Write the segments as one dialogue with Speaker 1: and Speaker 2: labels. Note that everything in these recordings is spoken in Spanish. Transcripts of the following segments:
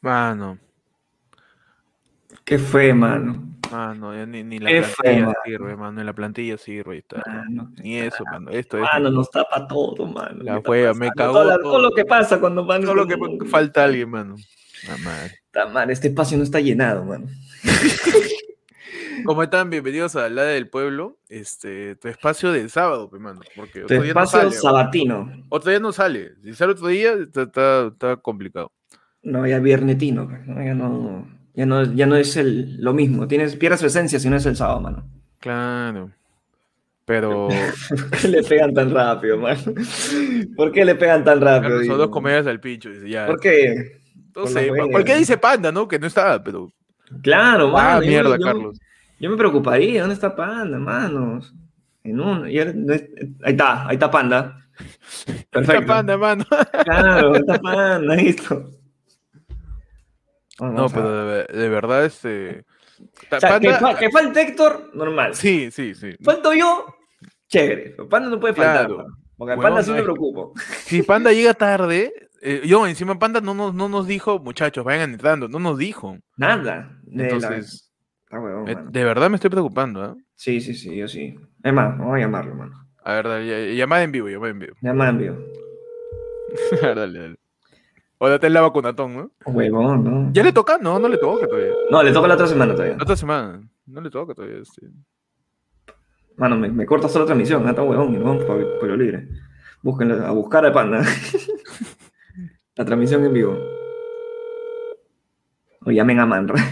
Speaker 1: Mano,
Speaker 2: ¿Qué fue, mano?
Speaker 1: mano, ya ni, ni la
Speaker 2: Qué
Speaker 1: plantilla
Speaker 2: feo.
Speaker 1: sirve, mano. En la plantilla sirve y está.
Speaker 2: Mano,
Speaker 1: Ni eso, mano. Esto es.
Speaker 2: mano nos tapa todo, mano.
Speaker 1: La
Speaker 2: ¿Qué está
Speaker 1: juega, me
Speaker 2: pasando?
Speaker 1: cagó
Speaker 2: Todo, la-
Speaker 1: todo.
Speaker 2: todo lo que pasa cuando mano.
Speaker 1: Todo lo que falta alguien, mano. La madre.
Speaker 2: Está mal, este espacio no está llenado, mano.
Speaker 1: ¿Cómo están? Bienvenidos a La del Pueblo, este, tu espacio del sábado, pe, mano, porque
Speaker 2: Tu
Speaker 1: otro día no
Speaker 2: Este espacio
Speaker 1: sale.
Speaker 2: sabatino.
Speaker 1: Otro día no sale. Si sale otro día, está, está- está complicado.
Speaker 2: No, ya viernetino, pues, ¿no? Ya no, ya no, ya no es el, lo mismo. Tienes, pierdes su esencia si no es el sábado, mano.
Speaker 1: Claro. Pero
Speaker 2: ¿Por qué le pegan tan rápido, mano? ¿Por qué le pegan tan rápido?
Speaker 1: claro, son dos
Speaker 2: digo?
Speaker 1: comedias al pincho. dice, ya.
Speaker 2: ¿Por qué?
Speaker 1: No
Speaker 2: Por
Speaker 1: sé,
Speaker 2: las
Speaker 1: ¿por-
Speaker 2: buenas.
Speaker 1: ¿por qué dice panda, no? Que no estaba, pero.
Speaker 2: Claro, mano.
Speaker 1: Ah,
Speaker 2: yo-
Speaker 1: mierda,
Speaker 2: yo-
Speaker 1: Carlos.
Speaker 2: Yo me preocuparía, ¿dónde está Panda, manos? En uno, y ahora no es- ahí está, ahí está Panda. Perfecto.
Speaker 1: Está panda, mano.
Speaker 2: Claro, ahí está Panda, listo. Vamos
Speaker 1: No,
Speaker 2: a-
Speaker 1: pero de, de verdad, este. ta-
Speaker 2: O sea, que,
Speaker 1: Panda-
Speaker 2: fa- que falte Héctor, normal.
Speaker 1: Sí, sí, sí.
Speaker 2: Falto yo, chévere. Pero Panda no puede faltar.
Speaker 1: Claro.
Speaker 2: mano, Porque a
Speaker 1: Huevón, eh.
Speaker 2: Panda sí
Speaker 1: no
Speaker 2: me
Speaker 1: es-
Speaker 2: preocupo.
Speaker 1: Si Panda llega tarde, eh, yo encima Panda no nos, no nos dijo, muchachos, vayan entrando, no nos dijo.
Speaker 2: Nada. De la-
Speaker 1: Entonces,
Speaker 2: Ah, huevón,
Speaker 1: eh,
Speaker 2: mano.
Speaker 1: de verdad me estoy preocupando. ¿ah?
Speaker 2: Sí, sí, sí, yo sí. Es más, vamos a llamarlo, mano.
Speaker 1: A ver, dale, ya- llamada en vivo, llamada en vivo.
Speaker 2: Llama en vivo.
Speaker 1: A ver, dale, dale. Hola, te la vacunatón, ¿no?
Speaker 2: Huevón, ¿no?
Speaker 1: ¿Ya le toca? No, no le toca todavía.
Speaker 2: No, le toca la otra semana todavía.
Speaker 1: La otra semana, no le toca todavía. este.
Speaker 2: Mano, me, me cortas toda la transmisión, ah, está huevón, huevón, pa- pelo libre. Búsquenlo, a buscar a Panda. la transmisión en vivo. O llamen a Manra.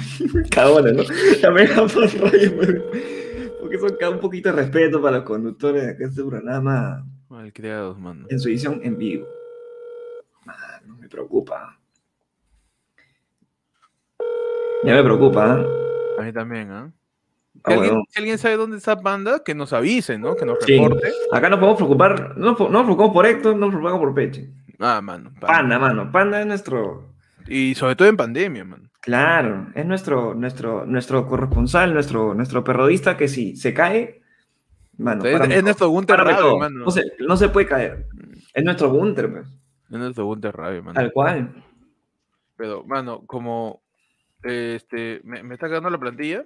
Speaker 2: Cagones, ¿no? Llamen a Manra. y- Porque eso acá un poquito de respeto para los conductores de este programa
Speaker 1: Malcriados, mano.
Speaker 2: en su edición en vivo. Mano, me preocupa. Ya me preocupa, ¿ah?
Speaker 1: A mí también, ¿ah?
Speaker 2: Ah,
Speaker 1: Si alguien,
Speaker 2: huevón.
Speaker 1: si alguien sabe dónde está Panda, que nos avise, ¿no? Que nos
Speaker 2: Sí.
Speaker 1: reporte.
Speaker 2: Acá nos podemos preocupar, no nos no nos preocupamos por Héctor, no nos preocupamos por Peche.
Speaker 1: Ah, mano. Panda.
Speaker 2: Panda, mano. Panda es nuestro.
Speaker 1: Y sobre todo en pandemia, mano.
Speaker 2: Claro, es nuestro, nuestro, nuestro corresponsal, nuestro, nuestro perrodista que si se cae, mano,
Speaker 1: es,
Speaker 2: para
Speaker 1: es
Speaker 2: mejor,
Speaker 1: nuestro Gunter
Speaker 2: para
Speaker 1: Radio,
Speaker 2: mejor.
Speaker 1: mano.
Speaker 2: No se, no se puede caer. Es nuestro Gunter, pues,
Speaker 1: Es nuestro Gunter Radio, mano.
Speaker 2: tal cual.
Speaker 1: Pero, mano, como eh, este, me, me está quedando la plantilla,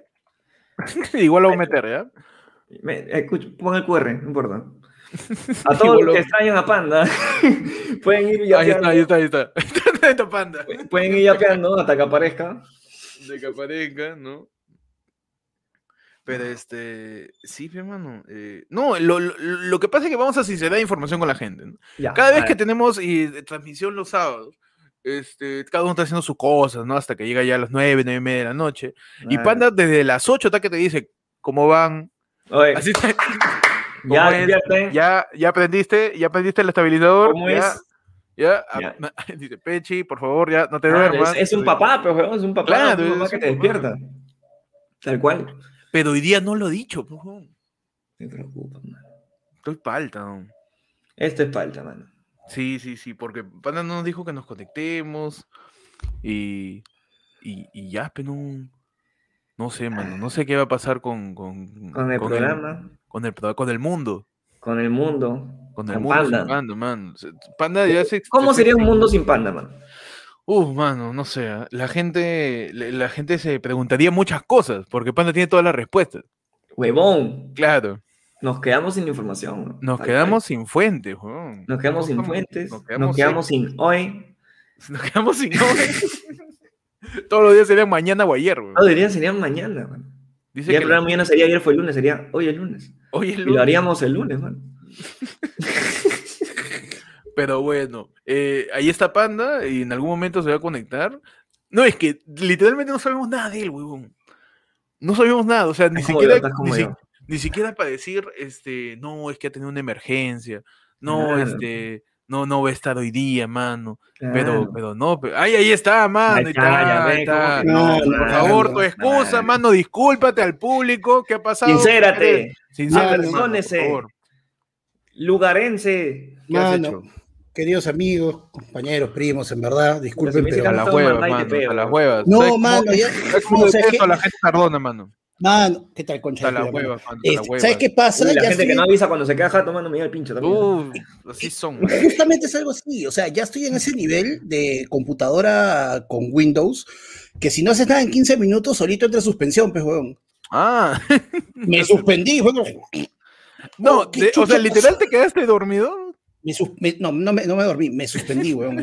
Speaker 1: igual la voy a meter, ¿ya?
Speaker 2: Me- escucha, pon el QR, no importa. A
Speaker 1: Igual
Speaker 2: todos los
Speaker 1: lo-
Speaker 2: que extrañan a Panda, pueden ir
Speaker 1: Ahí está,
Speaker 2: yapeando,
Speaker 1: ahí está, ahí está. Ahí está Panda.
Speaker 2: pueden ir yapeando hasta que aparezca.
Speaker 1: De que aparezca, ¿no? Pero este, sí, mi hermano. eh, no, lo, lo- lo que pasa es que vamos a sincerar información con la gente. ¿no?
Speaker 2: Ya,
Speaker 1: Cada vez
Speaker 2: a
Speaker 1: que
Speaker 2: ver,
Speaker 1: tenemos y, de transmisión los sábados, este, cada uno está haciendo sus cosas, ¿no? Hasta que llega ya a las nueve, nueve y media de la noche. Y
Speaker 2: a ver.
Speaker 1: Panda desde las 8 está que te dice cómo van.
Speaker 2: Oye,
Speaker 1: Así está-
Speaker 2: ya
Speaker 1: ¿cómo es?
Speaker 2: despierten.
Speaker 1: ya, ya aprendiste, ya aprendiste el estabilizador.
Speaker 2: ¿Cómo
Speaker 1: ya,
Speaker 2: es?
Speaker 1: ya, ah,
Speaker 2: Ya.
Speaker 1: ma- dice Pechi, por favor, ya no te
Speaker 2: Claro,
Speaker 1: duermas.
Speaker 2: es, es un
Speaker 1: Sí.
Speaker 2: papá, pero weón, es un papá,
Speaker 1: Claro,
Speaker 2: es un papá
Speaker 1: es
Speaker 2: que
Speaker 1: un
Speaker 2: te
Speaker 1: papá.
Speaker 2: despierta. Tal cual.
Speaker 1: Pero hoy día no lo he dicho. pues, weón.
Speaker 2: Me preocupa, mano.
Speaker 1: Estoy palta. weón.
Speaker 2: Esto es falta, mano.
Speaker 1: Sí, sí, sí, porque Panda no nos dijo que nos conectemos y, y, y ya, pero no, no sé, mano, no sé qué va a pasar con, con,
Speaker 2: Con el programa,
Speaker 1: con el pro- con el mundo,
Speaker 2: con el mundo,
Speaker 1: con
Speaker 2: con,
Speaker 1: el mundo, sin
Speaker 2: Panda.
Speaker 1: Panda, mano. Se- Panda ya se-
Speaker 2: ¿Cómo
Speaker 1: se-
Speaker 2: sería un mundo sin Panda, mano?
Speaker 1: Uf, mano, no sé. ah, La gente, la, la gente se preguntaría muchas cosas, porque Panda tiene todas las respuestas.
Speaker 2: Huevón,
Speaker 1: Claro.
Speaker 2: nos quedamos sin información. ¿no?
Speaker 1: Nos
Speaker 2: Tal
Speaker 1: quedamos sin fuentes, weón.
Speaker 2: cual. Nos quedamos sin
Speaker 1: Nos quedamos-
Speaker 2: fuentes,
Speaker 1: nos
Speaker 2: nos
Speaker 1: quedamos
Speaker 2: quedamos, sin hoy.
Speaker 1: Nos quedamos sin nombre. Todos los días serían mañana o ayer, weón.
Speaker 2: No, dirían sería mañana, mano.
Speaker 1: Dice
Speaker 2: Ya el
Speaker 1: que
Speaker 2: programa mañana sería ayer fue el lunes, sería hoy el lunes.
Speaker 1: hoy es
Speaker 2: Y
Speaker 1: lunes,
Speaker 2: lo haríamos el lunes, mano.
Speaker 1: Pero bueno, eh, ahí está Panda y en algún momento se va a conectar. No, es que literalmente no sabemos nada de él, weón. No sabemos nada, o sea, ni
Speaker 2: Estás como yo,
Speaker 1: siquiera,
Speaker 2: estás como
Speaker 1: ni, si-
Speaker 2: yo.
Speaker 1: ni siquiera para decir, este, no, es que ha tenido una emergencia, no,
Speaker 2: Claro.
Speaker 1: este, no, no va a estar hoy día, mano, pero, ah,
Speaker 2: Claro.
Speaker 1: pero no, pero, ay, ahí está, mano, ahí
Speaker 2: Ahí está, ya
Speaker 1: está, ahí
Speaker 2: ves, ¿cómo
Speaker 1: está.
Speaker 2: que
Speaker 3: No,
Speaker 2: no,
Speaker 1: Por
Speaker 2: mano,
Speaker 1: favor, tu
Speaker 2: mano.
Speaker 1: excusa, mano, discúlpate al público, ¿qué ha pasado?
Speaker 2: Sincérate.
Speaker 1: Sincérate, mano, por
Speaker 2: Apersónese.
Speaker 1: favor.
Speaker 2: Lugarense.
Speaker 1: ¿Qué has
Speaker 3: Mano,
Speaker 1: hecho?
Speaker 3: queridos amigos, compañeros, primos, en verdad,
Speaker 2: Pero si
Speaker 3: disculpen,
Speaker 2: me
Speaker 1: A
Speaker 3: pero.
Speaker 2: dice
Speaker 1: las
Speaker 2: Estamos
Speaker 1: huevas,
Speaker 2: mandando y te
Speaker 1: mano,
Speaker 2: pego,
Speaker 1: a las
Speaker 2: weón.
Speaker 1: huevas. ¿Sabes
Speaker 3: No,
Speaker 1: cómo-
Speaker 3: mano, ya.
Speaker 1: ¿Sabes
Speaker 3: no,
Speaker 1: cómo
Speaker 3: o sea,
Speaker 1: detesto
Speaker 3: que-
Speaker 1: a la gente tardona, mano?
Speaker 3: Mano, ¿qué tal,
Speaker 1: Hasta
Speaker 3: concha? de
Speaker 1: la
Speaker 3: tu madre?
Speaker 1: hueva, mano, hasta
Speaker 3: Este,
Speaker 1: la hueva.
Speaker 3: ¿Sabes qué pasa?
Speaker 2: Uy, la
Speaker 3: Ya
Speaker 2: gente que
Speaker 3: estoy-
Speaker 2: no avisa cuando se queda jato, mano, me llega el pincho también.
Speaker 1: Uh, así son. man.
Speaker 3: Justamente es algo así, o sea, ya estoy en ese nivel de computadora con Windows que si no haces nada en 15 minutos, solito entra en suspensión, pues, huevón.
Speaker 1: Ah,
Speaker 3: Me suspendí, huevón.
Speaker 1: no,
Speaker 3: Oh, ¿qué
Speaker 1: de- o
Speaker 3: chucha
Speaker 1: sea, literal
Speaker 3: pasó?
Speaker 1: te quedaste dormido.
Speaker 3: Me sus- me- no, no me, no me dormí, me suspendí, huevón.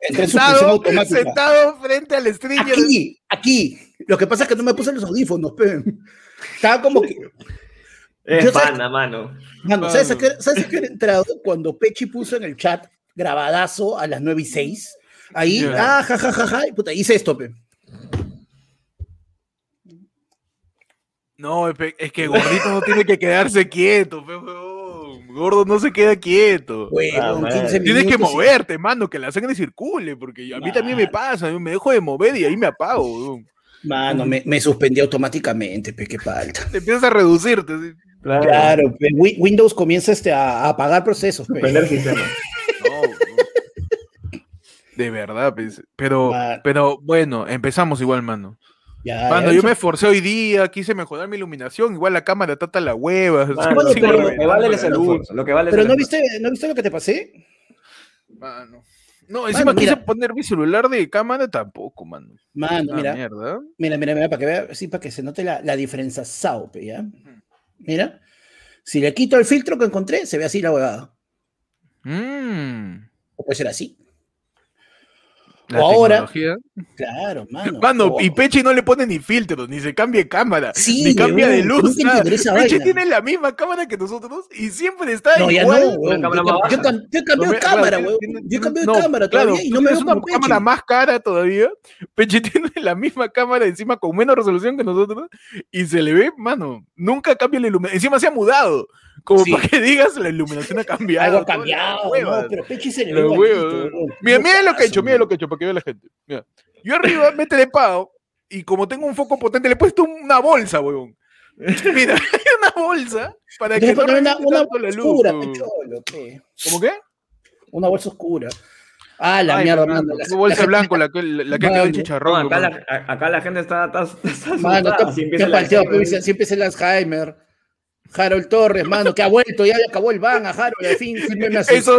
Speaker 3: Entré en suspensión
Speaker 1: Sentado,
Speaker 3: automática.
Speaker 1: sentado frente al streamer.
Speaker 3: Aquí, aquí. Lo que pasa es que no me puse los audífonos, pe. Estaba como que.
Speaker 2: Es
Speaker 3: Yo sé-
Speaker 2: pana, mano.
Speaker 3: Mano, ¿sabes a qué,
Speaker 1: Ah.
Speaker 3: hora- ¿sabes a qué hora he entrado? Cuando Pechi puso en el chat grabadazo a las 9 y 6. Ahí,
Speaker 1: Ya.
Speaker 3: ah, ja, ja, ja, ja, y puta, hice esto, pe.
Speaker 1: No, pe- es que gordito no tiene que quedarse quieto, pe, huevón. Gordo no se queda quieto.
Speaker 3: Huevón,
Speaker 2: madre.
Speaker 3: 15 minutos.
Speaker 1: Ah, Tienes que
Speaker 3: y-
Speaker 1: moverte, mano, que la sangre circule, porque a mí también me
Speaker 3: Claro.
Speaker 1: pasa, yo me dejo de mover y ahí me apago. huevón.
Speaker 3: Mano, me, me suspendí automáticamente, pe, qué falta.
Speaker 1: Te empiezas a reducirte. así.
Speaker 2: Claro.
Speaker 3: Claro, pe, Wi- Windows comienza este, a, a apagar procesos, pe.
Speaker 2: Suspender el sistema.
Speaker 1: No, huevón. De verdad, pues, pero,
Speaker 3: Mano.
Speaker 1: pero bueno, empezamos igual, mano.
Speaker 3: Ya,
Speaker 1: Cuando
Speaker 3: ya,
Speaker 1: yo
Speaker 3: ya.
Speaker 1: me esforcé hoy día, quise mejorar mi iluminación, igual la cámara trata la hueva.
Speaker 2: Mano,
Speaker 3: Bueno,
Speaker 1: sigo
Speaker 2: pero lo que
Speaker 1: reventando
Speaker 2: vale
Speaker 1: la
Speaker 2: es el
Speaker 1: luz,
Speaker 2: esfuerzo. Lo que vale es
Speaker 3: Pero
Speaker 2: el
Speaker 3: no
Speaker 2: esfuerzo.
Speaker 3: viste, ¿no viste lo que te pasé?
Speaker 1: mano. No, encima
Speaker 3: Mano,
Speaker 1: quise
Speaker 3: mira.
Speaker 1: poner mi celular de cámara tampoco, mano.
Speaker 3: Mano,
Speaker 1: Una
Speaker 3: mira.
Speaker 1: Ah, mierda.
Speaker 3: Mira, mira, mira, para que vea, sí, para que se note la, la diferencia sao, pe, ¿ya? Mira, si le quito el filtro que encontré, se ve así la huevada.
Speaker 1: Mm,
Speaker 3: O puede ser así.
Speaker 1: la
Speaker 3: Ahora-
Speaker 1: tecnología.
Speaker 3: Claro, mano.
Speaker 1: Mano,
Speaker 3: O-
Speaker 1: y Peche no le pone ni filtro, ni se cambia de cámara,
Speaker 3: Sí,
Speaker 1: ni cambia de
Speaker 3: huevón,
Speaker 1: luz.
Speaker 3: nunca
Speaker 1: nada.
Speaker 3: entenderé esa
Speaker 1: Peche
Speaker 3: vaina.
Speaker 1: tiene la misma cámara que nosotros y siempre está
Speaker 3: No, ya no,
Speaker 1: igual.
Speaker 2: cámara
Speaker 3: huevón, yo,
Speaker 2: más
Speaker 3: cam- yo
Speaker 2: baja.
Speaker 3: cam- yo he cambiado de
Speaker 1: No, claro,
Speaker 3: cámara,
Speaker 1: tiene-
Speaker 3: huevón.
Speaker 1: tiene-
Speaker 3: Yo he cambiado
Speaker 1: no,
Speaker 3: de cámara
Speaker 1: claro,
Speaker 3: todavía y no
Speaker 1: tú
Speaker 3: me veo
Speaker 1: tienes una
Speaker 3: como Pechi.
Speaker 1: cámara más cara todavía. Peche tiene la misma cámara encima con menos resolución que nosotros y se le ve, mano, nunca cambia la iluminación. Encima se ha mudado, como
Speaker 3: Sí.
Speaker 1: para que digas la iluminación ha cambiado.
Speaker 3: Algo ha
Speaker 1: toda la
Speaker 3: cambiado,
Speaker 1: hueva.
Speaker 3: no, pero Pechi se le ve
Speaker 1: La
Speaker 3: igualito,
Speaker 1: hueva.
Speaker 3: huevón.
Speaker 1: Mira, mira lo que he
Speaker 3: Locazo,
Speaker 1: hecho, mira lo que he hecho para que vea la gente. Mira. Yo arriba me he trepado y como tengo un foco potente, le he puesto una bolsa, huevón. Mira, una bolsa para que
Speaker 3: Tienes
Speaker 1: no
Speaker 3: que poner una,
Speaker 1: reviente tanto
Speaker 3: una
Speaker 1: la
Speaker 3: bolsa
Speaker 1: luz.
Speaker 3: oscura,
Speaker 1: huevón.
Speaker 3: pecholo, pe.
Speaker 1: ¿Cómo qué?
Speaker 3: Una bolsa oscura. Ah, la
Speaker 1: Ay,
Speaker 3: mierda,
Speaker 1: Fernando,
Speaker 3: mano. la-
Speaker 1: tu bolsa
Speaker 3: la-
Speaker 1: blanca, la que, la, la que ha quedado en
Speaker 3: Mano.
Speaker 1: chicharrón.
Speaker 2: No, acá,
Speaker 1: huevón.
Speaker 2: la, a- acá la gente está, está, está
Speaker 3: Mano,
Speaker 2: asustada,
Speaker 3: está-
Speaker 2: si
Speaker 3: está
Speaker 2: empieza la-
Speaker 3: palteado, pe, dice, así empieza el Alzheimer. Harold Torres, mano, que ha vuelto, ya le acabó el van a Harold, al fin, sí me me asusté.
Speaker 1: Eso-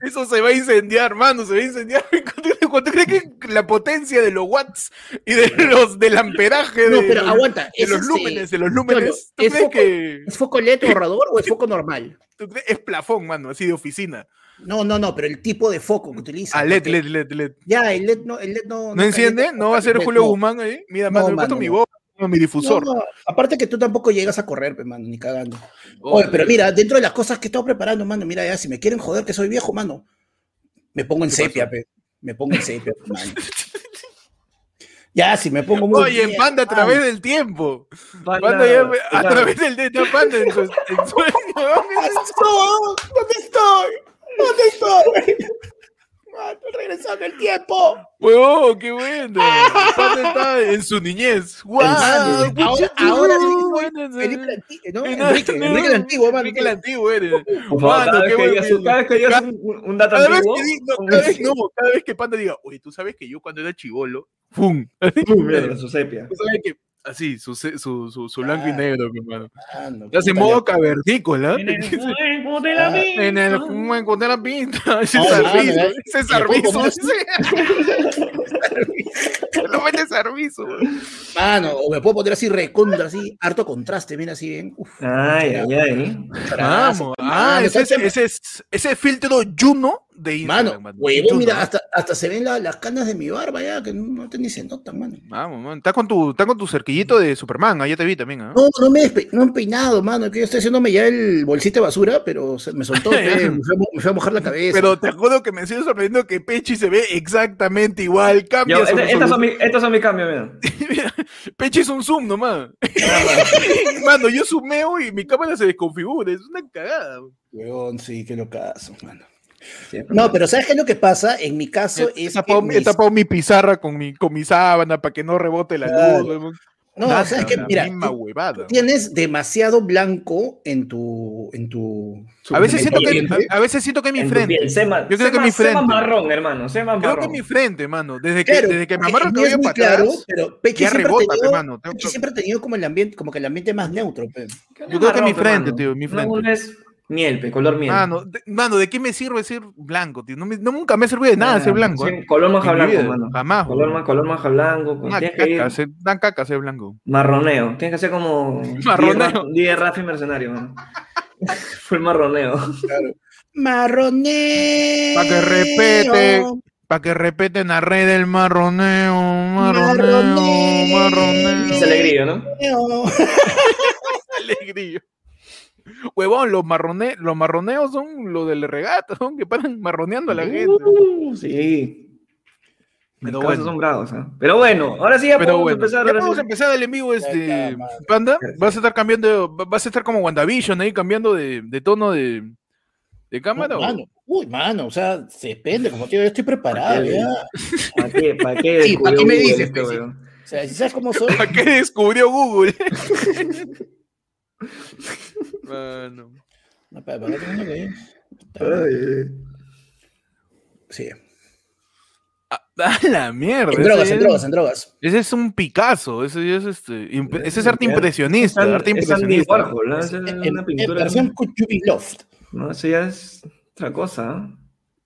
Speaker 1: Eso se va a incendiar, mano, se va a incendiar. Cuando- Cuando crees que la potencia de los watts y de los del amperaje,
Speaker 3: No,
Speaker 1: de,
Speaker 3: pero
Speaker 1: los-
Speaker 3: aguanta.
Speaker 1: de
Speaker 3: Es,
Speaker 1: los
Speaker 3: este,
Speaker 1: lúmenes, de los lúmenes, ¿tú
Speaker 3: es
Speaker 1: crees
Speaker 3: foco-
Speaker 1: que
Speaker 3: ¿Es foco LED borrador o es foco normal?
Speaker 1: tú crees- es plafón, mano, así de oficina?
Speaker 3: No, no, no, pero el tipo de foco que utiliza.
Speaker 1: A Ah, LED,
Speaker 3: porque-
Speaker 1: LED, LED, LED.
Speaker 3: Ya, el LED no. El LED no,
Speaker 1: ¿No
Speaker 3: no
Speaker 1: enciende?
Speaker 3: calienta,
Speaker 1: ¿No va a ser
Speaker 3: LED,
Speaker 1: Julio
Speaker 3: no.
Speaker 1: Guzmán ahí? Mira,
Speaker 3: No,
Speaker 1: mano, le he
Speaker 3: mano,
Speaker 1: puesto mi
Speaker 3: no.
Speaker 1: voz, mi difusor.
Speaker 3: No, no, Aparte que tú tampoco llegas a correr, pe, mano, ni cagando.
Speaker 1: Oh,
Speaker 3: Oye, pero mira, dentro de las cosas que he estado preparando, mano, mira, ya, si me quieren joder que soy viejo, mano, me pongo en
Speaker 1: ¿Qué pasó?
Speaker 3: sepia, pe. Me pongo en sepia, pe, mano. Ya, si me pongo muy.
Speaker 1: Oye,
Speaker 3: bien,
Speaker 1: Panda a
Speaker 3: mano.
Speaker 1: través del tiempo.
Speaker 2: Panda,
Speaker 1: Panda ya me- a
Speaker 2: claro.
Speaker 1: través del de está Panda en su, en su-
Speaker 3: ¿Dónde estoy? ¿Dónde estoy? ¿Dónde estoy? Mano, regresando el tiempo.
Speaker 1: Huevón, qué bueno. Panda está en su niñez.
Speaker 3: Ahora,
Speaker 1: ¡Guau!
Speaker 3: ahora, ahora sí soy Felipe el Antiguo, ¿no? Enrique, Enrique el Antiguo, mano.
Speaker 1: Enrique el antiguo eres.
Speaker 2: Por favor,
Speaker 1: Mano,
Speaker 2: cada,
Speaker 1: qué
Speaker 2: vez que
Speaker 1: buen
Speaker 2: digas,
Speaker 1: video.
Speaker 2: cada vez que digas
Speaker 1: Cada-
Speaker 2: un, un- un dato
Speaker 1: Cada vez,
Speaker 2: antiguo,
Speaker 1: que, di- no,
Speaker 2: un-
Speaker 1: cada, vez, no, cada vez que Panda diga, oye, tú sabes que yo cuando era chivolo, ¡fum!
Speaker 2: Pum, mierda, su sepia.
Speaker 1: Tú sabes que- Así, su, su, su- su blanco y
Speaker 3: Ah.
Speaker 1: negro, mi hermano.
Speaker 3: Mano,
Speaker 1: Ya se
Speaker 3: puta,
Speaker 1: modo cavernícola.
Speaker 2: Ah,
Speaker 3: la vida.
Speaker 1: En el me encontré la pinta. Ese
Speaker 3: No, mano,
Speaker 1: sarvizo,
Speaker 3: ya-
Speaker 1: ese
Speaker 3: le
Speaker 1: sarvizo.
Speaker 3: puedo comer
Speaker 1: ese- Se Lo mete sarvizo. güey.
Speaker 3: Mano, o me puedo poner así recontra, así, harto contraste, mira así bien. Uf,
Speaker 2: Ay, ay, ay.
Speaker 3: chorazo,
Speaker 1: Vamos. Ah,
Speaker 3: mano,
Speaker 1: ese, es-
Speaker 3: ¿sabes qué?
Speaker 1: ese, es- ese filtro Juno de Instagram.
Speaker 3: Mano,
Speaker 1: mano.
Speaker 3: huevón,
Speaker 1: Juno.
Speaker 3: mira, hasta, hasta se ven la- las canas de mi barba ya, que no, no te ni se notan, mano.
Speaker 1: Vamos, mano. Está con tu, está con tu cerquillito de Superman. Ahí ya te vi también. ¿ah?
Speaker 3: No, no me despe- no han peinado, mano, que yo estoy haciéndome ya el bolsito de basura, pero se me soltó, pe, me, fue, a mo- me fue a mojar la cabeza.
Speaker 1: Pero te juro que me sigue sorprendiendo que Pechi se ve exactamente igual. Cambia
Speaker 2: Yo,
Speaker 1: su
Speaker 2: este- estos, son
Speaker 1: resolución.
Speaker 2: mi- estos son mis cambios, mira.
Speaker 1: Pechi es un zoom nomás. Mano, yo sumeo y mi cámara se desconfigura. Es una cagada. güey.
Speaker 3: Huevón, sí, qué locazo, mano.
Speaker 2: Siempre.
Speaker 3: No, pero ¿sabes qué es lo que pasa? En mi caso
Speaker 1: He
Speaker 3: es
Speaker 1: tapado,
Speaker 3: que
Speaker 1: he
Speaker 3: mis-
Speaker 1: tapado mi pizarra con mi, con mi sábana para que no rebote la
Speaker 3: Claro.
Speaker 1: luz. güey.
Speaker 3: No,
Speaker 2: Nada,
Speaker 3: o sea, es que,
Speaker 1: la
Speaker 3: mira,
Speaker 1: misma
Speaker 3: tú-
Speaker 1: huevada.
Speaker 3: tú tienes demasiado blanco en tu, en tu...
Speaker 1: A veces siento que,
Speaker 2: Suficiente.
Speaker 1: a, a veces siento que mi
Speaker 2: En tu
Speaker 1: frente.
Speaker 2: piel, sé más-
Speaker 1: Yo creo
Speaker 2: sé
Speaker 1: que
Speaker 2: más-
Speaker 1: mi
Speaker 2: sé más
Speaker 1: frente.
Speaker 2: marrón, hermano, sé más
Speaker 1: Creo que
Speaker 2: marrón.
Speaker 1: mi frente, mano. Desde que,
Speaker 3: Claro,
Speaker 1: desde que me
Speaker 3: porque
Speaker 1: amarro el
Speaker 3: no es
Speaker 1: cabello
Speaker 3: muy
Speaker 1: para
Speaker 3: claro,
Speaker 1: atrás,
Speaker 3: pero Peche
Speaker 1: ya
Speaker 3: siempre, ha
Speaker 1: rebota,
Speaker 3: tenido-
Speaker 1: pe, mano. Tengo-
Speaker 3: Peche siempre ha tenido como el ambiente, como que el ambiente más neutro. pe.
Speaker 2: Yo
Speaker 1: creo que mi frente, tío, mi frente. Ah,
Speaker 2: es miel, pe, color miel.
Speaker 1: Mano, de, mano, ¿de qué me sirve ser blanco, tío? No me- no- nunca me ha servido de nada ser blanco.
Speaker 2: sí,
Speaker 1: ¿eh?
Speaker 2: color maja
Speaker 1: En mi
Speaker 2: blanco,
Speaker 3: pues,
Speaker 1: vida,
Speaker 2: mano.
Speaker 1: jamás,
Speaker 2: Color,
Speaker 1: güey.
Speaker 2: ma- color maja blanco. con-
Speaker 1: Una
Speaker 2: tienes que ir
Speaker 1: caca, se- dan caca ser blanco.
Speaker 2: marroneo. Tienes que ser como.
Speaker 1: Marroneo.
Speaker 2: 10 Rafi Mercenario, mano. Fue el marroneo.
Speaker 3: Marroneo.
Speaker 1: Pa' que respete, Para que respeten la red del marroneo, marroneo,
Speaker 3: Marroneo.
Speaker 2: Es
Speaker 1: marroneo.
Speaker 2: alegría, ¿no?
Speaker 3: Marroneo.
Speaker 1: Alegría. Huevón, los, marrone- los marroneos son los del regata, son que paran marroneando a la gente.
Speaker 2: Uh, sí.
Speaker 1: Pero
Speaker 2: Pero
Speaker 1: bueno.
Speaker 2: bueno. son bravos, ¿eh? Pero bueno, ahora sí ya
Speaker 1: Pero
Speaker 2: podemos
Speaker 1: bueno,
Speaker 2: empezar.
Speaker 1: ya
Speaker 2: ahora
Speaker 1: vamos a
Speaker 2: sí.
Speaker 1: empezar el en vivo,
Speaker 3: Ya
Speaker 1: este,
Speaker 3: está, madre.
Speaker 1: Panda.
Speaker 2: Ya está.
Speaker 1: Vas a estar cambiando, va- vas a estar como WandaVision ahí, cambiando de, de tono de, de cámara. o-
Speaker 3: No, mano. Uy, mano, o sea, se depende, como te digo, yo estoy preparado
Speaker 2: Para que-
Speaker 3: ya.
Speaker 2: ¿Para qué? ¿Para qué?
Speaker 3: Sí, ¿para
Speaker 2: descubrió
Speaker 3: qué me
Speaker 2: Google
Speaker 3: dices,
Speaker 2: este
Speaker 3: pues, sí?
Speaker 2: weón?
Speaker 3: O sea, si sabes cómo soy,
Speaker 1: ¿Para qué descubrió Google? Mano.
Speaker 3: No, espera, ¿para qué tengo que ir? Está bien.
Speaker 2: Ay, eh. ay, ay.
Speaker 3: Sí.
Speaker 1: Ah, A la mierda.
Speaker 3: En drogas,
Speaker 1: ese
Speaker 3: en
Speaker 1: es-
Speaker 3: drogas, en drogas.
Speaker 1: Ese es un Picasso, ese es este, imp- ese es arte
Speaker 2: Ya.
Speaker 1: impresionista,
Speaker 2: Es An-
Speaker 1: arte
Speaker 2: es Andy
Speaker 1: impresionista.
Speaker 2: Warhol, ¿no?
Speaker 3: En,
Speaker 2: Es
Speaker 3: en-
Speaker 2: una
Speaker 3: en
Speaker 2: pintura.
Speaker 3: versión Kuchubi Loft.
Speaker 2: No, eso ya es otra cosa. ¿eh?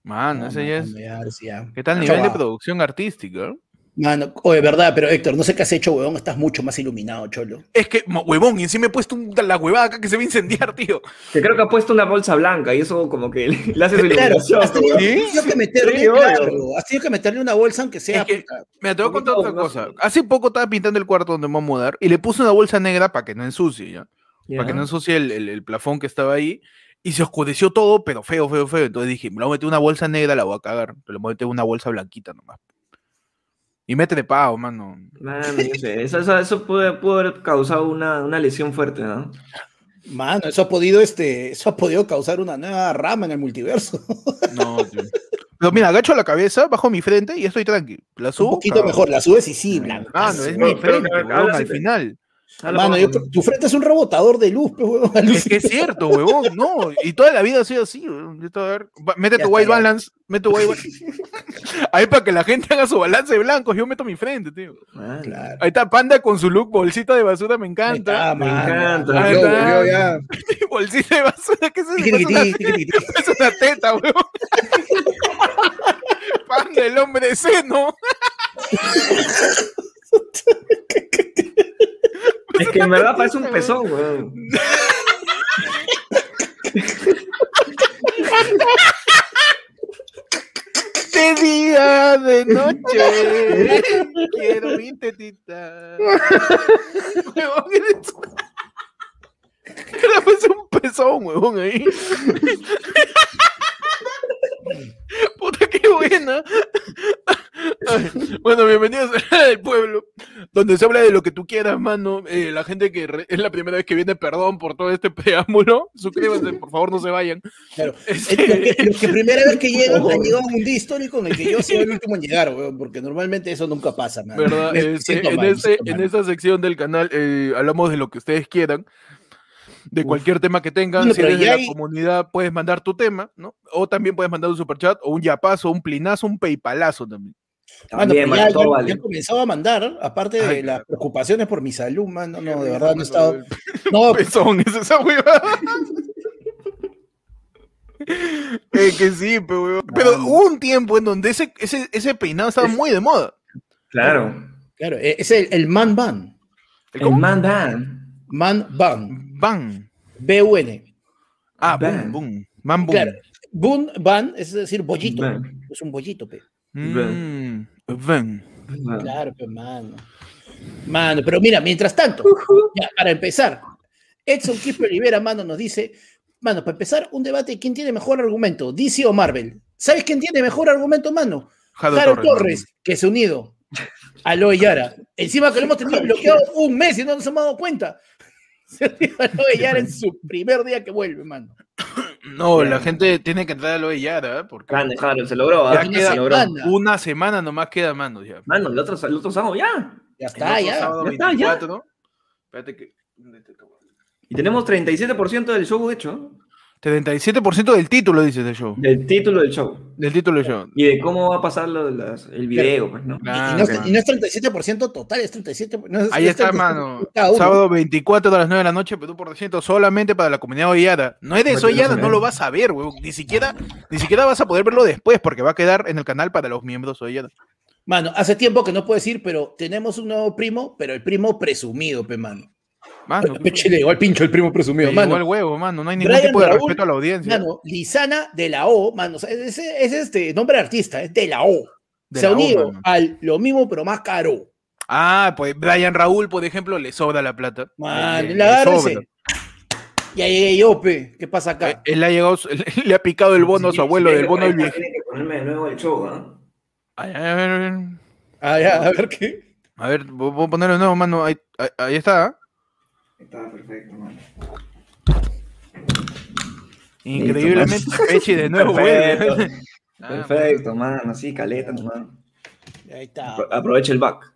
Speaker 1: Mano, ese ya es
Speaker 3: mano, ya, ahora sí, ya.
Speaker 1: ¿Qué tal
Speaker 3: Chau,
Speaker 1: nivel de
Speaker 3: ah.
Speaker 1: producción artística?
Speaker 3: Mano, oye, verdad, pero Héctor, no sé qué has hecho, huevón, estás mucho más iluminado, cholo.
Speaker 1: Es que, mo- huevón, y encima he puesto un- la huevada acá que se va a incendiar, tío.
Speaker 2: Que creo que ha puesto una bolsa blanca y eso como que le, le hace su
Speaker 3: Claro,
Speaker 2: iluminación.
Speaker 3: has tenido,
Speaker 2: weón.
Speaker 1: ¿Sí?
Speaker 3: has tenido que meterle,
Speaker 2: Sí, obvio.
Speaker 3: claro, has tenido que meterle una bolsa aunque sea.
Speaker 1: Es que-
Speaker 3: puta.
Speaker 1: Mira, te voy a contar
Speaker 2: Poquito
Speaker 1: otra
Speaker 2: más.
Speaker 1: cosa. Hace poco estaba pintando el cuarto donde me voy a mudar y le puse una bolsa negra para que no ensucie, ¿ya?
Speaker 2: Ya.
Speaker 1: Para que no ensucie el, el- el plafón que estaba ahí. Y se oscureció todo, pero feo, feo, feo. Entonces dije, me lo voy a meter una bolsa negra, la voy a cagar. Pero le voy a meter una bolsa blanquita nomás. Y me he trepado, mano.
Speaker 2: Mano, yo sé, eso, eso, eso pudo, pudo haber causado una, una lesión fuerte, ¿no?
Speaker 3: Mano, eso ha podido, este, eso ha podido causar una nueva rama en el multiverso.
Speaker 1: No, tío. Pero mira, agacho la cabeza, bajo mi frente y estoy tranqui. La subo.
Speaker 3: Un poquito
Speaker 1: cagado.
Speaker 3: mejor, la subes y sí, blanco.
Speaker 1: Mano, es
Speaker 2: No,
Speaker 1: mi
Speaker 2: pero
Speaker 1: frente,
Speaker 2: habla
Speaker 1: huevón, al
Speaker 2: así, pe.
Speaker 1: final.
Speaker 2: Habla
Speaker 3: Mano,
Speaker 2: con-
Speaker 3: yo creo- tu frente es un rebotador de luz, pues, huevón.
Speaker 1: Es que es cierto, huevón, no. Y toda la vida ha sido así, huevón. Yo te voy a ver- va- Mete
Speaker 3: Ya
Speaker 1: tu
Speaker 3: está,
Speaker 1: white
Speaker 3: ya.
Speaker 1: balance, mete tu white balance. Ahí para que la gente haga su balance de blancos, yo meto mi frente, tío.
Speaker 2: Mano,
Speaker 3: Claro.
Speaker 1: Ahí está Panda con su look, bolsita de basura, me
Speaker 3: Ahí está,
Speaker 1: encanta.
Speaker 2: me
Speaker 3: mano.
Speaker 2: encanta.
Speaker 3: Volvió,
Speaker 1: Ahí está.
Speaker 3: volvió ya.
Speaker 1: bolsita de basura, ¿qué es eso? Es una,
Speaker 3: Tiquitiquití, tiquitiquití.
Speaker 1: es una teta, huevón. Panda, el hombre seno.
Speaker 2: Es que en verdad parece un pezón, weón.
Speaker 1: De este día, de noche. Quiero mi tetita. Huevón, eres- Era pues un pezón, huevón, ahí. Puta, qué buena. Ay, Bueno, bienvenidos al pueblo, donde se habla de lo que tú quieras, mano. Eh, la gente que re- es la primera vez que viene, perdón por todo este preámbulo. Suscríbanse, por favor, no se vayan.
Speaker 3: Claro.
Speaker 1: Este-
Speaker 3: Eh, Los que, los que primera vez que llegan
Speaker 2: favor.
Speaker 3: han llegado a un día histórico en el que yo soy el último en llegar, weón, porque normalmente eso nunca pasa, man.
Speaker 1: ¿verdad?
Speaker 3: Me
Speaker 1: Este,
Speaker 3: siento
Speaker 1: en,
Speaker 3: mal, me
Speaker 1: ese-
Speaker 3: siento
Speaker 1: en
Speaker 3: mal.
Speaker 1: esa sección del canal eh, hablamos de lo que ustedes quieran, de cualquier tema que tengan.
Speaker 3: Bueno,
Speaker 1: si
Speaker 3: pero
Speaker 1: eres de
Speaker 3: ya
Speaker 1: la
Speaker 3: hay-
Speaker 1: comunidad, puedes mandar tu tema, ¿no? O también puedes mandar un superchat, o un yapazo, un plinazo, un paypalazo también.
Speaker 3: Mano,
Speaker 2: También,
Speaker 3: Ah, pero ya,
Speaker 2: mano, todo
Speaker 3: ya-
Speaker 2: vale.
Speaker 3: ya he comenzado a mandar, aparte de
Speaker 1: Ay,
Speaker 3: las preocupaciones por mi salud, mano, no, de verdad no
Speaker 1: Mano,
Speaker 3: he
Speaker 1: Pues
Speaker 3: estado.
Speaker 1: el
Speaker 3: No,
Speaker 1: pezón, es esa huevada. Eh, que sí, pe, huevón. pero hubo un tiempo en donde ese, ese, ese peinado estaba muy de moda.
Speaker 2: Claro.
Speaker 3: claro, eh, es el, el man ban.
Speaker 2: El man van.
Speaker 3: Man ban.
Speaker 1: Bam.
Speaker 3: B-U-N.
Speaker 1: Ah, boom,
Speaker 2: Bam.
Speaker 1: boom. Man, boom.
Speaker 3: Claro. Bun ban es decir bollito.
Speaker 2: Ban.
Speaker 3: Es un bollito, pe.
Speaker 1: Mm, bam.
Speaker 3: Claro, pe, mano. Mano, pero mira, mientras tanto, ya, para empezar, Edson Quispe Olivera, mano, nos dice, mano, para empezar, un debate de quién tiene mejor argumento, DC o Marvel. ¿Sabes quién tiene mejor argumento, mano?
Speaker 1: Jado
Speaker 3: Harold
Speaker 1: Torres,
Speaker 3: Torres, que se ha unido a Loe Yara. Encima que lo hemos tenido bloqueado un mes y no nos hemos dado cuenta. Se ha unido a Loe Yara en su primer día que vuelve, mano.
Speaker 1: No, la
Speaker 2: Ya.
Speaker 1: gente tiene que entrar a lo de Yara, ¿eh? porque
Speaker 2: Grande, Harold, se logró, ¿ah?
Speaker 1: Ya queda-
Speaker 2: se logró.
Speaker 3: Mano,
Speaker 1: una semana nomás queda, mano, ya.
Speaker 2: Mano, el otro, el otro sábado ya.
Speaker 3: Ya está, ya.
Speaker 1: Sábado
Speaker 2: Ya está, ya.
Speaker 1: 24. Espérate que.
Speaker 2: Y tenemos 37% del show hecho, ¿no?
Speaker 1: 77% del título, dices, del show.
Speaker 2: del título del show.
Speaker 1: Del título del show.
Speaker 2: Y de cómo va a pasar lo de las- el video, pues, ¿no?
Speaker 3: Y-
Speaker 1: Ah,
Speaker 3: y, no
Speaker 1: claro.
Speaker 3: es, y no es 37% total, es 37%. no es-
Speaker 1: Ahí
Speaker 3: es
Speaker 1: está,
Speaker 3: 37%
Speaker 1: mano.
Speaker 3: cada uno.
Speaker 1: Sábado 24 a las 9 de la noche, Perú por ciento solamente para la comunidad hoyada. No eres
Speaker 2: Bueno,
Speaker 1: hoyada,
Speaker 2: no sé.
Speaker 3: ¿eh?
Speaker 1: no lo vas a ver, huevón. Ni siquiera, ni siquiera vas a poder verlo después, porque va a quedar en el canal para los miembros hoyada.
Speaker 3: Mano, hace tiempo que no puedo decir, pero tenemos un nuevo primo, pero el primo presumido, pe mano.
Speaker 1: Mano,
Speaker 3: Peche, le llegó al pincho el primo presumido,
Speaker 1: me llegó el
Speaker 3: mano.
Speaker 1: huevo, mano. No hay ningún
Speaker 3: Brian
Speaker 1: tipo de
Speaker 3: Raúl,
Speaker 1: respeto a la audiencia.
Speaker 3: Mano, Lizana de la O, mano. o sea, ese es este nombre de artista, es de la O.
Speaker 1: de
Speaker 3: Se ha
Speaker 1: la U,
Speaker 3: unido
Speaker 1: mano.
Speaker 3: al lo mismo, pero más caro.
Speaker 1: Ah, pues Brian Raúl, por ejemplo, le sobra la plata.
Speaker 3: Mano,
Speaker 1: Le-
Speaker 3: la
Speaker 1: le
Speaker 3: agarra
Speaker 1: sobra.
Speaker 3: ese. Ya llegué yo, pe. ¿Qué pasa
Speaker 1: Eh,
Speaker 3: acá?
Speaker 1: Él le ha llegado, su- le ha picado el bono a su abuelo, del bono del
Speaker 2: Tiene
Speaker 1: viejito.
Speaker 2: que ponerme de nuevo el show, ¿ah?
Speaker 1: Ay, A ver, a ver,
Speaker 3: Ah, ya, a ver qué.
Speaker 1: a ver, vo- voy a ponerlo de nuevo, mano. Ahí, ahí- ahí está. ¿ah?
Speaker 2: Está perfecto, mano.
Speaker 1: Increíblemente, Pechi de nuevo
Speaker 2: Perfecto.
Speaker 1: vuelve. Ah,
Speaker 2: Perfecto, mano. Sí, caleta, mano.
Speaker 3: Ahí está.
Speaker 2: Apro- Aprovecha el back.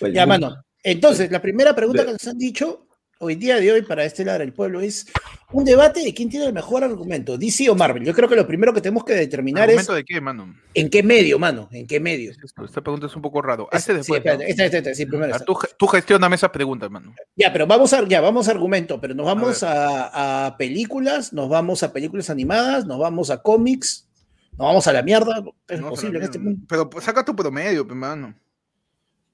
Speaker 2: Pues,
Speaker 3: Ya,
Speaker 2: uh,
Speaker 3: mano. Entonces, la primera pregunta
Speaker 2: Ve-
Speaker 3: que nos han dicho hoy día de hoy para este lado del pueblo es un debate de quién tiene el mejor argumento, DC o Marvel. Yo creo que lo primero que tenemos que determinar es
Speaker 1: ¿Argumento de qué, mano?
Speaker 3: en qué medio, mano, en qué medio.
Speaker 1: Esta pregunta es un poco raro. Hazte este
Speaker 3: Sí,
Speaker 1: después.
Speaker 3: espérate,
Speaker 1: ¿no?
Speaker 3: esta, esta, esta, sí, primero
Speaker 1: Ah,
Speaker 3: esta.
Speaker 1: tú, ge- tú gestióname esas preguntas, mano.
Speaker 3: Ya, pero vamos a, ya, vamos a argumento, pero nos vamos
Speaker 1: ver.
Speaker 3: a, a películas, nos vamos a películas animadas, nos vamos a cómics, nos vamos a la mierda. Es
Speaker 1: No,
Speaker 3: posible
Speaker 1: pero
Speaker 3: que este
Speaker 1: mira,
Speaker 3: mundo-
Speaker 1: Pero pues, saca tu promedio, pe, mano.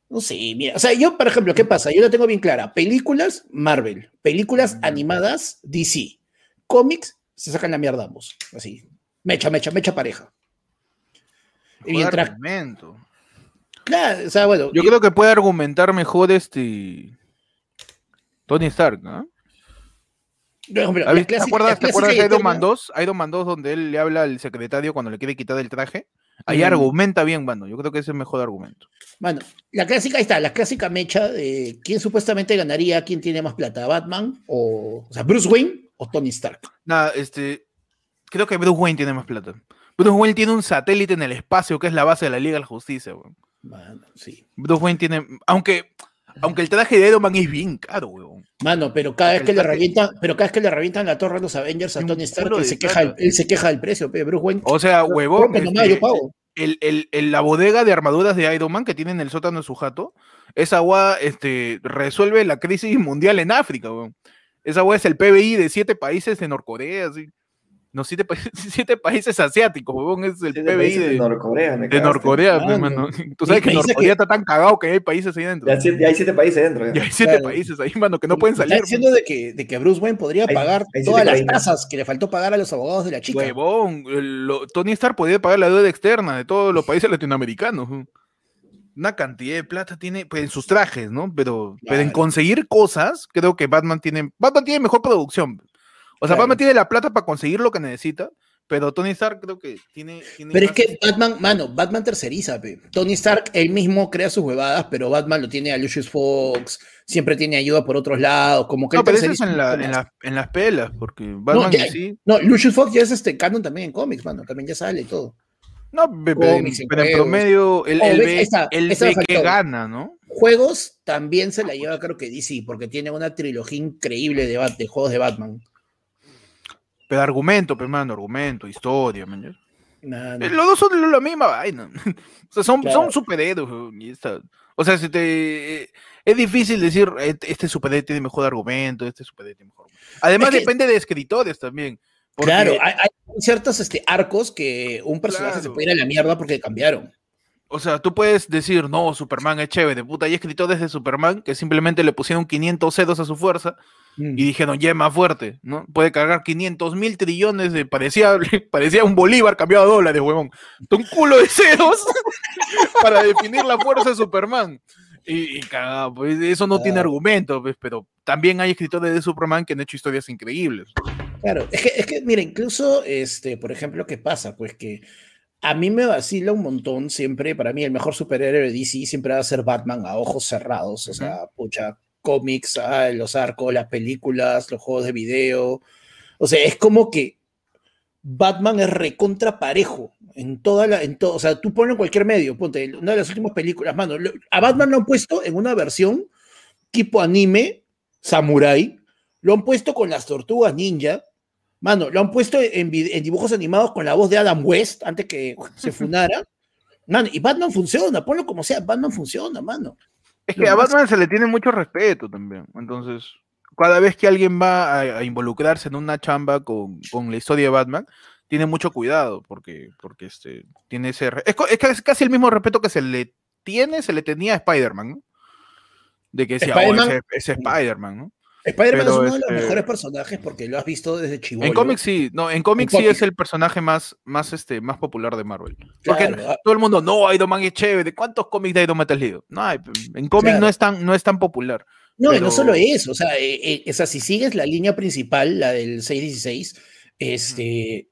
Speaker 3: No sé, mira. O sea, yo, por ejemplo, ¿qué pasa? Yo la tengo bien clara. Películas, Marvel. Películas animadas, DC. Cómics, se sacan la mierda ambos. Así. Mecha, mecha, mecha pareja.
Speaker 1: Mejor
Speaker 3: Y mientras-
Speaker 1: argumento.
Speaker 3: Claro, o sea, bueno.
Speaker 1: Yo creo que puede argumentar mejor este. Tony Stark, ¿no?
Speaker 3: por ejemplo,
Speaker 1: ¿Has
Speaker 3: la
Speaker 1: visto- ¿Te
Speaker 3: clásica- la
Speaker 1: acuerdas, ¿te
Speaker 3: clásica
Speaker 1: acuerdas
Speaker 3: y
Speaker 1: de Iron
Speaker 3: eterna-
Speaker 1: Man 2? Iron Man 2, donde él le habla al secretario cuando le quiere quitar el traje. Ahí
Speaker 3: Mm.
Speaker 1: argumenta bien, mano. Yo creo que ese es el mejor argumento.
Speaker 3: Bueno, la clásica, ahí está, la clásica mecha de quién supuestamente ganaría, quién tiene más plata, Batman o, o sea, Bruce Wayne o Tony Stark.
Speaker 1: Nada, este. Creo que Bruce Wayne tiene más plata. Bruce Wayne tiene un satélite en el espacio que es la base de la Liga de la Justicia, weón.
Speaker 3: Mano, sí.
Speaker 1: Bruce Wayne tiene. Aunque, aunque el traje de Iron Man es bien caro, weón.
Speaker 3: Mano, pero cada vez
Speaker 1: El
Speaker 3: que le
Speaker 1: traje-
Speaker 3: revientan, pero cada vez que le revientan la torre a los Avengers a
Speaker 1: Un
Speaker 3: Tony Stark,
Speaker 1: culo
Speaker 3: él
Speaker 1: de
Speaker 3: se, queja,
Speaker 1: plata.
Speaker 3: él se queja del precio, pero Bruce Wayne.
Speaker 1: O sea, huevón.
Speaker 3: Rompe nomás,
Speaker 1: este,
Speaker 3: yo pago.
Speaker 1: el, el- el- la bodega de armaduras de Iron Man que tiene en el sótano de su jato, esa agua este, resuelve la crisis mundial en África, weón. Esa agua es el PBI de siete países de Norcorea, así. No, siete, pa- siete países asiáticos, weón. Es el
Speaker 2: siete
Speaker 1: PBI
Speaker 2: países
Speaker 1: de,
Speaker 2: de Norcorea. me
Speaker 1: de
Speaker 2: cagaste.
Speaker 1: Norcorea,
Speaker 3: Claro.
Speaker 1: hermano. Tú sabes
Speaker 3: Y
Speaker 1: que
Speaker 3: países
Speaker 1: Norcorea
Speaker 3: que-
Speaker 1: está tan cagado que hay países ahí dentro.
Speaker 2: Ya, siete- ya hay siete países dentro. ya.
Speaker 1: Y hay siete
Speaker 3: Claro.
Speaker 1: países ahí, mano, que no pueden
Speaker 3: Está
Speaker 1: salir. pues.
Speaker 3: diciendo de que, de que Bruce Wayne podría
Speaker 2: Ahí-
Speaker 3: pagar
Speaker 2: ahí sí
Speaker 3: todas
Speaker 2: te
Speaker 3: las
Speaker 2: caí.
Speaker 3: tasas que le faltó pagar a los abogados de la chica.
Speaker 1: Huevón, el- lo- Tony Stark podía pagar la deuda externa de todos los países latinoamericanos. ¿no? Una cantidad de plata tiene pues, en sus trajes, ¿no? Pero, pero en
Speaker 3: Claro.
Speaker 1: conseguir cosas, creo que Batman tiene, Batman tiene mejor producción. O sea,
Speaker 3: Claro.
Speaker 1: Batman tiene la plata para conseguir lo que necesita, pero Tony Stark creo que tiene... tiene
Speaker 3: Pero es
Speaker 1: más-
Speaker 3: que Batman, mano, Batman terceriza, pe. Tony Stark él mismo crea sus huevadas, pero Batman lo tiene a Lucius Fox, siempre tiene ayuda por otros lados, como que
Speaker 1: No,
Speaker 3: él
Speaker 1: pero eso es
Speaker 3: terceriza
Speaker 1: en, la-
Speaker 3: mucho
Speaker 1: en
Speaker 3: más.
Speaker 1: las- en las pelas, porque Batman
Speaker 3: ya-
Speaker 1: en sí...
Speaker 3: No, Lucius Fox ya es este canon también en cómics, mano, también ya sale y todo.
Speaker 1: No, pe- pero, en-
Speaker 3: Cómics, en
Speaker 1: pero en
Speaker 3: juegos.
Speaker 1: promedio él,
Speaker 3: Oh,
Speaker 1: él
Speaker 3: ¿ves?
Speaker 1: ve,
Speaker 3: Esa-
Speaker 1: él
Speaker 3: esa
Speaker 1: ve
Speaker 3: me
Speaker 1: que
Speaker 3: faltó.
Speaker 1: gana, ¿no?
Speaker 3: Juegos también se la lleva, creo que DC, porque tiene una trilogía increíble de, Bat- de juegos de Batman.
Speaker 1: Pero argumento, pe, mano, argumento, historia, man. ya.
Speaker 3: Mano.
Speaker 1: Eh, Los dos son la misma vaina. O sea, son,
Speaker 3: Claro.
Speaker 1: son superhéroes. weón, y esta- O sea, si te, eh, es difícil decir "Eh, este superhéroe tiene mejor argumento, este superhéroe tiene mejor argumento". Además,
Speaker 3: que-
Speaker 1: depende de escritores también. porque-
Speaker 3: Claro, hay, hay ciertos este, arcos que un personaje se
Speaker 1: Claro.
Speaker 3: puede ir a la mierda porque cambiaron.
Speaker 1: O sea, tú puedes decir, no, Superman es chévere, puta. Hay escritores de Superman que simplemente le pusieron 500 ceros a su fuerza
Speaker 3: Mm.
Speaker 1: y dijeron, ya es más fuerte, ¿no? Puede cargar 500 mil trillones de. Parecía, parecía un Bolívar cambiado a dólares, huevón. Un culo de ceros para definir la fuerza de Superman. Y, y cagado, pues eso no tiene
Speaker 3: Claro.
Speaker 1: argumento, pues, pero también hay escritores de Superman que han hecho historias increíbles.
Speaker 3: Claro, es que, es que, mira, incluso, este, por ejemplo, ¿qué pasa? Pues que a mí me vacila un montón siempre, para mí el mejor superhéroe de DC siempre va a ser Batman a ojos cerrados, o sea, pucha, cómics, ah, los arcos, las películas, los juegos de video, o sea, es como que Batman es recontra parejo. En toda la, en todo, o sea, tú ponlo en cualquier medio, ponte, en una de las últimas películas, mano. lo- A Batman lo han puesto en una versión tipo anime, samurai, lo han puesto con las tortugas ninja, mano, lo han puesto en, vid- en dibujos animados con la voz de Adam West antes que se funara. Mano, y Batman funciona, ponlo como sea, Batman funciona, mano.
Speaker 1: Es
Speaker 3: Lo
Speaker 1: que a
Speaker 3: más-
Speaker 1: Batman se le tiene mucho respeto también. Entonces, cada vez que alguien va a, a involucrarse en una chamba con, con la historia de Batman, tiene mucho cuidado porque, porque este, tiene ese... re- Es, co- es ca- es casi el mismo respeto que se le tiene, se le tenía a Spider-Man, ¿no? De que decía, "Oh,
Speaker 3: Spider-Man-
Speaker 1: ese, ese Spider-Man, ¿no?
Speaker 3: Spider-Man es
Speaker 1: Pero,
Speaker 3: uno de los
Speaker 1: este,
Speaker 3: mejores personajes porque lo has visto desde Chihuahua.
Speaker 1: En cómics sí, no, en cómics
Speaker 3: En
Speaker 1: sí es
Speaker 3: cómics.
Speaker 1: el personaje más, más, este, más popular de Marvel. Porque
Speaker 3: ah,
Speaker 1: todo el mundo, no, Iron Man es chévere. ¿Cuántos cómics de Iron Man te has leído? No, hay, en cómics
Speaker 3: Claro.
Speaker 1: no, es tan, no es tan popular.
Speaker 3: No, y
Speaker 1: Pero-
Speaker 3: no solo eso, o sea, eh, eh, o sea, si sigues la línea principal, la del 616, este,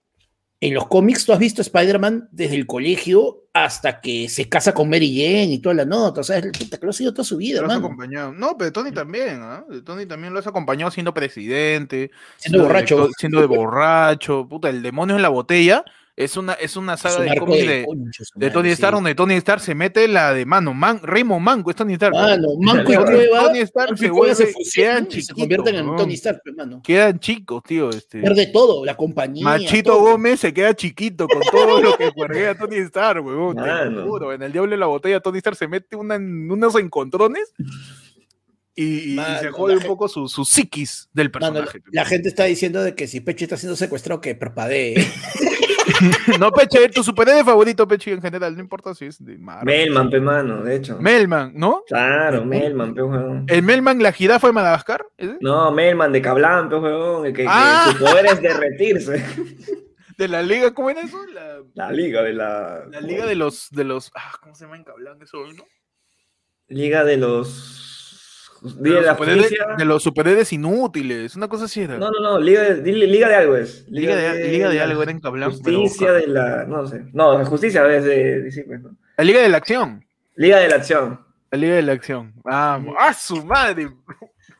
Speaker 3: en los cómics tú has visto a Spider-Man desde el colegio hasta que se casa con Mary Jane y toda la nota, o sea, el puta que lo ha sido toda su vida,
Speaker 1: Lo has
Speaker 3: hermano,
Speaker 1: acompañado. No, pero Tony también, ¿ah? Tony también lo has acompañado siendo presidente,
Speaker 3: siendo borracho.
Speaker 1: director- siendo de borracho, puta, el demonio en la botella es una, es una
Speaker 3: es
Speaker 1: saga
Speaker 3: un
Speaker 1: de
Speaker 3: arco
Speaker 1: cómics
Speaker 3: de
Speaker 1: de,
Speaker 3: concha, su
Speaker 1: de
Speaker 3: madre,
Speaker 1: Tony
Speaker 3: sí.
Speaker 1: Stark, donde Tony Stark se mete la de mano, man, Raymond Manco es Tony Stark.
Speaker 3: Mano, Manco y
Speaker 2: Tony-
Speaker 3: Cueva,
Speaker 1: Tony Stark
Speaker 3: Manco y
Speaker 1: se
Speaker 3: Cueva se
Speaker 1: vuelve-
Speaker 3: fusionan
Speaker 1: quedan
Speaker 3: y se
Speaker 1: chiquitos,
Speaker 3: convierten en
Speaker 1: weón.
Speaker 3: Tony Stark, hermano.
Speaker 1: Quedan chicos, tío, este.
Speaker 3: Pierde todo, la compañía.
Speaker 1: Machito
Speaker 3: todo.
Speaker 1: Gómez se queda chiquito con todo lo que juega Tony Stark, huevón. te lo
Speaker 2: Mano.
Speaker 1: juro. En el diablo en la botella, Tony Stark se mete una- unos encontrones y, y- y se
Speaker 3: Mano,
Speaker 1: jode
Speaker 3: la
Speaker 1: un
Speaker 3: gen-
Speaker 1: poco su, su psiquis del
Speaker 3: Mano,
Speaker 1: personaje.
Speaker 3: la gente está diciendo de que si Peche está siendo secuestrado, que parpadee.
Speaker 1: no, Peche, tu superhéroe favorito, Peche, en general, no importa si es de Marvel.
Speaker 2: Melman, pe mano, de hecho.
Speaker 1: Melman, ¿no?
Speaker 2: Claro, Melman, pe huevón.
Speaker 1: ¿El Melman, la jirafa de Madagascar? ¿Ese?
Speaker 2: No, Melman de Cablan, pe huevón. El que, que
Speaker 1: Ah.
Speaker 2: su poder es derretirse.
Speaker 1: ¿De la liga? ¿Cómo era eso? La,
Speaker 2: La liga de la.
Speaker 1: la liga de los, de los. Ah, ¿Cómo se llama en Cablán eso, no?
Speaker 2: Liga de los.
Speaker 1: De,
Speaker 2: Liga
Speaker 1: los
Speaker 2: de la
Speaker 1: superhéroes,
Speaker 2: justicia.
Speaker 1: de los superhéroes inútiles. Una cosa así era.
Speaker 2: No, no, no. Liga de, di- liga de algo es.
Speaker 1: Liga de, Liga de
Speaker 2: la
Speaker 1: algo era en Cablán. pero
Speaker 2: Justicia
Speaker 1: busca.
Speaker 2: de la. No sé. No, la justicia es de. sí, pues, ¿no?
Speaker 1: La Liga de la Acción.
Speaker 2: Liga de la acción.
Speaker 1: La Liga de la Acción. Vamos. ¡Ah, su madre!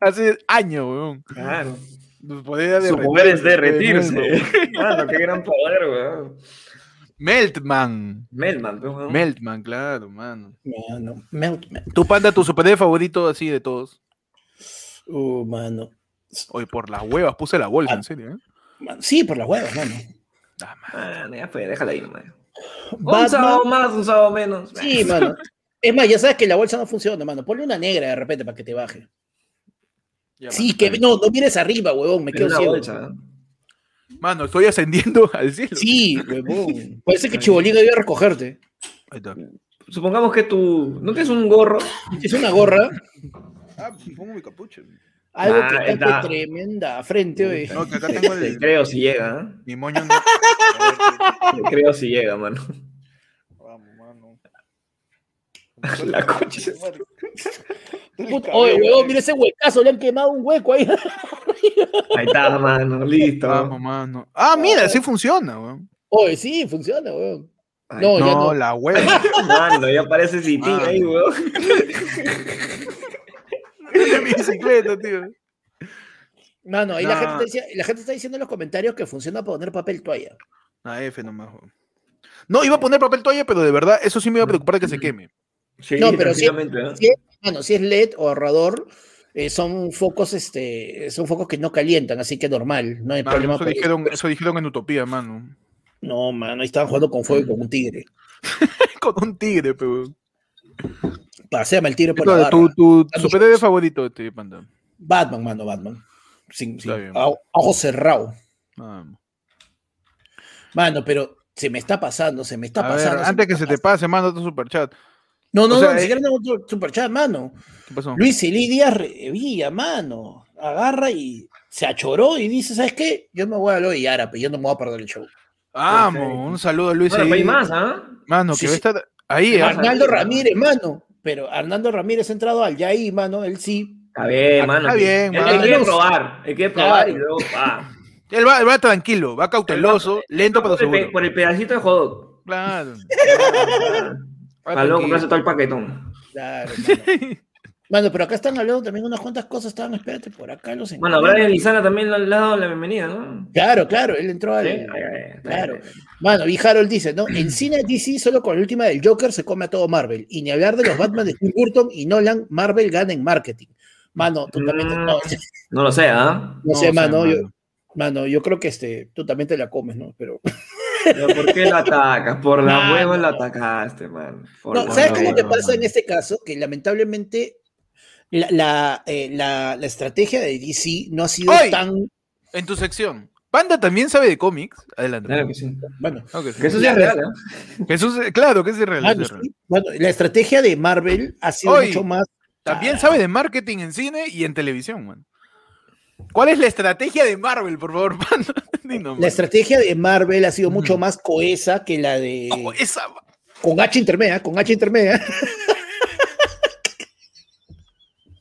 Speaker 1: Hace años, weón.
Speaker 2: Claro.
Speaker 1: Nos podía
Speaker 2: Su
Speaker 1: derretir,
Speaker 2: poder es
Speaker 1: weón,
Speaker 2: derretirse.
Speaker 1: weón.
Speaker 2: Mano, qué gran poder, weón.
Speaker 1: Meltman.
Speaker 2: Melman, pe huevón.
Speaker 1: Meltman, claro, mano.
Speaker 3: Mano, melt, melt.
Speaker 1: Tu panda, tu superhéroe favorito así de todos.
Speaker 3: Uh, mano.
Speaker 1: Oye, por las huevas puse la bolsa, en serio. ¿eh?
Speaker 3: Man- Sí, por las huevas, mano.
Speaker 1: Ah, ma-
Speaker 2: Mano, ya fue, déjala ir, man. Un
Speaker 3: Batman.
Speaker 2: sábado más, un sábado menos.
Speaker 3: Sí, mano. Es más, ya sabes que la bolsa no funciona, mano. Ponle una negra de repente para que te baje.
Speaker 1: ya,
Speaker 3: Sí,
Speaker 1: mano,
Speaker 3: que
Speaker 1: está bien.
Speaker 3: no, no mires arriba, huevón, me
Speaker 2: Pero
Speaker 3: quedo
Speaker 2: una
Speaker 3: ciego.
Speaker 2: bolsa, ¿no?
Speaker 1: Mano, estoy ascendiendo al cielo.
Speaker 3: Sí, huevón. Parece que Chiboliga iba a recogerte.
Speaker 1: Ahí está.
Speaker 2: Supongamos que tú. ¿No tienes un gorro?
Speaker 3: Es una gorra,
Speaker 1: Ah, pongo mi capucha.
Speaker 3: algo
Speaker 2: Ah,
Speaker 3: que
Speaker 2: está.
Speaker 3: está tremenda frente, oye.
Speaker 1: No, que acá tengo
Speaker 2: Te
Speaker 1: el.
Speaker 2: creo si llega, ¿eh?
Speaker 1: Mi moño no. A
Speaker 2: Te creo si llega, mano.
Speaker 1: ver, Vamos, mano.
Speaker 2: La coche.
Speaker 3: Puta, Oye, huevón, mira ese huecazo, le han quemado un hueco ahí.
Speaker 2: Ahí está, mano, listo.
Speaker 1: Vamos, mano. Ah, mira, sí funciona, weón.
Speaker 3: Oye, sí, funciona, huevón.
Speaker 2: Ay,
Speaker 3: No, ya
Speaker 1: No,
Speaker 3: no.
Speaker 1: la hueva.
Speaker 2: Mano, ya parece City
Speaker 1: Mano.
Speaker 2: ahí, weón.
Speaker 1: de mi bicicleta, tío.
Speaker 3: Mano, ahí la,
Speaker 1: No.
Speaker 3: gente está diciendo, la gente está diciendo en los comentarios que funciona para poner papel toalla.
Speaker 1: Ah, F nomás. weón. No, iba a poner papel toalla, pero de verdad, eso sí me iba a preocupar de que se queme.
Speaker 2: Sí,
Speaker 3: No, pero sí-
Speaker 2: tranquilamente, ¿eh?
Speaker 3: Bueno, si es LED o ahorrador, eh, son focos, este, son focos que no calientan, así que normal, no hay
Speaker 1: Mano,
Speaker 3: problema.
Speaker 1: Ah, eso,
Speaker 3: por eso.
Speaker 1: dijeron, eso dijeron en Utopía, mano.
Speaker 3: No, mano, ahí estaban jugando con fuego
Speaker 1: Mm.
Speaker 3: y con un tigre.
Speaker 1: Con un tigre, pero.
Speaker 3: Paseame el tigre por la
Speaker 1: Claro,
Speaker 3: barra.
Speaker 1: tu tu superhéroe favorito, este panda.
Speaker 3: Batman, mano, Batman. Sin,
Speaker 1: Está
Speaker 3: sin-
Speaker 1: bien.
Speaker 3: a, a ojo cerrado.
Speaker 1: Vamos.
Speaker 3: Mano, pero se me está pasando, se me está
Speaker 1: A ver,
Speaker 3: pasando.
Speaker 1: antes que se te pase, manda otro superchat.
Speaker 3: No, no,
Speaker 1: o sea,
Speaker 3: no,
Speaker 1: eh-
Speaker 3: ni siquiera tengo otro superchat, mano.
Speaker 1: ¿Qué pasó?
Speaker 3: Luis Elí Díaz Revilla, mano. Agarra y se achoró y dice, ¿sabes qué? Yo me voy a lo de Yara, pero yo no me voy a perder el show.
Speaker 1: Vamos, un saludo a Luis.
Speaker 2: Bueno,
Speaker 1: ahí.
Speaker 2: pero hay más, ¿ah?
Speaker 1: Mano, que
Speaker 3: pues, eh, Sí,
Speaker 1: va a
Speaker 3: sí.
Speaker 1: estar ahí, ¿ah?
Speaker 2: Más,
Speaker 3: Arnaldo
Speaker 2: sí, mano.
Speaker 3: Ramírez, mano. Pero Arnaldo Ramírez ha entrado al Yaí, mano. Él sí.
Speaker 2: Está bien, mano.
Speaker 1: Está bien,
Speaker 2: Él- él
Speaker 1: mano.
Speaker 2: quiere probar, hay que probar y
Speaker 3: Claro.
Speaker 2: luego, pa.
Speaker 1: Él va, va tranquilo, va cauteloso, lento pero
Speaker 2: Por el, pues, pe-
Speaker 1: seguro.
Speaker 2: por el pedacito de jodot.
Speaker 1: Claro.
Speaker 2: pues, Para luego
Speaker 1: tranquilo.
Speaker 2: comprarse todo el paquetón.
Speaker 3: Claro, mano. Mano, pero acá están hablando también unas cuantas cosas. Estaban, espérate, por acá los
Speaker 2: Bueno,
Speaker 3: encuentro.
Speaker 2: Brian Lizana también le ha dado la bienvenida, ¿no?
Speaker 3: Claro, claro, él entró al.
Speaker 2: Sí, ahí, ahí, ahí,
Speaker 3: Claro.
Speaker 2: ahí.
Speaker 3: Mano, y Harold dice, ¿no? En cine DC solo con la última del Joker se come a todo Marvel. Y ni hablar de los Batman de Tim Burton y Nolan, Marvel gana en marketing. Mano, tú también te- no,
Speaker 2: Mm. No lo sé, ¿ah?
Speaker 3: no sé,
Speaker 1: sé,
Speaker 3: mano, yo,
Speaker 1: mano.
Speaker 3: mano, yo creo que este, tú también te la comes, ¿no? Pero.
Speaker 2: Pero ¿Por qué la atacas? Por la
Speaker 3: Mano.
Speaker 2: hueva la atacaste, man. Por
Speaker 3: No,
Speaker 2: la
Speaker 3: ¿Sabes
Speaker 1: no,
Speaker 3: cómo
Speaker 2: hueva.
Speaker 3: te
Speaker 1: no,
Speaker 3: pasa
Speaker 1: no.
Speaker 3: en este caso? Que lamentablemente la, la, eh, la- la estrategia de DC no ha sido
Speaker 1: ¡Ay!
Speaker 3: tan.
Speaker 1: En tu sección. Panda también sabe de cómics. Adelante.
Speaker 2: Claro que sí.
Speaker 3: Bueno,
Speaker 1: Ok.
Speaker 2: Que eso sí es real, ¿eh?
Speaker 1: Jesús, eh, claro que es irreal. es
Speaker 3: mano,
Speaker 1: irreal.
Speaker 3: sí, bueno, la estrategia de Marvel ha sido
Speaker 1: ¡Ay!
Speaker 3: mucho más.
Speaker 2: Ah.
Speaker 1: También sabe de marketing en cine y en televisión, man. ¿Cuál es la estrategia de Marvel, por favor, Panda? Dinos,
Speaker 3: La
Speaker 1: man.
Speaker 3: estrategia de Marvel ha sido mucho
Speaker 1: Mm.
Speaker 3: más cohesa que la de.
Speaker 1: Oh, esa-
Speaker 3: Con H intermedia, con H intermedia.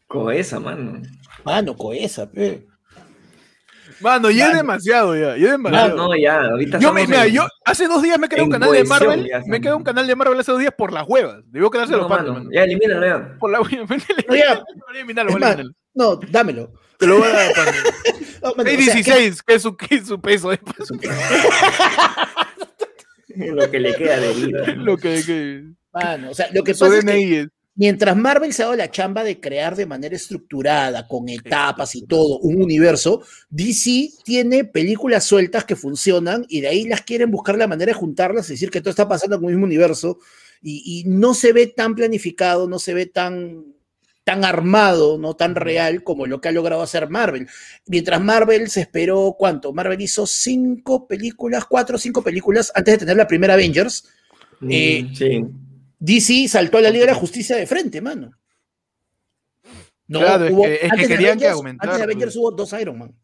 Speaker 2: Coesa, mano.
Speaker 3: Mano, cohesa, pe.
Speaker 1: Mano, y es
Speaker 3: Mano.
Speaker 1: demasiado ya. Y es
Speaker 2: Ah,
Speaker 1: demasiado.
Speaker 2: no, ya, ahorita
Speaker 1: Yo, me, mira,
Speaker 2: estamos en-
Speaker 1: yo hace dos días me creé un
Speaker 2: en
Speaker 1: canal de
Speaker 2: cohesión,
Speaker 1: Marvel.
Speaker 2: ya,
Speaker 1: Me
Speaker 2: sí.
Speaker 1: creé un canal de Marvel hace dos días por las huevas. Debió quedarse
Speaker 2: No,
Speaker 1: los patos.
Speaker 2: mano,
Speaker 1: mano.
Speaker 2: ya elimínalo, ya.
Speaker 1: Por la hueva.
Speaker 3: No, ya.
Speaker 1: Voy a eliminarlo,
Speaker 3: Es
Speaker 1: voy a
Speaker 3: más,
Speaker 1: eliminarlo.
Speaker 3: No, dámelo.
Speaker 1: Te lo voy a dar, Panda.
Speaker 3: No, mano, o sea, ¿qué-
Speaker 1: 616, que es su, que es su peso. eh,
Speaker 2: Lo que le queda de vida.
Speaker 1: Lo que, que-
Speaker 3: mano, o sea, lo que
Speaker 1: su
Speaker 3: pasa es que
Speaker 1: DNI es.
Speaker 3: mientras Marvel se ha dado la chamba de crear de manera estructurada, con etapas y todo, un universo, DC tiene películas sueltas que funcionan y de ahí las quieren buscar la manera de juntarlas, es decir, que todo está pasando en un mismo universo y, y no se ve tan planificado, no se ve tan tan armado, no tan real como lo que ha logrado hacer Marvel. Mientras Marvel se esperó, ¿cuánto? Marvel hizo cinco películas, cuatro o cinco películas antes de tener la primera Avengers.
Speaker 2: Mm,
Speaker 3: Eh,
Speaker 2: sí.
Speaker 3: DC saltó a la Liga de la Justicia de frente, mano. No,
Speaker 1: Claro, es que- es que
Speaker 3: antes de
Speaker 1: querían que
Speaker 3: Avengers-
Speaker 1: aumentara,
Speaker 3: Antes de
Speaker 1: pues.
Speaker 3: Avengers hubo dos Iron Man.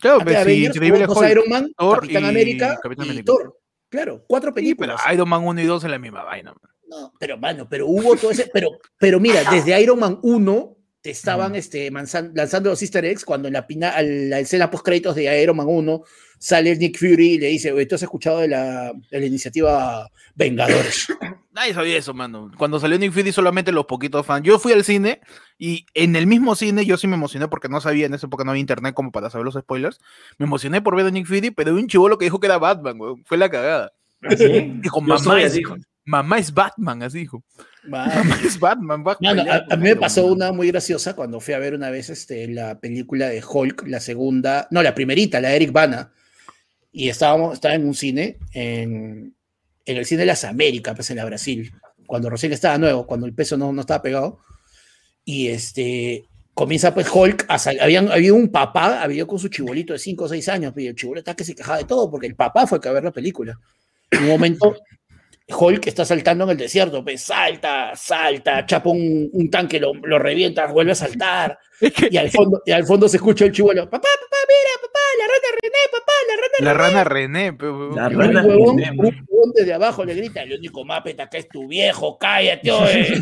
Speaker 1: Claro,
Speaker 3: Antes de
Speaker 1: pues, sí,
Speaker 3: Avengers
Speaker 1: Increíble
Speaker 3: hubo dos
Speaker 1: Hulk.
Speaker 3: Iron Man,
Speaker 1: Thor
Speaker 3: Capitán
Speaker 1: y
Speaker 3: América
Speaker 1: Capitán
Speaker 3: y
Speaker 1: América.
Speaker 3: Thor. Claro, cuatro
Speaker 1: Sí, pero
Speaker 3: películas.
Speaker 1: Iron Man 1 y 2 es la misma vaina. man.
Speaker 3: No, pero, mano, pero hubo todo ese. Pero, pero mira, desde Iron Man 1 te estaban este, manzan- lanzando los Easter eggs cuando en la, pina, al- la escena post créditos de Iron Man 1 sale el Nick Fury y le dice: "Oye, ¿Tú has escuchado de la, de la iniciativa Vengadores?
Speaker 1: Nadie sabía eso, mano. Cuando salió Nick Fury solamente los poquitos fans. Yo fui al cine y en el mismo cine yo sí me emocioné porque no sabía, en esa época no había internet como para saber los spoilers. Me emocioné por ver a Nick Fury, pero vi un chivolo que dijo que era Batman, weón. Fue la cagada.
Speaker 2: Así.
Speaker 1: Y con
Speaker 2: Yo
Speaker 1: mamá
Speaker 2: soy
Speaker 1: es-
Speaker 2: así, hijo.
Speaker 1: Mamá es Batman, así dijo.
Speaker 3: Mano,
Speaker 1: Mamá es Batman. va a
Speaker 3: Mano,
Speaker 1: pelear
Speaker 3: a, a
Speaker 1: con
Speaker 3: mí me
Speaker 1: Iron
Speaker 3: pasó
Speaker 1: Man.
Speaker 3: una muy graciosa cuando fui a ver una vez este, la película de Hulk, la segunda, no, la primerita, la de Eric Bana, y estábamos, estaba en un cine, en, en el cine de las Américas, pues en la Brasil, cuando recién estaba nuevo, cuando el peso no, no estaba pegado, y este, comienza pues Hulk, a sal- habían, había un papá, había con su chibolito de 5 o 6 años, y el chibolito está que se quejaba de todo, porque el papá fue el que a ver la película. En un momento Hulk está saltando en el desierto, pues, salta, salta, chapa un, un tanque, lo, lo revienta, vuelve a saltar.
Speaker 1: Es que
Speaker 3: Y al fondo, y al fondo se escucha el chivolo, papá, papá, mira, papá, la rata René, papá, la rata
Speaker 1: la rana René, pe, weón.
Speaker 2: La
Speaker 3: René.
Speaker 2: rana
Speaker 3: Y un huevón,
Speaker 2: René, man.
Speaker 3: un huevón desde abajo le grita, el único mapeta que es tu viejo, cállate, oye.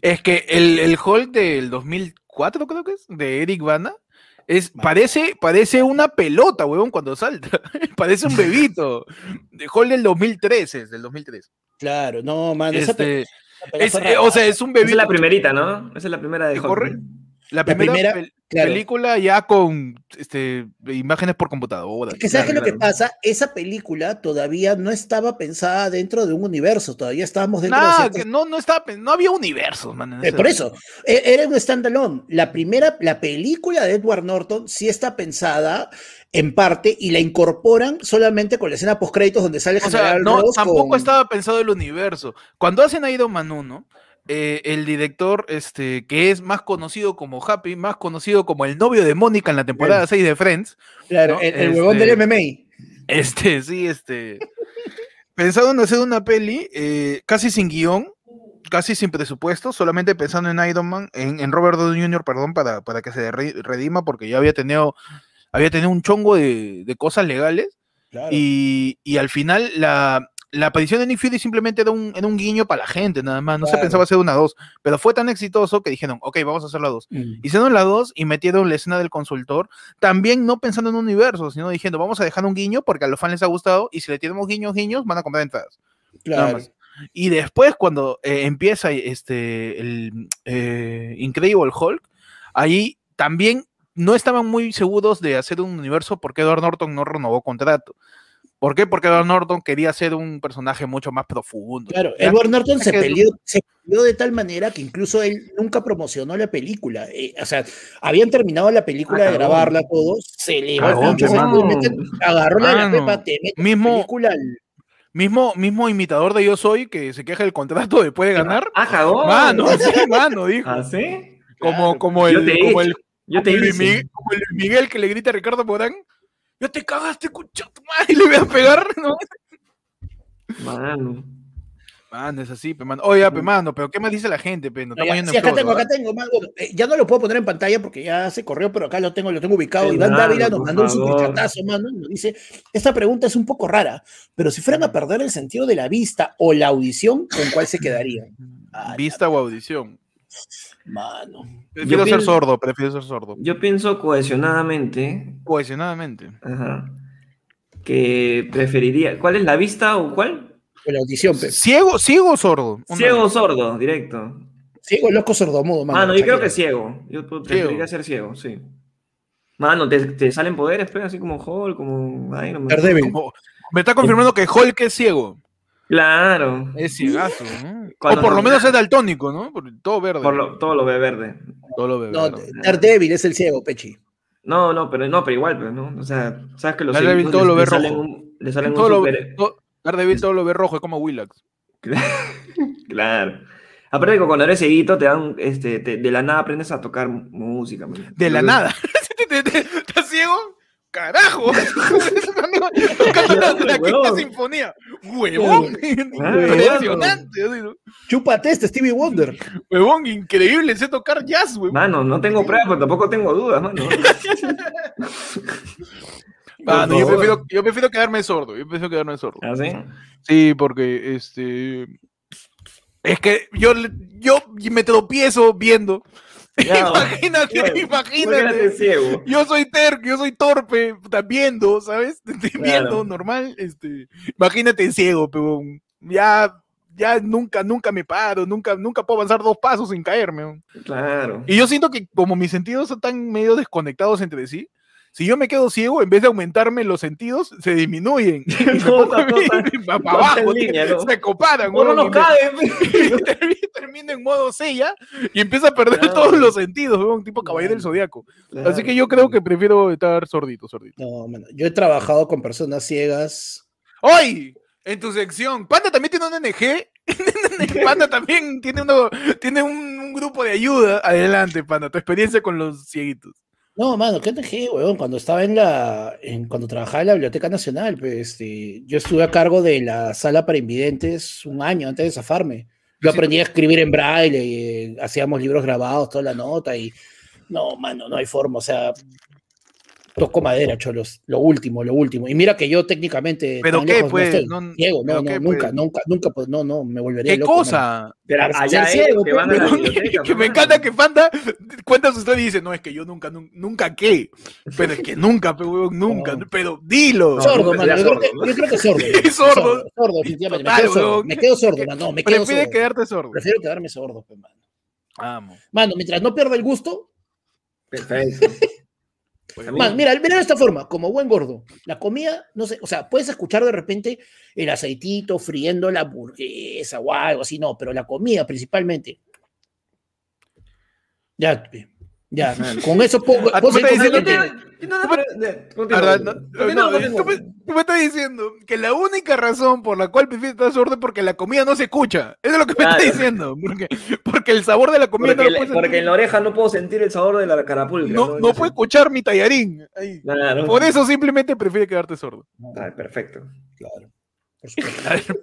Speaker 1: Es que el, el Hulk del 2004, creo que es, de Eric Bana, es, parece, parece una pelota, huevón, cuando salta. parece un bebito. El Hulk del 2003 es, del 2003.
Speaker 3: Claro, no, man, esa pe-
Speaker 1: Este,
Speaker 3: esa
Speaker 1: es-
Speaker 3: pedazo de
Speaker 1: eh, o sea,
Speaker 3: rata.
Speaker 1: es un
Speaker 2: Esa es
Speaker 1: bebito.
Speaker 2: la primerita, ¿no? Esa es la primera de
Speaker 1: ¿Te
Speaker 2: Hulk.
Speaker 1: corre? La primera,
Speaker 3: primera,
Speaker 1: pel-
Speaker 3: claro.
Speaker 1: película ya con este, imágenes por computadora.
Speaker 3: Es que sabes
Speaker 2: Claro,
Speaker 3: que lo que
Speaker 2: claro.
Speaker 3: pasa, esa película todavía no estaba pensada dentro de un universo, todavía estábamos dentro de
Speaker 1: Nada,
Speaker 3: ciertas
Speaker 1: que no, no, estaba, pen- no había universos, man. en
Speaker 3: Eh,
Speaker 1: esa
Speaker 3: por
Speaker 1: época.
Speaker 3: eso, e- era un standalone. La primera, la película de Edward Norton sí está pensada en parte y la incorporan solamente con la escena post créditos donde sale
Speaker 1: O sea,
Speaker 3: General
Speaker 1: no,
Speaker 3: Ross
Speaker 1: tampoco
Speaker 3: con-
Speaker 1: estaba pensado el universo. Cuando hacen Iron Man 1, eh, el director, este, que es más conocido como Happy, más conocido como el novio de Mónica en la temporada 6 de Friends,
Speaker 3: Claro,
Speaker 1: ¿no?
Speaker 3: el, el huevón
Speaker 1: Este-
Speaker 3: del MMA.
Speaker 1: este, sí, este, pensado en hacer una peli eh, casi sin guión, casi sin presupuesto, solamente pensando en Iron Man, en, en Robert Downey Jr., perdón, para, para que se re- redima, porque ya había tenido, había tenido un chongo de- de cosas legales. Y, y al final la, la aparición de Nick Fury simplemente era un, era un guiño para la gente, nada más. No se
Speaker 3: Claro.
Speaker 1: pensaba hacer una 2, pero fue tan exitoso que dijeron, ok, vamos a hacer la 2.
Speaker 3: Mm.
Speaker 1: Hicieron la 2 y metieron la escena del consultor, también no pensando en un universo, sino diciendo, vamos a dejar un guiño porque a los fans les ha gustado y si le tenemos guiños, guiños, van a comprar entradas.
Speaker 3: Claro.
Speaker 1: más. Y después cuando eh, empieza este, el, eh, Incredible Hulk, ahí también no estaban muy seguros de hacer un universo porque Edward Norton no renovó contrato. ¿Por qué? Porque Edward Norton quería ser un personaje mucho más profundo.
Speaker 3: Claro,
Speaker 1: Ya,
Speaker 3: Edward Norton se
Speaker 1: que-
Speaker 3: peleó, se peleó de tal manera que incluso él nunca promocionó la película. Eh, o sea, habían terminado la película
Speaker 2: Ah,
Speaker 3: de
Speaker 2: cagón.
Speaker 3: grabarla todos, se le va
Speaker 1: Cagón,
Speaker 3: el pincho, se
Speaker 2: mano.
Speaker 3: le mete- agarró la de la
Speaker 1: Mano,
Speaker 3: pepa, te mete
Speaker 1: mismo-
Speaker 3: la película al-
Speaker 1: Mismo, mismo imitador de Yo Soy que se queja del contrato después de ganar.
Speaker 2: ¡Ah, cagón!
Speaker 1: Mano, sí, mano, dijo.
Speaker 2: ¿Ah, sí?
Speaker 1: Como,
Speaker 3: Claro.
Speaker 1: como
Speaker 2: Yo
Speaker 1: el,
Speaker 2: te
Speaker 1: como
Speaker 2: he
Speaker 1: el,
Speaker 2: Yo te
Speaker 1: como Luis
Speaker 2: hice.
Speaker 1: Miguel, como el Luis Miguel que le grita a Ricardo Morán. Yo te cagaste, cucho, tu madre, y le voy a pegar, ¿no?
Speaker 2: Mano.
Speaker 1: Mano, es así, pe, mano. Oye, pe, mano, pero ¿qué más dice la gente, pe? No
Speaker 3: No,
Speaker 1: estamos yendo
Speaker 3: ya, sí,
Speaker 1: en
Speaker 3: acá
Speaker 1: flor,
Speaker 3: tengo, acá
Speaker 1: ¿verdad?
Speaker 3: tengo. más, bueno, eh, ya no lo puedo poner en pantalla porque ya se corrió, pero acá lo tengo, lo tengo ubicado.
Speaker 2: Qué
Speaker 3: Iván
Speaker 2: raro,
Speaker 3: Dávila nos
Speaker 2: por
Speaker 3: mandó un
Speaker 2: favor.
Speaker 3: superchatazo, mano, y nos dice, esta pregunta es un poco rara, pero si fueran a perder el sentido de la vista o la audición, ¿con cuál se quedarían? Ay,
Speaker 1: Vista o audición.
Speaker 3: mano.
Speaker 1: Prefiero ser
Speaker 2: pienso-
Speaker 1: sordo, prefiero ser sordo.
Speaker 2: Yo pienso cohesionadamente
Speaker 1: Cohesionadamente.
Speaker 2: ajá, que preferiría. ¿Cuál es la vista o cuál?
Speaker 3: O la audición, pero.
Speaker 1: ¿Ciego, ciego o sordo? Una
Speaker 2: Ciego
Speaker 1: vez.
Speaker 2: o sordo, directo.
Speaker 3: Ciego, loco, sordomudo, mano.
Speaker 2: Mano, Ah, yo creo que
Speaker 3: Shakira.
Speaker 2: ciego. Yo pre- preferiría ser ciego, sí. Mano, te, te salen poderes, pero así como Hulk, como Iron Man.
Speaker 3: Daredevil.
Speaker 1: Como- Me está confirmando que Hulk es ciego.
Speaker 2: Claro.
Speaker 1: Es ciegazo. ¿no?
Speaker 2: Mm. Cuando
Speaker 1: O por
Speaker 2: no-
Speaker 1: lo menos es daltónico, ¿no? Por- Todo verde.
Speaker 2: Por lo- todo lo ve verde.
Speaker 1: Todo lo verde.
Speaker 3: No, Daredevil es el ciego, Pechi.
Speaker 2: No, no, pero no, pero igual, pero no. O sea, sabes que los
Speaker 1: Daredevil
Speaker 2: ciegos
Speaker 1: todo lo ve
Speaker 2: salen
Speaker 1: rojo.
Speaker 2: un- le salen un
Speaker 1: todo lo,
Speaker 2: super-
Speaker 1: to- Daredevil todo lo ve rojo, es como Willax.
Speaker 2: Claro. Aparte que cuando eres cieguito te dan, este, te- de la nada aprendes a tocar mu- música. man.
Speaker 1: De la
Speaker 2: Entonces,
Speaker 1: nada. ¿Te- te- te- ¿Estás ciego? ¡Carajo! Tocando la, la quinta
Speaker 2: Huevón. Ah,
Speaker 1: sinfonía. ¡Huevón! Impresionante. así, ¿no?
Speaker 3: Chúpate este Stevie Wonder.
Speaker 1: Huevón, increíble. Sé tocar jazz, huevón.
Speaker 2: Mano, no tengo pruebas, pero tampoco tengo dudas, mano.
Speaker 1: Ah, no, yo,
Speaker 2: favor.
Speaker 1: prefiero, yo prefiero quedarme sordo. Yo prefiero quedarme sordo.
Speaker 2: ¿Ah, sí?
Speaker 1: Sí, porque este. Es que yo, le- yo me tropiezo viendo.
Speaker 2: Ya,
Speaker 1: imagínate,
Speaker 2: Ah, bueno, Imagínate
Speaker 1: imagínate.
Speaker 2: ciego.
Speaker 1: Yo soy terco, yo soy torpe, puta, viendo, ¿sabes? Te Estoy
Speaker 2: Claro.
Speaker 1: viendo normal. Este, imagínate ciego, pero ya, ya nunca, nunca me paro, nunca, nunca puedo avanzar dos pasos sin caerme. weón.
Speaker 2: Claro.
Speaker 1: Y yo siento que como mis sentidos son tan medio desconectados entre sí, si yo me quedo ciego, en vez de aumentarme los sentidos, se disminuyen.
Speaker 2: Todo
Speaker 1: para
Speaker 2: está- todo está- todo está en
Speaker 1: abajo,
Speaker 2: línea, ¿no?
Speaker 1: se comparan.
Speaker 2: Uno
Speaker 1: weón,
Speaker 2: no
Speaker 1: y me-
Speaker 2: cabe.
Speaker 1: y termina, termina en modo sella y empieza a perder
Speaker 2: Claro.
Speaker 1: todos los sentidos, un tipo caballero del zodiaco. Así que yo creo que prefiero estar sordito, sordito.
Speaker 3: No, mano. Yo he trabajado con personas ciegas.
Speaker 1: ¡Hoy! En tu sección, Panda también tiene una NG. Panda también tiene, uno, tiene un, un grupo de ayuda. Adelante, Panda, tu experiencia con los cieguitos.
Speaker 3: No, mano, qué TG, weón. Cuando estaba en la. en- cuando trabajaba en la Biblioteca Nacional, pues, este, yo estuve a cargo de la sala para invidentes un año antes de zafarme. Yo
Speaker 1: Sí.
Speaker 3: aprendí a escribir en braille y eh, hacíamos libros grabados, toda la nota y. No, mano, no hay forma. O sea, toco madera, cholos. Lo último, lo último. Y mira que yo técnicamente.
Speaker 1: ¿Pero
Speaker 3: tan
Speaker 1: qué,
Speaker 3: lejos no
Speaker 1: pues?
Speaker 3: estoy.
Speaker 1: No-
Speaker 3: Ciego, no,
Speaker 1: ¿pero
Speaker 3: no,
Speaker 1: qué,
Speaker 3: nunca,
Speaker 1: pues?
Speaker 3: nunca, nunca, pues, no, no, me volvería
Speaker 1: ¿Qué
Speaker 3: loco, mano.
Speaker 1: cosa?
Speaker 2: Pero
Speaker 3: Ser
Speaker 2: allá
Speaker 3: ciego,
Speaker 2: ellos que van a la
Speaker 3: pero-
Speaker 2: biblioteca,
Speaker 1: que me
Speaker 2: mano.
Speaker 1: encanta que Panda cuenta su historia y dice, no, es que yo nunca, nun- nunca qué. Pero es que nunca, pe, huevón, nunca.
Speaker 3: No.
Speaker 1: Pero dilo.
Speaker 2: No,
Speaker 3: Sordo,
Speaker 2: no,
Speaker 3: mano. Yo,
Speaker 2: ya
Speaker 3: creo que,
Speaker 2: sordo, ¿no?
Speaker 3: yo creo que sordo.
Speaker 1: Sí, sordo.
Speaker 3: Sordo, sordo, definitivamente.
Speaker 1: Total,
Speaker 3: me quedo sordo.
Speaker 1: weón.
Speaker 3: Me quedo sordo, mano. No, me quedo
Speaker 1: Prefieres
Speaker 3: sordo.
Speaker 1: quedarte sordo.
Speaker 3: Prefiero quedarme sordo, pues, mano.
Speaker 1: Vamos.
Speaker 3: Mano, mientras no pierda el gusto.
Speaker 2: Perfecto.
Speaker 1: huevón.
Speaker 3: Man, mira, mira de esta forma, como buen gordo. La comida, no sé, o sea, puedes escuchar de repente el aceitito friendo la hamburguesa o algo así, no, pero la comida principalmente. Ya, pe, ya, con eso pongo.
Speaker 1: Ah, tú
Speaker 3: pongo
Speaker 1: me
Speaker 3: ahí
Speaker 1: estás
Speaker 3: con-
Speaker 1: diciendo que-
Speaker 2: No, no, pero- continúa,
Speaker 1: Ahora, no,
Speaker 2: continúa.
Speaker 1: no,
Speaker 2: Continúa,
Speaker 1: tú, me,
Speaker 2: continúa.
Speaker 1: tú me estás diciendo que la única razón por la cual prefieres estar sordo es porque la comida no se escucha. Eso es lo que me
Speaker 2: Claro.
Speaker 1: estás diciendo. Porque, porque el sabor de la comida no,
Speaker 2: Porque, le-
Speaker 1: lo puedes
Speaker 2: porque en la oreja no puedo sentir el sabor de la carapulca.
Speaker 1: sentir. No- no puedo escuchar mi tallarín. Ahí.
Speaker 2: Claro.
Speaker 1: Por eso simplemente prefiere quedarte sordo.
Speaker 2: Ah, perfecto.
Speaker 3: Claro, por supuesto.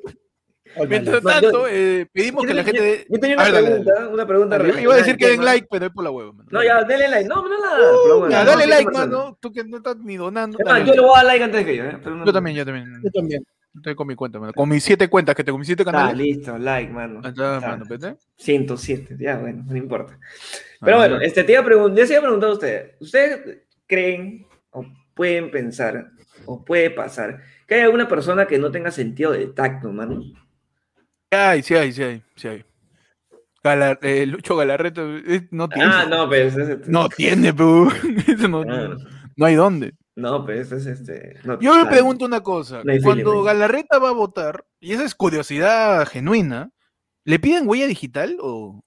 Speaker 3: Ay,
Speaker 1: Mientras
Speaker 3: mano.
Speaker 2: No, yo-
Speaker 1: tanto, eh, pedimos
Speaker 2: Yo
Speaker 1: que la
Speaker 2: tenía-
Speaker 1: gente...
Speaker 2: Yo tenía
Speaker 1: A
Speaker 2: una
Speaker 1: ver, dale, dale.
Speaker 2: pregunta, una pregunta
Speaker 1: Yo iba a
Speaker 2: relacionada
Speaker 1: decir
Speaker 2: al
Speaker 1: que den
Speaker 2: tema.
Speaker 1: like, pero es por la hueva, mano.
Speaker 2: No, ya, denle like. No, no la.
Speaker 1: Ya, dale like, mano. Tú que no estás ni donando.
Speaker 2: Es
Speaker 1: dale
Speaker 2: más, yo
Speaker 1: like.
Speaker 2: le voy a dar like antes que yo. ¿eh? Pero no-
Speaker 1: Yo también, yo también.
Speaker 3: Yo también.
Speaker 1: Estoy con mi cuenta, mano. Con mis siete cuentas que tengo, mis siete
Speaker 2: Ah,
Speaker 1: canales.
Speaker 2: listo, like, mano.
Speaker 1: Ahí está,
Speaker 2: Está.
Speaker 1: mano, vete.
Speaker 2: 107, ya, bueno, no importa.
Speaker 1: Ah,
Speaker 2: Pero bueno,
Speaker 1: ya.
Speaker 2: este, te iba a preguntar, yo se iba a preguntar a ustedes. ¿Ustedes creen o pueden pensar o puede pasar que hay alguna persona que no tenga sentido de tacto, mano?
Speaker 1: Sí hay, sí hay, sí hay, sí hay. Gala- eh, Lucho Galarreta eh, no tiene.
Speaker 2: Ah, no, pues. es este-
Speaker 1: No tiene, pu. Eso no,
Speaker 2: Claro.
Speaker 1: no hay dónde.
Speaker 2: No, pues es este. no,
Speaker 1: Yo me
Speaker 2: claro.
Speaker 1: pregunto una cosa.
Speaker 2: No hay
Speaker 1: Cuando
Speaker 2: feeling.
Speaker 1: Galarreta va a votar, y esa es curiosidad genuina, ¿le piden huella digital o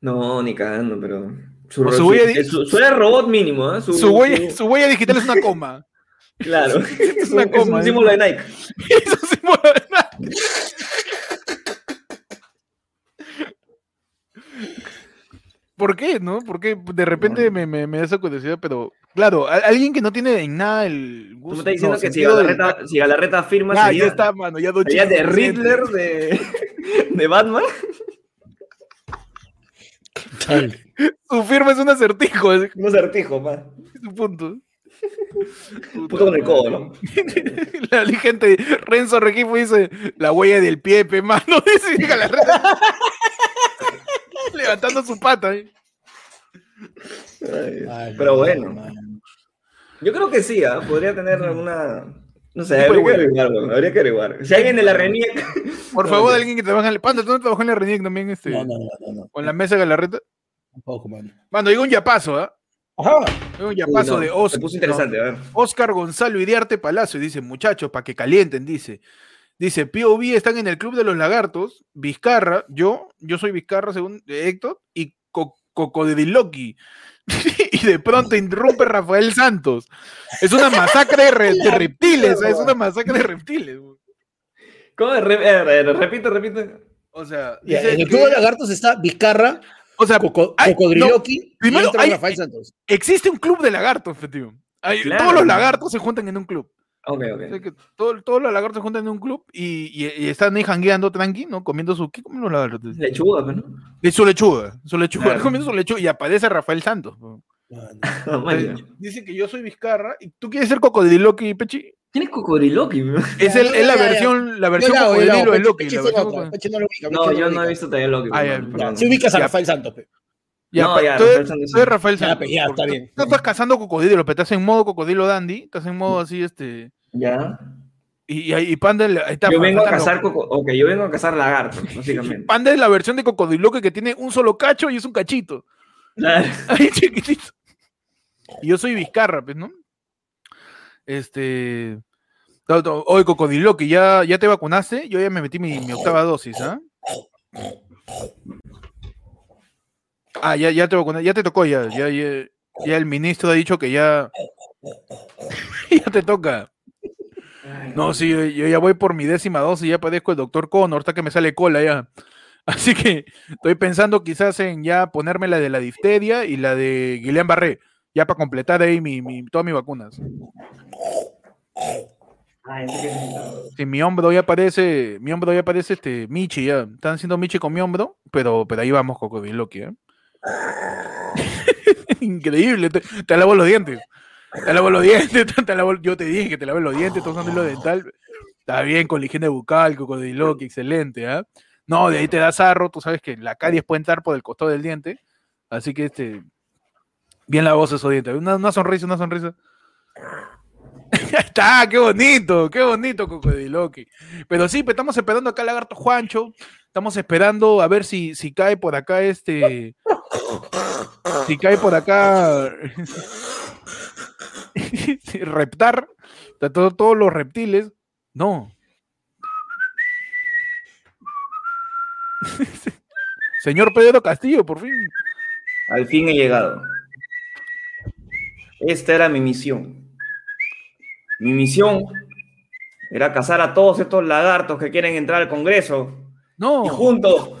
Speaker 2: No, ni cagando, pero. Su,
Speaker 1: O
Speaker 2: ro-
Speaker 1: su
Speaker 2: su,
Speaker 1: huella di-
Speaker 2: eh, su- su huella robot mínimo, ¿eh?
Speaker 1: su huella, su huella digital es una coma?
Speaker 2: Claro. es,
Speaker 1: una
Speaker 2: un, es un
Speaker 1: coma, ¿eh?
Speaker 2: símbolo de Nike.
Speaker 1: Eso sí mueve nada. ¿Por qué, no? Porque de repente
Speaker 2: Bueno.
Speaker 1: me, me, me da esa curiosidad, pero claro, a- alguien que no tiene en nada el
Speaker 2: Tú me
Speaker 1: gusto.
Speaker 2: estás diciendo
Speaker 1: no,
Speaker 2: que si
Speaker 1: sentido del-
Speaker 2: Galarreta, si Galarreta firma,
Speaker 1: Ah,
Speaker 2: sería,
Speaker 1: ya está, mano, ya Don
Speaker 2: sería
Speaker 1: Chico
Speaker 2: de
Speaker 1: lo
Speaker 2: Riddler, de, de Batman.
Speaker 3: Tal.
Speaker 1: siente. Su firma es un acertijo, ese
Speaker 2: Un acertijo, pa.
Speaker 1: es su punto.
Speaker 2: Puto con el codo, ¿no?
Speaker 1: La gente, Renzo Regifo dice, la huella del pie, pe, mano, dice Galarreta. Levantando su pata, eh.
Speaker 2: Ay,
Speaker 3: Ay,
Speaker 2: Pero
Speaker 3: no,
Speaker 2: bueno,
Speaker 3: mano.
Speaker 2: yo creo que sí, ¿ah? podría tener alguna. No sé,
Speaker 1: Tipo de
Speaker 2: habría que
Speaker 1: huella.
Speaker 2: averiguar, weón, habría que averiguar. Si alguien de la RENIEC.
Speaker 1: Por
Speaker 2: No,
Speaker 1: favor,
Speaker 2: no.
Speaker 1: alguien que trabaja en la. Panda, ¿tú no trabajas en la RENIEC también? Este,
Speaker 3: No, no, no, no, no.
Speaker 1: ¿O en la mesa de Galarreta?
Speaker 3: Tampoco, mano.
Speaker 1: Mano, llegó un yapazo, ¿ah?
Speaker 3: Ajá.
Speaker 1: Llegó un
Speaker 2: Uy,
Speaker 1: yapazo
Speaker 2: no,
Speaker 1: de Oscar.
Speaker 2: Se puso interesante, a ver.
Speaker 1: Oscar Gonzalo Idiarte Palacio y dice, muchachos, para que calienten, dice. Dice, POV están en el Club de los Lagartos, Vizcarra, yo, yo soy Vizcarra según Héctor, y Co- Cocodriloqui. y de pronto interrumpe Rafael Santos. Es una masacre de, re- de reptiles, ¿ah? es una masacre de reptiles. güey.
Speaker 2: ¿Cómo? Re- eh, re- repite, repite.
Speaker 1: O sea,
Speaker 3: Ya,
Speaker 1: dice
Speaker 3: en el
Speaker 1: que-
Speaker 3: club de lagartos está Vizcarra,
Speaker 1: o sea,
Speaker 3: Coco-
Speaker 1: ay, no,
Speaker 3: Cocodriloqui y
Speaker 1: primero
Speaker 3: entra
Speaker 1: hay-
Speaker 3: Rafael Santos.
Speaker 1: existe un club de lagartos, efectivo. Hay-
Speaker 2: Claro.
Speaker 1: Todos los lagartos se juntan en un club.
Speaker 2: Ok,
Speaker 1: O sea
Speaker 2: ok.
Speaker 1: que todo- todos los lagartos se juntan en un club y, y- y están ahí jangueando tranqui, ¿no? Comiendo su... ¿Qué comen los lagartos?
Speaker 2: Lechuga, pues, ¿no?
Speaker 1: Y su lechuga, su lechuga,
Speaker 2: Claro.
Speaker 1: comiendo su lechuga y aparece Rafael Santos. po.
Speaker 3: Mano.
Speaker 2: Ah, maña.
Speaker 1: Entonces, Dice que yo soy Vizcarra y tú quieres ser Cocodriloqui, Pechi.
Speaker 2: ¿Quién es Cocoriloqui? weón?
Speaker 1: Es, el,
Speaker 3: ya,
Speaker 1: es la
Speaker 3: ya, ya.
Speaker 1: versión, la versión
Speaker 3: Yo la hago, yo la hago.
Speaker 1: cocodrilo de
Speaker 3: Peche-
Speaker 1: Loki.
Speaker 3: Peche
Speaker 1: la
Speaker 3: es la
Speaker 1: versión
Speaker 3: otra,
Speaker 1: coco-
Speaker 3: Peche no lo ubica,
Speaker 2: No,
Speaker 3: Peche
Speaker 2: yo
Speaker 3: lo
Speaker 2: no he
Speaker 3: ubica.
Speaker 2: visto todavía Loki.
Speaker 1: Ah, ya,
Speaker 2: weón.
Speaker 1: perdón.
Speaker 2: No.
Speaker 3: Si ubicas a
Speaker 1: Ya.
Speaker 3: Rafael Santos, pe.
Speaker 1: Ya,
Speaker 2: No,
Speaker 1: pa-
Speaker 2: ya,
Speaker 1: tú eres-
Speaker 2: Rafael Santos.
Speaker 1: tú eres Rafael
Speaker 3: Ya,
Speaker 1: Santos,
Speaker 3: pues, ya,
Speaker 1: porque
Speaker 3: está
Speaker 1: tú-
Speaker 3: bien.
Speaker 1: Tú estás cazando cocodrilo, pero estás en modo cocodrilo dandy, estás en
Speaker 2: Mm.
Speaker 1: modo así, este...
Speaker 2: Ya.
Speaker 1: Y, y, y Panda... le- ahí está,
Speaker 2: Yo vengo a
Speaker 1: Panda lo-
Speaker 2: cazar coco... Ok, yo vengo a cazar lagartos, básicamente.
Speaker 1: Panda es la versión de Cocodriloqui que tiene un solo cacho y es un cachito.
Speaker 2: Claro.
Speaker 1: Ay, chiquitito. Y yo soy Vizcarra, pues, ¿no? Este. no, no, Oye, Cocodilo, que ya, ya te vacunaste, yo ya me metí mi, mi octava dosis, ¿ah? Ah, ya, ya te vacunaste, ya te tocó, ya, ya, ya, ya el ministro ha dicho que ya. ya te toca. No, sí, yo, yo ya voy por mi décima dosis, ya padezco el doctor Connor, hasta que me sale cola ya. Así que estoy pensando quizás en ya ponerme la de la difteria y la de Guillain Barré, ya para completar ahí mi, mi- todas mis vacunas.
Speaker 2: Ay, sí que-
Speaker 1: Si este, mi hombro ya aparece, mi hombro ya aparece este Michi, ya. Están haciendo Michi con mi hombro, pero, pero ahí vamos, Cocodriloqui, ¿eh? Increíble, te, te lavo los dientes. Te lavo los dientes, te, te lavo- yo te dije que te laves los dientes, estás usando hilo dental. Está bien, con la higiene bucal, Cocodriloqui, excelente, ¿ah? No, de ahí te da sarro, tú sabes que la caries puede entrar por el costado del diente. Así que este. Bien la voz esos dientes. Una, una sonrisa, una sonrisa. Ya está, qué bonito, qué bonito, Cocodiloqui. Pero sí, pues, estamos esperando acá a Lagarto Juancho. Estamos esperando a ver si, si cae por acá este. Si cae por acá. Reptar. Está todo- todos los reptiles. No. Señor Pedro Castillo, por fin.
Speaker 2: Al fin he llegado. Esta era mi misión. Mi misión era cazar a todos estos lagartos que quieren entrar al Congreso.
Speaker 1: No.
Speaker 2: Y junto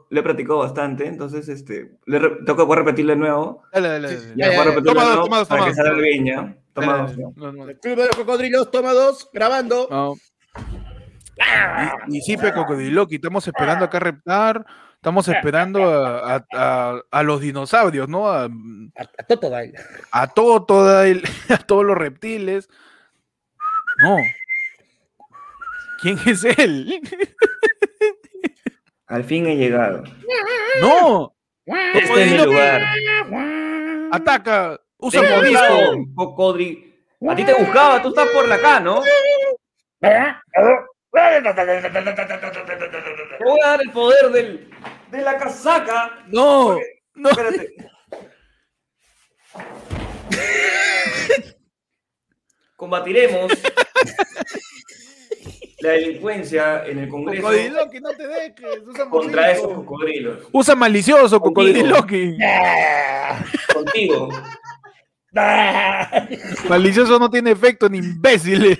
Speaker 2: le he practicado bastante, entonces este, le re- tengo que poder repetirle de nuevo.
Speaker 1: Dale, dale, dale. Eh,
Speaker 3: Ya,
Speaker 2: Voy a
Speaker 3: ya, ya.
Speaker 2: repetirle
Speaker 1: Toma
Speaker 2: de
Speaker 1: dos,
Speaker 2: nuevo
Speaker 1: toma dos,
Speaker 2: para
Speaker 1: toma
Speaker 2: que
Speaker 1: dos. Eh.
Speaker 2: salga bien, ¿ya? Toma
Speaker 1: Dale,
Speaker 2: dos,
Speaker 1: dale.
Speaker 2: ¿ya?
Speaker 1: No, no, no.
Speaker 3: El club de los cocodrilos, toma dos, grabando.
Speaker 1: No. Y, y sí, pe, Cocodiloqui, estamos esperando acá a reptar. Estamos esperando a, a- a- a los dinosaurios, ¿no? A,
Speaker 3: A, a Totodile.
Speaker 1: a todo, toda el- a todos los reptiles. No. ¿Quién es él?
Speaker 2: Al fin he llegado.
Speaker 1: ¡No!
Speaker 2: Este es mi
Speaker 1: Cocodrilo.
Speaker 2: lugar.
Speaker 1: ¡Ataca! ¡Usa
Speaker 2: Te he
Speaker 1: mordisco!
Speaker 2: buscado, Cocodri. A ti te buscaba, tú estás por la acá, ¿no? Te voy a dar el poder del, de la casaca.
Speaker 1: ¡No! ¡No!
Speaker 2: Espérate. Combatiremos la delincuencia en el Congreso
Speaker 1: Cocodriloqui, no te dejes! ¡Usa
Speaker 2: contra esos
Speaker 1: mordisco!
Speaker 2: cocodrilos.
Speaker 1: ¡Usa malicioso,
Speaker 2: Contigo.
Speaker 1: Cocodriloqui! Ah.
Speaker 2: Contigo.
Speaker 1: Malicioso no tiene efecto, ni imbéciles.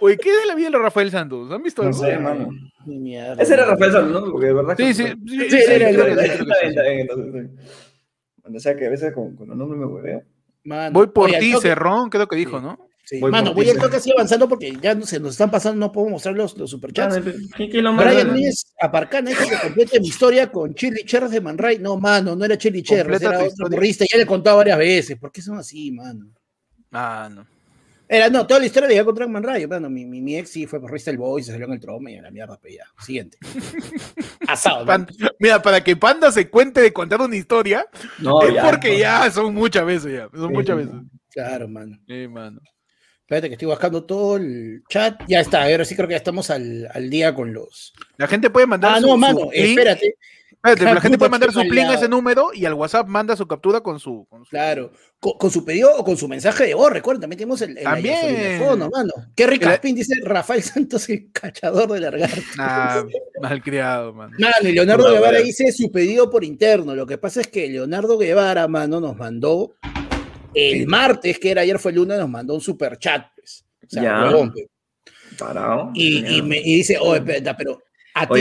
Speaker 1: Oye, ¿qué de la vida de Rafael Santos? ¿Han visto
Speaker 2: No
Speaker 1: algo?
Speaker 2: sé, mano.
Speaker 3: Ni mierda.
Speaker 2: Ese era Rafael Santos, ¿no? Porque de verdad.
Speaker 1: Sí, sí, sí, sí, creo
Speaker 3: sí, sí,
Speaker 1: que
Speaker 3: sí,
Speaker 1: sí, creo que sí.
Speaker 2: O sea que a veces con, con el nombre me hueveo.
Speaker 3: Mano,
Speaker 1: Voy por
Speaker 3: oye, al
Speaker 1: ti,
Speaker 3: toque-
Speaker 1: Cerrón, creo que dijo, ¿no?
Speaker 3: sí,
Speaker 2: voy
Speaker 3: Mano,
Speaker 2: por
Speaker 3: voy
Speaker 2: ti,
Speaker 3: al toque así avanzando porque ya no se nos están pasando, no podemos mostrar los, los superchats.
Speaker 2: ¿Qué, qué lo más
Speaker 3: Brian eh,
Speaker 2: gana?
Speaker 3: Núñez Aparcana dijo que complete mi historia con Chili Cherres de Manray. No, mano, no era Chili Cherres,
Speaker 1: Completa
Speaker 3: era
Speaker 1: tu
Speaker 3: otro
Speaker 1: historia.
Speaker 3: burrista. Ya le he contado varias veces. ¿Por qué son así, mano?
Speaker 1: Ah, no.
Speaker 3: Era, no, toda la historia de contra Manray. Bueno, mi, mi, mi ex sí fue burrista el boy, se salió en el troma y a la mierda, pero ya. Siguiente. Asado. ¿no?
Speaker 1: Pan- Mira, para que Panda se cuente de contar una historia,
Speaker 2: Oh, No,
Speaker 1: es porque ya son muchas veces, ya. Son
Speaker 2: Sí,
Speaker 1: muchas
Speaker 2: sí,
Speaker 1: veces.
Speaker 3: Claro, mano.
Speaker 1: Eh, mano.
Speaker 3: Espérate que estoy buscando todo el chat. Ya está, ahora sí creo que ya estamos al, al día con los.
Speaker 1: La gente puede mandar
Speaker 3: Ah,
Speaker 1: su,
Speaker 3: no,
Speaker 1: su
Speaker 3: mano,
Speaker 1: link.
Speaker 3: espérate.
Speaker 1: Espérate,
Speaker 3: Ja,
Speaker 1: la gente puede
Speaker 3: puta,
Speaker 1: mandar
Speaker 3: qué
Speaker 1: su link a ese
Speaker 3: maleado.
Speaker 1: número y al WhatsApp manda su captura con su. con su-
Speaker 3: Claro, con, con su pedido o con su mensaje de voz, recuerden, también tenemos el, el
Speaker 1: También.
Speaker 3: teléfono, mano. Qué rica
Speaker 1: El-
Speaker 3: spin, dice Rafael Santos, el cachador de largar.
Speaker 1: Nah, malcriado, mano.
Speaker 3: Mano, y Leonardo
Speaker 2: Una
Speaker 3: Guevara
Speaker 2: wea.
Speaker 3: dice su pedido por interno. Lo que pasa es que Leonardo Guevara, mano, nos mandó el martes, que era ayer fue el lunes, nos mandó un super chat, pues. O sea,
Speaker 2: Ya.
Speaker 3: huevón, pues.
Speaker 2: Parado.
Speaker 3: y, y
Speaker 2: Ya.
Speaker 3: me y dice, oye, espera, pero
Speaker 2: Oye,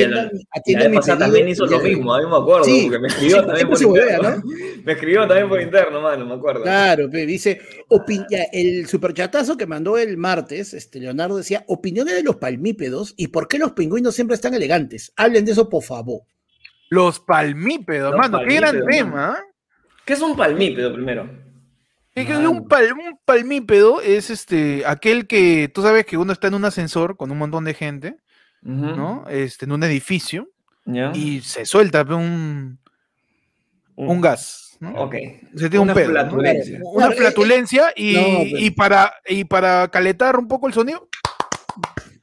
Speaker 3: atiendan,
Speaker 2: la, la
Speaker 3: atiendan
Speaker 2: vez
Speaker 3: mi
Speaker 2: pasada
Speaker 3: pedido".
Speaker 2: también hizo
Speaker 3: Y
Speaker 2: lo
Speaker 3: le-
Speaker 2: mismo, a mí me acuerdo,
Speaker 3: Sí,
Speaker 2: porque me escribió
Speaker 3: sí,
Speaker 2: también
Speaker 3: siempre
Speaker 2: por
Speaker 3: se huevea,
Speaker 2: interno. Me escribió también por interno, mano, me acuerdo.
Speaker 3: Claro, pe, dice, opin- ya, el superchatazo que mandó el martes, este Leonardo decía, opiniones de los palmípedos y por qué los pingüinos siempre están elegantes. Hablen de eso, por favor.
Speaker 1: Los palmípedos,
Speaker 2: Los
Speaker 1: mano. qué gran
Speaker 2: palmípedos,
Speaker 1: tema. ¿eh?
Speaker 2: ¿Qué es un palmípedo primero?
Speaker 1: Es que
Speaker 3: Mano.
Speaker 1: un, pal- un palmípedo es este aquel que tú sabes que uno está en un ascensor con un montón de gente, ¿no? Este, en un edificio
Speaker 2: ¿Ya?
Speaker 1: y se suelta pe, un, un gas, ¿no?
Speaker 2: Ok.
Speaker 1: Se tiene
Speaker 2: Una
Speaker 1: un pedo. ¿no?
Speaker 2: flatulencia.
Speaker 1: Una
Speaker 3: Claro, eh,
Speaker 1: flatulencia y,
Speaker 3: No, pues. pero-
Speaker 1: y para, y para caletar un poco el sonido.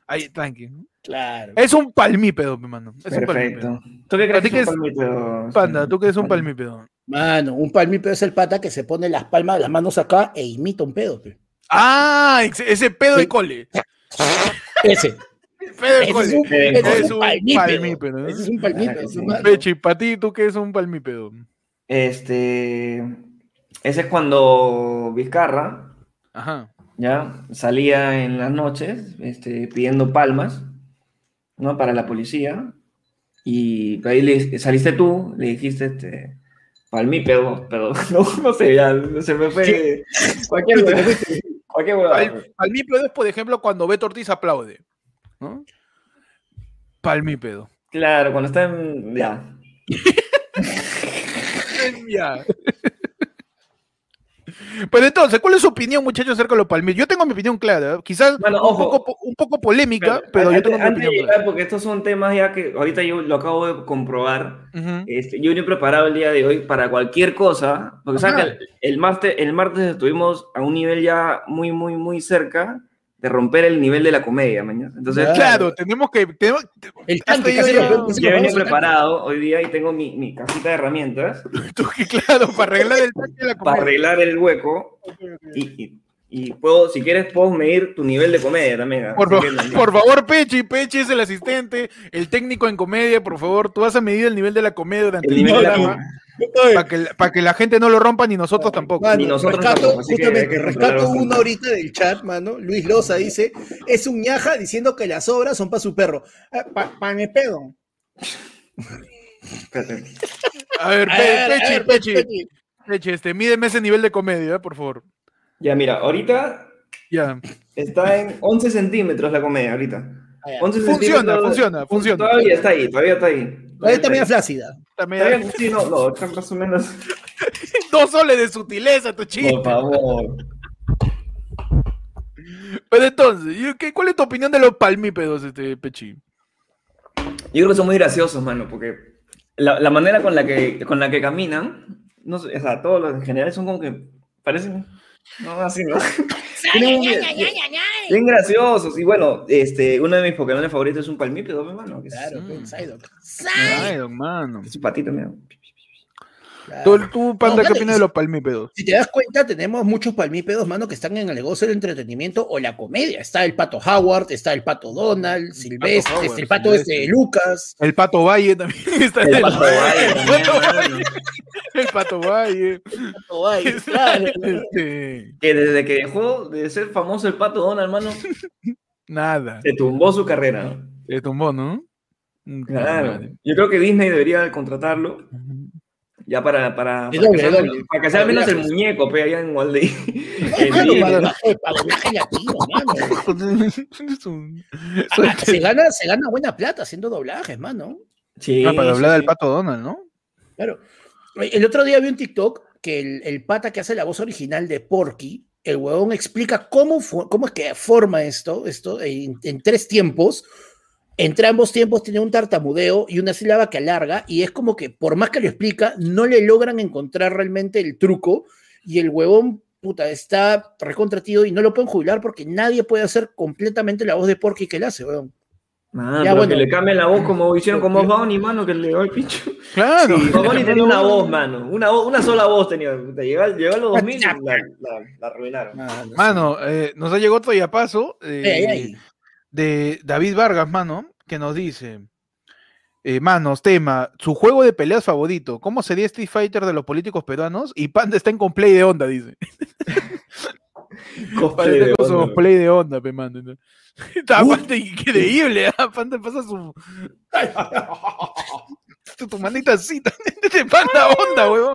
Speaker 1: Ahí, tranqui. ¿no?
Speaker 3: Claro.
Speaker 1: Es un palmípedo, mi mano. Es un palmípedo.
Speaker 2: Perfecto. ¿Tú qué
Speaker 1: ¿A
Speaker 2: crees
Speaker 1: ti
Speaker 2: que es un
Speaker 1: qué
Speaker 2: palmípedo?
Speaker 1: Panda, tú que eres un
Speaker 2: Panda.
Speaker 1: palmípedo.
Speaker 3: Mano, un palmípedo es el pata que se pone las palmas de las manos acá e imita un pedo. pe.
Speaker 1: Ah, ex- ese pedo de
Speaker 3: Sí.
Speaker 1: cole.
Speaker 3: Ese.
Speaker 1: Pedo de
Speaker 3: Ese es
Speaker 1: cole.
Speaker 3: un, ese es
Speaker 1: Eres
Speaker 3: un
Speaker 1: un
Speaker 3: palmípedo.
Speaker 1: palmípedo, ¿no?
Speaker 3: Ese es un palmípedo.
Speaker 2: sí.
Speaker 3: mano.
Speaker 1: Pechi, para ti, tú que eres un palmípedo.
Speaker 2: Este. Ese es cuando Vizcarra
Speaker 1: Ajá.
Speaker 2: ¿ya? Salía en las noches este, pidiendo palmas, ¿no? Para la policía. Y ahí le, saliste tú, le dijiste, este, palmípedo, pero no, no sé, ya se me fue cualquier huevada, Cualquier huevada.
Speaker 1: Pal- palmípedo es, por ejemplo, cuando Beto Ortiz aplaude. ¿no? Palmípedo.
Speaker 2: Claro, cuando está en... Ya.
Speaker 1: Ya. Pero entonces, ¿cuál es su opinión, muchachos, acerca de los palmípedos? Yo tengo mi opinión clara. ¿eh? Quizás
Speaker 2: Bueno,
Speaker 1: un,
Speaker 2: ojo.
Speaker 1: poco, po- un poco polémica, pero, yo
Speaker 2: antes,
Speaker 1: tengo mi
Speaker 2: antes de
Speaker 1: opinión
Speaker 2: llegar,
Speaker 1: clara.
Speaker 2: porque estos son temas ya que ahorita yo lo acabo de comprobar.
Speaker 1: Ujú.
Speaker 2: Este, yo vine preparado el día de hoy para cualquier cosa, porque
Speaker 1: Ajá.
Speaker 2: ¿sabes que el, el martes, el martes estuvimos a un nivel ya muy, muy, muy cerca de romper el nivel de la comedia, mañana. Entonces,
Speaker 3: Ya.
Speaker 1: Claro, tenemos que. tenemos-
Speaker 3: El tanque
Speaker 1: yo
Speaker 3: casi
Speaker 1: ya-
Speaker 3: lo- casi
Speaker 2: yo
Speaker 3: lo
Speaker 2: he venido
Speaker 3: vamos a-
Speaker 2: preparado hoy día y tengo mi, mi cajita de herramientas
Speaker 1: tú que- claro, para arreglar el tanque de la
Speaker 2: para
Speaker 1: comida.
Speaker 2: arreglar el hueco y, y- y puedo, si quieres, puedo medir tu nivel de comedia también. ¿ah?
Speaker 1: Por,
Speaker 2: Así
Speaker 1: fa-
Speaker 2: que no-
Speaker 1: por favor, Pechi, Pechi es el asistente, el técnico en comedia, por favor, tú vas a medir el nivel de la comedia durante
Speaker 2: el
Speaker 1: el,
Speaker 2: nivel de la
Speaker 1: programa para que, la- pa' que la gente no lo rompa ni nosotros tampoco.
Speaker 3: Mano,
Speaker 2: Ni nosotros
Speaker 3: rescato,
Speaker 2: tampoco, así que
Speaker 3: justamente,
Speaker 2: hay que controlar
Speaker 3: rescato
Speaker 2: bastante.
Speaker 3: una horita del chat, mano. Luis Loza dice, es un ñaja diciendo que las obras son para su perro. Para pa mi pedo.
Speaker 2: Espérate.
Speaker 1: A ver,
Speaker 3: A
Speaker 1: Pe-
Speaker 3: ver, a ver,
Speaker 1: Pechi, Pechi,
Speaker 3: Pechi.
Speaker 1: Pechi, este, mídeme ese nivel de comedia, eh, por favor.
Speaker 2: Ya, mira, ahorita
Speaker 1: Ya.
Speaker 2: está en 11 centímetros la comedia, ahorita.
Speaker 3: Ah, ya.
Speaker 2: Once
Speaker 1: Funciona,
Speaker 2: centímetros-
Speaker 1: funciona, funciona.
Speaker 2: Todavía está ahí, todavía está ahí.
Speaker 3: Ahí está media flácida.
Speaker 1: Puta, me da
Speaker 2: Todavía sí, no, no, está más o menos.
Speaker 1: Dos soles de sutileza, tu chiste.
Speaker 2: Por favor.
Speaker 1: Pero entonces, ¿y qué- ¿cuál es tu opinión de los palmípedos, este Pechi?
Speaker 2: Yo creo que son muy graciosos, mano, porque la, la manera con la que, con la que caminan, no sé, o sea, todos los en general son como que parecen, no, así, ¿no? Tienen un- Bien graciosos, y bueno, este, uno de mis Pokémon favoritos es un palmípedo, mi mano, que es,
Speaker 3: Claro,
Speaker 1: Mm.
Speaker 3: con Psyduck.
Speaker 1: Ay, don mano.
Speaker 2: es un patito, mira.
Speaker 3: Claro.
Speaker 1: ¿Tú, tú, Panda,
Speaker 3: No,
Speaker 1: qué
Speaker 3: dale,
Speaker 1: opinas de
Speaker 3: sí.
Speaker 1: los palmípedos?
Speaker 3: Si te das cuenta, tenemos muchos palmípedos, mano, que están en el negocio del entretenimiento o la comedia. Está el pato Howard, está el pato Donald, Silvestre,
Speaker 1: Howard,
Speaker 3: este, el pato este,
Speaker 1: Silvestre.
Speaker 3: Lucas.
Speaker 1: El pato Valle también está en
Speaker 2: El pato Valle
Speaker 1: El
Speaker 2: también,
Speaker 1: pato
Speaker 2: mano.
Speaker 1: Valle. El pato Valle.
Speaker 3: claro.
Speaker 1: Este,
Speaker 2: que desde que dejó de ser famoso el pato Donald, hermano,
Speaker 1: nada.
Speaker 2: se tumbó su carrera. ¿no?
Speaker 1: Se tumbó, ¿no? Mm,
Speaker 2: Claro. Yo creo que Disney debería contratarlo ya para, para,
Speaker 3: De
Speaker 2: para
Speaker 3: doble,
Speaker 2: que, sea,
Speaker 3: de doble.
Speaker 2: para que sea al menos el
Speaker 3: Para
Speaker 2: muñeco, pero allá en Walt Disney. En
Speaker 3: Claro,
Speaker 2: Disney.
Speaker 3: para- eh, para doblaje latino, mano.
Speaker 1: Es un- es un-
Speaker 3: Se gana, se gana buena plata haciendo doblajes, mano.
Speaker 2: Sí,
Speaker 1: Ah, para
Speaker 2: sí,
Speaker 1: hablar del
Speaker 2: sí.
Speaker 1: pato Donald, ¿no?
Speaker 3: Claro. El otro día vi un TikTok que el, el pata que hace la voz original de Porky, el huevón explica cómo, fue, cómo es que forma esto, esto eh, en, en tres tiempos. Entre ambos tiempos tiene un tartamudeo y una sílaba que alarga y es como que por más que lo explica, no le logran encontrar realmente el truco y el huevón puta está recontratido y no lo pueden jubilar porque nadie puede hacer completamente la voz de Porky que él hace, huevón.
Speaker 2: Ah,
Speaker 3: Ya,
Speaker 2: pero
Speaker 3: bueno.
Speaker 2: que le cambien la voz como hicieron con Bob Bunny, mano, que le dio el pincho.
Speaker 1: Claro.
Speaker 2: Sí, Bob Bunny tenía una voz, mano. Una, voz- una sola voz tenía. puta, Llegó, llegó a los 2000 y la, la, la arruinaron.
Speaker 1: Mano, eh, nos ha llegado otro yapazo eh,
Speaker 3: Ey, ey.
Speaker 1: de David Vargas, mano, que nos dice, eh, manos, tema, su juego de peleas favorito, ¿cómo sería Street Fighter de los políticos peruanos? Y Panda está en cosplay de onda, dice.
Speaker 2: Cosplay
Speaker 1: Parece
Speaker 2: de
Speaker 1: con su
Speaker 2: Bob Bunny.
Speaker 1: cosplay de onda, pe, mano. ¿no? Está Panda increíble, ¿ah? Panda pasa su... tu, tu manita así, de Panda onda, huevón.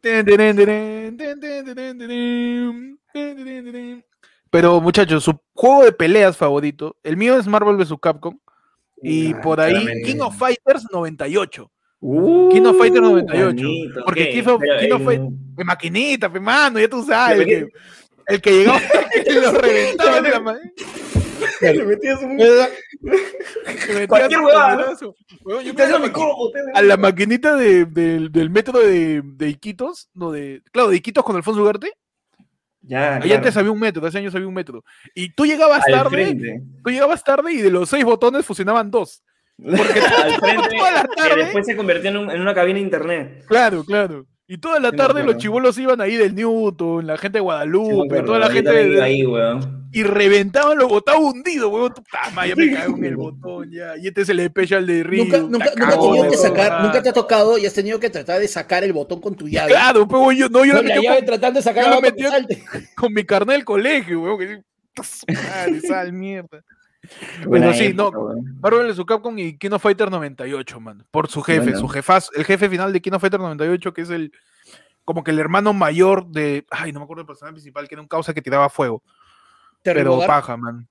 Speaker 1: Ten, ten, ten, ten, ten, ten, ten, ten, ten, ten, ten, ten, ten. Pero muchachos, su juego de peleas favorito, el mío es Marvel vs. Capcom y
Speaker 2: Ah,
Speaker 1: por ahí
Speaker 2: claramente.
Speaker 1: King of Fighters 98.
Speaker 2: Uh,
Speaker 1: King of Fighter 98,
Speaker 2: manito,
Speaker 1: porque
Speaker 2: ok,
Speaker 1: King of-
Speaker 2: pero
Speaker 1: King of
Speaker 2: en-
Speaker 1: Fight- Mi maquinita, pe mano, ya tú sabes.
Speaker 2: Ya,
Speaker 1: que- el que llegaba, el que lo reventaba. en la ma-
Speaker 2: Le metías un-
Speaker 1: que metía
Speaker 2: Cualquier
Speaker 1: su
Speaker 2: huevada, ¿no?
Speaker 1: combinazo. Huevón, yo creo
Speaker 2: te
Speaker 1: que la
Speaker 2: hago mi
Speaker 1: maqui-
Speaker 2: combo, te hago
Speaker 1: a
Speaker 2: mi-
Speaker 1: la maquinita de- del, del metro de, de Iquitos, no de, claro, de Iquitos con Alfonso Ugarte.
Speaker 2: Ya,
Speaker 1: Ahí
Speaker 2: Ah, claro,
Speaker 1: antes había un metro, hace años había un metro. Y tú llegabas
Speaker 2: al
Speaker 1: tarde,
Speaker 2: frente.
Speaker 1: tú llegabas tarde y de los seis botones fusionaban dos.
Speaker 2: al frente,
Speaker 1: toda la
Speaker 2: que
Speaker 1: tarde-
Speaker 2: después se convirtió en, un- en una cabina de internet.
Speaker 1: Claro, claro. Y toda la
Speaker 2: Sí me
Speaker 1: tarde los
Speaker 2: acuerdo.
Speaker 1: chibolos iban ahí del Newton, la gente de
Speaker 2: Sí, me
Speaker 1: Guadalupe,
Speaker 2: acuerdo,
Speaker 1: Uh, toda la
Speaker 2: yo
Speaker 1: gente
Speaker 2: también
Speaker 1: de-
Speaker 2: iba ahí, weón.
Speaker 1: y reventaban los botados hundidos, huevón. Tú, "Tama, ya me cago en el botón, ya. Y este es el especial de Río.
Speaker 3: Nunca, nunca, nunca has
Speaker 2: cago,
Speaker 3: tenido que
Speaker 2: huevón.
Speaker 1: ah.
Speaker 3: sacar, nunca te ha tocado y has tenido que tratar de sacar el botón con tu llave.
Speaker 1: Claro, pero yo, no, ah, yo la
Speaker 3: con la
Speaker 1: metí
Speaker 3: llave tratando de sacar
Speaker 1: yo
Speaker 3: el
Speaker 1: la
Speaker 3: botón. que
Speaker 1: metí-
Speaker 3: salte.
Speaker 1: con, con mi carnet del colegio, huevón. Que digo, "Puta su madre, sal, mierda.
Speaker 2: Buena
Speaker 1: sí, no.
Speaker 2: época, weón.
Speaker 1: Marvel su Capcom y Kino Fighter 98, man. Por su jefe,
Speaker 2: Bueno.
Speaker 1: su jefazo, el jefe final de Kino Fighter 98, que es el como que el hermano mayor de. Ay, no me acuerdo el personaje principal, que era un causa que tiraba fuego.
Speaker 3: Terry
Speaker 1: Pero
Speaker 3: Bogard.
Speaker 1: paja, man.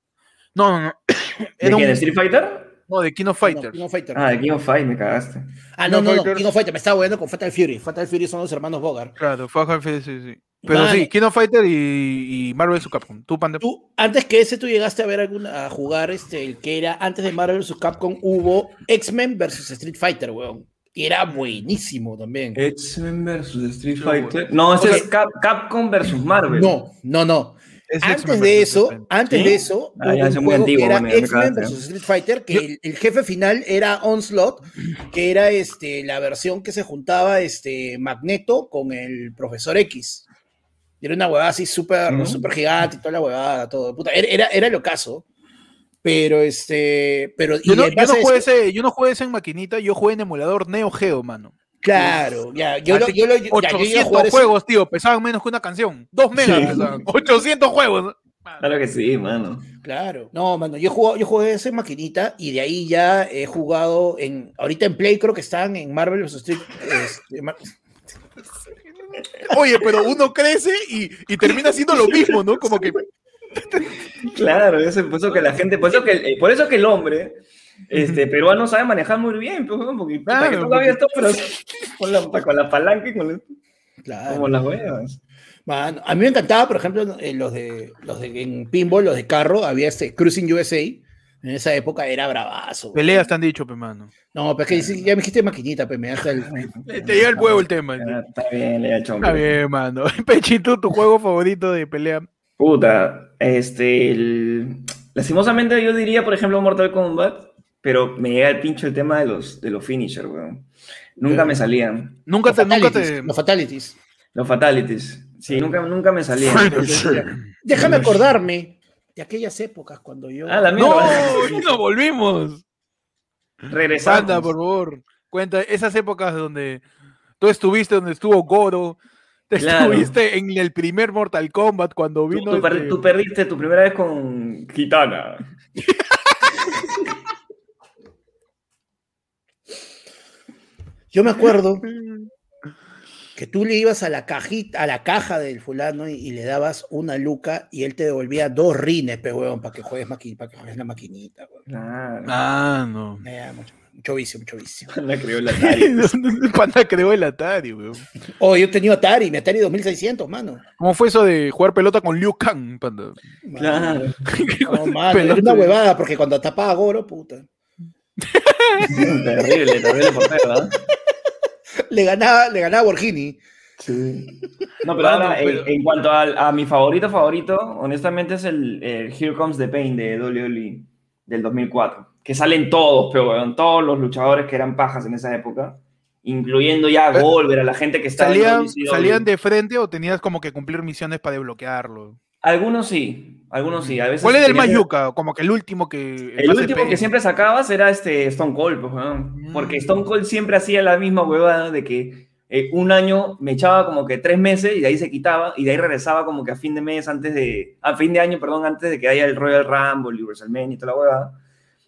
Speaker 1: No, no, no.
Speaker 2: ¿De
Speaker 1: Era
Speaker 2: quién?
Speaker 1: un-
Speaker 2: ¿Street Fighter?
Speaker 1: no, de Kino Fighter.
Speaker 3: No, King of Fighter.
Speaker 2: Ah, de King of Fight, me cagaste.
Speaker 3: Ah, no,
Speaker 1: King
Speaker 3: no,
Speaker 1: of
Speaker 3: no,
Speaker 1: Fighter.
Speaker 3: King of Fighter. Me estaba jugando con Fatal Fury. Fatal Fury son los hermanos Bogart.
Speaker 1: Claro, fue jefe, sí, sí. Pero
Speaker 3: Vale.
Speaker 1: sí, Kino Fighter y, y Marvel su Capcom. Tú, Panda.
Speaker 3: Tú, antes que ese, tú llegaste a ver alguna, a jugar este, el que era antes de Marvel vs. Capcom, hubo X-Men versus Street Fighter, weón. Y era buenísimo también.
Speaker 1: Eh,
Speaker 2: X-Men versus Street
Speaker 1: Sí,
Speaker 2: Fighter. No, ese
Speaker 3: O sea-
Speaker 2: es Cap- Capcom versus Marvel.
Speaker 3: No, no, no.
Speaker 1: Es X-Men
Speaker 3: Antes
Speaker 1: versus
Speaker 3: de eso,
Speaker 1: X-Men.
Speaker 3: antes
Speaker 2: ¿Sí?
Speaker 3: de eso,
Speaker 2: Ah, ya,
Speaker 3: hubo un
Speaker 2: ese es muy
Speaker 3: juego
Speaker 2: antiguo,
Speaker 3: que era
Speaker 2: bueno, ya me
Speaker 3: X-Men
Speaker 2: cagaste,
Speaker 3: versus Street Fighter, que el, el jefe final era Onslaught, que era este, la versión que se juntaba este, Magneto con el Profesor X. Y Era una huevada así súper
Speaker 2: Ujú.
Speaker 3: súper gigante y toda la huevada, todo. Puta, era, era, era el ocaso. Pero este. Pero, y
Speaker 1: Yo no,
Speaker 3: en
Speaker 1: yo no
Speaker 3: base a
Speaker 1: jugué
Speaker 3: eso-
Speaker 1: ese, yo no jugué ese en maquinita, yo jugué en emulador Neo Geo, mano.
Speaker 3: Claro, ya. Yo, lo,
Speaker 1: Así
Speaker 3: yo, lo, ya, yo llegué a
Speaker 1: 800
Speaker 3: jugar ese-
Speaker 1: juegos, tío, pesaban menos que una canción. Dos megas
Speaker 2: Sí.
Speaker 1: pesaban. 800 juegos.
Speaker 2: Claro que sí, mano.
Speaker 3: Claro. No, mano, yo jugué, yo jugué esa maquinita y de ahí ya he jugado en. Ahorita en Play creo que están en Marvel vs. Street. este, Mar-
Speaker 1: Oye, pero uno crece y, y termina siendo lo mismo, ¿no? Como que
Speaker 2: Claro, eso, por eso que la gente, por eso que, el- eh, por eso que el hombre este, peruano sabe manejar muy bien, pues, weón, porque puta,
Speaker 1: Claro,
Speaker 2: que nunca
Speaker 1: porque-
Speaker 2: había estado, pero con la, con la palanca y con el- como
Speaker 3: Claro.
Speaker 2: las huevas.
Speaker 3: Mano, a mí me encantaba, por ejemplo, eh, los de los de en pinball, los de carro, había este Cruising USA. En esa época era bravazo. güey.
Speaker 1: Peleas te han dicho, pe mano.
Speaker 3: No, pero es que dice- ya me dijiste maquinita, pero me hasta el.
Speaker 1: Te llega el huevo el tema.
Speaker 2: Ah, Está bien, le ha hecho
Speaker 1: Está bien, mano. Pechito, tu juego favorito de pelea.
Speaker 2: Puta, este, el- lastimosamente yo diría, por ejemplo, Mortal Kombat, pero me llega el pincho el tema de los, de los finishers, weón. Nunca me salían.
Speaker 1: Nunca
Speaker 3: los
Speaker 1: te, nunca
Speaker 3: fatalities,
Speaker 1: te.
Speaker 3: los fatalities.
Speaker 2: Los fatalities. Sí, nunca, nunca me salían.
Speaker 3: Déjame acordarme de aquellas épocas cuando yo.
Speaker 2: Ah, la
Speaker 1: No,
Speaker 2: mierda.
Speaker 1: nos volvimos.
Speaker 2: Regresamos.
Speaker 1: Santa, por favor. Cuenta esas épocas donde tú estuviste donde estuvo Goro. Te
Speaker 2: Claro.
Speaker 1: estuviste en el primer Mortal Kombat cuando
Speaker 2: Tú,
Speaker 1: vino.
Speaker 2: tú per-
Speaker 1: este-
Speaker 2: tú perdiste tu primera vez con Gitana.
Speaker 3: Yo me acuerdo que tú le ibas a la cajita, a la caja del fulano y, y le dabas una luca y él te devolvía dos rines, pe huevón, para que juegues para que juegues la maquinita, huevón.
Speaker 2: Claro.
Speaker 1: Ah, no.
Speaker 3: Eh, mucho, mucho vicio, mucho vicio.
Speaker 2: La creó la Atari.
Speaker 1: El Panda creó el Atari, weón.
Speaker 3: Oh, yo tenía Atari, mi Atari 2600, mano.
Speaker 1: ¿Cómo fue eso de jugar pelota con Liu Kang, Panda?
Speaker 2: Claro.
Speaker 3: No, mano, era
Speaker 1: Pelota.
Speaker 3: una huevada, porque cuando tapaba Goro, puta,
Speaker 2: terrible, terrible por ¿verdad?
Speaker 3: le ganaba, le ganaba Borghini.
Speaker 2: No, pero ahora,
Speaker 1: Mano, pero-
Speaker 2: En, en cuanto al- a, mi favorito favorito, honestamente es el, el Here Comes the Pain de WWE del 2004. Que salen todos, pero weón, todos los luchadores que eran pajas en esa época, incluyendo ya a
Speaker 1: Eh,
Speaker 2: Goldberg, a la gente que estaba en E.
Speaker 1: ¿Salían,
Speaker 2: WCW.
Speaker 1: ¿Salían de frente o tenías como que cumplir misiones para desbloquearlo?
Speaker 2: Algunos sí, algunos sí. A veces
Speaker 1: ¿Cuál era el más
Speaker 2: tenías-
Speaker 1: yuca? Como que el último que.
Speaker 2: El
Speaker 1: más
Speaker 2: último
Speaker 1: EP.
Speaker 2: que siempre sacabas era este Stone Cold, pues, weón. porque
Speaker 1: Mm.
Speaker 2: Stone Cold siempre hacía la misma huevada de que eh, un año me echaba como que tres meses y de ahí se quitaba y de ahí regresaba como que a fin de mes antes de, a fin de año, perdón, antes de que haya el Royal Rumble y WrestleMania y toda la huevada.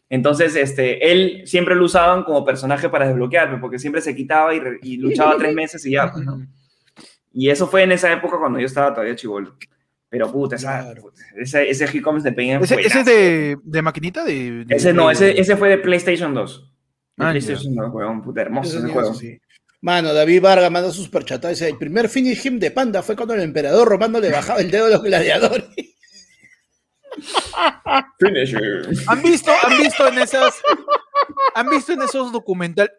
Speaker 2: Entonces, este, él siempre lo usaban como personaje para desbloquearme, porque siempre se quitaba y, re- y luchaba tres meses y ya. pues, ¿no? Y eso fue en esa época cuando yo estaba todavía chivolo. Pero puta, esa-
Speaker 3: Claro.
Speaker 2: puta, ese, ese Here Comes the Pain es
Speaker 1: ¿Ese, ese
Speaker 2: buenazo.
Speaker 1: es de, de maquinita? De, de-
Speaker 2: Ese no,
Speaker 1: de-
Speaker 2: ese, ese fue de PlayStation 2. De
Speaker 1: Ah, ya.
Speaker 2: PlayStation 2, weón, puta hermoso
Speaker 3: Eso
Speaker 2: ese
Speaker 3: sí,
Speaker 2: juego.
Speaker 3: eso sí. Mano, David Vargas manda sus perchatadas. Dice: El primer finish him de Panda fue cuando el emperador romano le bajaba el dedo a los gladiadores.
Speaker 2: Finisher.
Speaker 1: ¿Han visto, han visto en esas, han visto en esos documental,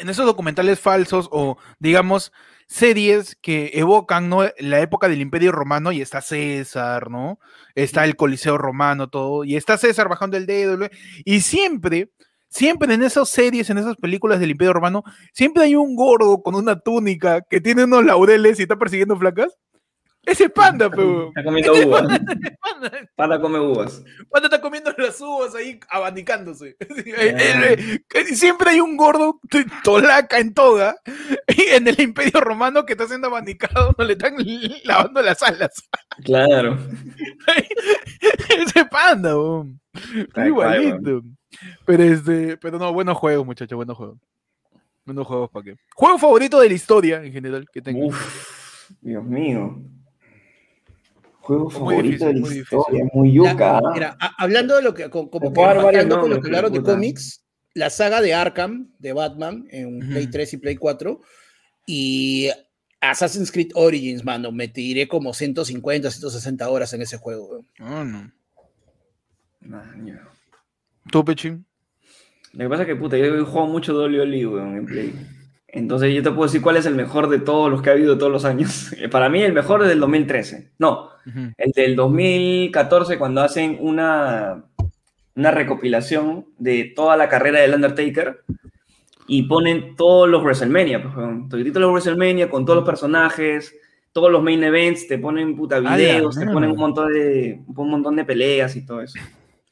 Speaker 1: en esos documentales falsos o digamos series que evocan ¿no? la época del Imperio Romano y está César, ¿no? Está el Coliseo Romano, todo y está César bajando el dedo lo- y siempre, siempre en esas series, en esas películas del Imperio Romano, siempre hay un gordo con una túnica que tiene unos laureles y está persiguiendo flacas. Ese panda, pero
Speaker 2: Está comiendo uvas. Pata come uvas.
Speaker 1: Panda está comiendo las uvas ahí abanicándose. Sí, eh,
Speaker 2: Ah.
Speaker 1: eh, eh, Siempre hay un gordo t- tolaca en toga y en el imperio romano que está siendo abanicado, no le están l- lavando las alas.
Speaker 2: Claro.
Speaker 1: Ese panda, weón.
Speaker 2: cual,
Speaker 1: Igualito. Pero este, pero no, buenos juegos, muchachos, buenos juegos. Buenos juegos para qué. Juego favorito de la historia en general que tengo.
Speaker 2: Uf, Dios mío. Juego
Speaker 1: difícil,
Speaker 2: favorito de la
Speaker 1: muy difícil.
Speaker 2: historia, muy
Speaker 3: La-
Speaker 2: yuca. ¿ah?
Speaker 3: mira, a- hablando de lo que, co- como
Speaker 2: Te
Speaker 3: que
Speaker 2: puedo dar varios
Speaker 3: empatando con lo que
Speaker 2: nombres,
Speaker 3: hablaron de
Speaker 2: puta.
Speaker 3: cómics, la saga de Arkham de Batman en
Speaker 1: Ujú.
Speaker 3: Play 3 y Play 4 y Assassin's Creed Origins, mano, me tiré como 150, 160 horas en ese juego. weón.
Speaker 1: Ah, no.
Speaker 2: Maño.
Speaker 1: ¿Tú, Pechín?
Speaker 2: Lo que pasa es que, puta, yo juego mucho WWE, weón, en Play. Entonces yo te puedo decir cuál es el mejor de todos los que ha habido todos los años. Eh, Para mí el mejor es del 2013. No,
Speaker 1: Ujú.
Speaker 2: El del 2014, cuando hacen una, una recopilación de toda la carrera del Undertaker y ponen todos los WrestleMania, pues, weón. todititos los WrestleMania con todos los personajes, todos los main events, te ponen puta
Speaker 1: la
Speaker 2: videos, te
Speaker 1: mierda.
Speaker 2: ponen un montón, de, un montón de peleas y todo eso.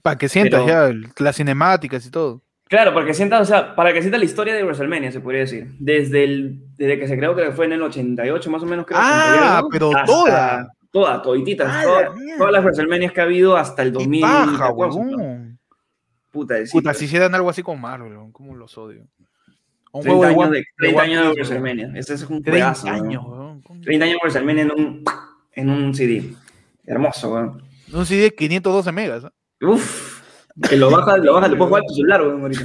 Speaker 1: Para que sientas
Speaker 2: Pero-
Speaker 1: ya el- las cinemáticas y todo.
Speaker 2: Claro, para que sienta, o sea, para que sienta la historia de WrestleMania, se podría decir. Desde, el, desde que se creó, creo que fue en el 88 más o menos. Creo,
Speaker 1: Ah,
Speaker 2: 81,
Speaker 1: pero
Speaker 2: hasta-
Speaker 1: toda.
Speaker 2: Toda, todititas.
Speaker 1: Ah,
Speaker 2: toda-
Speaker 1: la mierda.
Speaker 2: todas las WrestleManias que ha habido hasta el
Speaker 1: ¡Qué
Speaker 2: 2000.
Speaker 1: paja, huevón!
Speaker 2: Puta, sí,
Speaker 1: Puta,
Speaker 2: pues,
Speaker 1: si hicieran algo así con Marvel, weón, ¿cómo los odio? O Un
Speaker 2: 30 años de, 30
Speaker 1: One
Speaker 2: años de
Speaker 1: Piece, weón.
Speaker 2: WrestleMania. Ese es un
Speaker 1: 30
Speaker 2: juegazo, weón.
Speaker 1: años, weón. ¿cómo?
Speaker 2: 30 años de WrestleMania en un, en un CD. Hermoso, weón.
Speaker 1: No sé si de 512 megas. ¿ah?
Speaker 2: Uf, que lo baja, lo baja, lo puedes jugar en tu celular, weón, ahorita.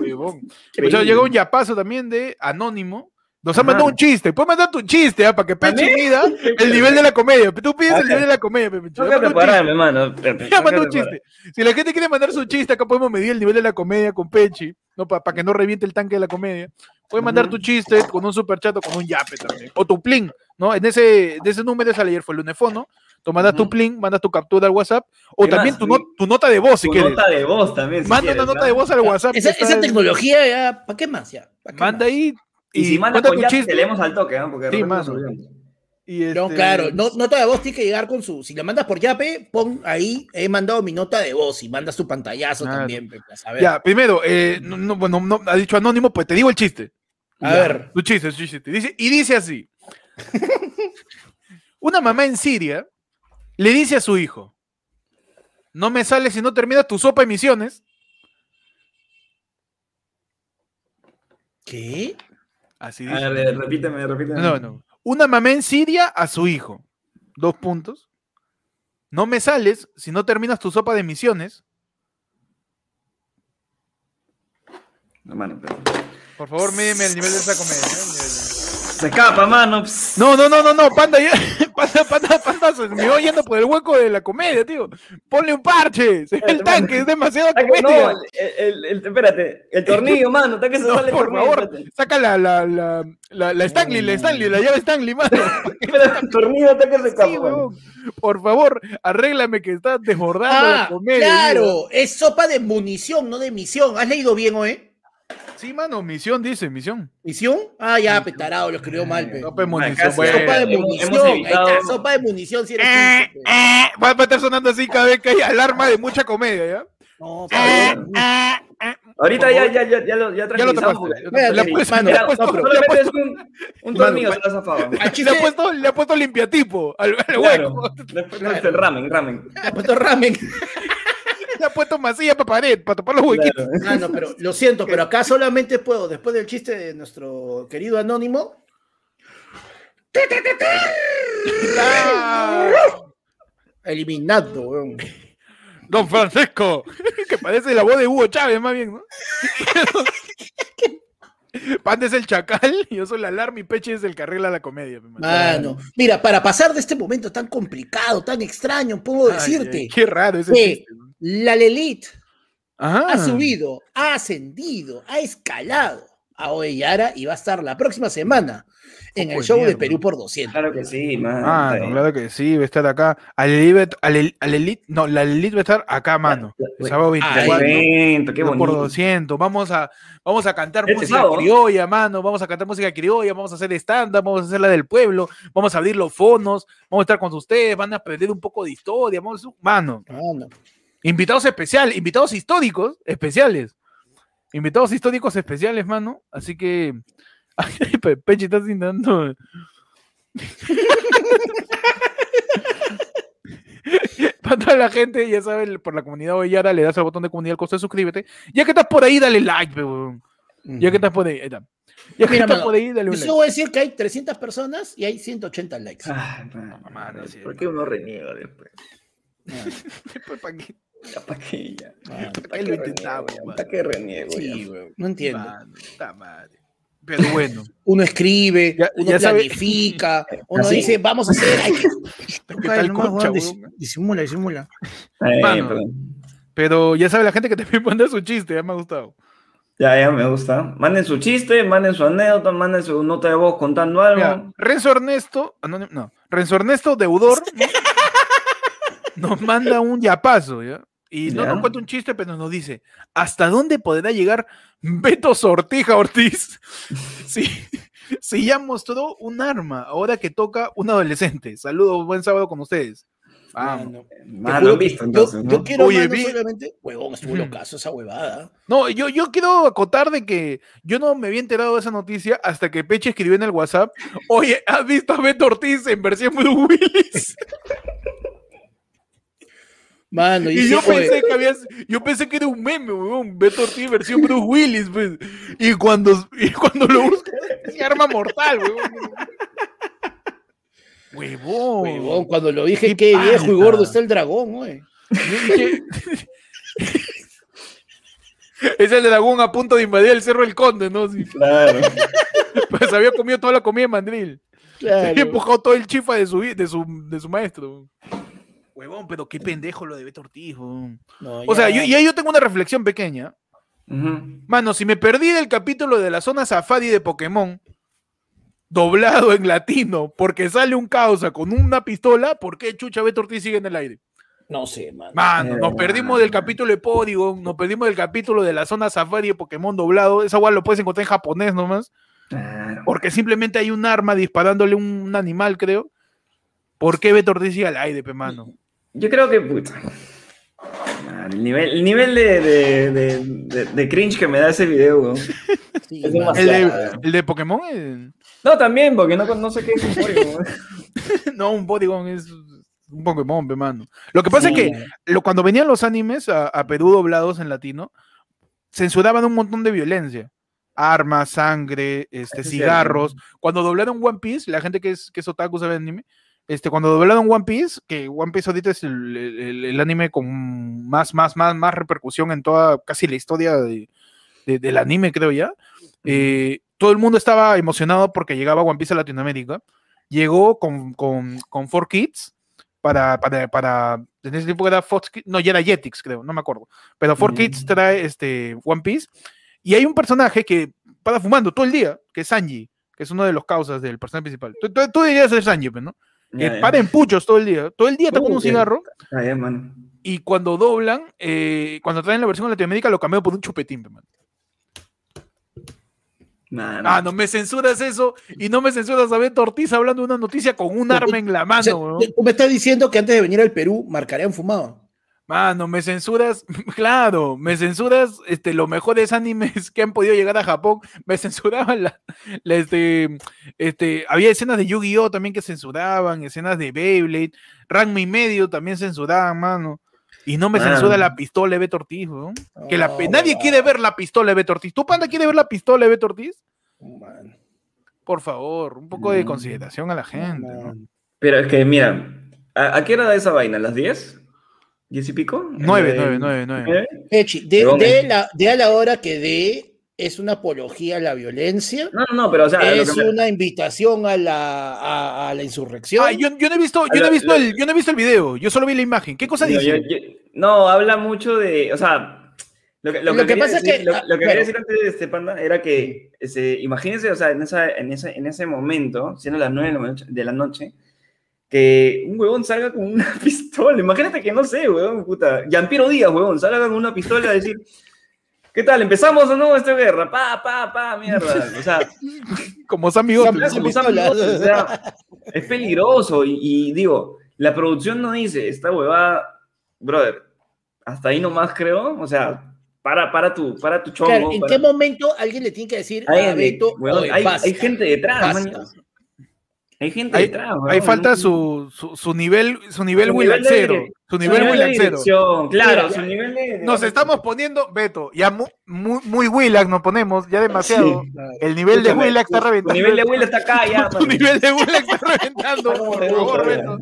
Speaker 1: Huevón.
Speaker 2: Increíble.
Speaker 1: Muchachos, llega un yapazo también de Anónimo. Nos ha
Speaker 2: Ajá.
Speaker 1: mandado un chiste. Puedes mandar tu chiste, ¿ah? Para que peche
Speaker 2: ¿También?
Speaker 1: mida el nivel de la comedia. Tú pides el
Speaker 2: Ajá.
Speaker 1: nivel de la comedia, pe, muchacho.
Speaker 2: Tengo que
Speaker 1: Manda un chiste.
Speaker 2: prepararme, hermano.
Speaker 1: Ya mandó un chiste. Eh, Si la gente quiere mandar su chiste, acá podemos medir el nivel de la comedia con Pechi, ¿no? Para que no reviente el tanque de la comedia. Puedes mandar tu chiste con un superchat o con un yape también. O tu plin, ¿no? En ese, de ese número sale ayer fue el lunefono. Tú mandas tu
Speaker 2: Ujú.
Speaker 1: plin, mandas tu captura al WhatsApp. O
Speaker 2: ¿Qué
Speaker 1: también
Speaker 2: más?
Speaker 1: tu, not- tu nota de voz, si
Speaker 2: Tu
Speaker 1: quieres.
Speaker 2: nota de voz también. si
Speaker 1: Manda
Speaker 2: quieres,
Speaker 1: una nota
Speaker 2: ¿ah?
Speaker 1: de voz al WhatsApp.
Speaker 3: Esa,
Speaker 1: que está
Speaker 3: esa
Speaker 1: en-
Speaker 3: tecnología ya, ¿para qué más? Ya? ¿Pa' qué
Speaker 1: Manda
Speaker 3: más?
Speaker 1: ahí.
Speaker 2: Y, si manda
Speaker 1: cuenta
Speaker 2: con
Speaker 1: tu
Speaker 2: ya,
Speaker 1: chiste.
Speaker 2: te leemos al toque, ¿ah? Porque de
Speaker 1: Sí,
Speaker 2: repente
Speaker 1: mano.
Speaker 2: nos olvidamos.
Speaker 1: Y
Speaker 3: No,
Speaker 1: este-
Speaker 3: claro, no, nota de voz tiene que llegar con su. Si la mandas por Yape, pon ahí, he mandado mi nota de voz y mandas tu pantallazo
Speaker 1: Claro.
Speaker 3: también. pe, pues, a ver,
Speaker 1: Ya, primero, eh, no, no, bueno, no, ha dicho anónimo, pues te digo el chiste.
Speaker 3: a
Speaker 1: Ya,
Speaker 3: ver.
Speaker 1: Tu chiste, tu chiste. Dice- y dice así. Una mamá en Siria le dice a su hijo, no me sales si no terminas tu sopa y misiones.
Speaker 3: ¿Qué?
Speaker 1: Así
Speaker 2: A
Speaker 1: dice.
Speaker 2: ver, repíteme, repíteme.
Speaker 1: No, no. Una mamá en Siria a su hijo. Dos puntos. No me sales si no terminas tu sopa de misiones.
Speaker 2: No, mano, pero-
Speaker 1: Por favor, mídeme el nivel de esa comedia. ¿eh? El nivel de-
Speaker 2: Se escapa, mano. pss.
Speaker 1: No, no, no, no, no, panda, ya- panda, panda, panda, se me va yendo por el hueco de la comedia, tío. Ponle un parche, se ve el tanque, es demasiado
Speaker 2: Ah, que
Speaker 1: comedia.
Speaker 2: no, el, el- el- espérate, el tornillo, mano, está que se
Speaker 1: No,
Speaker 2: sale el
Speaker 1: por
Speaker 2: tornillo,
Speaker 1: favor,
Speaker 2: espérate.
Speaker 1: saca la, la, la, la, la Stanley, la Stanley, la llave Stanley, mano.
Speaker 2: Espérate, el tornillo está que se escapa.
Speaker 1: Sí,
Speaker 2: mano.
Speaker 1: huevón. Por favor, arréglame que está desbordando la
Speaker 3: Ah,
Speaker 1: comedia. tío.
Speaker 3: claro, es sopa de munición, no de misión. ¿Has leído bien, oe?
Speaker 1: Sí, mano, misión dice, misión.
Speaker 3: ¿Misión? Ah, ya, petarado, lo escribió mal. pe.
Speaker 1: No, pues, munición,
Speaker 2: casi,
Speaker 1: bueno.
Speaker 3: Sopa de
Speaker 2: Hemos-
Speaker 3: munición,
Speaker 2: hemos
Speaker 3: ahí
Speaker 2: evitado-
Speaker 3: está, sopa de munición, si eres
Speaker 1: Eh,
Speaker 3: pinche, pe.
Speaker 1: eh, Va a estar sonando así cada vez que hay alarma de mucha comedia, ¿ya?
Speaker 3: No,
Speaker 2: Eh,
Speaker 3: pe.
Speaker 1: Eh, eh.
Speaker 2: Ahorita
Speaker 1: Por
Speaker 2: ya,
Speaker 1: favor.
Speaker 2: ya, ya, ya lo, ya
Speaker 1: Ya lo
Speaker 2: tranquilizamos.
Speaker 1: tapaste. ya lo
Speaker 3: Mira,
Speaker 1: tapaste. Le ha
Speaker 3: sí,
Speaker 1: puesto- le
Speaker 3: mano,
Speaker 1: ha
Speaker 2: Era-
Speaker 3: no,
Speaker 1: puesto-
Speaker 3: pero-
Speaker 1: le ha
Speaker 2: solamente
Speaker 1: puesto-
Speaker 2: es un, un
Speaker 1: Mano,
Speaker 2: tornillo,
Speaker 1: pa-
Speaker 2: se lo ha zafado.
Speaker 3: Al
Speaker 1: Le ha
Speaker 3: chiste-
Speaker 1: puesto, le ha puesto limpiatipo al, al
Speaker 2: Claro,
Speaker 1: hueco.
Speaker 2: después el ramen, ramen.
Speaker 3: Ha puesto ramen.
Speaker 1: Le ha puesto masilla para pared, para tapar los huequitos.
Speaker 2: Claro.
Speaker 3: Ah, no, pero lo siento, pero acá solamente puedo, después del chiste de nuestro querido anónimo.
Speaker 1: Ah,
Speaker 3: Eliminado, weón.
Speaker 1: Don Francisco, que parece la voz de Hugo Chávez, más bien, ¿no? Panda es el chacal, yo soy la alarma y Peche es el que arregla la comedia. mi man.
Speaker 3: Mano, mira, para pasar de este momento tan complicado, tan extraño, puedo
Speaker 1: Ay,
Speaker 3: decirte,
Speaker 1: ay, qué raro ese
Speaker 3: que
Speaker 1: chiste. ¿no?
Speaker 3: la Lelit
Speaker 1: Ah.
Speaker 3: ha subido, ha ascendido, ha escalado a Oellara y va a estar la próxima semana en
Speaker 1: Poco
Speaker 3: el
Speaker 1: de
Speaker 3: show de
Speaker 1: mierda.
Speaker 3: Perú por 200.
Speaker 2: Claro que sí, mano.
Speaker 1: Ah,
Speaker 2: está
Speaker 1: no,
Speaker 2: bien.
Speaker 1: claro que sí, va a estar acá. Al elite, al, Eli- al Elite- no, la Elite va a estar acá, mano. El sábado
Speaker 3: Ay,
Speaker 1: 24.
Speaker 2: Evento, qué
Speaker 1: Dos por
Speaker 2: bonito.
Speaker 1: 200, vamos a, vamos a cantar
Speaker 2: Este
Speaker 1: música
Speaker 2: sábado, ¿no?
Speaker 1: criolla, mano, vamos a cantar música criolla, vamos a hacer stand-up, vamos a hacer la del pueblo, vamos a abrir los fonos, vamos a estar con ustedes, van a aprender un poco de historia, vamos a hacer un- mano,
Speaker 3: Mano,
Speaker 1: invitados especiales, invitados históricos especiales, invitados históricos especiales, mano, así que, Ay, Pe- Pechi, estás intentando... Para toda la gente, ya saben, por la comunidad Ollada, le das al botón de comunidad al costo de suscríbete. Ya que estás por ahí, dale like, pe, weón. Ya que estás por ahí, ahí está. Ya que
Speaker 3: Mira,
Speaker 1: estás
Speaker 3: mano,
Speaker 1: por ahí, dale
Speaker 3: Yo
Speaker 1: un
Speaker 3: solo
Speaker 1: like.
Speaker 3: voy a decir que hay 300 personas y hay 180 likes.
Speaker 1: Ah.
Speaker 2: Ay, mano,
Speaker 1: Mano, sí,
Speaker 2: ¿Por qué uno reniega después?
Speaker 3: Mano,
Speaker 1: ¿Para qué?
Speaker 2: Ya, ¿Para qué ya?
Speaker 3: mano,
Speaker 1: ¿Para qué lo intentamos, mano?
Speaker 2: ¿Para qué reniego
Speaker 3: sí,
Speaker 2: ya?
Speaker 3: weón, no entiendo.
Speaker 1: Mano, puta madre. Pero bueno.
Speaker 3: Uno escribe,
Speaker 1: Ya-
Speaker 3: uno
Speaker 1: ya sabe-
Speaker 3: planifica, uno
Speaker 2: Así.
Speaker 3: dice, vamos a hacer. ay,
Speaker 1: ¿Qué tal
Speaker 3: no,
Speaker 1: concha,
Speaker 3: weón, dis-
Speaker 1: weón?
Speaker 3: disimula, disimula.
Speaker 2: Ay,
Speaker 1: Mano.
Speaker 2: perdón.
Speaker 1: Pero ya sabe la gente que también manda su chiste, ya me ha gustado.
Speaker 2: Ya, ya me gusta. Manden su chiste, manden su anécdota, manden su nota de voz contando
Speaker 1: Mira,
Speaker 2: algo.
Speaker 1: Renzo Ernesto, ah, no, no, no, Renzo Ernesto Deudor ¿no? nos manda un yapazo, ¿ya? Y no
Speaker 2: Ya.
Speaker 1: nos cuenta un chiste, pero nos dice, ¿hasta dónde podrá llegar Beto Sortija Ortiz si, si ya mostró un arma ahora que toca un adolescente? Saludos, buen sábado con ustedes. Vamos.
Speaker 3: Mano, Ah, te
Speaker 2: Mano,
Speaker 3: juro
Speaker 2: Ah, han
Speaker 3: que
Speaker 2: visto
Speaker 3: yo-
Speaker 2: entonces,
Speaker 3: yo,
Speaker 2: ¿no?
Speaker 3: quiero,
Speaker 1: Oye,
Speaker 3: mano,
Speaker 1: vi-
Speaker 3: solamente. Huevón, estuvo
Speaker 1: Ujú.
Speaker 3: locazo esa huevada.
Speaker 1: No, yo, yo quiero acotar de que yo no me había enterado de esa noticia hasta que Peche escribió en el WhatsApp, oye, ¿has visto a Beto Ortiz en versión Bruce Willis?
Speaker 3: Mano,
Speaker 1: Y
Speaker 3: dice,
Speaker 1: yo
Speaker 3: "Oye,
Speaker 1: pensé que había, yo pensé que era un meme, weón, Beto Ortiz versión Bruce Willis, pues. Y cuando, y cuando lo busco, es un arma mortal, weón. Huevón.
Speaker 3: Huevón, cuando lo dije, qué,
Speaker 1: Qué
Speaker 3: viejo y
Speaker 1: palta.
Speaker 3: gordo está el dragón, güey.
Speaker 1: Yo dije- es el dragón a punto de invadir el cerro del conde, ¿no? Sí,
Speaker 2: Claro.
Speaker 1: pues había comido toda la comida de mandril. Se había
Speaker 3: Claro.
Speaker 1: empujado todo el chifa de su, vi- de su, de su maestro. Huevón, pero qué pendejo lo de Beto Ortiz, huevón.
Speaker 3: No,
Speaker 1: O sea,
Speaker 3: ya.
Speaker 1: yo, y ahí yo tengo una reflexión pequeña.
Speaker 2: Ujú.
Speaker 1: Mano, si me perdí del capítulo de la zona safari de Pokémon, doblado en latino, porque sale un causa con una pistola, ¿por qué chucha Beto Ortiz sigue en el aire?
Speaker 3: No sé, mano.
Speaker 1: Mano, nos
Speaker 2: Eh,
Speaker 1: perdimos
Speaker 2: mano.
Speaker 1: del capítulo de Porygon, nos perdimos del capítulo de la zona safari de Pokémon doblado. Esa guay lo puedes encontrar en japonés nomás,
Speaker 2: Claro.
Speaker 1: porque simplemente hay un arma disparándole un, un animal, creo. ¿Por qué Beto Ortiz sigue al aire, pe mano?
Speaker 2: Yo creo que, puta. Man, el nivel, el nivel de, de, de, de- de cringe que me da ese video, weón.
Speaker 3: Sí,
Speaker 2: es
Speaker 3: mano.
Speaker 1: El
Speaker 2: demasiado.
Speaker 1: de, el de Pokémon es-
Speaker 2: No, también, porque no, no sé qué es un Porygon, weón.
Speaker 1: No, un Porygon es un Pokémon, pe mano. Lo que pasa
Speaker 3: Sí,
Speaker 1: es que lo, cuando venían los animes a, a Perú doblados en latino, censuraban un montón de violencia. Armas, sangre, este,
Speaker 2: es cierto.
Speaker 1: cigarros. Cuando doblaron One Piece, la gente que es, que es otaku sabe anime, este, cuando doblaron One Piece, que One Piece ahorita es el, el- el- el anime con más, más, más, más repercusión en toda casi la historia de- de- del anime, creo ya. Eh, todo el mundo estaba emocionado porque llegaba One Piece a Latinoamérica. Llegó con, con, con 4Kids para, para, para. En ese tiempo era Fox Kids, no, ya era Jetix, creo, no me acuerdo. Pero
Speaker 2: Mm.
Speaker 1: 4Kids trae este, One Piece. Y hay un personaje que para fumando todo el día, que es Sanji, que es uno de los causas del personaje principal. Tú, tú- tú dirías ser Sanji, pues, ¿no? Que
Speaker 2: Ya, ya.
Speaker 1: para en puchos todo el día. Todo el día está con
Speaker 2: Uh,
Speaker 1: un
Speaker 2: ya.
Speaker 1: cigarro.
Speaker 2: Ah, ya, mano.
Speaker 1: Y cuando doblan, eh, cuando traen la versión latinoamérica, lo cambian por un chupetín, pues, pe, man.
Speaker 2: Mano.
Speaker 1: Ah, no me censuras eso y no me censuras a Beto Ortiz hablando de una noticia con un
Speaker 3: No,
Speaker 1: arma en la
Speaker 3: O sea,
Speaker 1: mano, weón.
Speaker 3: tú me estás diciendo que antes de venir al Perú marcarían fumado.
Speaker 1: Mano, Ah, me censuras, claro, me censuras este, los mejores animes que han podido llegar a Japón. Me censuraban la, la, este, este, había escenas de Yu-Gi-Oh! también que censuraban, escenas de Beyblade, Ranma y medio también censuraban, mano. Y no me censura
Speaker 2: Mano.
Speaker 1: la pistola de Beto Ortiz, weón. Que la, pe-
Speaker 3: No,
Speaker 1: nadie
Speaker 3: mano,
Speaker 1: quiere ver la pistola de Beto Ortiz. ¿Tú, Panda, quiere ver la pistola de Beto Ortiz?
Speaker 3: mano,
Speaker 1: Por favor, un poco de
Speaker 2: No.
Speaker 1: consideración a la gente. ¿no?
Speaker 3: mano.
Speaker 2: Pero es que, mira, ¿a, a qué hora da esa vaina? ¿Las 10? ¿10 y pico?
Speaker 1: Nueve,
Speaker 2: Eh,
Speaker 1: nueve, nueve, nueve.
Speaker 2: ¿nueve?
Speaker 3: Pechi, de,
Speaker 2: Perdón,
Speaker 3: de
Speaker 2: eh.
Speaker 3: la, de a la hora que dé es una apología a la violencia,
Speaker 2: No, no, no, pero o sea, lo
Speaker 3: es
Speaker 2: que me-
Speaker 3: una invitación a la, a, a la insurrección.
Speaker 1: Ah, yo, yo no he visto, yo no he
Speaker 2: Lo-
Speaker 1: visto
Speaker 2: lo-
Speaker 1: el, yo no he visto el video, yo solo vi la imagen. ¿Qué cosa
Speaker 2: yo-
Speaker 1: dice?
Speaker 2: yo- yo- no, habla mucho de, o sea, lo que, lo
Speaker 3: Lo que
Speaker 2: quería
Speaker 3: pasa es
Speaker 2: decir-
Speaker 3: que-
Speaker 2: lo,
Speaker 3: ah,
Speaker 2: lo que
Speaker 3: claro.
Speaker 2: quería decir antes de este panda era que, este, imagínense, o sea, en, esa, en, ese, en ese momento, siendo las 9 de la noche, de la noche, que un huevón salga con una pistola. Imagínate que, no sé, huevón, puta, Yampiro Díaz, huevón, salga con una pistola a decir... ¿Qué tal? ¿Empezamos o no esta guerra? Pa, pa, pa, mierda. O sea,
Speaker 1: Como Sammy Gotti.
Speaker 3: Sammy-
Speaker 2: Claro, como Sammy
Speaker 3: pistola.
Speaker 2: Gotti, o sea, es peligroso. Y, y digo, la producción no dice, esta huevada, brother, hasta ahí nomás creo. O sea, para, para tu, para tu chongo.
Speaker 3: Claro, ¿En
Speaker 2: para-
Speaker 3: qué momento alguien le tiene que decir
Speaker 2: Hay,
Speaker 3: a Beto,
Speaker 2: huevón,
Speaker 3: "Oye,
Speaker 2: hay- hay
Speaker 3: basta"?
Speaker 2: gente detrás,
Speaker 3: basta.
Speaker 2: mañas. Hay gente
Speaker 1: Hay-
Speaker 2: detrás,
Speaker 1: Ahí
Speaker 2: huevón,
Speaker 1: falta
Speaker 2: ¿no?
Speaker 1: su, su, su nivel, su nivel
Speaker 2: Su nivel de
Speaker 1: Willaxero.
Speaker 2: dire-
Speaker 1: Su
Speaker 2: Su
Speaker 1: nivel
Speaker 2: de
Speaker 1: Willaxero.
Speaker 2: dirección, Claro,
Speaker 3: Mira,
Speaker 2: su nivel de- de-
Speaker 1: Nos estamos poniendo, Beto, ya mu- muy, muy Willax nos ponemos, ya demasiado.
Speaker 2: Sí.
Speaker 1: El nivel de
Speaker 2: Escúchame,
Speaker 1: Willax está
Speaker 2: tu- Tu
Speaker 1: reventando.
Speaker 2: nivel de Willax está acá ya,
Speaker 1: Tu
Speaker 2: mano.
Speaker 1: nivel de Willax está reventando.
Speaker 2: Está como
Speaker 1: Por
Speaker 2: te
Speaker 1: favor,
Speaker 2: gusta,
Speaker 1: Beto.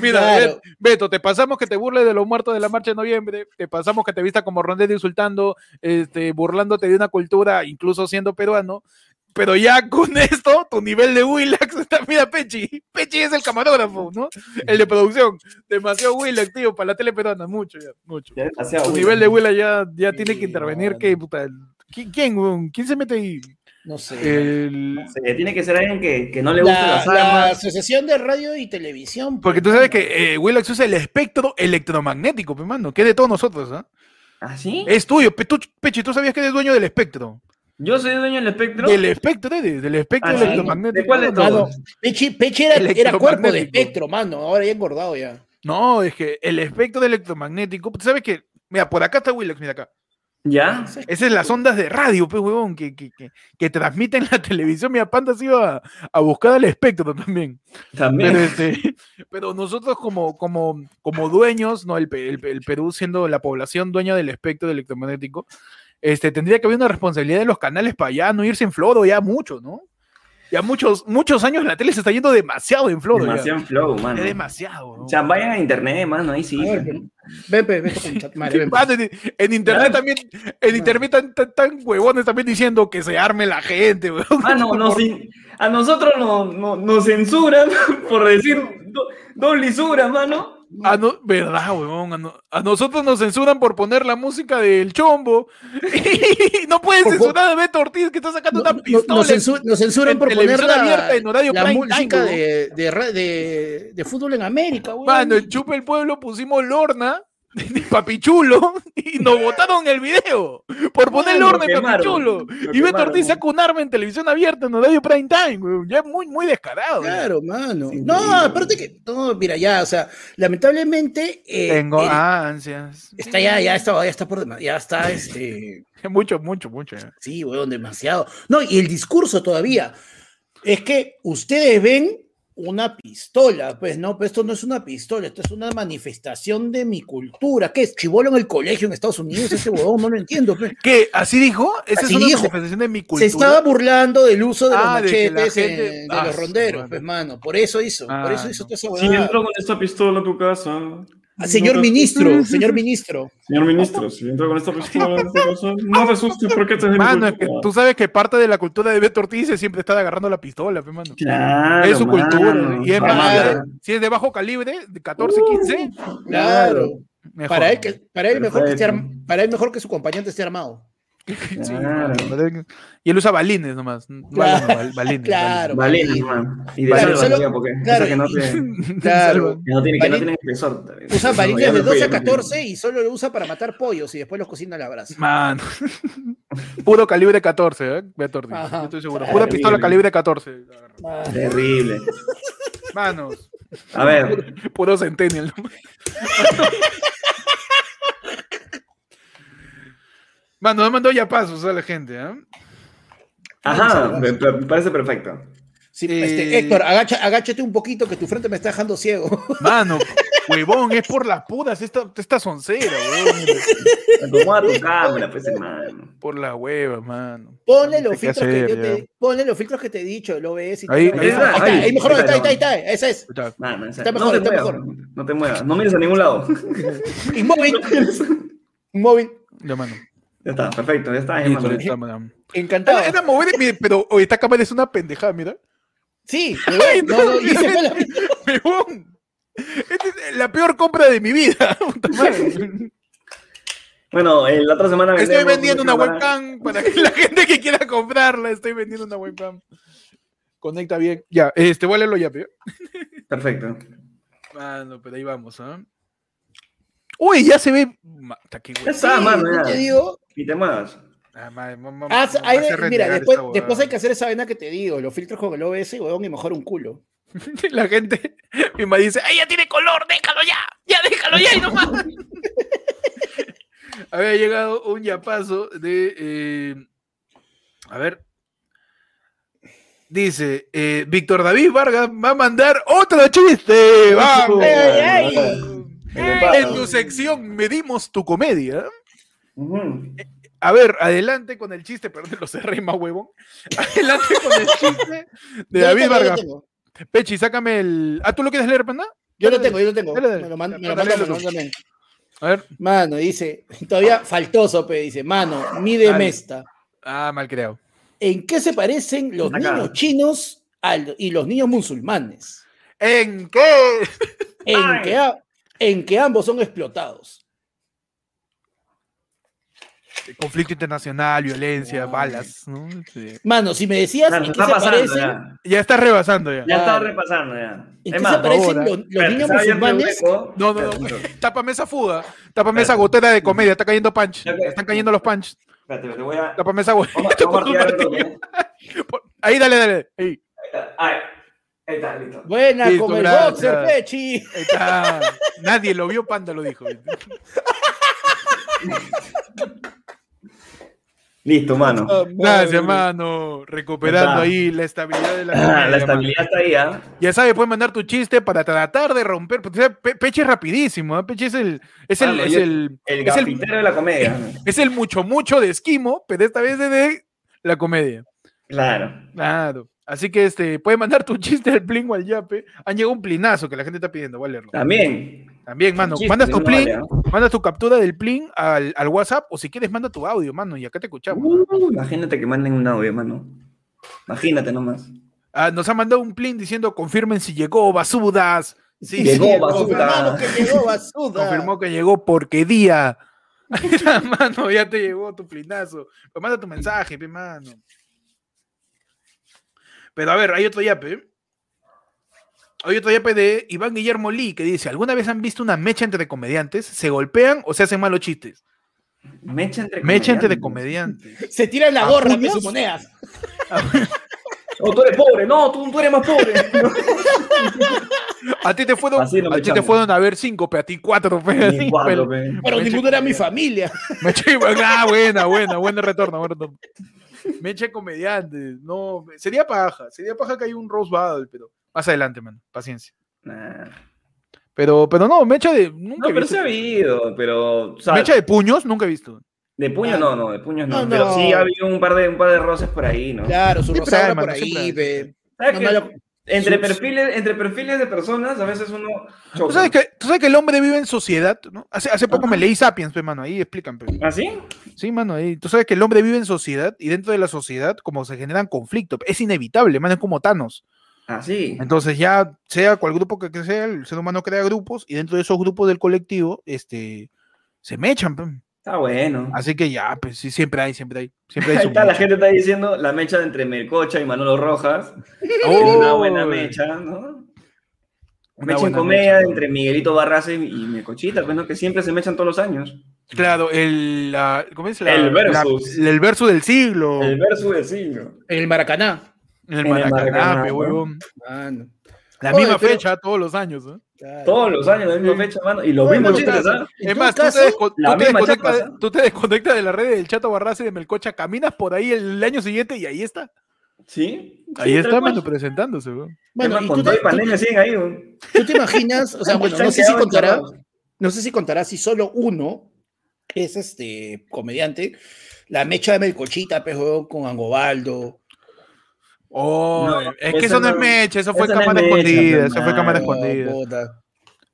Speaker 1: Mira,
Speaker 3: Claro.
Speaker 1: Bet- Beto, te pasamos que te burles de los muertos de la marcha de noviembre, te pasamos que te vista como rondete insultando, este, burlándote de una cultura, incluso siendo peruano. Pero ya con esto, tu nivel de Willax está. Mira, Pechi. Pechi es el camarógrafo, ¿no? El de producción. Demasiado Willax, tío, para la tele peruana. Mucho, ya, mucho.
Speaker 2: Ya, demasiado,
Speaker 1: Tu
Speaker 2: huevón.
Speaker 1: nivel de Willax ya, ya tiene que
Speaker 3: Sí,
Speaker 1: intervenir.
Speaker 3: mano.
Speaker 1: ¿Qué, puta? ¿Qui- ¿Quién, weón? ¿Quién se mete ahí?
Speaker 3: No sé.
Speaker 1: Eh, El-
Speaker 2: No sé, tiene que ser alguien que, que no le guste
Speaker 3: la,
Speaker 2: las
Speaker 3: la
Speaker 2: armas.
Speaker 3: Asociación de Radio y Televisión.
Speaker 1: Porque
Speaker 3: pues,
Speaker 1: tú sabes
Speaker 3: mano.
Speaker 1: que eh, Willax usa el espectro electromagnético, mi mano, que es de todos nosotros, ¿ah?
Speaker 2: ¿Ah, sí?
Speaker 1: Es tuyo, pe- tú, Pechi, tú sabías que eres dueño del espectro.
Speaker 2: Yo soy dueño del espectro.
Speaker 1: Del espectro eres, del espectro
Speaker 2: Ah, sí.
Speaker 1: electromagnético.
Speaker 2: ¿De cuál de
Speaker 1: Mano,
Speaker 2: todos?
Speaker 3: Pechi, Pechi era, era cuerpo de
Speaker 1: Electromagnético.
Speaker 3: espectro, mano. Ahora ya engordado ya.
Speaker 1: No, es que el espectro electromagnético, tú sabes que, mira, por acá está Willax, mira acá.
Speaker 2: ¿Ya?
Speaker 1: Esas son las ondas de radio, pues, huevón, que, que, que, que transmiten la televisión. Mira, Panda se iba a, a buscar al espectro también. Pero,
Speaker 2: También.
Speaker 1: este, pero nosotros como, como, como dueños, ¿no? El, Pe- el Pe- el Perú siendo la población dueña del espectro electromagnético, este, tendría que haber una responsabilidad de los canales para ya no irse en floro ya mucho, ¿no? Ya muchos, muchos años la tele se está yendo demasiado en flow. ya.
Speaker 2: Demasiado en flow, mano.
Speaker 1: Es demasiado. ¿no?
Speaker 2: O sea, vayan a internet, mano, ahí sí.
Speaker 3: A ver, pero- Ven, pe, ven, con chat, madre, ven, pe.
Speaker 1: Mano, en, en internet también, en internet tan, tan, tan huevones también diciendo que se arme la gente, weón.
Speaker 2: Ah, no, nos cen- a nosotros no- no- nos censuran por decir do- dos lisuras, mano.
Speaker 1: A Ah, no- verdad, huevón. A, no- a nosotros nos censuran por poner la música del chombo. Y no pueden
Speaker 3: Por favor.
Speaker 1: censurar a Beto Ortiz que está sacando
Speaker 3: No-
Speaker 1: una
Speaker 3: no-
Speaker 1: pistola.
Speaker 3: nos, censu- nos censuran
Speaker 1: en
Speaker 3: por poner
Speaker 1: televisión
Speaker 3: la,
Speaker 1: abierta, en horario
Speaker 3: la
Speaker 1: prime time,
Speaker 3: música
Speaker 1: huevón.
Speaker 3: de, de, ra- de- de fútbol en América, weón.
Speaker 1: Mano, en Chupa el Pueblo pusimos Lorna, Papichulo, y nos botaron el video por poner
Speaker 2: Mano,
Speaker 1: Lorna y
Speaker 2: lo quemaron,
Speaker 1: Papichulo.
Speaker 2: lo
Speaker 1: Y Beto
Speaker 2: quemaron.
Speaker 1: Ortiz saca un arma en televisión abierta, en horario prime time, huevón. Ya es muy, muy descarado. ya.
Speaker 3: Claro, mano. No, aparte que. No, mira, ya, o sea, lamentablemente. eh,
Speaker 1: Tengo
Speaker 3: eh,
Speaker 1: ansias.
Speaker 3: Está ya, ya está, ya está por dema- ya está este.
Speaker 1: Mucho, mucho, mucho. ya.
Speaker 3: Sí, weón, demasiado. No, y el discurso todavía. Es que ustedes ven una pistola, pues no, pues esto no es una pistola, esto es una manifestación de mi cultura. ¿Qué es? Chivolo en el colegio en Estados Unidos, ese huevón, no lo entiendo. pues.
Speaker 1: ¿Qué? ¿Así dijo? Esa
Speaker 3: Así
Speaker 1: es una
Speaker 3: dijo.
Speaker 1: manifestación de mi
Speaker 3: Se
Speaker 1: cultura.
Speaker 3: estaba burlando del uso de
Speaker 1: Ah,
Speaker 3: los
Speaker 1: de que la
Speaker 3: machetes,
Speaker 1: gente-
Speaker 3: eh, de,
Speaker 1: Ah,
Speaker 3: los
Speaker 1: su
Speaker 3: ronderos,
Speaker 1: madre.
Speaker 3: pues, mano. Por eso hizo, por
Speaker 1: Ah,
Speaker 3: eso hizo
Speaker 1: no.
Speaker 3: toda esa
Speaker 4: Si
Speaker 3: huevada.
Speaker 4: entro con esta pistola a tu casa.
Speaker 3: Ah, Señor
Speaker 4: no te-
Speaker 3: ministro, señor ministro.
Speaker 4: Señor ministro, si entro con esta pistola a tu casa, no te asustes porque
Speaker 2: este
Speaker 4: te
Speaker 1: Mano, es que tú sabes que parte de la cultura de Beto Ortiz es siempre estar agarrando la pistola, pe, mano.
Speaker 2: Claro,
Speaker 1: es su
Speaker 2: mano.
Speaker 1: cultura. Y es más,
Speaker 2: Claro.
Speaker 1: si es de bajo calibre, de 14, 15,
Speaker 3: Claro.
Speaker 1: mejor.
Speaker 3: Uh, Para él, que, para él mejor que esté
Speaker 2: Perfecto.
Speaker 3: arm- para él mejor que su compañero esté armado.
Speaker 1: Sí,
Speaker 2: Claro.
Speaker 1: mano. Y él usa balines nomás.
Speaker 3: Claro,
Speaker 1: Balines, balines,
Speaker 3: claro.
Speaker 2: Valenis, mano. Y de
Speaker 3: Claro,
Speaker 2: claro,
Speaker 3: solo-
Speaker 2: porque
Speaker 3: claro,
Speaker 2: esas que no,
Speaker 3: y-
Speaker 2: te,
Speaker 1: balines.
Speaker 3: Claro.
Speaker 2: que no tienen, que no
Speaker 3: Valen-
Speaker 2: tienen espesor. también.
Speaker 3: Usa
Speaker 2: No, ya
Speaker 3: varillas de
Speaker 2: me fui,
Speaker 3: 12 a
Speaker 2: ya me fui.
Speaker 3: 14 y solo lo usa para matar pollos y después los cocina a la brasa.
Speaker 1: Mano. Puro calibre 14, ¿eh? Beto Ortiz.
Speaker 3: Ajá.
Speaker 1: yo estoy seguro.
Speaker 3: Claro.
Speaker 1: Pura pistola calibre 14.
Speaker 2: Terrible.
Speaker 1: Manos.
Speaker 2: A ver,
Speaker 1: Puro Centennial. ¿no? Mano, me mandó ya pasos a la gente, ¿ah?
Speaker 2: ajá, me, me parece perfecto.
Speaker 3: Sí,
Speaker 1: Eh,
Speaker 3: este, Héctor, agacha- agáchate un poquito que tu frente me está dejando ciego.
Speaker 1: Mano, huevón, es por las putas esta, esta soncera, huevón.
Speaker 2: Acomoda tu cámara, pues, hermano.
Speaker 1: Por la hueva, mano.
Speaker 3: Ponle los
Speaker 1: Hay que
Speaker 3: filtros que,
Speaker 1: hacer,
Speaker 3: yo te,
Speaker 1: ya.
Speaker 3: ponle los filtros que te he dicho, el OBS y
Speaker 1: Ahí-
Speaker 3: todo.
Speaker 1: ahí
Speaker 3: está,
Speaker 2: está, ahí.
Speaker 3: ahí mejor,
Speaker 2: Ahí
Speaker 3: ahí está,
Speaker 2: está,
Speaker 3: ahí está, ahí está, esa es.
Speaker 1: Escucha,
Speaker 2: Mano, o sea,
Speaker 3: Está mejor,
Speaker 2: no te
Speaker 3: está
Speaker 2: muevas, No te muevas, no mires a ningún lado.
Speaker 3: Inmóvil, inmóvil,
Speaker 1: ya, mano.
Speaker 2: Ya está, perfecto, ya está,
Speaker 1: Listo,
Speaker 2: hermano.
Speaker 1: listo, ya, mano. Era,
Speaker 3: encantado.
Speaker 1: era mover, mire, pero oh, esta cámara es una pendejada, mira.
Speaker 3: Sí, huevón, no, no, y se fue la-
Speaker 1: Huevón. Esta es la peor compra de mi vida. puta madre.
Speaker 2: Bueno, eh, la otra semana
Speaker 1: Estoy
Speaker 2: vendemos
Speaker 1: vendiendo una
Speaker 2: cámara.
Speaker 1: webcam para que la gente que quiera comprarla, estoy vendiendo una webcam. Conecta bien. Ya, este, voy a leerlo ya, pero.
Speaker 2: Perfecto.
Speaker 1: Mano, pero ahí vamos, ¿ah? Uy, ya se ve. Ma- Está aquí,
Speaker 2: Ya
Speaker 1: güey.
Speaker 2: está,
Speaker 3: Sí,
Speaker 2: mano,
Speaker 3: yo
Speaker 2: ya.
Speaker 3: te digo,
Speaker 2: Y te muevas.
Speaker 1: Ah, ma- ma- ma-
Speaker 3: haz-
Speaker 1: ma-
Speaker 3: hay
Speaker 1: me hace
Speaker 3: de- mira,
Speaker 1: renegar
Speaker 3: después,
Speaker 1: esta huevada.
Speaker 3: después hay que hacer esa vena que te digo, los filtros con el OBS, huevón, y mejor un culo.
Speaker 1: La gente misma dice, ¡ay, ya tiene color! ¡Déjalo ya! ¡Ya déjalo ya! Y no más. Había llegado un yapazo de. eh, a ver. Dice, eh, Víctor David Vargas va a mandar otro chiste. ¡Vamos!
Speaker 3: Ay, ay,
Speaker 1: En tu sección medimos tu comedia.
Speaker 2: Ujú.
Speaker 1: A ver, adelante con el chiste, perdón, lo cerré más huevón. Adelante con el chiste de
Speaker 3: Yo lo
Speaker 1: David
Speaker 3: tengo, yo lo
Speaker 1: Vargas.
Speaker 3: tengo.
Speaker 1: Pechi, sácame el. Ah, ¿tú lo quieres leer, panda?
Speaker 3: Yo lo tengo, yo lo tengo.
Speaker 1: Dale, dale.
Speaker 3: Me lo manda, me
Speaker 1: Ya,
Speaker 3: lo manda,
Speaker 1: léelo
Speaker 3: me lo
Speaker 1: tú.
Speaker 3: manda también.
Speaker 1: A ver.
Speaker 3: Mano, dice, todavía faltoso, pe, dice, mano, mide
Speaker 1: Dale.
Speaker 3: esta.
Speaker 1: Ah, mal creado.
Speaker 3: ¿En qué se parecen los
Speaker 2: Acá.
Speaker 3: niños chinos al- y los niños musulmanes?
Speaker 1: ¿En qué?
Speaker 3: En que, a- en que ambos son explotados.
Speaker 1: Conflicto internacional, violencia,
Speaker 3: Ay.
Speaker 1: balas. ¿no? Sí.
Speaker 3: Mano, si me decías
Speaker 2: Claro, se
Speaker 3: en qué
Speaker 2: está
Speaker 3: se
Speaker 2: pasando
Speaker 3: parecen,
Speaker 2: ya.
Speaker 1: Ya está rebasando ya.
Speaker 2: Ya está
Speaker 3: Claro.
Speaker 2: repasando ya.
Speaker 3: ¿en
Speaker 2: Es
Speaker 3: qué
Speaker 2: más,
Speaker 3: se parecen
Speaker 1: ahora.
Speaker 3: los, los
Speaker 2: espérate,
Speaker 3: niños
Speaker 2: ¿sabes? Yo te
Speaker 3: musulmanes?
Speaker 2: hueco.
Speaker 1: No, no, no.
Speaker 2: Espérate,
Speaker 1: Tápame esa fuga. Tápame esa gotera de comedia. Está cayendo punch.
Speaker 2: Ya que-
Speaker 1: Están cayendo los punch.
Speaker 2: espérate, te voy a.
Speaker 1: Tápame esa gotera.
Speaker 2: Vamos- vamos a tirar otro, ¿no?
Speaker 1: Por- Ahí, dale, dale. Ahí,
Speaker 2: Ahí ahí está, listo.
Speaker 3: Buena,
Speaker 1: Listo,
Speaker 3: como el
Speaker 1: gracias.
Speaker 3: boxer, Pechi.
Speaker 1: ahí está. Nadie lo vio, Panda lo dijo.
Speaker 2: Listo, mano.
Speaker 1: Gracias, mano. Recuperando
Speaker 2: Está.
Speaker 1: ahí la estabilidad de la
Speaker 2: Ah,
Speaker 1: comedia,
Speaker 2: La estabilidad está ahí, ¿ah?
Speaker 1: Ya sabes, puedes mandar tu chiste para tratar de romper. porque, ¿sabes? Pe- Peche es rapidísimo, ¿ah? Peche es el, es el,
Speaker 2: Mano,
Speaker 1: es
Speaker 2: yo-
Speaker 1: el,
Speaker 2: El
Speaker 1: es el-
Speaker 2: gafitero de la comedia.
Speaker 1: es el mucho mucho de esquimo, pero esta vez es de la comedia.
Speaker 2: Claro.
Speaker 1: Claro. Así que este, puedes mandar tu chiste al plin o al yape. Han llegado un plinazo que la gente está pidiendo, voy a leerlo.
Speaker 2: También.
Speaker 1: También, mano,
Speaker 2: chiste,
Speaker 1: mandas tu
Speaker 2: no
Speaker 1: plin,
Speaker 2: vale, ¿ah?
Speaker 1: mandas tu captura del plin al, al WhatsApp o si quieres manda tu audio, mano, y acá te escuchamos.
Speaker 2: Uh, imagínate que manden un audio, mano. Imagínate nomás.
Speaker 1: Ah, nos ha mandado un plin diciendo confirmen si llegó Basudas. Sí,
Speaker 2: Llegó
Speaker 1: sí,
Speaker 2: Basudas.
Speaker 3: Confirmado que llegó Basuda.
Speaker 1: Confirmó que llegó porque día. mano, ya te llegó tu plinazo. Pues manda tu mensaje, pe, mano. Pero a ver, hay otro yape. Hay otro yape de Iván Guillermo Lee que dice: ¿Alguna vez han visto una mecha entre comediantes? ¿Se golpean o se hacen malos chistes?
Speaker 2: Mecha entre
Speaker 1: Mecha entre de
Speaker 2: comediantes.
Speaker 1: comediantes.
Speaker 3: Se tiran la gorra de
Speaker 1: ¿Apuños?
Speaker 3: sus monedas.
Speaker 2: No, Oh, tú eres pobre, no, tú, tú eres más pobre.
Speaker 1: A ti te fueron,
Speaker 2: Así no me
Speaker 1: a ti te
Speaker 2: chamo.
Speaker 1: fueron a ver cinco, pero a ti cuatro. pe, así,
Speaker 2: Ni cuatro,
Speaker 1: pe.
Speaker 2: pe.
Speaker 3: Pero
Speaker 1: Mecha
Speaker 3: ninguno era
Speaker 1: comediante.
Speaker 3: mi familia.
Speaker 1: Mecha y- ah, buena, buena, buen retorno, buen retorno. Mecha y comediante. No, sería paja, sería paja que hay un Rose Battle, pero más adelante, man, paciencia.
Speaker 2: Nah.
Speaker 1: Pero, pero no, mecha de. Nunca
Speaker 2: No,
Speaker 1: he
Speaker 2: pero
Speaker 1: visto.
Speaker 2: se ha habido, pero. o sea,
Speaker 1: mecha de puños, nunca he visto.
Speaker 2: de puño no, no, de puño no.
Speaker 3: No,
Speaker 2: pero
Speaker 3: no.
Speaker 2: sí ha habido un par de, un par de roces por ahí, ¿no?
Speaker 3: Claro, su
Speaker 1: Siempre hay,
Speaker 3: rosaura por
Speaker 1: mano, siempre hay.
Speaker 3: ahí, ve.
Speaker 2: ¿Sabes
Speaker 3: No,
Speaker 2: qué?
Speaker 3: no, lo-
Speaker 2: entre,
Speaker 3: su-
Speaker 2: perfiles, entre perfiles de personas, a veces uno.
Speaker 1: ¿Tú
Speaker 3: Pues
Speaker 2: choca.
Speaker 1: sabes, que, tú sabes que el hombre vive en sociedad, ¿no? Hace, hace poco me leí Sapiens, pe, mano, ahí explican, pe.
Speaker 2: ¿Ah, sí?
Speaker 1: Sí, mano, ahí. Tú sabes que el hombre vive en sociedad y dentro de la sociedad, como se generan conflictos, es inevitable, mano, es como Thanos.
Speaker 2: Ah, sí.
Speaker 1: Entonces ya sea cual grupo que que sea, el ser humano crea grupos y dentro de esos grupos del colectivo, este, se mechan. pe.
Speaker 2: Está bueno.
Speaker 1: Así que ya, pues sí, siempre hay, siempre hay, siempre hay.
Speaker 2: Ahí
Speaker 1: su
Speaker 2: está, la
Speaker 1: mecha.
Speaker 2: gente está diciendo la mecha entre Melcocha y Manolo Rojas.
Speaker 1: ¡Oh!
Speaker 2: Una buena mecha, ¿no?
Speaker 1: Una
Speaker 2: mecha en
Speaker 1: buena
Speaker 2: comedia
Speaker 1: mecha.
Speaker 2: entre Miguelito Barraza y, y Melcochita, pues, ¿no? que siempre se mechan todos los años.
Speaker 1: Claro, el, la- ¿cómo es? La-
Speaker 2: El
Speaker 1: la-
Speaker 2: versus.
Speaker 1: el verso del
Speaker 3: Oh.
Speaker 1: siglo.
Speaker 2: El verso del siglo.
Speaker 3: En el Maracaná.
Speaker 1: en el
Speaker 2: en el
Speaker 1: Maracaná,
Speaker 2: Maracaná,
Speaker 1: pe,
Speaker 2: ¿no?
Speaker 1: huevón.
Speaker 3: Mano.
Speaker 1: La
Speaker 3: Oye,
Speaker 1: misma
Speaker 3: pero-
Speaker 1: fecha, todos los años. ¿eh?
Speaker 3: Claro.
Speaker 2: Todos los años, la misma fecha, mano. Y los
Speaker 3: Oye,
Speaker 2: mismos
Speaker 3: pero
Speaker 2: chistes,
Speaker 3: está-
Speaker 2: ¿ah?
Speaker 3: En
Speaker 1: Es
Speaker 3: todo
Speaker 1: más, tú,
Speaker 3: caso,
Speaker 1: te desco-
Speaker 2: la
Speaker 1: tú te
Speaker 2: misma
Speaker 1: desconectas,
Speaker 2: chapa, ¿eh?
Speaker 1: tú te desconectas de las redes del Chato Barraza y de Melcocha, caminas por ahí el año siguiente y ahí está.
Speaker 2: Sí.
Speaker 1: Ahí
Speaker 2: Sí,
Speaker 1: está,
Speaker 2: tal cual.
Speaker 1: mano, presentándose. huevón.
Speaker 3: Bueno,
Speaker 2: Además,
Speaker 3: y
Speaker 2: pues. con
Speaker 3: tú
Speaker 2: todo
Speaker 3: te,
Speaker 2: y pandemia siguen ahí. ¿no?
Speaker 3: tú- tú te imaginas, o sea, bueno,
Speaker 2: Se han
Speaker 3: no sé si
Speaker 2: quedado
Speaker 3: contará,
Speaker 2: encerrados.
Speaker 3: no sé si contará si solo uno es este comediante, la mecha de Melcochita, pejo con Angobaldo.
Speaker 1: Oh,
Speaker 2: No,
Speaker 1: es que
Speaker 2: esa
Speaker 1: eso no es
Speaker 2: no-
Speaker 1: mecha, eso fue
Speaker 2: esa no es
Speaker 1: cámara
Speaker 2: mecha,
Speaker 1: escondida, eso fue
Speaker 2: hermano.
Speaker 1: cámara
Speaker 2: Para
Speaker 1: escondida,
Speaker 3: puta.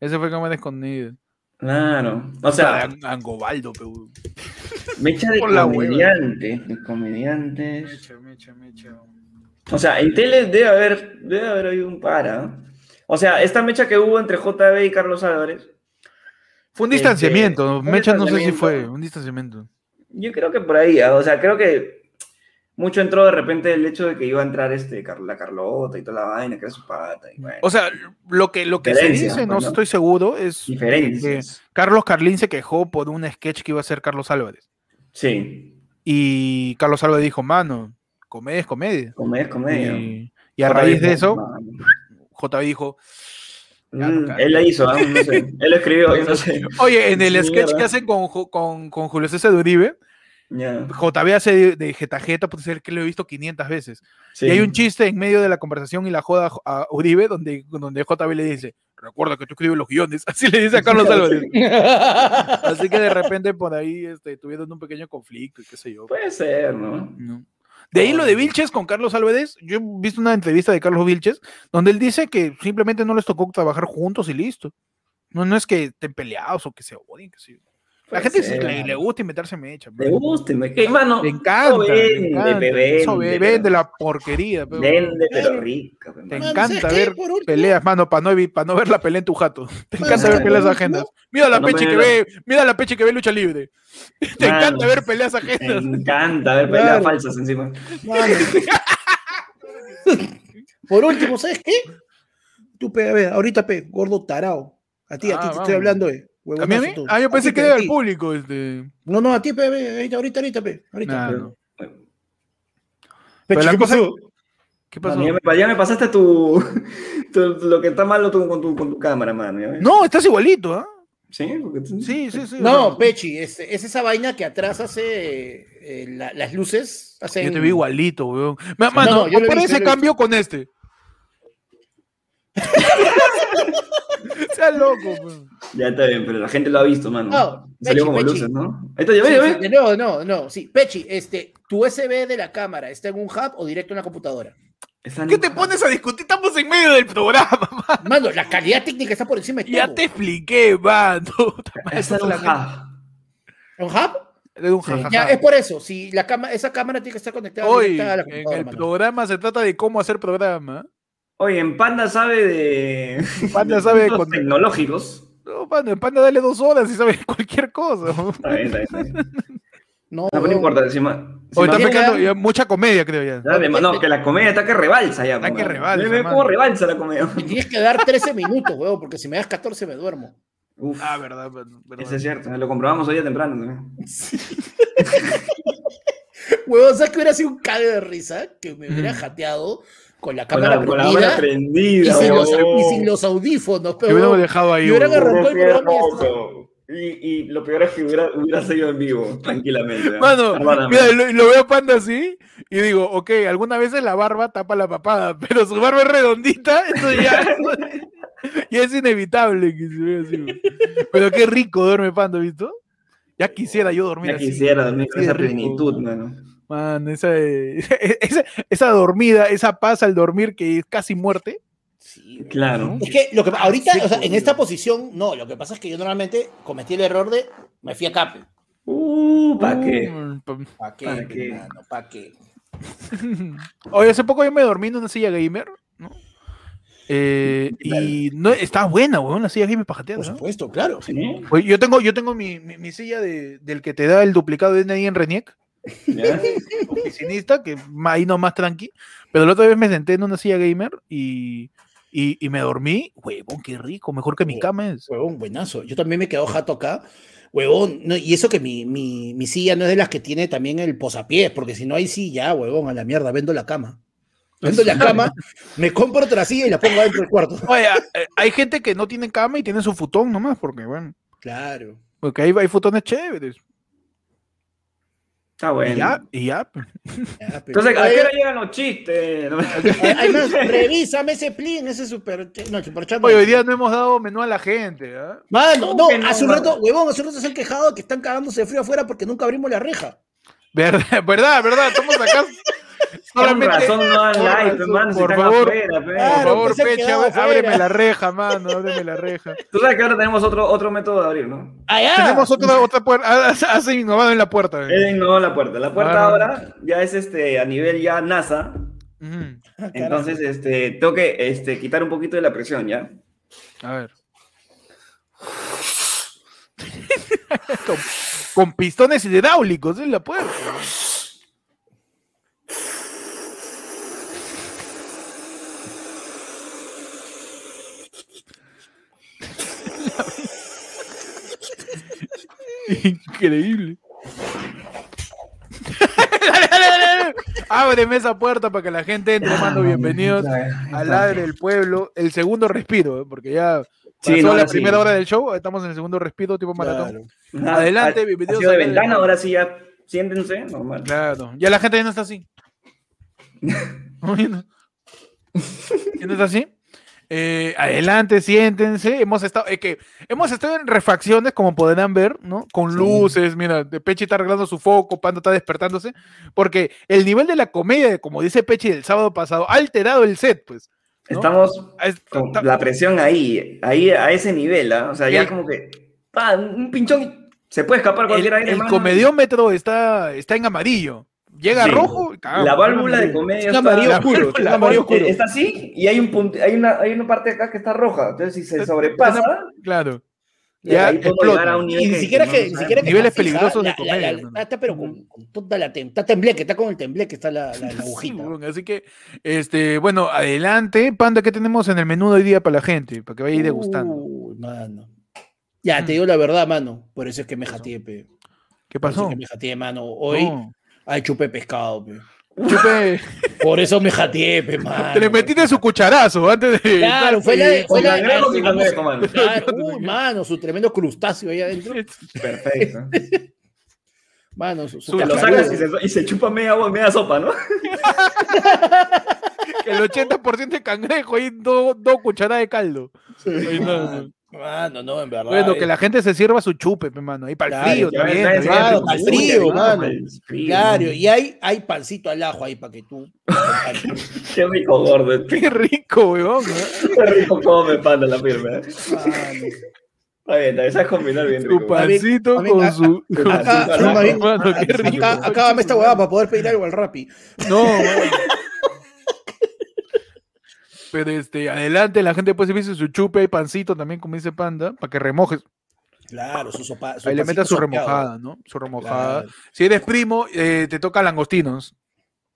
Speaker 1: eso fue cámara escondida.
Speaker 2: Claro. O
Speaker 1: O sea,
Speaker 2: sea,
Speaker 1: Ang- Angobaldo, pe, weón.
Speaker 2: mecha de
Speaker 1: Ah, por la hueva.
Speaker 2: comediantes. De comediantes.
Speaker 1: Mecha, mecha, mecha.
Speaker 2: O sea, en tele debe haber, debe haber habido un para. O sea, esta mecha que hubo entre JB y Carlos Álvarez,
Speaker 1: Fue un
Speaker 2: Este,
Speaker 1: distanciamiento,
Speaker 2: un
Speaker 1: mecha no sé si
Speaker 2: distanciamiento.
Speaker 1: fue, un distanciamiento.
Speaker 2: yo creo que por ahí, ah, o sea, creo que mucho entró de repente el hecho de que iba a entrar este, Car- la Carlota y toda la vaina, que era su pata. Y bueno,
Speaker 1: O sea, lo que, lo que se
Speaker 2: Diferencia,
Speaker 1: dice, no
Speaker 2: pues, ¿no?
Speaker 1: estoy seguro, es que
Speaker 2: diferencias.
Speaker 1: Carlos Carlín se quejó por un sketch que iba a hacer Carlos Álvarez.
Speaker 2: Sí,
Speaker 1: Y Carlos Álvarez dijo, mano, comedia es comedia.
Speaker 2: comedia es comedia.
Speaker 1: Y, y a raíz de eso, JB dijo, Ya, no
Speaker 2: Mm,
Speaker 1: cae.
Speaker 2: él la hizo, ah, no sé. Él lo escribió, yo no sé.
Speaker 1: oye, en el
Speaker 2: Sí,
Speaker 1: sketch que
Speaker 2: ¿verdad?
Speaker 1: hacen con, Ju- con, con Julio César de Uribe,
Speaker 2: Ya,
Speaker 1: JB hace de, de jetajeta, puede ser que lo he visto 500 veces.
Speaker 2: sí.
Speaker 1: Y hay un chiste en medio de la conversación y la joda a Uribe, donde, donde JB le dice, recuerda que tú escribes los guiones, así le dice a Carlos Álvarez. Así que de repente por ahí este, tuvieron un pequeño conflicto y qué sé yo.
Speaker 2: Puede ser, ¿no?
Speaker 1: ¿no? De ahí lo de Vilches con Carlos Álvarez, yo he visto una entrevista de Carlos Vilches, donde él dice que simplemente no les tocó trabajar juntos y listo. No, no es que estén peleados o que se odien, qué sé yo. La
Speaker 2: Puede
Speaker 1: gente
Speaker 2: ser.
Speaker 1: le, le gusta inventarse mecha.
Speaker 2: Me
Speaker 1: pero-
Speaker 2: gusta, me que, mano.
Speaker 1: te encanta.
Speaker 2: eso
Speaker 1: te
Speaker 2: vende,
Speaker 1: encanta,
Speaker 2: pe, vende,
Speaker 1: eso ve-
Speaker 2: pero-
Speaker 1: vende la porquería. pe, weón.
Speaker 2: Vende, pero
Speaker 3: Claro.
Speaker 2: rica. pe,
Speaker 1: Te
Speaker 2: mano.
Speaker 3: Mano, ¿sabes
Speaker 1: encanta
Speaker 3: qué?
Speaker 1: ver
Speaker 3: Por último-
Speaker 1: peleas, mano, para no, evi- pa' no ver la pelea en tu jato. Te
Speaker 3: Mano,
Speaker 1: encanta ver
Speaker 2: por
Speaker 1: peleas
Speaker 3: último-
Speaker 1: ajenas. Mira la
Speaker 2: No
Speaker 1: peche
Speaker 2: me-
Speaker 1: que ve, mira la peche que ve lucha libre. Te
Speaker 2: Mano.
Speaker 1: encanta ver peleas
Speaker 2: Me
Speaker 1: ajenas.
Speaker 2: encanta ver peleas
Speaker 3: Claro.
Speaker 2: falsas encima.
Speaker 3: Mano. Por último, ¿sabes qué? Tú, pe, a ver, ahorita, pe, gordo tarao. A ti, a
Speaker 1: Ah,
Speaker 3: ti te
Speaker 1: vamos.
Speaker 3: estoy hablando, eh.
Speaker 1: ¿A mí, a mí?
Speaker 3: huevonazo tú.
Speaker 1: Ah, yo
Speaker 3: A
Speaker 1: pensé
Speaker 3: ti,
Speaker 1: que
Speaker 3: pe, a
Speaker 1: era al
Speaker 3: ti.
Speaker 1: público. Este.
Speaker 3: No, no, a ti, pe, pe, ahorita, ahorita, ahorita, pe. Ahorita.
Speaker 1: Nah,
Speaker 2: pero-
Speaker 1: no.
Speaker 3: Pe,
Speaker 1: Pero la
Speaker 3: ¿qué
Speaker 1: cosa-
Speaker 3: pasó?
Speaker 1: ¿Qué pasó?
Speaker 2: Mano, ya, me, ya me pasaste tu, tu- lo que está malo tú con, tu, con tu cámara, mano. ¿ya ves?
Speaker 1: No, estás igualito, ¿ah?
Speaker 2: Sí, porque tú-
Speaker 1: Sí, sí, sí. o
Speaker 3: No,
Speaker 1: sea,
Speaker 3: Pechi, es, es esa vaina que atrás hace eh, la- las luces. Hacen...
Speaker 1: Yo te vi igualito, weón. Ma- Mano,
Speaker 3: no, yo lo he
Speaker 1: compara
Speaker 3: visto, yo
Speaker 1: ese
Speaker 3: lo he
Speaker 1: cambio con este. Sea loco, weón.
Speaker 2: Ya está bien, pero la gente lo ha visto, mano.
Speaker 3: No,
Speaker 2: Salió
Speaker 3: Pechi,
Speaker 2: como
Speaker 3: Pechi.
Speaker 2: luces, ¿no? Ahí está, ya
Speaker 3: Sí,
Speaker 2: ve, ya ve.
Speaker 3: sí, no, no, no, sí. Pechi, este, ¿tu USB de la cámara está en un hub o directo en la computadora?
Speaker 2: Están
Speaker 1: ¿Qué te pones a discutir? Estamos en medio del programa, man.
Speaker 3: Mano, la calidad técnica está por encima de todo.
Speaker 1: Ya te expliqué, mano.
Speaker 2: Están enojadas.
Speaker 3: ¿Un hub?
Speaker 1: Le doy un
Speaker 2: Sí.
Speaker 1: jajaja.
Speaker 3: Ya, es por eso. Si la cama, esa cámara tiene que estar conectada
Speaker 1: Hoy,
Speaker 3: directa a la
Speaker 1: en
Speaker 3: computadora,
Speaker 1: el
Speaker 3: mano.
Speaker 1: programa se trata de cómo hacer programa.
Speaker 2: Oye, en Panda sabe de.
Speaker 1: Panda sabe
Speaker 2: de
Speaker 1: cuando-
Speaker 2: tecnológicos.
Speaker 1: No, panda, en panda dale dos horas y sabes cualquier cosa.
Speaker 2: Está bien, está bien, está bien.
Speaker 3: No,
Speaker 2: Ah, No, pero no
Speaker 3: weón.
Speaker 2: importa, encima.
Speaker 1: Hoy
Speaker 2: encima-
Speaker 1: está
Speaker 3: Oh. también-
Speaker 1: mezclando ya mucha comedia, creo ya.
Speaker 2: Dale, ma- no, que la comedia está que rebalsa ya.
Speaker 1: Está que
Speaker 2: weón.
Speaker 1: rebalsa,
Speaker 2: Ve- ve
Speaker 1: mano.
Speaker 2: cómo rebalsa la comedia.
Speaker 3: Me tienes que dar 13 minutos, weón, porque si me das 14 me duermo.
Speaker 2: Uf,
Speaker 1: Ah, verdad, perdón, perdón.
Speaker 2: eso es cierto. Lo comprobamos hoy día temprano también.
Speaker 3: Weón, ¿sabes que hubiera sido un cague de risa? Que me hubiera jateado con la
Speaker 2: Con la,
Speaker 3: cámara
Speaker 2: con la
Speaker 3: prendida
Speaker 2: hora
Speaker 3: y,
Speaker 2: prendida.
Speaker 3: sin los,
Speaker 2: weón.
Speaker 3: y sin los audífonos,
Speaker 1: Yo hubiéramos
Speaker 3: pero
Speaker 1: dejado ahí.
Speaker 3: y hubieran
Speaker 1: bro.
Speaker 3: arrancado el
Speaker 2: Qué
Speaker 3: programa y ya
Speaker 2: hermoso.
Speaker 3: está.
Speaker 2: Y, y lo peor es que hubiera, hubiera seguido en vivo, tranquilamente. ¿eh?
Speaker 1: Mano,
Speaker 2: Perdóname.
Speaker 1: mira, lo, lo veo a panda así y digo, ok, algunas veces la barba tapa la papada, pero su barba es redondita, entonces ya, ya es inevitable que se vea así. bro. Pero qué rico duerme panda, ¿visto? Ya quisiera yo dormir
Speaker 2: ya
Speaker 1: así.
Speaker 2: quisiera dormir con
Speaker 1: Qué
Speaker 2: esa
Speaker 1: rico.
Speaker 2: plenitud, mano.
Speaker 1: Man, esa, eh, esa, esa dormida, esa paz al dormir que es casi muerte.
Speaker 3: Sí, weón.
Speaker 2: Claro.
Speaker 3: Es que lo que ahorita,
Speaker 1: Sí,
Speaker 3: o sea, en
Speaker 1: coño.
Speaker 3: esta posición, no, lo que pasa es que yo normalmente cometí el error de me fui a cape.
Speaker 2: Uh, ¿para qué?
Speaker 1: Mm, pa-
Speaker 3: ¿Para qué?
Speaker 2: ¿Para qué?
Speaker 3: ¿Para qué?
Speaker 1: Oye, hace poco yo me dormí en una silla gamer, ¿no? Eh,
Speaker 2: ¿Qué tal? Pues
Speaker 1: y no, está buena, weón, la silla gamer pajateada.
Speaker 3: Por
Speaker 1: ¿no?
Speaker 3: supuesto, claro.
Speaker 2: ¿Sí?
Speaker 1: Oye, yo tengo, yo tengo mi, mi- mi silla de- del que te da el duplicado de DNI en Reniec,
Speaker 2: ¿Ya?
Speaker 1: oficinista, que ma- ahí nomás tranqui. Pero la otra vez me senté en una silla gamer y, y, y me dormí. Huevón, qué rico, mejor que mi cama es.
Speaker 3: Huevón, buenazo. Yo también me quedo jato acá. Huevón, no, y eso que mi, mi, mi silla no es de las que tiene también el posapiés, porque si no hay silla, huevón, a la mierda, vendo la cama. Vendo la cama, me compro otra silla y la pongo dentro del cuarto.
Speaker 1: Oye, eh, hay gente que no tiene cama y tiene su futón nomás, porque bueno,
Speaker 3: Claro.
Speaker 1: porque hay, hay futones chéveres.
Speaker 2: Está bueno.
Speaker 1: Y ya, y ya. pues.
Speaker 3: Ya, pero-
Speaker 2: Entonces, ¿a
Speaker 3: Oye,
Speaker 2: qué hora llegan los chistes?
Speaker 3: eh, además, revísame ese plin, ese super. No, superchat no.
Speaker 1: Oye, hoy día no hemos dado menú a la gente, ¿ah?
Speaker 3: Mano, no,
Speaker 2: ¿Cómo que no,
Speaker 3: hace un
Speaker 2: mano?
Speaker 3: rato, huevón, hace un rato se han quejado que están cagándose de frío afuera porque nunca abrimos la reja.
Speaker 1: Verdad, verdad, verdad, estamos acá.
Speaker 2: Con
Speaker 1: solamente-
Speaker 2: razón no dan
Speaker 1: Por
Speaker 2: like,
Speaker 1: razón,
Speaker 2: hermano. si
Speaker 1: por
Speaker 2: están
Speaker 1: favor.
Speaker 2: afuera, pe.
Speaker 1: Por
Speaker 3: Claro,
Speaker 1: favor,
Speaker 3: pues se han
Speaker 1: Pecha,
Speaker 3: quedado afuera.
Speaker 1: ábreme la reja, mano, ábreme la reja.
Speaker 2: Tú sabes que ahora tenemos otro, otro método de abrir, ¿no?
Speaker 3: Allá.
Speaker 1: Tenemos otra, otra puerta, ah, hace- hace innovado en la puerta. eh.
Speaker 2: Eh, no, la puerta. La puerta
Speaker 1: Ah.
Speaker 2: ahora ya es este a nivel ya NASA.
Speaker 1: Ujú,
Speaker 3: Ah, carajo.
Speaker 2: Entonces, este, tengo que este, quitar un poquito de la presión, ¿ya?
Speaker 1: A ver. con, con pistones hidráulicos en la puerta. Increíble. Dale, dale, dale, dale. Ábreme esa puerta para que la gente entre, mando bienvenidos al aire del pueblo. El segundo respiro, ¿eh? porque ya
Speaker 2: Sí,
Speaker 1: pasó
Speaker 2: no,
Speaker 1: la
Speaker 2: ahora sí.
Speaker 1: primera hora del show, estamos en el segundo respiro, tipo maratón.
Speaker 3: Claro.
Speaker 1: Adelante,
Speaker 2: Ha-
Speaker 1: bienvenidos
Speaker 2: Ha sido de
Speaker 1: al aire del
Speaker 2: ventana,
Speaker 1: pueblo.
Speaker 2: ahora sí ya siéntense, normal.
Speaker 1: Claro, ya la gente ya no está así. ¿Ya no está así? Eh, adelante, siéntense. Hemos estado, es que hemos estado en refacciones, como podrán ver, ¿no? Con
Speaker 3: Sí.
Speaker 1: luces, mira, de Pechi está arreglando su foco, Panda está despertándose, porque el nivel de la comedia, como dice Pechi del sábado pasado, ha alterado el set, pues. ¿no?
Speaker 2: Estamos
Speaker 1: Ha est-
Speaker 2: con
Speaker 1: ta-
Speaker 2: la presión ahí, ahí a ese nivel, ¿ah? O sea, ya
Speaker 1: El-
Speaker 2: como que. pa, un pinchón y se puede escapar
Speaker 1: el,
Speaker 2: cualquier aire.
Speaker 1: el
Speaker 2: mano.
Speaker 1: comediómetro está, está en amarillo. Llega
Speaker 2: Sí.
Speaker 1: rojo, y cagamos,
Speaker 2: La
Speaker 1: Ah, ¿no?
Speaker 2: válvula de comedia
Speaker 3: Está
Speaker 2: está-
Speaker 3: amarillo
Speaker 1: la-
Speaker 3: oscuro,
Speaker 1: la-
Speaker 3: está amarillo oscuro.
Speaker 2: Eh, Está así y hay un punto, hay una, hay una parte acá que está roja. Entonces, si se
Speaker 1: Está-
Speaker 2: sobrepasa,
Speaker 1: Claro.
Speaker 2: ya
Speaker 1: Eh, Ya
Speaker 2: ahí podemos
Speaker 1: explota.
Speaker 2: llegar a un nivel.
Speaker 3: Y ni
Speaker 2: que-
Speaker 3: siquiera
Speaker 2: que
Speaker 3: que,
Speaker 2: no
Speaker 3: ni
Speaker 2: sabemos.
Speaker 3: siquiera que
Speaker 1: Niveles
Speaker 3: está
Speaker 1: peligrosos de
Speaker 3: la- la- la-
Speaker 1: comedia, ¿no?
Speaker 3: Está, pero con, con toda la tem- está tembleque, está con el tembleque, está la, la, la
Speaker 1: Sí,
Speaker 3: agujita.
Speaker 1: weón, así que, este, bueno, adelante, Panda, ¿qué tenemos en el menú de hoy día para la gente? Para que vaya a ir degustando.
Speaker 3: Uy, mano. Ya,
Speaker 2: Mm.
Speaker 3: te digo la verdad, mano. Por eso es que me jateé, pe.
Speaker 1: ¿Qué
Speaker 3: Por eso es
Speaker 1: pasó?
Speaker 3: que me jateé, mano. Hoy
Speaker 1: No.
Speaker 3: ay, chupé pescado, pe.
Speaker 1: Chupe,
Speaker 3: Por eso me jateé, pe, mano.
Speaker 1: te le metiste su cucharazo antes de.
Speaker 3: Claro, fue la de. Fue
Speaker 2: Con
Speaker 3: la,
Speaker 2: la grano
Speaker 3: la-
Speaker 2: y con eso, mano.
Speaker 3: Claro, uy, mano, su tremendo crustáceo ahí adentro.
Speaker 2: Perfecto.
Speaker 3: Mano, su, su
Speaker 1: Su-
Speaker 2: Te lo
Speaker 3: cascarudo.
Speaker 2: sacas y se, y se chupa media agua, media sopa, ¿no?
Speaker 3: Ah,
Speaker 1: El 80% de cangrejo y dos dos cucharadas de caldo. Ay, no, no.
Speaker 3: Mano, no, en verdad.
Speaker 1: Bueno, que
Speaker 3: eh.
Speaker 1: la gente se sirva su chupe, pe, mano. Ahí para el frío
Speaker 3: Claro, ya
Speaker 1: también.
Speaker 3: ves,
Speaker 1: también.
Speaker 3: claro, al frío, mano. Claro,
Speaker 2: Claro.
Speaker 3: y hay, hay pancito al ajo ahí para que tú.
Speaker 2: Qué rico gordo.
Speaker 1: Qué rico, weón. ¿eh?
Speaker 2: Qué rico come panda la firme. Está
Speaker 3: Mano.
Speaker 2: bien, está bien, sabes combinar bien.
Speaker 1: Su
Speaker 2: rico.
Speaker 1: pancito
Speaker 3: A mí- a mí-
Speaker 1: con su. con
Speaker 2: acá-
Speaker 1: su
Speaker 2: acá-
Speaker 1: chupe,
Speaker 3: acá-
Speaker 1: mano, qué rico.
Speaker 3: Acá, acábame esta huevada para poder pedir algo al Rappi.
Speaker 1: No, mano. Pero este, adelante, la gente puede servirse su chupe y pancito también, como dice Panda, para que remojes.
Speaker 3: Claro, su sopa.
Speaker 1: Ahí le
Speaker 3: pancito
Speaker 1: metas su
Speaker 3: sopeado.
Speaker 1: remojada, ¿no? Su remojada.
Speaker 3: Claro,
Speaker 1: Si eres primo, eh, te toca langostinos.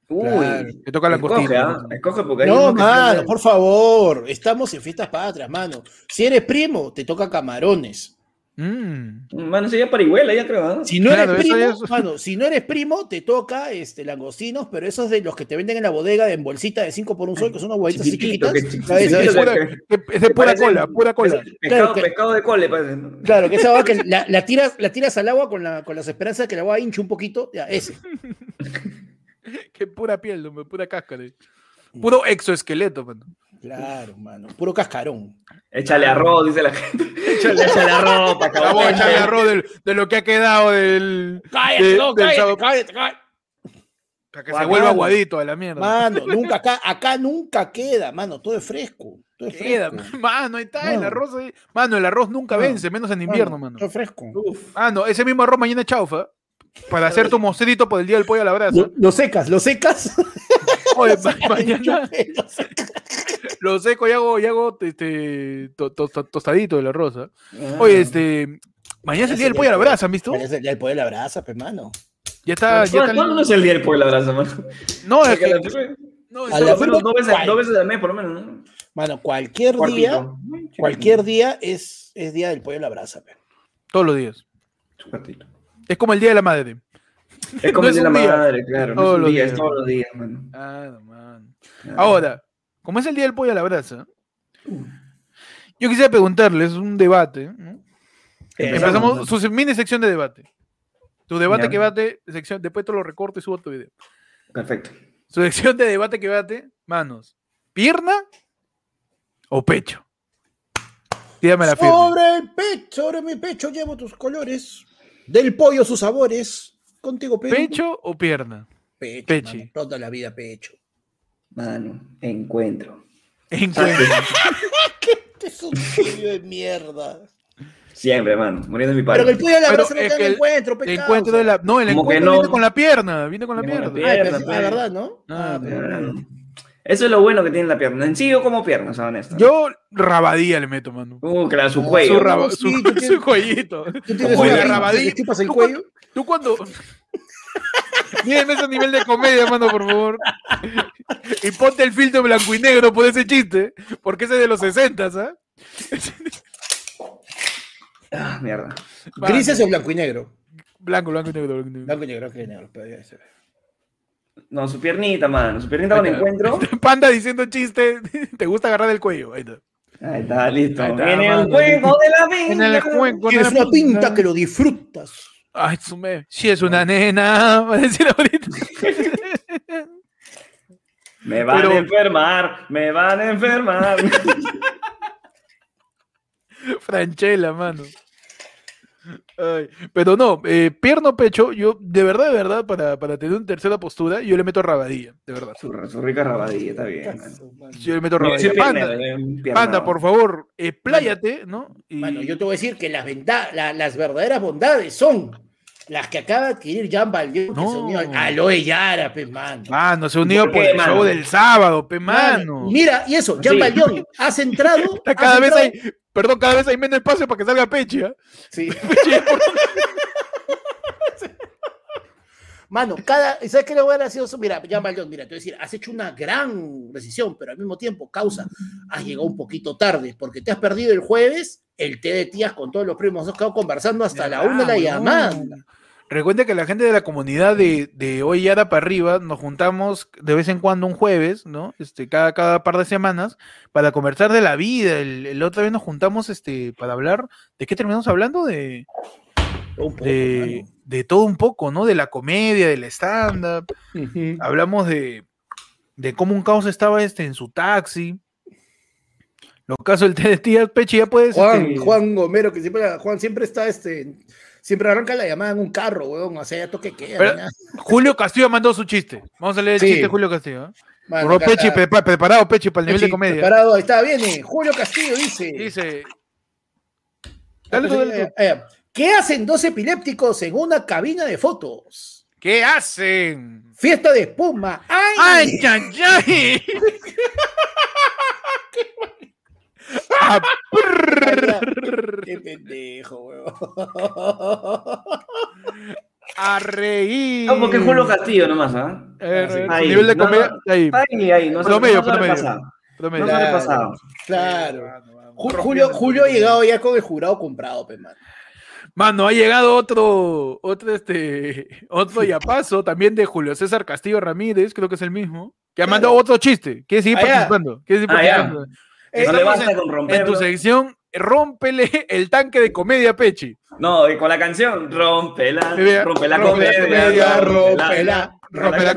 Speaker 3: claro.
Speaker 2: Uy.
Speaker 1: Te toca langostinos.
Speaker 2: Escoge, ¿ah? Escoge porque hay
Speaker 3: No,
Speaker 2: uno que
Speaker 3: mano,
Speaker 2: tiene-
Speaker 3: por favor. Estamos en fiestas patrias, mano. Si eres primo, te toca camarones.
Speaker 1: Mm.
Speaker 2: Mano, sería parihuela, ya creo. ¿ah?
Speaker 3: Si no
Speaker 1: Claro,
Speaker 3: eres
Speaker 1: eso
Speaker 3: primo,
Speaker 1: ya es-
Speaker 3: mano, si no eres primo, te toca este, langostinos, pero esos de los que te venden en la bodega en bolsita de 5 por un sol, que son unas huevitas así
Speaker 2: Chiquitito,
Speaker 3: chiquitas.
Speaker 2: que
Speaker 3: ¿sabes?
Speaker 1: Es de
Speaker 2: chiquitito,
Speaker 3: ¿sabes?
Speaker 1: pura, es de
Speaker 2: que
Speaker 1: pura
Speaker 2: parece-
Speaker 1: cola, pura cola.
Speaker 2: Pescado,
Speaker 3: Claro que-
Speaker 2: pescado de cole, parece. ¿no?
Speaker 3: Claro, que esa agua que la, la tiras, la tiras al agua con, la, con las esperanzas de que la agua hinche un poquito. Ya, ese.
Speaker 1: Que pura piel, hombre, pura cáscara.
Speaker 3: Mm.
Speaker 1: Puro exoesqueleto, mano.
Speaker 3: Claro, mano. Puro cascarón.
Speaker 2: Échale arroz, dice la gente. Échale, arroz, para
Speaker 1: La voy a echarle arroz del- de, lo que ha quedado del.
Speaker 3: Cállate,
Speaker 1: de-
Speaker 3: no,
Speaker 1: del
Speaker 3: cállate,
Speaker 1: sábado.
Speaker 3: cállate, cállate.
Speaker 1: Para que se
Speaker 3: Guacala.
Speaker 1: vuelva aguadito a la mierda.
Speaker 3: Mano, nunca acá, acá nunca queda, mano. Todo es fresco. Todo es
Speaker 1: Queda,
Speaker 3: fresco.
Speaker 1: mano, ahí está, el
Speaker 3: Mano.
Speaker 1: arroz. ahí. Mano, el arroz nunca
Speaker 3: Mano,
Speaker 1: vence, menos en invierno, mano.
Speaker 3: Todo es fresco.
Speaker 1: Mano, ese mismo arroz mañana chaufa. Para hacer tu mocetito por el día del pollo a la brasa.
Speaker 3: Lo, lo secas, lo secas.
Speaker 1: Oye,
Speaker 3: Lo
Speaker 1: ma-
Speaker 3: secas en
Speaker 1: mañana
Speaker 3: chupe, lo secas.
Speaker 1: lo seco y hago, y hago este, to- to- to- tostadito de la rosa.
Speaker 3: Ah.
Speaker 1: Oye, este. Mañana es el día del pollo a la brasa, ¿han visto?
Speaker 3: Pero es el- Ya el poder de la brasa, pe, mano.
Speaker 1: Ya está, ya está.
Speaker 2: ¿Cuándo Ah, no es el día del pueblo abrazo, mano?
Speaker 1: Ah, No, es
Speaker 2: Porque
Speaker 1: que.
Speaker 2: la-
Speaker 1: no,
Speaker 3: a
Speaker 1: es-
Speaker 3: la-
Speaker 2: Por lo menos dos veces, dos veces al mes, por lo menos, ¿no?
Speaker 3: Mano, cualquier día,
Speaker 2: Cuartito.
Speaker 3: cualquier día es, es día del pollo a la brasa, pe.
Speaker 1: Todos los días.
Speaker 2: Cuartito.
Speaker 1: Es como el día de la madre.
Speaker 2: Es
Speaker 1: No
Speaker 2: como el
Speaker 1: es
Speaker 2: día de la
Speaker 1: un día.
Speaker 2: madre, claro. No
Speaker 1: Todos
Speaker 2: es un
Speaker 1: los
Speaker 2: día, es
Speaker 1: días.
Speaker 2: todos los días, Ah, mano.
Speaker 1: Ah, no, man.
Speaker 2: Claro.
Speaker 1: Ahora, como es el día del pollo a la brasa,
Speaker 3: Mm.
Speaker 1: yo quisiera preguntarles un debate. ¿no? Empezamos su mini sección de debate. Tu debate
Speaker 2: Ya.
Speaker 1: que bate, sección, después te lo recorto y subo a tu video.
Speaker 2: Perfecto.
Speaker 1: Su sección de debate que bate, manos, pierna o pecho. Dígame la pierna.
Speaker 3: Sobre el pecho, sobre mi pecho llevo tus colores. Del pollo sus sabores. Contigo, Perú.
Speaker 1: ¿Pecho o pierna?
Speaker 3: Pecho.
Speaker 1: Pechi.
Speaker 3: mano, toda la vida, pecho.
Speaker 2: Mano, encuentro.
Speaker 1: Encuentro.
Speaker 3: Este es un pollo de mierda.
Speaker 2: Siempre, mano. Muriendo en mi
Speaker 3: Pero que
Speaker 2: padre.
Speaker 3: el pollo a la
Speaker 1: Pero
Speaker 3: brasa no
Speaker 1: es
Speaker 3: está en
Speaker 1: que
Speaker 3: el
Speaker 1: el-
Speaker 3: encuentro,
Speaker 1: El
Speaker 3: pe,
Speaker 1: encuentro
Speaker 3: causa.
Speaker 1: de la. No, el
Speaker 2: Como que
Speaker 1: encuentro
Speaker 2: no.
Speaker 1: viene con la pierna. Viene con la
Speaker 2: Viene con la
Speaker 1: pierna.
Speaker 2: pierna.
Speaker 3: Ay, Ah, pero sí,
Speaker 2: pe.
Speaker 3: la verdad, ¿no?
Speaker 1: Ah,
Speaker 3: Ah,
Speaker 1: pe.
Speaker 3: pero-
Speaker 2: Claro. Eso es lo bueno que tiene la pierna. En sí, yo como pierna, o sea, honesto.
Speaker 1: Yo rabadía le meto, mano.
Speaker 2: Uh, claro, su
Speaker 3: Ah,
Speaker 1: Su,
Speaker 2: cuello.
Speaker 3: rabo.
Speaker 1: raba-
Speaker 3: sí,
Speaker 1: su-
Speaker 3: tú tienes-
Speaker 1: su cuellito.
Speaker 3: ¿Tú tienes
Speaker 1: Uy,
Speaker 3: una
Speaker 1: la
Speaker 3: pinza
Speaker 1: rabadilla.
Speaker 3: que chupas el
Speaker 1: ¿Tú
Speaker 3: cuello?
Speaker 1: Tú cuando. Mírenme ese nivel de comedia, mano, por favor. Y ponte el filtro blanco y negro por ese chiste. Porque ese es de los 60, ¿sabes?
Speaker 2: Ah, mierda.
Speaker 3: ¿Grises o blanco y negro?
Speaker 1: Blanco, blanco y negro. Blanco y negro.
Speaker 3: Blanco y negro, que negro. pero ya se ve.
Speaker 2: No, su piernita, mano. Su piernita con encuentro.
Speaker 1: Panda diciendo chiste. Te gusta agarrar el cuello. Ahí está.
Speaker 2: Ahí está, listo.
Speaker 1: Ahí está,
Speaker 2: en el
Speaker 1: mano.
Speaker 2: juego de la vida.
Speaker 1: En el juego. de
Speaker 3: Tienes
Speaker 1: la
Speaker 3: una pinta
Speaker 1: vida.
Speaker 3: que lo disfrutas.
Speaker 1: Ay, sume. Si es una nena. Va a decir ahorita.
Speaker 2: Me van
Speaker 1: Pero-
Speaker 2: a enfermar. Me van a enfermar.
Speaker 1: Franchela, mano. Ay, pero no, eh, pierna o pecho, yo de verdad, de verdad, para, para tener una tercera postura, yo le meto rabadilla, de verdad.
Speaker 2: su, su rica rabadilla, está bien. mano.
Speaker 1: Yo le meto
Speaker 2: Yo soy
Speaker 1: rabadilla. Panda,
Speaker 2: piernero, yo soy
Speaker 1: Panda,
Speaker 2: piernero.
Speaker 1: por favor, expláyate, ¿no? Y-
Speaker 3: Bueno, yo te voy a decir que las, venda- la- las verdaderas bondades son las que acaba de adquirir Jan Valjean, que
Speaker 1: No.
Speaker 3: se unió al- a Aloe Yara, pe, mano.
Speaker 1: Mano, Ah, se unió
Speaker 2: ¿Por
Speaker 1: por
Speaker 2: qué,
Speaker 1: el
Speaker 2: mano?
Speaker 1: show del sábado, pe mano.
Speaker 3: Mira, y eso, Jan
Speaker 2: Sí.
Speaker 3: Valjean, has entrado.
Speaker 1: Está
Speaker 3: has
Speaker 1: cada vez
Speaker 3: entrado-
Speaker 1: hay, perdón, cada vez hay menos espacio para que salga Pechi, ¿ah?
Speaker 3: Sí. Mano, cada, ¿sabes qué le voy a decir eso? Mira, Jan Valjean, mira, te voy a decir, has hecho una gran decisión, pero al mismo tiempo, causa, has llegado un poquito tarde, porque te has perdido el jueves el té de tías con todos los primos, nos quedado conversando hasta la una de la
Speaker 1: Ah,
Speaker 3: llamada.
Speaker 1: weón. Recuerda que la gente de la comunidad de, de Hoy Yara para arriba nos juntamos de vez en cuando un jueves, ¿no? Este, cada, cada par de semanas, para conversar de la vida. El, el otra vez nos juntamos este, para hablar. ¿De qué terminamos hablando? De,
Speaker 3: Un poco,
Speaker 1: de, de todo un poco, ¿no? De la comedia, del stand-up.
Speaker 3: mano.
Speaker 1: Hablamos de, de cómo un caos estaba este, en su taxi. Lo caso el TNT, Pechi, ya puedes.
Speaker 3: Juan,
Speaker 1: este,
Speaker 3: Juan Gomero, que siempre, Juan siempre está, este, siempre arranca la llamada en un carro, weón, o sea, ya toque que
Speaker 1: Pero- Julio Castillo mandó su chiste. Vamos a leer el
Speaker 3: Sí. Ah,
Speaker 1: chiste de Julio Castillo. ¿eh? Bro, Pechi, prepa- preparado, Pechi, para el nivel de comedia.
Speaker 3: Preparado, ahí está, viene, Julio Castillo dice,
Speaker 1: Dice.
Speaker 3: Ah,
Speaker 1: Dale tú,
Speaker 3: pues,
Speaker 1: dale tú.
Speaker 3: eh, eh, ¿qué hacen dos epilépticos en una cabina de fotos?
Speaker 1: ¿Qué hacen?
Speaker 3: Fiesta de espuma, ¡ay!
Speaker 1: ¡Ay, chan, chan! Ah, prrr.
Speaker 3: ¡Qué pendejo, weón!
Speaker 1: a reír.
Speaker 2: No, Ah, porque Julio Castillo nomás, ¿ah?
Speaker 1: Eh,
Speaker 3: Ahí.
Speaker 1: su nivel de
Speaker 2: No,
Speaker 1: comedia. ahí,
Speaker 2: Ahí, ahí, no se
Speaker 1: Promedio,
Speaker 2: no se ha
Speaker 1: promedio.
Speaker 2: repasado.
Speaker 1: promedio.
Speaker 2: No se ha
Speaker 3: Claro.
Speaker 2: repasado.
Speaker 1: Eh,
Speaker 3: Claro. Ju-
Speaker 1: Rompiendo
Speaker 3: Julio,
Speaker 1: el
Speaker 3: Julio ha
Speaker 1: promedio.
Speaker 3: llegado ya con el jurado comprado, pe, man.
Speaker 1: Mano, ha llegado otro, otro, este, otro y a paso también de Julio César Castillo Ramírez, creo que es el mismo, que ha
Speaker 3: Claro.
Speaker 1: mandado otro chiste. Quiere seguir
Speaker 3: Ah, ya.
Speaker 1: participando. Quiere seguir
Speaker 2: Ah, ya.
Speaker 1: participando.
Speaker 3: Eh,
Speaker 2: no le
Speaker 1: estamos
Speaker 2: basta con
Speaker 1: En tu
Speaker 2: romperlo.
Speaker 1: sección, rómpele el tanque de comedia, Pechi.
Speaker 2: No, y con la canción, rompela,
Speaker 1: Sí, vea,
Speaker 2: rompe la
Speaker 1: rompe la comedia,
Speaker 2: comedia,
Speaker 3: rompela,
Speaker 1: rompe la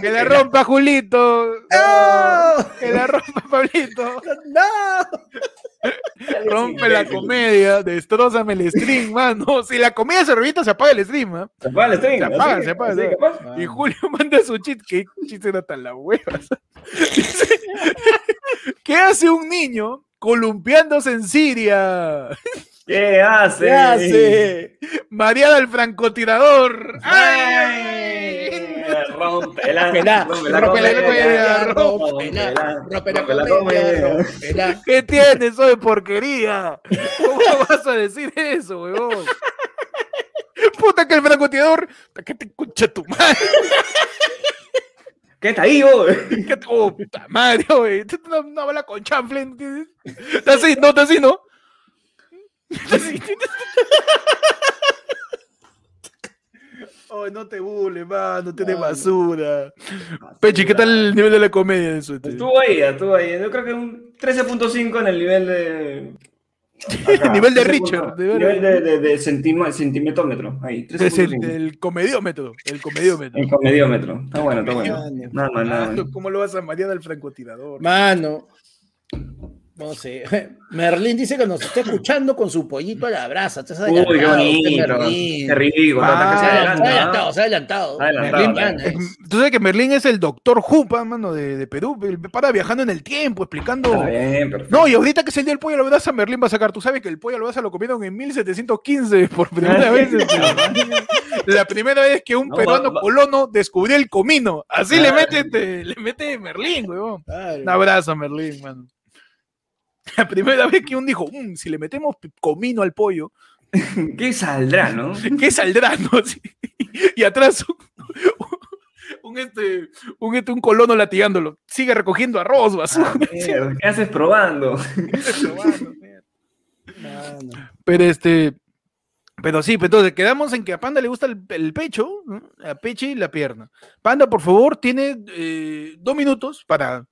Speaker 1: Que la rompa Julito.
Speaker 3: ¡No!
Speaker 1: Que la rompa Pablito.
Speaker 3: ¡Oh! ¡No!
Speaker 1: Rompe la comedia, destrozame el stream, mano. Si la comedia se revienta, se apaga el stream, ¿ah?
Speaker 2: Se apaga el stream.
Speaker 1: Se apaga,
Speaker 2: así,
Speaker 1: se apaga,
Speaker 2: así,
Speaker 1: se
Speaker 2: capaz.
Speaker 1: Y Julio manda su chiste. ¿Qué chiste era tan la hueva? Dice, ¿Qué hace un niño columpiándose en Siria?
Speaker 2: ¿Qué hace?
Speaker 3: ¿Qué hace?
Speaker 1: Mareada al francotirador. ¡Ay!
Speaker 2: Ay, Rompela,
Speaker 3: Rompela,
Speaker 1: rompela, rompela,
Speaker 2: comedia,
Speaker 3: rompela, rompela, comedia, rompela.
Speaker 1: ¿Qué tienes, soy porquería? ¿Cómo vas a decir eso, huevón? Puta que el francotirador. Puta, ¿Qué te escucha tu madre?
Speaker 2: ¿Qué está ahí, vos?
Speaker 1: ¿Qué te- oh, puta madre, güey. Tú Una, una bala con chanfle. Está así, no, está así, ¿no? Está así. Ay, no te burles, mano, te de
Speaker 3: Mano.
Speaker 1: basura. Pechi, ¿qué tal el nivel de la comedia de su
Speaker 2: Estuvo ahí, estuvo ahí. Yo creo que un 13.5 en el nivel de. Acá,
Speaker 1: Nivel de
Speaker 2: 13.5,
Speaker 1: Richard, nivel de-
Speaker 2: Nivel de, de, de centimo- centimetómetro. Ahí,
Speaker 1: Es el,
Speaker 2: 13.5.
Speaker 1: el comediómetro, el comediómetro.
Speaker 2: El comediómetro. Está bueno, está bueno.
Speaker 3: Comediómetro.
Speaker 2: Nada más, nada más.
Speaker 1: Mano, ¿Cómo lo vas a marear al francotirador?
Speaker 3: Mano, no sé. Merlín dice que nos está escuchando con su pollito a la brasa. Estás adelantado,
Speaker 2: Uy, qué bonito.
Speaker 3: usted, Merlín.
Speaker 2: Qué rico.
Speaker 1: Ah,
Speaker 2: tata, que se
Speaker 3: Se ha adelantado, se
Speaker 2: adelanta,
Speaker 3: ha adelantado,
Speaker 2: ¿ah?
Speaker 3: se ha adelantado.
Speaker 2: Adelantado,
Speaker 3: Merlín
Speaker 2: adelantado.
Speaker 3: gana, es-
Speaker 1: Em, Tú sabes que Merlín es el doctor Jupa, mano, de, de Perú. el- Para viajando en el tiempo, explicando.
Speaker 2: Está bien, perfecto.
Speaker 1: No, y ahorita que es el día del pollo a la brasa, Merlín va a sacar. Tú sabes que el pollo a la brasa lo comieron en 1715 por primera vez. este. la primera vez que un
Speaker 2: No,
Speaker 1: peruano
Speaker 2: va- va-
Speaker 1: colono descubrió el comino. Así le
Speaker 2: Ah.
Speaker 1: mete, este- le mete Merlín, weón.
Speaker 3: Claro.
Speaker 1: Un abrazo, Merlín, mano. La primera vez que un dijo, "Mm, si le metemos pi- comino al pollo,
Speaker 2: ¿Qué saldrá, no?
Speaker 1: ¿qué saldrá? no?" Así. Y atrás un, un este, un, este, un colono latigándolo. Sigue recogiendo arroz, basura.
Speaker 2: Mierda, ¿Qué haces probando?
Speaker 3: Mano.
Speaker 1: Pero este. Pero sí, pues, entonces quedamos en que a Panda le gusta el, el pecho, ¿no? a Peche y la pierna. Panda, por favor, tiene eh, dos minutos para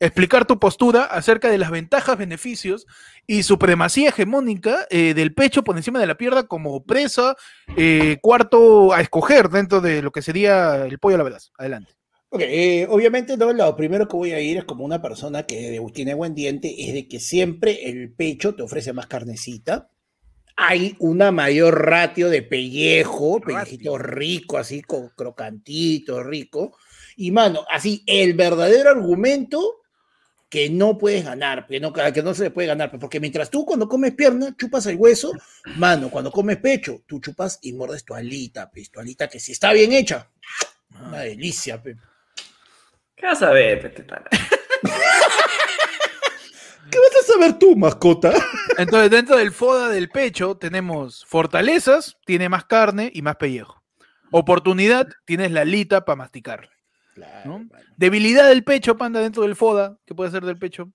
Speaker 1: explicar tu postura acerca de las ventajas, beneficios y supremacía hegemónica eh, del pecho por encima de la pierna como presa, eh, cuarto a escoger dentro de lo que sería el pollo a la verdad. Adelante.
Speaker 3: Ok, eh, obviamente no, lo primero que voy a ir es como una persona que tiene buen diente, es de que siempre el pecho te ofrece más carnecita. Hay una mayor ratio de pellejo, pellejito rico, así con crocantito, rico. Y mano, así el verdadero argumento que no puedes ganar, que no, que no se le puede ganar, porque mientras tú cuando comes pierna chupas el hueso, mano, cuando comes pecho, tú chupas y mordes tu alita, pues, tu alita que si está bien hecha, una delicia, pe.
Speaker 2: ¿Qué vas a ver, peste pana?
Speaker 3: ¿Qué vas a saber tú, mascota?
Speaker 1: Entonces, dentro del foda del pecho tenemos fortalezas, tiene más carne y más pellejo. Oportunidad, tienes la lita para masticar.
Speaker 3: Claro, mano.
Speaker 1: Debilidad del pecho, panda, dentro del FODA. ¿Qué puede ser del pecho?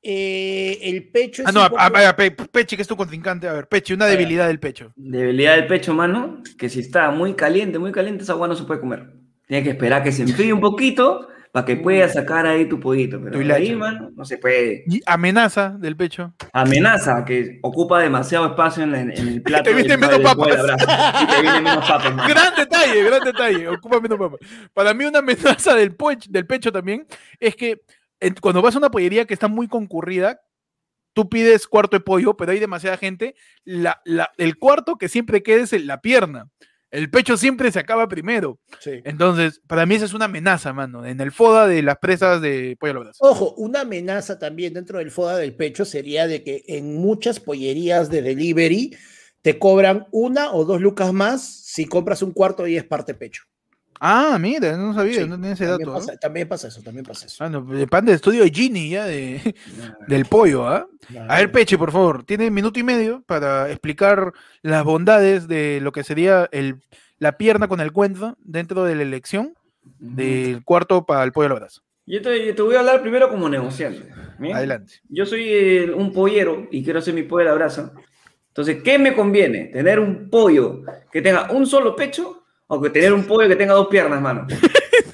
Speaker 3: Eh, el pecho es.
Speaker 1: Ah, no,
Speaker 3: un
Speaker 1: a,
Speaker 3: poco-
Speaker 1: a- a- Pe- Pechi, que es tu contrincante. A ver, Pechi, una
Speaker 3: A ver.
Speaker 1: debilidad del pecho.
Speaker 2: Debilidad del pecho, mano, que si está muy caliente, muy caliente, esa agua no se puede comer. Tienes que esperar que se enfríe un poquito para que puedas sacar ahí tu pollito. Pero
Speaker 1: Tu
Speaker 2: de
Speaker 1: hilacha.
Speaker 2: ahí, mano, no se puede.
Speaker 1: Y amenaza del pecho.
Speaker 2: Amenaza que ocupa demasiado espacio en, en el plato.
Speaker 1: te vienen
Speaker 2: del padre
Speaker 1: menos
Speaker 2: del pollo a la brasa. Y te vienen menos papas, mano.
Speaker 1: Gran detalle, gran detalle. Ocúpame, no, papá. Para mí, una amenaza del, poch- del pecho también es que en- cuando vas a una pollería que está muy concurrida, tú pides cuarto de pollo, pero hay demasiada gente, la, la- el cuarto que siempre queda es el- la pierna. El pecho siempre se acaba primero.
Speaker 3: Sí.
Speaker 1: Entonces, para mí esa es una amenaza, mano. En el foda de las presas de pollo a la brasa.
Speaker 3: Ojo, una amenaza también dentro del foda del pecho sería de que en muchas pollerías de delivery te cobran una o dos lucas más si compras un cuarto y es parte pecho.
Speaker 1: Ah, mira, no sabía,
Speaker 3: Sí,
Speaker 1: no tenía ese
Speaker 3: También
Speaker 1: dato.
Speaker 3: pasa, también pasa eso, también pasa eso.
Speaker 1: ¿ah? Ah, no, el pan de estudio de Gini, ya, de, del pollo, ¿ah? A ver, Peche, por favor, tiene minuto y medio para explicar las bondades de lo que sería el, la pierna con el cuento dentro de la elección del cuarto para el pollo al abrazo.
Speaker 2: Yo te, yo te voy a hablar primero como negociante. ¿bien?
Speaker 1: Adelante.
Speaker 2: Yo soy eh, un pollero y quiero hacer mi pollo a la brasa. Entonces, ¿qué me conviene? ¿Tener un pollo que tenga un solo pecho o que tener un pollo que tenga dos piernas, mano?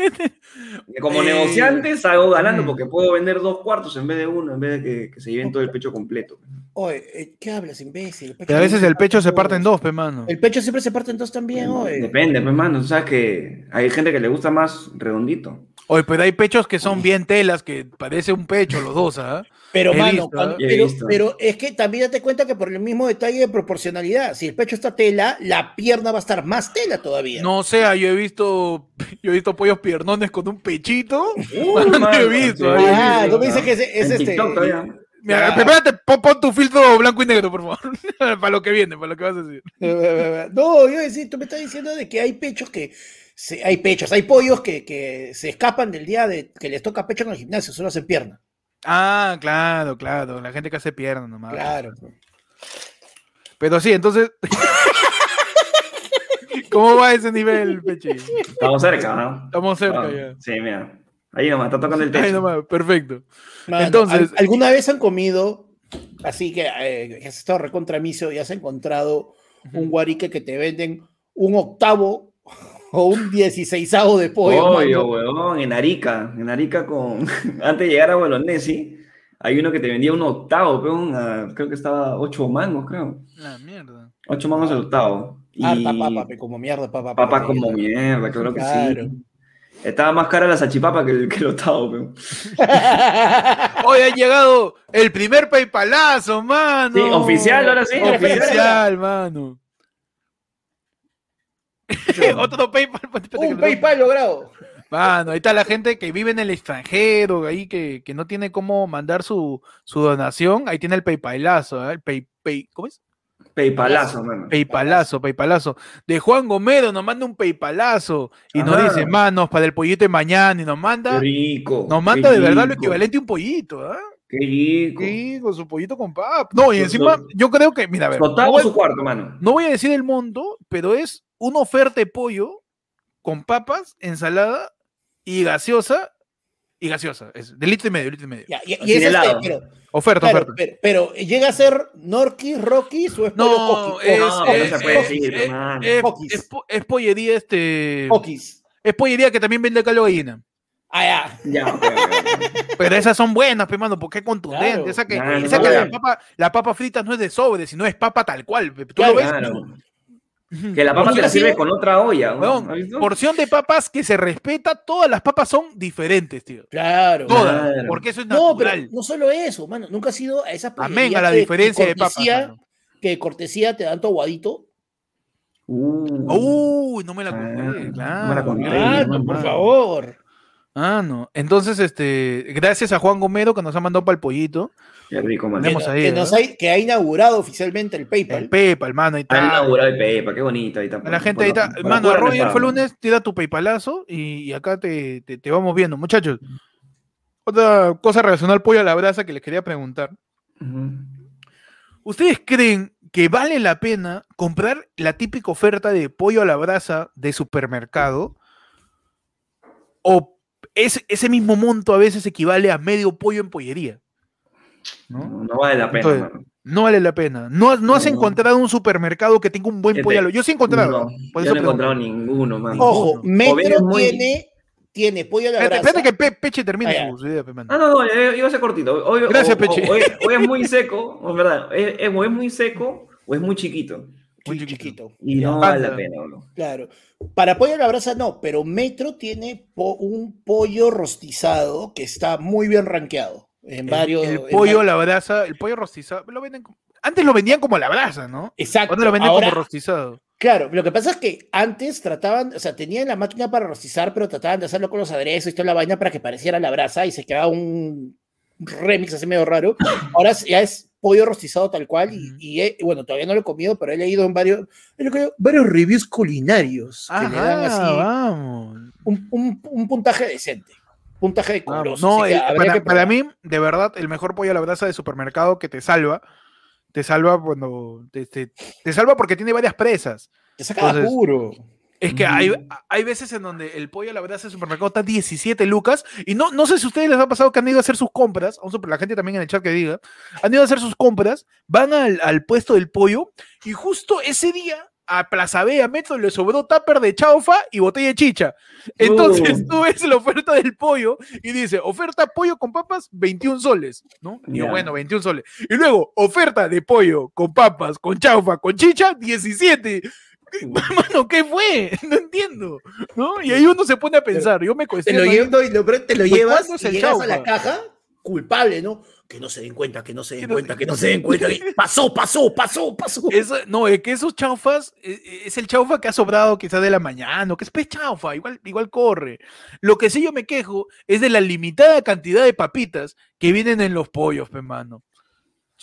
Speaker 2: Que Como
Speaker 1: Eh,
Speaker 2: negociante salgo ganando
Speaker 1: mm.
Speaker 2: porque puedo vender dos cuartos en vez de uno, en vez de que, que se lleven todo el pecho completo.
Speaker 3: Oye, eh, ¿qué hablas, imbécil? El pecho
Speaker 1: Que a veces
Speaker 3: siempre
Speaker 1: el pecho se
Speaker 3: en
Speaker 1: parte en dos, pe mano.
Speaker 3: El pecho siempre se parte en dos también, oye.
Speaker 2: Depende, pues, mano. Tú sabes que hay gente que le gusta más redondito.
Speaker 1: Oye, pero hay pechos que son bien telas, que parece un pecho los dos, ¿ah?
Speaker 3: Pero,
Speaker 1: He
Speaker 3: mano,
Speaker 1: visto,
Speaker 3: cuando-
Speaker 2: ¿eh? He
Speaker 3: pero,
Speaker 2: visto.
Speaker 3: pero es que también date cuenta que por el mismo detalle de proporcionalidad, si el pecho está tela, la pierna va a estar más tela todavía.
Speaker 1: No sea, yo he visto, yo he visto pollos piernones con un pechito.
Speaker 2: Uy,
Speaker 1: no he visto,
Speaker 2: sí,
Speaker 1: ¿eh?
Speaker 3: Ah,
Speaker 2: sí,
Speaker 3: no
Speaker 2: sí,
Speaker 3: me dices
Speaker 2: ¿no?
Speaker 3: que es- es
Speaker 2: En
Speaker 3: este-
Speaker 2: TikTok todavía.
Speaker 1: Mira,
Speaker 3: Ah.
Speaker 1: espérate, pon, pon tu filtro blanco y negro, por favor. para lo que viene, para lo que vas a decir.
Speaker 3: Eh, No, yo decir, tú me estás diciendo de que hay pechos que. se- hay pechos, hay pollos que, que se escapan del día de que les toca pecho en el gimnasio, solo hacen pierna.
Speaker 1: Ah, claro, claro. La gente que hace pierna nomás.
Speaker 3: Claro.
Speaker 1: Pero sí, entonces. ¿Cómo va ese nivel, Peche?
Speaker 2: Estamos cerca, ¿no?
Speaker 1: Estamos cerca
Speaker 2: Ah,
Speaker 1: ya.
Speaker 2: Sí, mira. Ahí nomás, está tocando el
Speaker 1: Ay,
Speaker 2: techo.
Speaker 1: nomás, perfecto.
Speaker 3: Mano,
Speaker 1: Entonces-
Speaker 3: ¿al- ¿alguna vez han comido, así que eh, que has estado recontra miso y has encontrado un guarique que te venden un octavo o un dieciseisavo de pollo?
Speaker 2: Pollo,
Speaker 3: mano?
Speaker 2: huevón, en Arica, en Arica con antes de llegar a Bolonesi, hay uno que te vendía un octavo, huevón, a- creo que estaba ocho mangos, creo.
Speaker 1: La mierda.
Speaker 2: Ocho mangos el octavo. Y
Speaker 3: Harta papa, pe, como mierda, papa.
Speaker 2: papas
Speaker 3: pe,
Speaker 2: como mierda, claro que
Speaker 3: Claro.
Speaker 2: sí. Estaba más cara la salchipapa que el, que el octavo, huevón.
Speaker 1: Hoy ha llegado el primer PayPalazo, mano.
Speaker 2: Sí, oficial, ahora sí,
Speaker 3: Espera, espera, espera,
Speaker 1: Oficial, mano. Otro PayPal. espérate que
Speaker 3: Un
Speaker 1: lo-
Speaker 3: PayPal logrado.
Speaker 1: Mano, ahí está la gente que vive en el extranjero, ahí que, que no tiene cómo mandar su, su donación. Ahí tiene el PayPalazo, ¿ah? el pay, Pay- ¿cómo es?
Speaker 2: Paypalazo, mano.
Speaker 1: PayPalazo, PayPalazo. De Juan Gomero nos manda un PayPalazo y nos
Speaker 2: Ajá.
Speaker 1: dice, manos, para el pollito de mañana y nos
Speaker 2: Qué
Speaker 1: manda,
Speaker 2: rico.
Speaker 1: nos
Speaker 2: qué
Speaker 1: manda de verdad lo
Speaker 2: rico,
Speaker 1: equivalente a un pollito, ¿ah?
Speaker 2: Qué rico.
Speaker 1: Sí, con su pollito con pap. No, y
Speaker 2: Su-
Speaker 1: encima,
Speaker 2: su-
Speaker 1: yo creo que, mira, a ver,
Speaker 2: Su
Speaker 1: no
Speaker 2: octavo
Speaker 1: voy,
Speaker 2: su cuarto, mano.
Speaker 1: no voy a decir el mundo, pero es una oferta de pollo con papas, ensalada y gaseosa. Y gaseosa, es de litro y medio, litro y medio.
Speaker 3: Ya, y- y
Speaker 2: Sin
Speaker 3: es este,
Speaker 2: helado.
Speaker 3: pero,
Speaker 1: Oferta,
Speaker 3: claro,
Speaker 1: oferta.
Speaker 3: pero, pero llega a ser Norquis, Rocky, su
Speaker 1: No, es,
Speaker 2: No, no
Speaker 1: es-
Speaker 2: se puede
Speaker 1: es-
Speaker 2: decir,
Speaker 1: es-
Speaker 2: mano.
Speaker 1: es-
Speaker 3: Coquis.
Speaker 1: es po- es pollería, este.
Speaker 3: Pokis.
Speaker 1: Es pollería que también vende caldo gallina.
Speaker 3: Ah, ya.
Speaker 2: Ya, pues, huevón.
Speaker 1: Pero esas son buenas, pe, mano, porque es contundente.
Speaker 3: Claro.
Speaker 1: esa que,
Speaker 2: Claro,
Speaker 1: esa que
Speaker 2: claro.
Speaker 1: la, papa, la papa frita no es de sobre, sino es papa tal cual. pe. Tú
Speaker 3: Claro.
Speaker 1: lo ves.
Speaker 2: Claro.
Speaker 1: Ujú.
Speaker 2: Ah, Que la papa te la
Speaker 3: Porción-
Speaker 2: sirve con otra olla,
Speaker 1: Weón,
Speaker 2: weón. ¿Has visto?
Speaker 1: porción de papas que se respeta, todas las papas son diferentes, tío.
Speaker 3: Claro.
Speaker 1: Todas,
Speaker 2: Claro.
Speaker 1: porque eso es
Speaker 3: No,
Speaker 1: natural.
Speaker 3: pero no solo eso, mano. Nunca ha sido a esas
Speaker 1: Amén a
Speaker 3: pollerías
Speaker 1: la
Speaker 3: que- que
Speaker 1: diferencia de papas.
Speaker 3: cortesía-
Speaker 1: mano.
Speaker 3: Que de cortesía te dan tu aguadito.
Speaker 2: Uh.
Speaker 1: Uy, no me la conté,
Speaker 2: Ah, no me la
Speaker 1: claro.
Speaker 2: conté,
Speaker 1: Ah,
Speaker 2: hermano.
Speaker 1: por favor.
Speaker 3: favor.
Speaker 1: Ah, no. Entonces, este, gracias a Juan Gomero que nos ha mandado para el pollito.
Speaker 2: Qué rico, man.
Speaker 3: Que,
Speaker 1: Tenemos
Speaker 3: no-
Speaker 1: ahí,
Speaker 3: que,
Speaker 1: ¿no?
Speaker 3: nos ha, que ha inaugurado oficialmente el
Speaker 1: El
Speaker 3: PayPal.
Speaker 1: PayPal, mano, ahí
Speaker 2: Está
Speaker 1: está.
Speaker 2: inaugurado el Pepa, qué bonito. Ahí está, pues,
Speaker 1: A la gente ahí está. Mano, Roger fue lunes, tira tu PayPalazo y, y acá te, te- te vamos viendo. Muchachos, otra cosa relacionada al pollo a la brasa que les quería preguntar. ¿Ustedes creen que vale la pena comprar la típica oferta de pollo a la brasa de supermercado? ¿O es- ese mismo monto a veces equivale a medio pollo en pollería?
Speaker 2: No, no vale la pena,
Speaker 1: Entonces,
Speaker 2: mano.
Speaker 1: No vale la pena. No, has- no has
Speaker 2: No.
Speaker 1: encontrado un supermercado que tenga un buen
Speaker 2: Fíjate,
Speaker 1: pollo. a la- Yo sí he encontrado.
Speaker 2: No,
Speaker 1: por eso
Speaker 2: yo no he
Speaker 1: pregunto.
Speaker 2: encontrado ninguno, mano.
Speaker 1: Oh,
Speaker 3: Ojo,
Speaker 1: O
Speaker 3: Metro
Speaker 2: vienes muy-
Speaker 3: tiene, tiene pollo a la
Speaker 1: Espérate,
Speaker 3: brasa.
Speaker 1: espérate que Pe- Peche termine
Speaker 3: Ah, ya.
Speaker 1: su, su idea, pe, mano.
Speaker 2: Ah, no, no, eh, iba a ser cortito. Hoy,
Speaker 1: Gracias,
Speaker 2: o- o-
Speaker 1: Peche.
Speaker 2: Hoy, hoy es muy seco, es verdad. Es, es- o es muy seco o es muy chiquito.
Speaker 1: Muy
Speaker 3: Sí,
Speaker 1: chiquito.
Speaker 3: chiquito.
Speaker 2: Y no
Speaker 1: Panda.
Speaker 2: vale la pena, bro.
Speaker 3: Claro. Para pollo a la brasa no, pero Metro tiene po- un pollo rostizado que está muy bien rankeado. En
Speaker 1: El-
Speaker 3: varios.
Speaker 1: El,
Speaker 3: en
Speaker 1: pollo,
Speaker 3: va-
Speaker 1: la brasa, el pollo rostizado. lo venden como- antes lo vendían como la brasa, ¿no?
Speaker 3: Exacto.
Speaker 1: Ahora lo venden
Speaker 3: Ahora,
Speaker 1: como rostizado.
Speaker 3: claro, lo que pasa es que antes trataban, o sea, tenían la máquina para rostizar, pero trataban de hacerlo con los aderezos y toda la vaina para que pareciera la brasa y se quedaba un remix así medio raro. Ahora ya es pollo rostizado tal cual y,
Speaker 1: Ujú.
Speaker 3: y, eh, bueno, todavía no lo he comido, pero he leído en varios, he leído varios reviews culinarios que le dan así
Speaker 1: vamos.
Speaker 3: un, un- un puntaje decente. Puntaje de
Speaker 1: Vamos.
Speaker 3: culoso.
Speaker 1: Ah, No,
Speaker 3: así que
Speaker 1: el-
Speaker 3: habría
Speaker 1: para,
Speaker 3: que
Speaker 1: para
Speaker 3: probar.
Speaker 1: mí, de verdad, el mejor pollo a la brasa de supermercado que te salva. Te salva cuando. Te, te- te salva porque tiene varias presas.
Speaker 3: Te saca de
Speaker 1: entonces-
Speaker 3: apuro.
Speaker 1: pues, Es que hay, hay veces en donde el pollo a la brasa de supermercado está 17 lucas. Y no, no sé si a ustedes les ha pasado que han ido a hacer sus compras. a un super- la gente también en el chat que diga. Han ido a hacer sus compras, van al, al puesto del pollo. Y justo ese día a Plaza B, a Metro, le sobró tupper de chaufa y botella de chicha. Entonces
Speaker 2: Uh.
Speaker 1: tú ves la oferta del pollo y dice, oferta pollo con papas, 21 soles, ¿no? Y yo,
Speaker 2: Ya.
Speaker 1: bueno, 21 soles. Y luego, oferta de pollo con papas, con chaufa, con chicha, 17. ¿Qué- Mano, ¿qué fue? No entiendo, ¿no? Y ahí uno se pone a pensar, yo me
Speaker 3: Te
Speaker 1: cuestiono.
Speaker 3: lo,
Speaker 1: ahí,
Speaker 3: llevo, y lo- te lo
Speaker 1: ¿Pues
Speaker 3: llevas
Speaker 1: cuándo es
Speaker 3: y
Speaker 1: el
Speaker 3: llegas
Speaker 1: chaufa?
Speaker 3: a la caja culpable, ¿no? Que no se den cuenta, que no se den
Speaker 1: Que no se-
Speaker 3: cuenta, que no se den cuenta. que- Pasó, pasó, pasó, pasó.
Speaker 1: esa- no, es que esos chaufas, eh, eh, es el chaufa que ha sobrado quizás de la mañana, o que es pez chaufa, igual, igual corre. Lo que sí yo me quejo es de la limitada cantidad de papitas que vienen en los pollos, pe mano.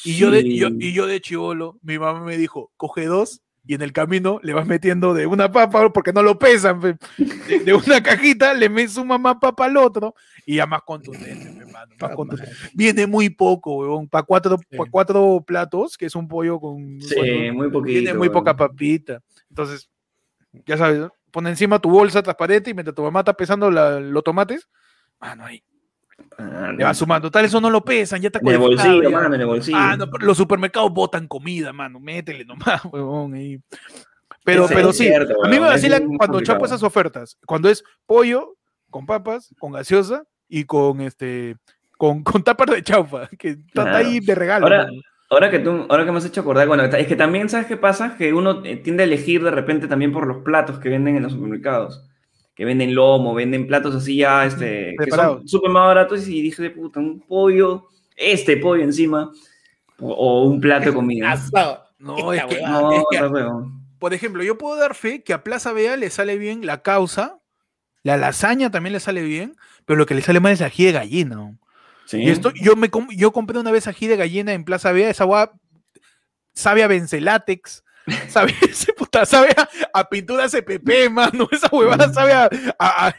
Speaker 1: Y yo, de, yo-
Speaker 2: Sí.
Speaker 1: y yo de chivolo, mi mamá me dijo, coge dos y en el camino le vas metiendo de una papa, porque no lo pesan, pe. de, de una cajita le me suma más papa al otro y ya más contundente, pe, mano, más
Speaker 3: Ah,
Speaker 1: contundente.
Speaker 3: madre.
Speaker 1: Viene muy poco, weón, para cuatro,
Speaker 3: Sí.
Speaker 1: pa' cuatro platos, que es un pollo con...
Speaker 2: Sí,
Speaker 1: bueno,
Speaker 2: muy poquito.
Speaker 1: tiene muy
Speaker 2: bro.
Speaker 1: poca papita. Entonces, ya sabes, ¿no? pon encima tu bolsa transparente y mientras tu mamá está pesando la- los tomates, mano, ahí
Speaker 2: Ah,
Speaker 1: le va sumando. Tal, eso no lo pesan, ya está
Speaker 2: En el
Speaker 1: codificado,
Speaker 2: bolsillo,
Speaker 1: ya.
Speaker 2: mano, en el bolsillo.
Speaker 1: Ah, no, pero los supermercados botan comida, mano. Métele nomás, huevón. ahí. Pero,
Speaker 2: Eso
Speaker 1: pero
Speaker 2: es
Speaker 1: sí,
Speaker 2: cierto,
Speaker 1: a mí me
Speaker 2: huevón, es
Speaker 1: vacila
Speaker 2: muy
Speaker 1: cuando
Speaker 2: complicado.
Speaker 1: chapo esas ofertas. Cuando es pollo, con papas, con gaseosa y con este. Con, con tapas de chaufa, que está
Speaker 2: Claro.
Speaker 1: ahí de regalo.
Speaker 2: Ahora-
Speaker 1: mano.
Speaker 2: Ahora que tú, ahora que me has hecho acordar, bueno, es que también, ¿sabes qué pasa? Que uno eh, tiende a elegir de repente también por los platos que venden en los supermercados. Que venden lomo, venden platos así ya, este, que
Speaker 1: Preparados.
Speaker 2: son súper más baratos y dije, puta, un pollo, este pollo encima, o, o un plato de comida.
Speaker 3: Asado.
Speaker 1: No, es
Speaker 3: Esta
Speaker 1: que,
Speaker 3: huevada.
Speaker 2: No,
Speaker 1: es que
Speaker 2: está huevón.
Speaker 1: por ejemplo, yo puedo dar fe que a Plaza Vea le sale bien la causa, la lasaña también le sale bien, pero lo que le sale mal es la ají de gallina. ¿no?
Speaker 2: Sí.
Speaker 1: Y esto, yo me com- yo compré una vez ají de gallina en Plaza Vea, esa agua sabe a benzelátex, sabe, ese puta, sabe a, a pintura CPP, mano, esa
Speaker 2: Mm.
Speaker 1: huevada sabe a, a- a-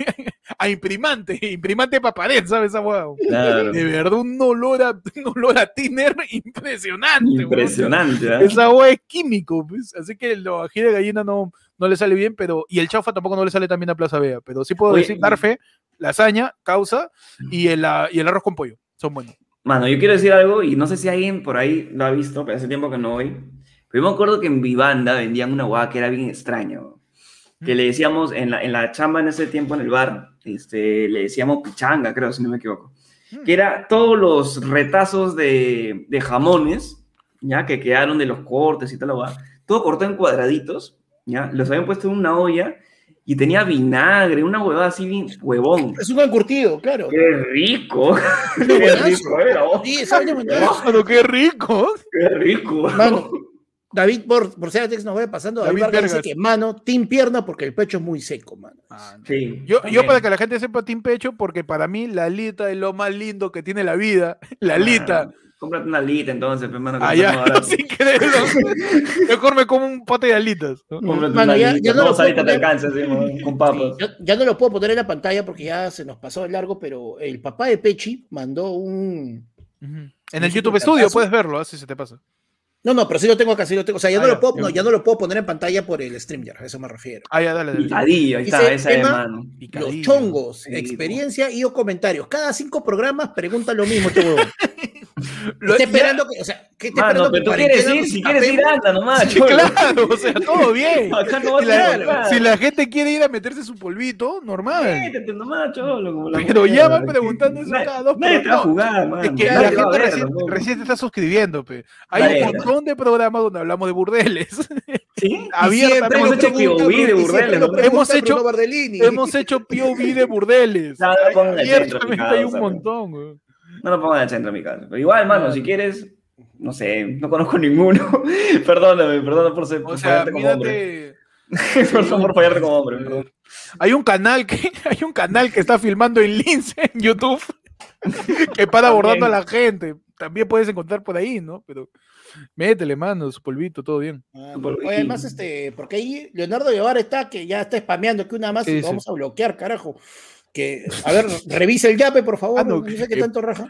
Speaker 1: a imprimante, imprimante para pared, ¿sabes esa huevada?
Speaker 2: Claro.
Speaker 1: De verdad, un olor a, un olor a tiner impresionante. huevón.
Speaker 2: Impresionante, ¿ah?
Speaker 1: Esa agua es químico, pues, así que el ají de gallina no, no le sale bien, pero y el chaufa tampoco no le sale también a Plaza Vea, pero sí puedo
Speaker 2: Oye,
Speaker 1: decir
Speaker 2: y-
Speaker 1: dar fe, lasaña, causa y el, ah, y el arroz con pollo, son buenos.
Speaker 2: Mano, yo quiero decir algo y no sé si alguien por ahí lo ha visto, pero hace tiempo que no voy. Pero yo me acuerdo que en Vivanda vendían una guada que era bien extraña. weón. Que le decíamos en la, en la chamba en ese tiempo en el bar, este, le decíamos pichanga, creo, si no me equivoco. Que era todos los retazos de, de jamones, ya, que quedaron de los cortes y tal, la guada. Todo cortado en cuadraditos, ya. Los habían puesto en una olla y tenía vinagre, una huevada así bien huevón.
Speaker 3: Es un encurtido, claro.
Speaker 2: ¡Qué rico! ¡Qué
Speaker 3: buenazo.
Speaker 2: rico era! oh.
Speaker 3: Sí, sabe de buenazo.
Speaker 1: Mano, qué rico.
Speaker 2: Qué rico.
Speaker 3: Mano, David por, por ser Atex nos va pasando. David,
Speaker 1: David
Speaker 3: Vargas dice
Speaker 1: Vargas.
Speaker 3: que mano, team pierna porque el pecho es muy seco, mano.
Speaker 2: Sí,
Speaker 1: Ah, Yo, yo
Speaker 2: también.
Speaker 1: para que la gente sepa Team Pecho, porque para mí la alita es lo más lindo que tiene la vida. La Ah, alita.
Speaker 2: Ah, cómprate una alita entonces, pues, mano. que está
Speaker 1: Allá,
Speaker 2: más barato.
Speaker 1: sin quererlo. Mejor me como un pote de alitas. ¿no?
Speaker 2: Cómprate
Speaker 3: Mano,
Speaker 2: una
Speaker 3: ya-
Speaker 2: alita.
Speaker 3: ya no lo
Speaker 2: Dos
Speaker 3: puedo
Speaker 2: alitas te
Speaker 3: poner.
Speaker 2: alcanzas, sí, mano, con
Speaker 3: Sí,
Speaker 2: papas.
Speaker 3: yo- ya no lo puedo poner en la pantalla porque ya se nos pasó de largo, pero el papá de Pechi mandó un.
Speaker 1: Ujú. En
Speaker 3: un
Speaker 1: el YouTube
Speaker 3: supercampazo.
Speaker 1: Studio puedes verlo, así se te pasa.
Speaker 3: No, no, pero sí lo tengo acá, sí lo tengo. O sea, ya,
Speaker 1: Ah,
Speaker 3: no,
Speaker 1: ya,
Speaker 3: lo puedo,
Speaker 1: ya.
Speaker 3: no, ya no lo puedo poner en pantalla por el StreamYard, a eso me refiero.
Speaker 1: Ah, ya, dale, dale.
Speaker 2: Picadillo, ahí está,
Speaker 3: Dice,
Speaker 2: esa es,
Speaker 3: Emma,
Speaker 2: mano.
Speaker 1: Picadillo.
Speaker 3: Los chongos,
Speaker 2: Sí,
Speaker 3: experiencia y o comentarios. Cada cinco programas preguntan lo mismo, este huevón.
Speaker 1: Lo- ya-
Speaker 3: está esperando que, o sea, ¿qué está
Speaker 2: Mano,
Speaker 3: esperando
Speaker 2: pero
Speaker 3: que
Speaker 2: tú quieres
Speaker 3: cuarentena
Speaker 2: ir,
Speaker 3: nos
Speaker 2: si quieres ir,
Speaker 3: escapemos?
Speaker 2: anda nomás.
Speaker 1: Sí,
Speaker 2: cholo.
Speaker 1: claro, o sea, todo bien.
Speaker 2: Acá no vas
Speaker 1: Si
Speaker 2: a
Speaker 1: la,
Speaker 2: encontrar.
Speaker 1: si la gente quiere ir a meterse su polvito, normal.
Speaker 2: Métete nomás, cholo, como la
Speaker 1: Pero
Speaker 2: mujer,
Speaker 1: ya van
Speaker 2: ¿verdad?
Speaker 1: preguntando eso
Speaker 2: Nadie-
Speaker 1: cada dos
Speaker 2: Nadie te va a
Speaker 1: programas.
Speaker 2: jugar, mano.
Speaker 1: Es que
Speaker 2: Nadie
Speaker 1: la
Speaker 2: te va a
Speaker 1: gente
Speaker 2: ver,
Speaker 1: recién,
Speaker 2: tampoco.
Speaker 1: recién se está suscribiendo, pe. Hay
Speaker 2: Dale.
Speaker 1: un montón de programas donde hablamos de burdeles.
Speaker 2: Sí.
Speaker 1: Abierta,
Speaker 2: Siempre hemos hecho
Speaker 3: pregunta,
Speaker 2: POV de
Speaker 3: y siempre
Speaker 2: burdeles,
Speaker 3: nos
Speaker 2: ¿no?
Speaker 3: pregunta
Speaker 1: Hemos hecho-
Speaker 3: Bruno Bardellini.
Speaker 1: Hemos hecho POV de burdeles.
Speaker 2: No, no lo pongan al centro, mi
Speaker 1: Abiertamente hay un
Speaker 2: causa, weón.
Speaker 1: montón, weón.
Speaker 2: No lo pongan al centro, mi causa. Pero igual, mano, si quieres, no sé, no conozco ninguno. perdóname, perdóname por, ser,
Speaker 1: O
Speaker 2: por
Speaker 1: sea,
Speaker 2: fallarte como hombre.
Speaker 1: mírate.
Speaker 2: por favor, fallarte como hombre, perdón.
Speaker 1: Hay un canal que hay un canal que está filmando en Lince en YouTube que para abordando a la gente. También puedes encontrar por ahí, ¿no? Pero métele mano, su polvito, todo bien.
Speaker 3: Ah, oye, además, este, porque ahí Leonardo Guevara está que ya está spameando que una más
Speaker 1: Sí,
Speaker 3: y
Speaker 1: sí.
Speaker 3: lo vamos a bloquear, carajo. Que, a ver, revisa el yape, por favor.
Speaker 1: Ah, no,
Speaker 3: no, sé qué
Speaker 1: que-
Speaker 3: tanto raja.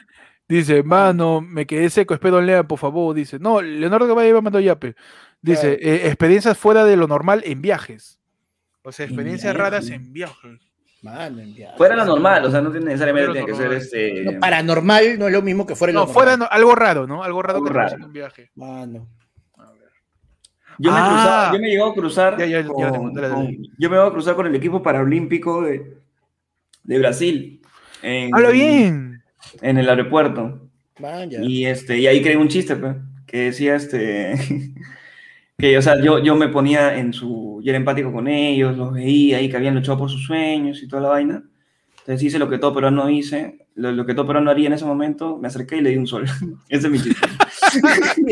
Speaker 1: Dice, mano, me quedé seco, espero lea, por favor. Dice, no, Leonardo Caballero iba mandando yape. Dice, eh, experiencias fuera de lo normal en viajes. O sea,
Speaker 3: En
Speaker 1: experiencias
Speaker 3: viajes.
Speaker 1: raras en viajes.
Speaker 3: Mano, enviado.
Speaker 2: Fuera lo normal, o sea, no tiene necesariamente
Speaker 1: Fuera lo
Speaker 2: tiene que ser
Speaker 1: normal.
Speaker 2: este.
Speaker 3: No, paranormal no es lo mismo que fuera lo
Speaker 1: No,
Speaker 3: normal.
Speaker 1: fuera no- algo raro, ¿no? Algo raro
Speaker 2: Algo
Speaker 1: que te pase
Speaker 2: raro.
Speaker 1: en un viaje.
Speaker 3: Mano.
Speaker 2: Yo me, he
Speaker 1: Ah.
Speaker 2: cruzado- yo me he llegado a cruzar.
Speaker 1: Ya, ya, ya la tengo,
Speaker 2: con-
Speaker 1: dale, dale.
Speaker 2: con- yo me he llegado a cruzar con el equipo paralímpico de, de Brasil. En,
Speaker 1: Habla bien.
Speaker 2: En el aeropuerto.
Speaker 3: Man, ya.
Speaker 2: Y, este, y ahí creé un chiste, pe, que decía este. que, o sea, yo, yo me ponía en su. Yo era empático con ellos, los veía ahí que habían luchado por sus sueños y toda la vaina. Entonces hice lo que todo peruano hice, lo, lo que todo peruano haría en ese momento, me acerqué y le di un sol. Ese es mi chiste.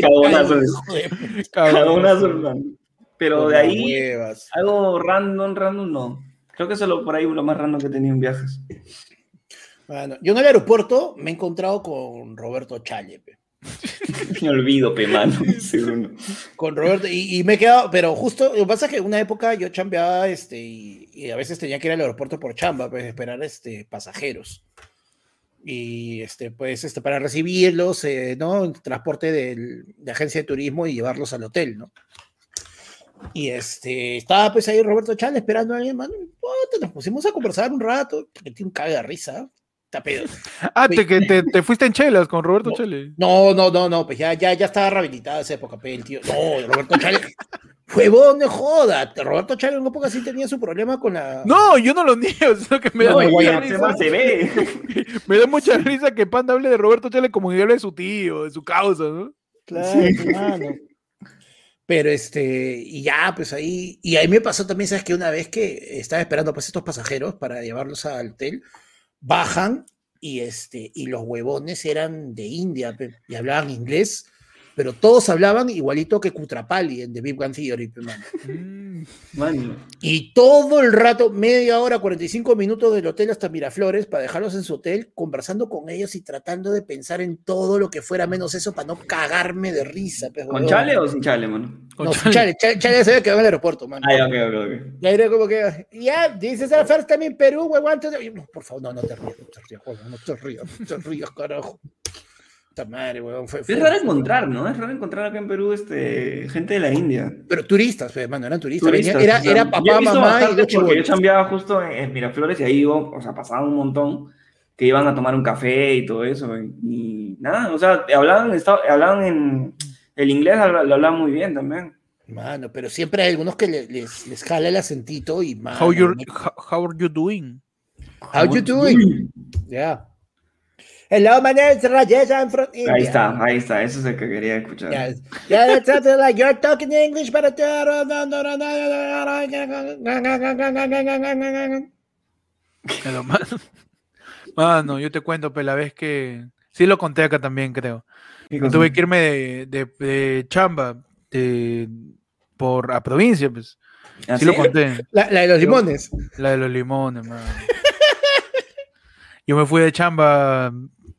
Speaker 2: Cagonazo. Cagonazo, hermano. Pero de ahí.
Speaker 3: Huevas.
Speaker 2: Algo random, random no. Creo que solo por ahí lo más random que he tenido en viajes.
Speaker 3: Mano, yo en el aeropuerto me he encontrado con Roberto Challe. pe.
Speaker 2: Me olvido, pe mano. seguro.
Speaker 3: Con Roberto, y, y me he quedado, pero justo, lo que pasa es que una época yo chambeaba este, y, y a veces tenía que ir al aeropuerto por chamba, pues esperar este, pasajeros. Y este, pues este, para recibirlos, eh, ¿no? En Transporte del- de agencia de turismo y llevarlos al hotel, ¿no? Y este, estaba pues ahí Roberto Chal esperando a alguien, mano. puta, nos pusimos a conversar un rato, que tiene un caga de risa. Está pedo.
Speaker 1: Ah, te, que te, te fuiste en chelas con Roberto
Speaker 3: No.
Speaker 1: Chele.
Speaker 3: No, no, no, no, pues ya, ya, ya estaba rehabilitada esa época, pe, el tío. No, Roberto Chávez. Huevón, no joda. Roberto Chávez en una época sí tenía su problema con la.
Speaker 1: No, yo no lo niego, sino que me da,
Speaker 3: No,
Speaker 1: mucha
Speaker 3: igual,
Speaker 1: risa,
Speaker 2: Se va, se ve.
Speaker 1: me da mucha risa que Panda hable de Roberto Chele como que hable de su tío, de su causa, ¿no?
Speaker 3: Claro, hermano. Pero este, y ya, pues ahí, y ahí me pasó también, ¿sabes? Que una vez que estaba esperando pues estos pasajeros para llevarlos al hotel, bajan y este, y los huevones eran de India pe, y hablaban inglés, pero todos hablaban igualito que Kutrapali en The Big Bang Theory, pe, mano.
Speaker 2: Mm, Mano.
Speaker 3: Y todo el rato, media hora, 45 minutos del hotel hasta Miraflores, para dejarlos en su hotel, conversando con ellos y tratando de pensar en todo lo que fuera menos eso para no cagarme de risa. pues,
Speaker 2: ¿Con
Speaker 3: huevón.
Speaker 2: chale o sin chale, mano?
Speaker 1: Con
Speaker 3: No,
Speaker 1: chale.
Speaker 3: chale, chale, chale ya se había quedado en el aeropuerto, man.
Speaker 2: Ah, ya, ok, ok, ok.
Speaker 3: Ya era como que, ya, dices "Ah, a First también en Perú, huevón. Entonces, y, no, por favor, no, no te rías, no te rías, huevón, no te rías, no te rías, carajo. Puta madre, huevón, fue- fue-
Speaker 2: Es raro encontrar, ¿no? Es raro encontrar acá en Perú este, gente de la India.
Speaker 3: Pero turistas, pues, mano, eran turistas.
Speaker 2: Turistas,
Speaker 3: venía-
Speaker 2: o
Speaker 3: era,
Speaker 2: sea,
Speaker 3: era
Speaker 2: yo he
Speaker 3: papá,
Speaker 2: visto
Speaker 3: mamá y
Speaker 2: bastante
Speaker 3: dos
Speaker 2: Porque yo
Speaker 3: chibolos.
Speaker 2: chambeaba justo en, en Miraflores y ahí iba, o sea, pasaba un montón que iban a tomar un café y todo eso. Y, y nada, o sea, hablaban, esta- hablaban en. El inglés habla- lo hablaban muy bien también.
Speaker 3: Mano, pero siempre hay algunos que le- les, les jala el acentito y mano,
Speaker 1: How, you're-
Speaker 2: Ah,
Speaker 3: me-
Speaker 1: ho- how are you doing?
Speaker 3: How you doing? Yeah. Hello, my name is Rajesh. I'm from India.
Speaker 2: Ahí está, ahí está, eso es lo que quería escuchar.
Speaker 3: Yes. Yeah, that sounded like you're talking English, but it- no, no, no, no, no, no, no.
Speaker 1: Pero, man- Mano, Ah, yo te cuento, pero la vez que. Sí, lo conté acá también, creo.
Speaker 2: ¿Qué cosa?
Speaker 1: Tuve que irme de, de- de chamba de- por a provincia, pues.
Speaker 2: ¿Ah,
Speaker 1: Sí, lo
Speaker 2: sí?
Speaker 1: conté.
Speaker 3: La, la de los limones.
Speaker 1: La de los limones, mano. Yo me fui de chamba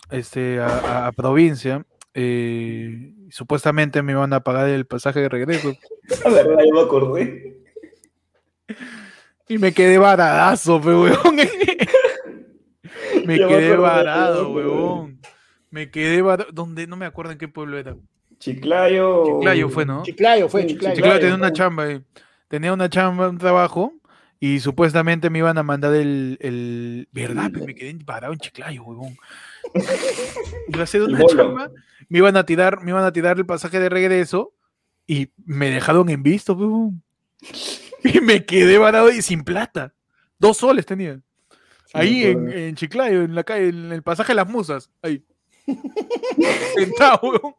Speaker 1: este, a, a- a provincia. eh, supuestamente me iban a pagar el pasaje de regreso.
Speaker 2: La verdad, yo me acordé.
Speaker 1: Y me quedé varadazo, pe, weón. me
Speaker 2: Ya me acordé
Speaker 1: quedé
Speaker 2: de
Speaker 1: varado,
Speaker 2: dónde, weón.
Speaker 1: weón. Me quedé varado. ¿Dónde? No me acuerdo en qué pueblo era.
Speaker 2: Oh, Chiclayo.
Speaker 1: Chiclayo fue, ¿no?
Speaker 3: Chiclayo fue, Chiclayo.
Speaker 1: Chiclayo tenía
Speaker 2: ¿no?
Speaker 1: una chamba. ahí. Tenía una chamba, un trabajo. Y supuestamente me iban a mandar el. el... ¿Verdad? pe? me quedé varado en Chiclayo, weón. Iba a hacer
Speaker 2: El
Speaker 1: una
Speaker 2: bolo.
Speaker 1: chamba. Me iban a tirar, me iban a tirar el pasaje de regreso. Y me dejaron en visto, pe, weón. Y me quedé varado y sin plata. Dos soles tenía. Ahí
Speaker 2: me
Speaker 1: en,
Speaker 2: acuerdo.
Speaker 1: en Chiclayo, en la calle, en el pasaje de las musas. Ahí. Sentado, weón.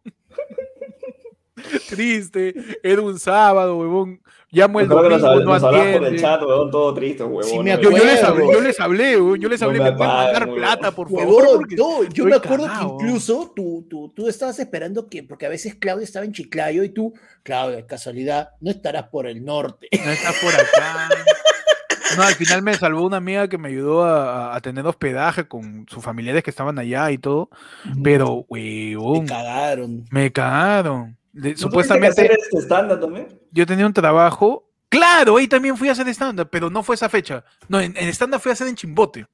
Speaker 1: triste, era un sábado, huevón. Llamo el
Speaker 2: Creo que nos,
Speaker 1: domingo,
Speaker 2: hab-
Speaker 1: no
Speaker 2: nos hablaban por el
Speaker 1: atiende.
Speaker 2: chat, weón, todo triste, huevón.
Speaker 3: Sí, me
Speaker 1: Yo,
Speaker 2: weón.
Speaker 1: yo les hablé,
Speaker 3: Huevón.
Speaker 1: yo les hablé, huevón, yo les
Speaker 2: No
Speaker 1: hablé,
Speaker 2: me
Speaker 1: me pueden
Speaker 2: apagan,
Speaker 1: mandar
Speaker 2: huevón.
Speaker 1: plata, por favor.
Speaker 3: Huevón,
Speaker 1: porque
Speaker 3: no, yo
Speaker 1: estoy
Speaker 3: me acuerdo
Speaker 1: cagao, huevón.
Speaker 3: que incluso tú, tú, tú estabas esperando que, porque a veces Claudia estaba en Chiclayo y tú, Claudia, casualidad, no estarás por el norte.
Speaker 1: No está por acá. No, al final me salvó una amiga que me ayudó a, a- a tener hospedaje con sus familiares que estaban allá y todo. Pero,
Speaker 3: Te
Speaker 1: huevón,
Speaker 3: cagaron.
Speaker 1: me cagaron. De-
Speaker 2: ¿No tuviste que
Speaker 1: supuestamente
Speaker 2: hacer este estándar también?
Speaker 1: yo tenía un trabajo. Claro, ahí también fui a hacer stand-up, pero no fue esa fecha. No, en, en stand-up fui a hacer en Chimbote.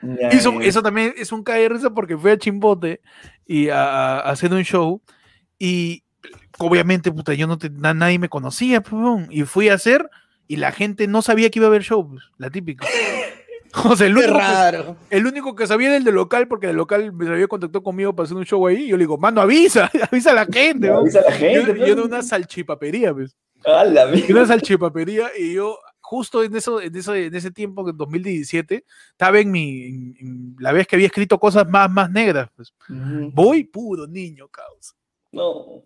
Speaker 2: Ya,
Speaker 1: Eso,
Speaker 2: ya.
Speaker 3: Eh,
Speaker 1: eso también es un caer de risa porque fui a Chimbote y a, a hacer un show. Y obviamente, puta, yo no te- na- nadie me conocía, pues, weón, y fui a hacer y la gente no sabía que iba a haber show, pues, la típica. O sea, el
Speaker 3: Qué
Speaker 1: único, que-
Speaker 3: raro.
Speaker 1: el único que sabía era el de local, porque el local me había contactado conmigo para hacer un show ahí. Y yo le digo, mano, avisa, avisa a la gente.
Speaker 2: Le
Speaker 1: weón".
Speaker 2: avisa a
Speaker 1: Yo,
Speaker 2: la
Speaker 1: yo
Speaker 2: gente, pero-
Speaker 1: era una salchipapería, pues.
Speaker 2: A la
Speaker 1: Y una
Speaker 2: mierda.
Speaker 1: salchipapería y yo justo en eso en eso en ese tiempo en 2017 estaba en mi en- en la vez que había escrito cosas más más negras pues. voy puro niño caos
Speaker 2: No.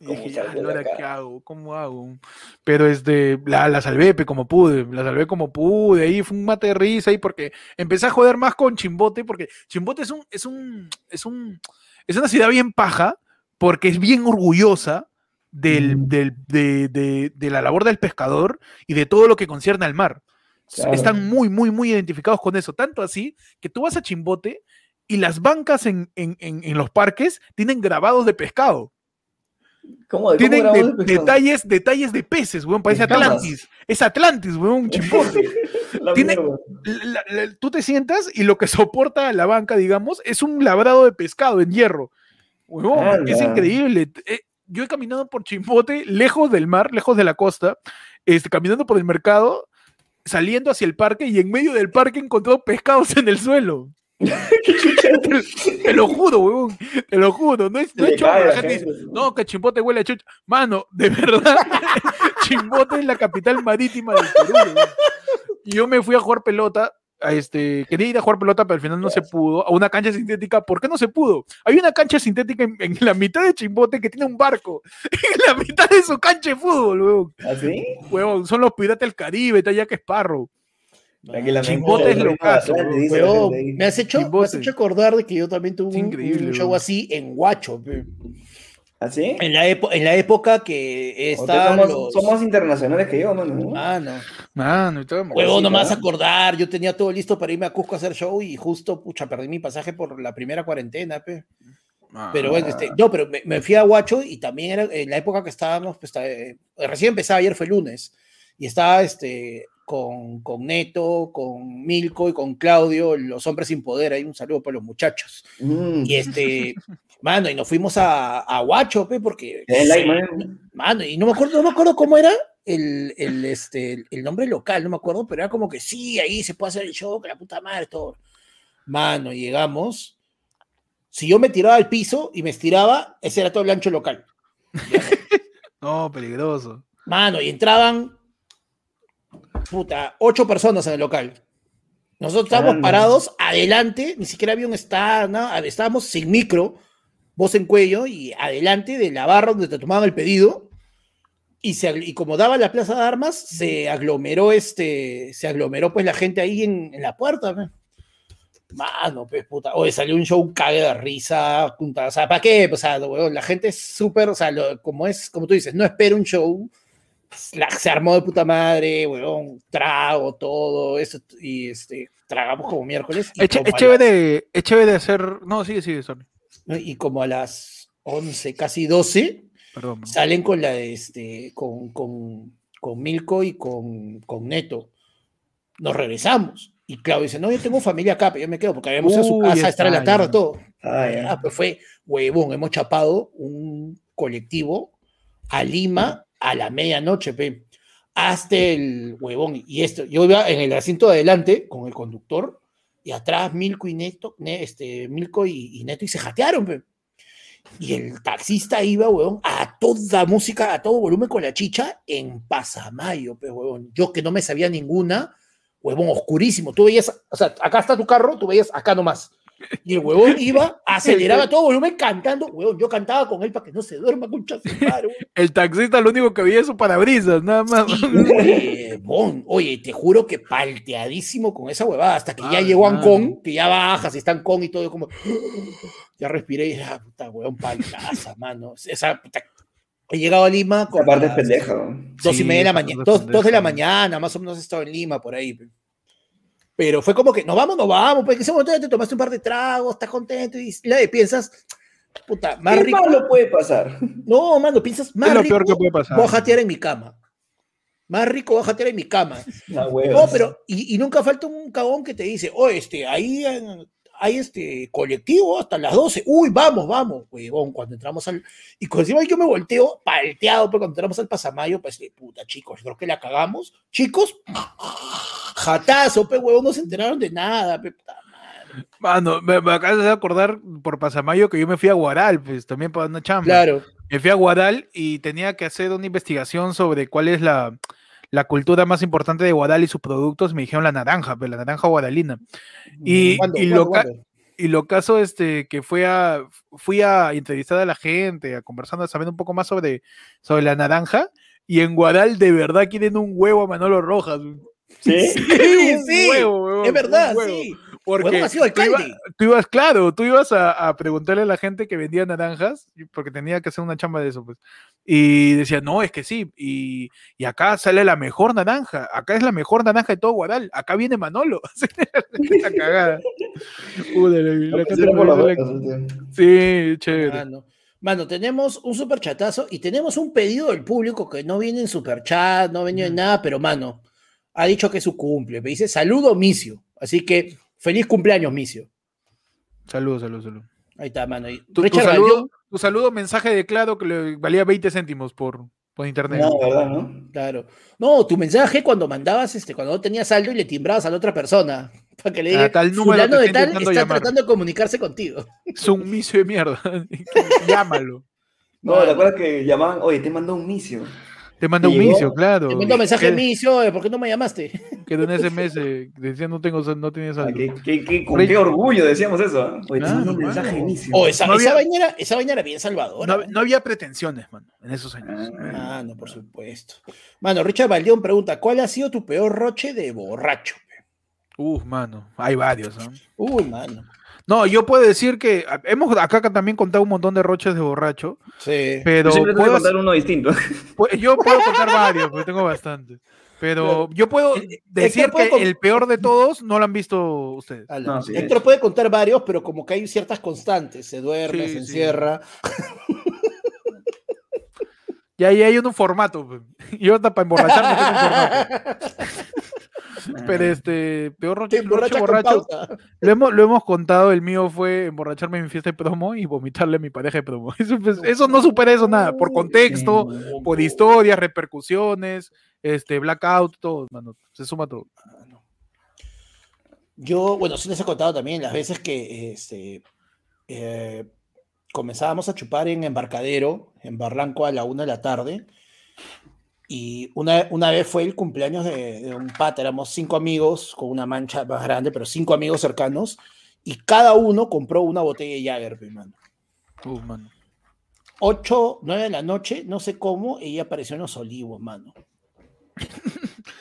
Speaker 1: y
Speaker 2: ¿Cómo
Speaker 1: dije, ya,
Speaker 2: salgo de
Speaker 1: ahora
Speaker 2: acá?
Speaker 1: qué hago cómo hago pero este la, la salvé pe, como pude la salvé como pude ahí fue un mate de risa ahí porque empecé a joder más con Chimbote porque Chimbote es un es un es un es una ciudad bien paja porque es bien orgullosa del,
Speaker 2: Mm.
Speaker 1: del- de, de- de la labor del pescador y de todo lo que concierne al mar. S-
Speaker 2: Claro.
Speaker 1: Están muy, muy, muy identificados con eso. Tanto así que tú vas a Chimbote y las bancas en, en- en- en los parques tienen grabados de pescado.
Speaker 2: ¿Cómo, cómo
Speaker 1: tienen
Speaker 2: grabamos este
Speaker 1: de-
Speaker 2: el pescado?
Speaker 1: detalles, detalles de peces, weón. Parece
Speaker 2: Escamas.
Speaker 1: Atlantis. Es Atlantis, weón, Chimbote.
Speaker 2: La
Speaker 1: tiene-
Speaker 2: mierda.
Speaker 1: la- la- la- tú te sientas y lo que soporta la banca, digamos, es un labrado de pescado en hierro. Huevón,
Speaker 2: Ala.
Speaker 1: es increíble. T- eh, yo he caminado por Chimbote, lejos del mar, lejos de la costa, este, caminando por el mercado, saliendo hacia el parque y en medio del parque he encontrado pescados en el suelo. te, te lo juro, huevón, te lo juro. No es, no es
Speaker 2: Le
Speaker 1: choro,
Speaker 2: cae a
Speaker 1: la
Speaker 2: la
Speaker 1: gente dice,
Speaker 2: gente, ¿no?
Speaker 1: no, que Chimbote huele a chucha. Mano, de verdad, Chimbote es la capital marítima del Perú. weón. Y yo me fui a jugar pelota. A este, quería ir a jugar pelota, pero al final no se pudo. A una cancha sintética, ¿por qué no se pudo? Hay una cancha sintética en, en la mitad de Chimbote que tiene un barco. En la mitad de su cancha de fútbol, weón.
Speaker 2: ¿Así?
Speaker 1: Weón, son los piratas del Caribe, está Jack Sparrow.
Speaker 2: Tranquilamente.
Speaker 1: Chimbote es lo caso,
Speaker 2: Atlante, dice la
Speaker 3: Huevón,
Speaker 2: gente ahí.
Speaker 3: me has hecho, me has
Speaker 1: Chimbote.
Speaker 3: hecho acordar de que yo también tuve
Speaker 1: Es
Speaker 3: un-
Speaker 1: increíble,
Speaker 3: un show
Speaker 1: huevón.
Speaker 3: así en Guacho. pe.
Speaker 2: ¿Así?
Speaker 3: En la, epo- en la época que
Speaker 2: Ustedes son
Speaker 3: estaban
Speaker 2: más-
Speaker 3: los... Ah.
Speaker 2: son más internacionales que yo, mano. ¿no?
Speaker 3: Mano,
Speaker 1: Mano, y todo,
Speaker 3: huevón,
Speaker 2: sí,
Speaker 3: no me vas a
Speaker 2: ¿verdad?
Speaker 3: acordar. Yo tenía todo listo para irme a Cusco a hacer show y justo, pucha, perdí mi pasaje por la primera cuarentena, pe. Pero bueno, este, no, pero me, me fui a Guacho y también era en la época que estábamos, pues, está- eh, recién empezaba, ayer fue lunes, y estaba este, con, con Neto, con Milko y con Claudio, los hombres sin poder, ahí un saludo para los muchachos.
Speaker 2: Mm.
Speaker 3: Y este, mano, y nos fuimos a, a Guacho, pe, porque,
Speaker 2: Es like, man.
Speaker 3: mano, Ah, y no me acuerdo, no me acuerdo cómo era. El, el, este, el- el nombre local, no me acuerdo, pero era como que sí, ahí se puede hacer el show, que la puta madre, todo. Mano, llegamos. Si yo me tiraba al piso y me estiraba, ese era todo el ancho local.
Speaker 1: No, peligroso.
Speaker 3: Mano, y entraban, puta, ocho personas en el local. Nosotros estábamos
Speaker 2: Anda.
Speaker 3: parados adelante, ni siquiera había un stand, nada, estábamos sin micro, voz en cuello, y adelante de la barra donde te tomaban el pedido. Y, se, agl- y como daba la plaza de armas, se aglomeró este, se aglomeró pues la gente ahí en, en la puerta. pe. Mano, pues puta, oye, salió un show un cague de risa, puta, o sea, ¿para qué? O sea, weón, la gente es súper, o sea, lo- como es, como tú dices, no espera un show, la- se armó de puta madre, weón, trago, todo, eso, y este, tragamos como miércoles. y
Speaker 1: Es, ch-
Speaker 3: como
Speaker 1: es
Speaker 3: a
Speaker 1: chévere, es chévere hacer. No, sigue, sigue, sorry.
Speaker 3: las- y como a las 11, casi 12,
Speaker 1: Perdón. bro.
Speaker 3: salen con la de este, con, con, con Milko y con, con Neto. Nos regresamos. Y Claudio dice, no, yo tengo familia acá, pero yo me quedo porque habíamos ido a su
Speaker 1: Uy,
Speaker 3: casa a estar en la
Speaker 1: está,
Speaker 3: tarde,
Speaker 1: ya.
Speaker 3: todo.
Speaker 2: Ah,
Speaker 3: Ah,
Speaker 2: ya.
Speaker 3: pues fue, huevón, hemos chapado un colectivo a Lima a la medianoche, pe. Hasta el huevón. Y esto, yo iba en el asiento de adelante con el conductor y atrás Milko y Neto, Ne- este, Milko y, y Neto y se jatearon, pe. Y el taxista iba, huevón, a toda música, a todo volumen con la chicha en Pasamayo, pe, huevón. Yo que no me sabía ninguna, huevón, oscurísimo. Tú veías, o sea, acá está tu carro, tú veías acá nomás. Y el huevón iba, aceleraba todo volumen cantando. Huevón, yo cantaba con él para que no se duerma, concha su madre, huevón.
Speaker 1: El taxista lo único que veía es su parabrisas, nada más.
Speaker 3: Sí, huevón. Eh, Oye, te juro que palteadísimo con esa huevada, hasta que ya
Speaker 1: Ay,
Speaker 3: llegó a
Speaker 1: mano.
Speaker 3: Ancón, que ya bajas, están con y todo, como. Ya respiré y dije, ah, puta, huevón, paltaza, mano. Esa, puta. He llegado a Lima con.
Speaker 2: Aparte es
Speaker 3: las
Speaker 2: pendeja, weón.
Speaker 3: Dos
Speaker 1: Sí,
Speaker 3: y media de la
Speaker 1: esa
Speaker 3: mañana,
Speaker 1: cosa
Speaker 3: dos, dos de
Speaker 1: pendeja.
Speaker 3: la mañana, más o menos estaba en Lima por ahí. pe. Pero fue como que, no vamos, no vamos, porque en ese momento ya te tomaste un par de tragos, estás contento y la de piensas, puta, más
Speaker 2: ¿Qué
Speaker 3: rico.
Speaker 2: malo puede pasar?
Speaker 3: No, mano, piensas, más
Speaker 1: es lo
Speaker 3: rico
Speaker 1: peor que puede pasar.
Speaker 3: voy a jatear en mi cama. Más rico voy a jatear en mi cama.
Speaker 2: No, weón.
Speaker 3: No, pero, y, y nunca falta un cagón que te dice, oh, este, ahí en- hay este colectivo hasta las 12. Uy, vamos, vamos, huevón, cuando entramos al. Y cuando encima yo me volteo, palteado, pero cuando entramos al pasamayo, pues de puta, chicos, creo que la cagamos. Chicos, jatazo, pe, huevón, no se enteraron de nada, pe, puta madre.
Speaker 1: Mano, Ah, me, me acabas de acordar por Pasamayo que yo me fui a Guaral, pues también para una chamba.
Speaker 3: Claro.
Speaker 1: Me fui a Guadal y tenía que hacer una investigación sobre cuál es la, la cultura más importante de Guadal y sus productos. Me dijeron la naranja, pues, la naranja guadalina. Y-
Speaker 3: Mm, ¿Cuándo,
Speaker 1: y
Speaker 3: cuándo,
Speaker 1: lo ca-
Speaker 3: cuándo?
Speaker 1: Y lo caso este, que fui a, fui a entrevistar a la gente, a conversando, a saber un poco más sobre, sobre la naranja. Y en Guadal de verdad quieren un huevo a Manolo Rojas.
Speaker 4: ¿Sí?
Speaker 1: Un
Speaker 3: sí,
Speaker 1: huevo, huevón,
Speaker 3: Es verdad,
Speaker 1: un huevo.
Speaker 3: sí.
Speaker 1: Porque
Speaker 3: Huevón ha sido
Speaker 1: tú iba-
Speaker 3: alcalde.
Speaker 1: tú ibas, claro, tú ibas a, a preguntarle a la gente que vendía naranjas, y- porque tenía que hacer una chamba de eso, pues. Y decía, no, es que sí, y, y acá sale la mejor naranja, acá es la mejor naranja de todo Guadal, acá viene Manolo. Así, la cagada. Puta, la- la
Speaker 2: Lo
Speaker 1: gente
Speaker 2: pusieron pues, por
Speaker 1: me
Speaker 2: las
Speaker 1: dice la-
Speaker 2: huevas, tío.
Speaker 1: Sí, chévere.
Speaker 3: Mano. Mano, tenemos un super chatazo y tenemos un pedido del público que no viene en super chat, no ha venido en
Speaker 1: Ujú.
Speaker 3: nada, pero mano, ha dicho que es su cumple. Me dice saludo, Micio. Así que feliz cumpleaños, Micio.
Speaker 1: Saludos, saludos, saludos.
Speaker 3: Ahí está, mano. Y
Speaker 1: Tu, tu
Speaker 3: Richard
Speaker 1: saludo,
Speaker 3: Galdión,
Speaker 1: tu saludo, mensaje de claro que le valía 20 céntimos por, por internet.
Speaker 2: No, ¿verdad, no?
Speaker 3: claro. No, tu mensaje cuando mandabas, este, cuando no tenías saldo y le timbrabas a la otra persona. Para que le
Speaker 1: A
Speaker 3: diga,
Speaker 1: tal número
Speaker 3: fulano
Speaker 1: que
Speaker 3: de
Speaker 1: está
Speaker 3: tal
Speaker 1: intentando
Speaker 3: está
Speaker 1: llamar".
Speaker 3: tratando de comunicarse contigo.
Speaker 1: Es un misio de mierda. Llámalo.
Speaker 2: No, ¿te acuerdas que llamaban? Oye, te mandó un misio.
Speaker 1: Te manda
Speaker 2: Y
Speaker 1: un
Speaker 2: llegó,
Speaker 1: misio, claro.
Speaker 3: Te mando un mensaje,
Speaker 1: Que-
Speaker 3: Micio, eh, ¿por qué no me llamaste?
Speaker 1: que de un SMS eh, decía no tengo sal- no tenía
Speaker 2: Ah,
Speaker 1: saldo.
Speaker 2: qué, qué- qué- con qué orgullo decíamos eso. ¿ah? Oye, te
Speaker 1: Claro,
Speaker 2: mandó un
Speaker 1: mano.
Speaker 2: mensaje de misio.
Speaker 3: Oh, esa,
Speaker 1: No
Speaker 3: esa
Speaker 1: había-
Speaker 3: vaina era- esa vaina era bien
Speaker 1: No,
Speaker 3: salvadora.
Speaker 1: hab- no había pretensiones, mano, en esos años.
Speaker 2: Ah,
Speaker 3: Ah, no, por supuesto. Mano, Richard Valdión pregunta, ¿cuál ha sido tu peor roche de borracho? pe?
Speaker 1: Uf, mano, hay varios. ¿ah?
Speaker 3: Uy, mano.
Speaker 1: No, yo puedo decir que a- hemos acá ca- también contado un montón de roches de borracho,
Speaker 3: Sí.
Speaker 1: pero
Speaker 2: Yo siempre tengo que
Speaker 1: puedo-
Speaker 2: contar uno distinto.
Speaker 1: pu- yo puedo contar varios, porque tengo bastantes. Pero yo puedo decir
Speaker 3: puede
Speaker 1: que
Speaker 3: con-
Speaker 1: el peor de todos no lo han visto ustedes.
Speaker 3: Ala.
Speaker 2: No, sí,
Speaker 3: Héctor
Speaker 2: es.
Speaker 3: puede contar varios, pero como que hay ciertas constantes. Se
Speaker 1: Sí,
Speaker 3: duerme, se
Speaker 1: sí.
Speaker 3: encierra.
Speaker 1: Y ahí hay un formato. pues. Yo hasta para emborracharme tengo un formato.
Speaker 2: Ah.
Speaker 1: Pero este, peor
Speaker 3: Te
Speaker 1: roche, roche
Speaker 3: emborrachas con
Speaker 1: borracho.
Speaker 3: pauta.
Speaker 1: Lo hemos, lo hemos contado, el mío fue emborracharme en mi fiesta de promo y vomitarle a mi pareja de promo. Eso, pues, eso no supera eso nada, por contexto, por historias, repercusiones, este, blackout, todo, mano, se suma todo.
Speaker 3: Yo, bueno, sí les he contado también las veces que este, eh, comenzábamos a chupar en Embarcadero, en Barranco, a la una de la tarde. Y una, una vez fue el cumpleaños de, de un pata, éramos cinco amigos con una mancha más grande, pero cinco amigos cercanos. Y cada uno compró una botella de Jagger, pe, mano.
Speaker 1: Uh, mano.
Speaker 3: Ocho, nueve de la noche, no sé cómo, ella apareció en los olivos, mano.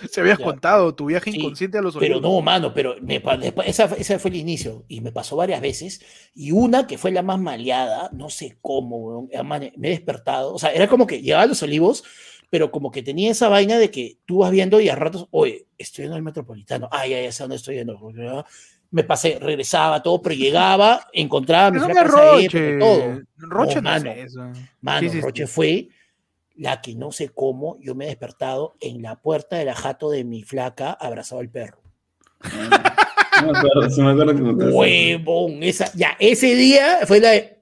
Speaker 1: Se habías
Speaker 3: Ya.
Speaker 1: contado tu viaje
Speaker 3: Sí,
Speaker 1: inconsciente a los
Speaker 3: Pero
Speaker 1: olivos.
Speaker 3: no, mano, pero me pa- después- esa, fue- ese fue el inicio y me pasó varias veces. Y una que fue la más maleada, no sé cómo, weón, amane- me he despertado. O sea, era como que llegaba a los olivos, pero como que tenía esa vaina de que tú vas viendo y a ratos, oye, estoy en el metropolitano, ay, ay, ya sé dónde estoy yendo. Me pasé, regresaba todo, pero llegaba, encontraba a mi
Speaker 1: Eso no
Speaker 3: flaca
Speaker 1: es
Speaker 3: en esa época,
Speaker 1: roche.
Speaker 3: todo.
Speaker 1: Roche
Speaker 3: No,
Speaker 1: no, es
Speaker 3: mano.
Speaker 1: eso.
Speaker 3: Mano,
Speaker 1: Sí, sí, sí.
Speaker 3: Roche fue la que no sé cómo, yo me he despertado en la puerta de la jato de mi flaca, abrazado al perro.
Speaker 2: No me acuerdo, sí me acuerdo que contaste.
Speaker 3: Huevón, esa, ya, ese día fue la de.